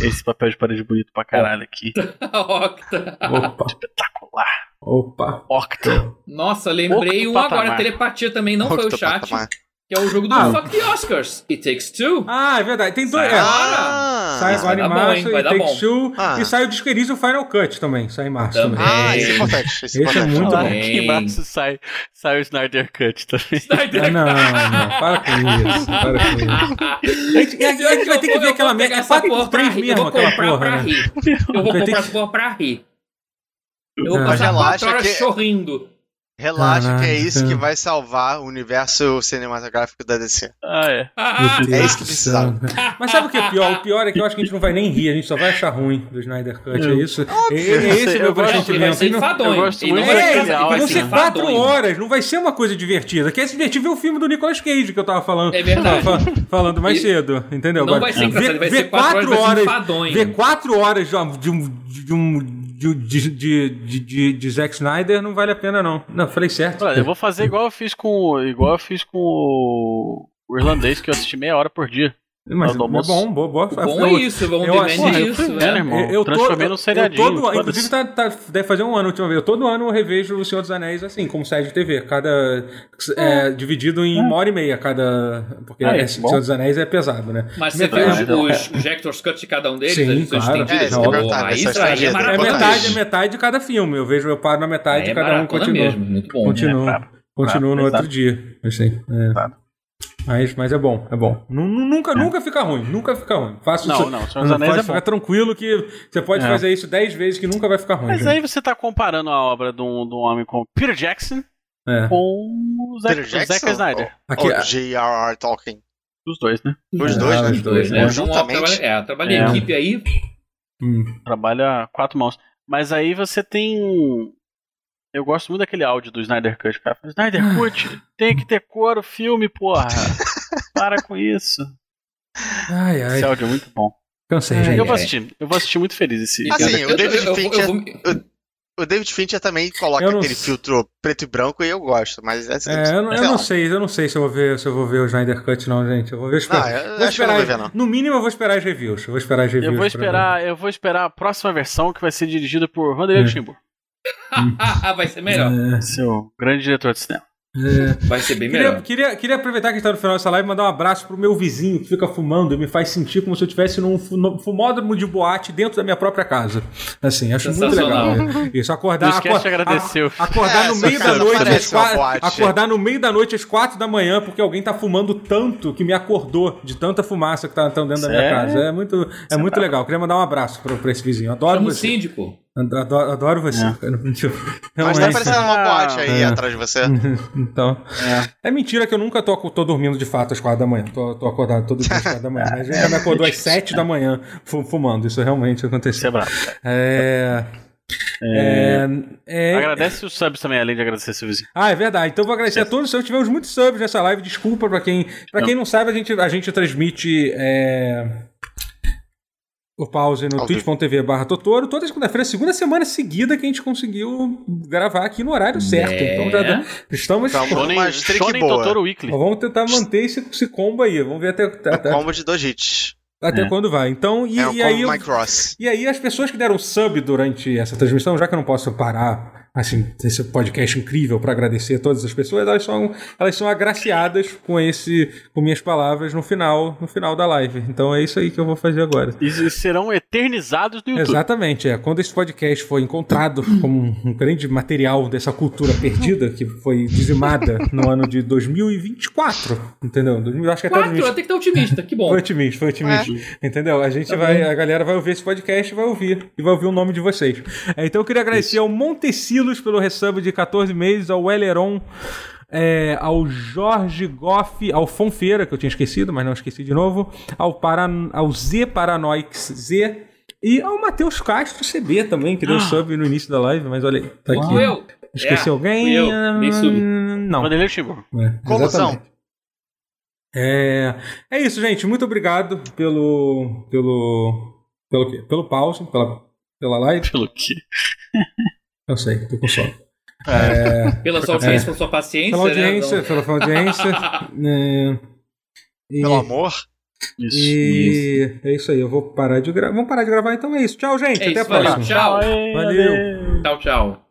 Speaker 3: esse papel de parede bonito pra caralho aqui.
Speaker 2: A Octa.
Speaker 1: Opa,
Speaker 3: Espetacular.
Speaker 1: opa.
Speaker 3: Octa.
Speaker 2: Nossa, lembrei
Speaker 3: Octo
Speaker 2: um agora.
Speaker 3: patamar.
Speaker 2: Telepatia também não foi o
Speaker 4: Octo
Speaker 2: chat,
Speaker 4: patamar.
Speaker 2: que é o jogo do
Speaker 1: Ah.
Speaker 2: Fuck the Oscars. It Takes Two.
Speaker 1: Ah, é verdade. Tem dois. É,
Speaker 4: Ah!
Speaker 1: sai
Speaker 2: vai
Speaker 1: agora
Speaker 2: dar
Speaker 1: em
Speaker 2: bom, hein?
Speaker 1: março
Speaker 2: Vai
Speaker 1: e
Speaker 2: dar bom.
Speaker 1: Take Two.
Speaker 4: Ah.
Speaker 1: E sai o Disco Elysium Final Cut também. Sai em março
Speaker 2: Também.
Speaker 1: também.
Speaker 4: Ah, isso é importante. Isso é
Speaker 1: Esse é
Speaker 4: importante.
Speaker 1: muito
Speaker 3: Falaram
Speaker 1: bom.
Speaker 2: bom.
Speaker 3: que em março sai, sai o Snyder Cut também.
Speaker 1: Ah, não, não, para com isso, para com isso. A gente, a gente vai ter que ver aquela merda. É 4
Speaker 2: porra
Speaker 1: 3
Speaker 2: Eu
Speaker 1: mesmo
Speaker 2: vou
Speaker 1: aquela
Speaker 2: comprar pra
Speaker 1: porra, né?
Speaker 2: rir. Eu
Speaker 1: Vai
Speaker 2: vou
Speaker 1: ter
Speaker 2: comprar
Speaker 1: que-
Speaker 2: essa porra pra rir. Eu vou
Speaker 1: Ah.
Speaker 2: passar
Speaker 4: Mas
Speaker 2: quatro
Speaker 4: relaxa
Speaker 2: horas
Speaker 4: que-
Speaker 2: sorrindo.
Speaker 4: Relaxa, que é
Speaker 1: Caraca.
Speaker 4: isso que vai salvar o universo cinematográfico da DC.
Speaker 3: Ah, é.
Speaker 2: Ah,
Speaker 1: Meu
Speaker 4: É
Speaker 1: Deus
Speaker 4: isso que
Speaker 1: do
Speaker 4: precisava.
Speaker 1: céu. Mas sabe o que é pior? O pior é que eu acho que a gente não vai nem rir, a gente só vai achar ruim do Snyder Cut, é isso? É, é esse o meu
Speaker 3: Eu gosto-
Speaker 2: não, ah. ele vai
Speaker 1: pressentimento.
Speaker 2: ser
Speaker 1: E não-
Speaker 2: enfadonho.
Speaker 3: eu gosto
Speaker 2: Ele
Speaker 3: muito
Speaker 2: não vai
Speaker 3: daquele
Speaker 2: ser
Speaker 1: É,
Speaker 3: legal,
Speaker 2: engraçado,
Speaker 1: vão
Speaker 2: ele vai ser
Speaker 1: ser
Speaker 3: assim.
Speaker 1: quatro
Speaker 2: enfadonho.
Speaker 1: horas, não vai ser uma coisa divertida. Quer se divertir, vê o filme do Nicolas Cage que eu tava falando,
Speaker 2: É verdade.
Speaker 1: tava fa- falando mais
Speaker 2: E-
Speaker 1: cedo, entendeu?
Speaker 2: Não vai ser engraçado, ele vai ser quatro horas, vai ser enfadonho.
Speaker 1: Ver quatro horas de um- de um. de um. de, de, de, de, de- de Zack Snyder não vale a pena, não. Não, falei certo.
Speaker 3: Olha, eu vou fazer igual eu fiz com. o- Igual eu fiz com o. o irlandês que eu assisti meia hora por dia.
Speaker 1: Mas é
Speaker 3: Nós damos-
Speaker 1: bom, boa, boa.
Speaker 2: O bom é isso, vamos
Speaker 1: eu
Speaker 2: ver
Speaker 1: acho-
Speaker 2: mais
Speaker 1: Porra,
Speaker 3: eu fui
Speaker 2: isso.
Speaker 3: vendo,
Speaker 2: né?
Speaker 3: irmão.
Speaker 1: Eu- eu
Speaker 3: Transformei
Speaker 1: todo-
Speaker 3: num seriadinho,
Speaker 1: eu todo-
Speaker 3: foda-se.
Speaker 1: inclusive, tá, tá- deve fazer um ano a última vez. Eu todo ano revejo O Senhor dos Anéis assim, como série de TV. Cada. é, dividido em uma hora e meia cada. Porque
Speaker 3: Ah, é,
Speaker 1: é, O
Speaker 3: bom.
Speaker 1: Senhor dos Anéis é pesado, né?
Speaker 2: Mas você
Speaker 1: Metade-
Speaker 2: viu os,
Speaker 3: É, não,
Speaker 2: os, os Hector's Cut de cada um deles?
Speaker 1: Sim,
Speaker 2: as edições
Speaker 1: claro.
Speaker 2: estendidas?
Speaker 1: É, isso que eu ia
Speaker 2: Pô,
Speaker 4: perguntar,
Speaker 2: aí
Speaker 4: essa
Speaker 2: isso aí é
Speaker 4: estendida.
Speaker 1: É
Speaker 2: maravilhoso.
Speaker 1: metade, é metade de cada filme. Eu vejo, eu paro na metade
Speaker 2: Aí
Speaker 1: e
Speaker 2: é
Speaker 1: cada um
Speaker 2: maratona
Speaker 1: continua.
Speaker 2: mesmo, muito bom.
Speaker 1: Continua.
Speaker 3: É, brabo,
Speaker 1: continua
Speaker 3: brabo,
Speaker 1: no outro
Speaker 3: pesado.
Speaker 1: dia. Assim, é.
Speaker 3: Pesado.
Speaker 1: Mas, mas é bom, é bom. Nu- nu- Nunca, nunca fica ruim, nunca fica ruim. Faça
Speaker 3: Não,
Speaker 1: isso-
Speaker 3: não, Senhor dos Anéis
Speaker 1: pode
Speaker 3: é bom.
Speaker 1: ficar tranquilo que você pode
Speaker 3: É.
Speaker 1: fazer isso dez vezes que nunca vai ficar ruim.
Speaker 3: Mas
Speaker 1: gente.
Speaker 3: aí você tá comparando a obra de um, de um homem como Peter Jackson
Speaker 1: É.
Speaker 3: com o Zack
Speaker 4: Peter Jackson? Oh.
Speaker 3: Zack Snyder.
Speaker 1: Aqui,
Speaker 4: Ou J.R.R. Tolkien.
Speaker 3: Os dois, né?
Speaker 4: Os
Speaker 1: Ah,
Speaker 4: dois, né?
Speaker 1: os dois, né?
Speaker 4: Juntamente.
Speaker 2: Trabalho, é, trabalho em
Speaker 3: É.
Speaker 2: equipe aí.
Speaker 1: hum,
Speaker 3: Trabalha a quatro mãos. Mas aí você tem. Eu gosto muito daquele áudio do Snyder Cut, cara. Snyder Cut, tem que ter cor o filme, porra. Para com isso.
Speaker 1: Ai, ai.
Speaker 3: Esse áudio é muito bom.
Speaker 1: Cansei,
Speaker 2: Ai,
Speaker 1: gente.
Speaker 3: eu vou
Speaker 2: ai.
Speaker 3: assistir. Eu vou assistir muito feliz esse.
Speaker 4: Assim,
Speaker 3: Snyder
Speaker 4: o
Speaker 3: Cut.
Speaker 2: eu-
Speaker 4: David
Speaker 2: eu-
Speaker 4: Fincher-
Speaker 2: eu vou-
Speaker 4: O David Fincher também coloca
Speaker 1: Eu não
Speaker 4: aquele
Speaker 1: sei.
Speaker 4: filtro preto e branco e eu gosto, mas assim,
Speaker 1: É, eu, não- eu
Speaker 4: sei
Speaker 1: não
Speaker 4: lá.
Speaker 1: sei, eu não sei se eu vou ver, se eu vou ver o Snyder Cut, não, gente. Eu vou ver
Speaker 4: Não,
Speaker 1: esperar.
Speaker 4: eu
Speaker 1: vou
Speaker 4: acho que eu não vou
Speaker 1: esperar-
Speaker 4: ver, não.
Speaker 1: No mínimo, eu vou esperar as reviews. Eu vou esperar as reviews.
Speaker 3: Eu vou
Speaker 1: pra
Speaker 3: esperar, eu vou esperar a próxima versão que vai ser dirigida por Vanderlei
Speaker 1: É.
Speaker 3: Luxemburgo,
Speaker 2: Ah, vai
Speaker 1: ver.
Speaker 2: ser melhor.
Speaker 1: É,
Speaker 3: seu grande diretor de cinema.
Speaker 1: é.
Speaker 2: Vai ser bem
Speaker 1: Queria,
Speaker 2: melhor.
Speaker 1: queria, queria aproveitar que está no final dessa live e mandar um abraço pro meu vizinho que fica fumando e me faz sentir como se eu estivesse num fu- num fumódromo de boate dentro da minha própria casa. Assim, acho muito legal.
Speaker 2: Sensacional.
Speaker 1: né? Isso, acordar.
Speaker 3: Não esquece de
Speaker 1: acor-
Speaker 3: agradecer o-
Speaker 1: a- acordar
Speaker 4: É,
Speaker 1: no
Speaker 4: essa
Speaker 1: meio da
Speaker 4: casa
Speaker 1: noite
Speaker 4: parece
Speaker 1: às quatro.
Speaker 4: uma boate.
Speaker 1: Acordar no meio da noite às quatro da manhã, porque alguém tá fumando tanto que me acordou de tanta fumaça que tá tão dentro da minha
Speaker 3: Sério?
Speaker 1: casa. É muito, é muito legal. Queria mandar um abraço pra, pra esse vizinho. Adoro
Speaker 2: Chama o
Speaker 1: você.
Speaker 2: síndico.
Speaker 1: Adoro, adoro você. cara.
Speaker 3: É.
Speaker 4: Mas tá
Speaker 1: Realmente.
Speaker 4: parecendo uma boate aí
Speaker 1: É.
Speaker 4: atrás de você.
Speaker 1: Então. É. mentira que eu nunca tô, tô dormindo de fato às quatro da manhã. Tô, tô acordado todo dia às quatro da manhã. Mas a gente já me acordou às sete da manhã fu- fumando. Isso realmente
Speaker 3: Isso é
Speaker 1: aconteceu.
Speaker 3: brabo.
Speaker 1: É.
Speaker 3: É,
Speaker 1: é-
Speaker 3: Agradece os subs também, além de agradecer seu vizinho.
Speaker 1: Ah, é verdade. Então eu vou agradecer a todos. Se tivemos muitos subs nessa live, desculpa pra quem. Pra quem não sabe, a gente, a gente transmite. é, O pause no
Speaker 4: Ao vivo.
Speaker 1: twitch.tv barra Totoro, toda segunda-feira, segunda semana seguida que a gente conseguiu gravar aqui no horário certo. Então já
Speaker 2: É.
Speaker 1: estamos
Speaker 4: Então, Shonen-
Speaker 3: Shonen,
Speaker 4: Shonen
Speaker 3: Shonen
Speaker 4: boa.
Speaker 3: Totoro Weekly.
Speaker 1: Ó, Vamos tentar manter esse, esse combo aí. Vamos ver até, até,
Speaker 4: É combo de dois hits.
Speaker 1: até
Speaker 3: É.
Speaker 1: quando vai. Então, e,
Speaker 4: É um
Speaker 1: e aí,
Speaker 4: combo Mike Ross.
Speaker 1: e aí as pessoas que deram sub durante essa transmissão, já que eu não posso parar assim, esse podcast incrível para agradecer a todas as pessoas, elas são, elas são agraciadas com esse com minhas palavras no final, no final da live. Então é isso aí que eu vou fazer agora.
Speaker 3: E e serão eternizados no YouTube.
Speaker 1: Exatamente, é. Quando esse podcast foi encontrado como um grande material dessa cultura perdida, que foi dizimada no ano de 2024, entendeu? 2000, Acho que é até
Speaker 2: Quatro,
Speaker 1: 2024.
Speaker 2: eu tenho que estar otimista, que bom.
Speaker 1: Foi otimista, foi otimista.
Speaker 2: É.
Speaker 1: Entendeu? A
Speaker 2: Tá
Speaker 1: gente vai, a galera vai ouvir esse podcast e vai ouvir. E vai ouvir o nome de vocês. É, Então eu queria agradecer ao Montecilos pelo resub de 14 meses, ao Eleron. é, ao Jorge Goff, ao Fonfeira, que eu tinha esquecido, mas não esqueci de novo, ao, Paran ao Z Paranoix Z e ao Matheus Castro CB também, que deu
Speaker 3: Ah.
Speaker 1: sub no início da live, mas olha aí, tá aqui.
Speaker 2: Fui eu.
Speaker 1: Esqueci
Speaker 2: É,
Speaker 1: alguém?
Speaker 2: fui eu. Dei sub.
Speaker 1: Não.
Speaker 3: Vanderlei Luxemburgo.
Speaker 1: É,
Speaker 4: Como
Speaker 1: exatamente. É, é isso, gente. Muito obrigado pelo. pelo. pelo quê? Pelo pause, pela, pela live.
Speaker 3: Pelo que?
Speaker 1: Eu sei, tô com sono.
Speaker 2: Pela sua audiência, pela sua paciência.
Speaker 1: É. Pela
Speaker 2: né?
Speaker 1: audiência, pela sua audiência. né, e-
Speaker 4: Pelo amor.
Speaker 3: Isso.
Speaker 1: E é isso aí, eu vou parar de gravar. Vamos parar de gravar então, é isso. Tchau, gente.
Speaker 2: É
Speaker 1: Até
Speaker 2: isso,
Speaker 1: a
Speaker 2: valeu.
Speaker 1: próxima.
Speaker 2: Tchau.
Speaker 3: Aê,
Speaker 1: Valeu.
Speaker 3: adeus.
Speaker 2: Então, Tchau, tchau.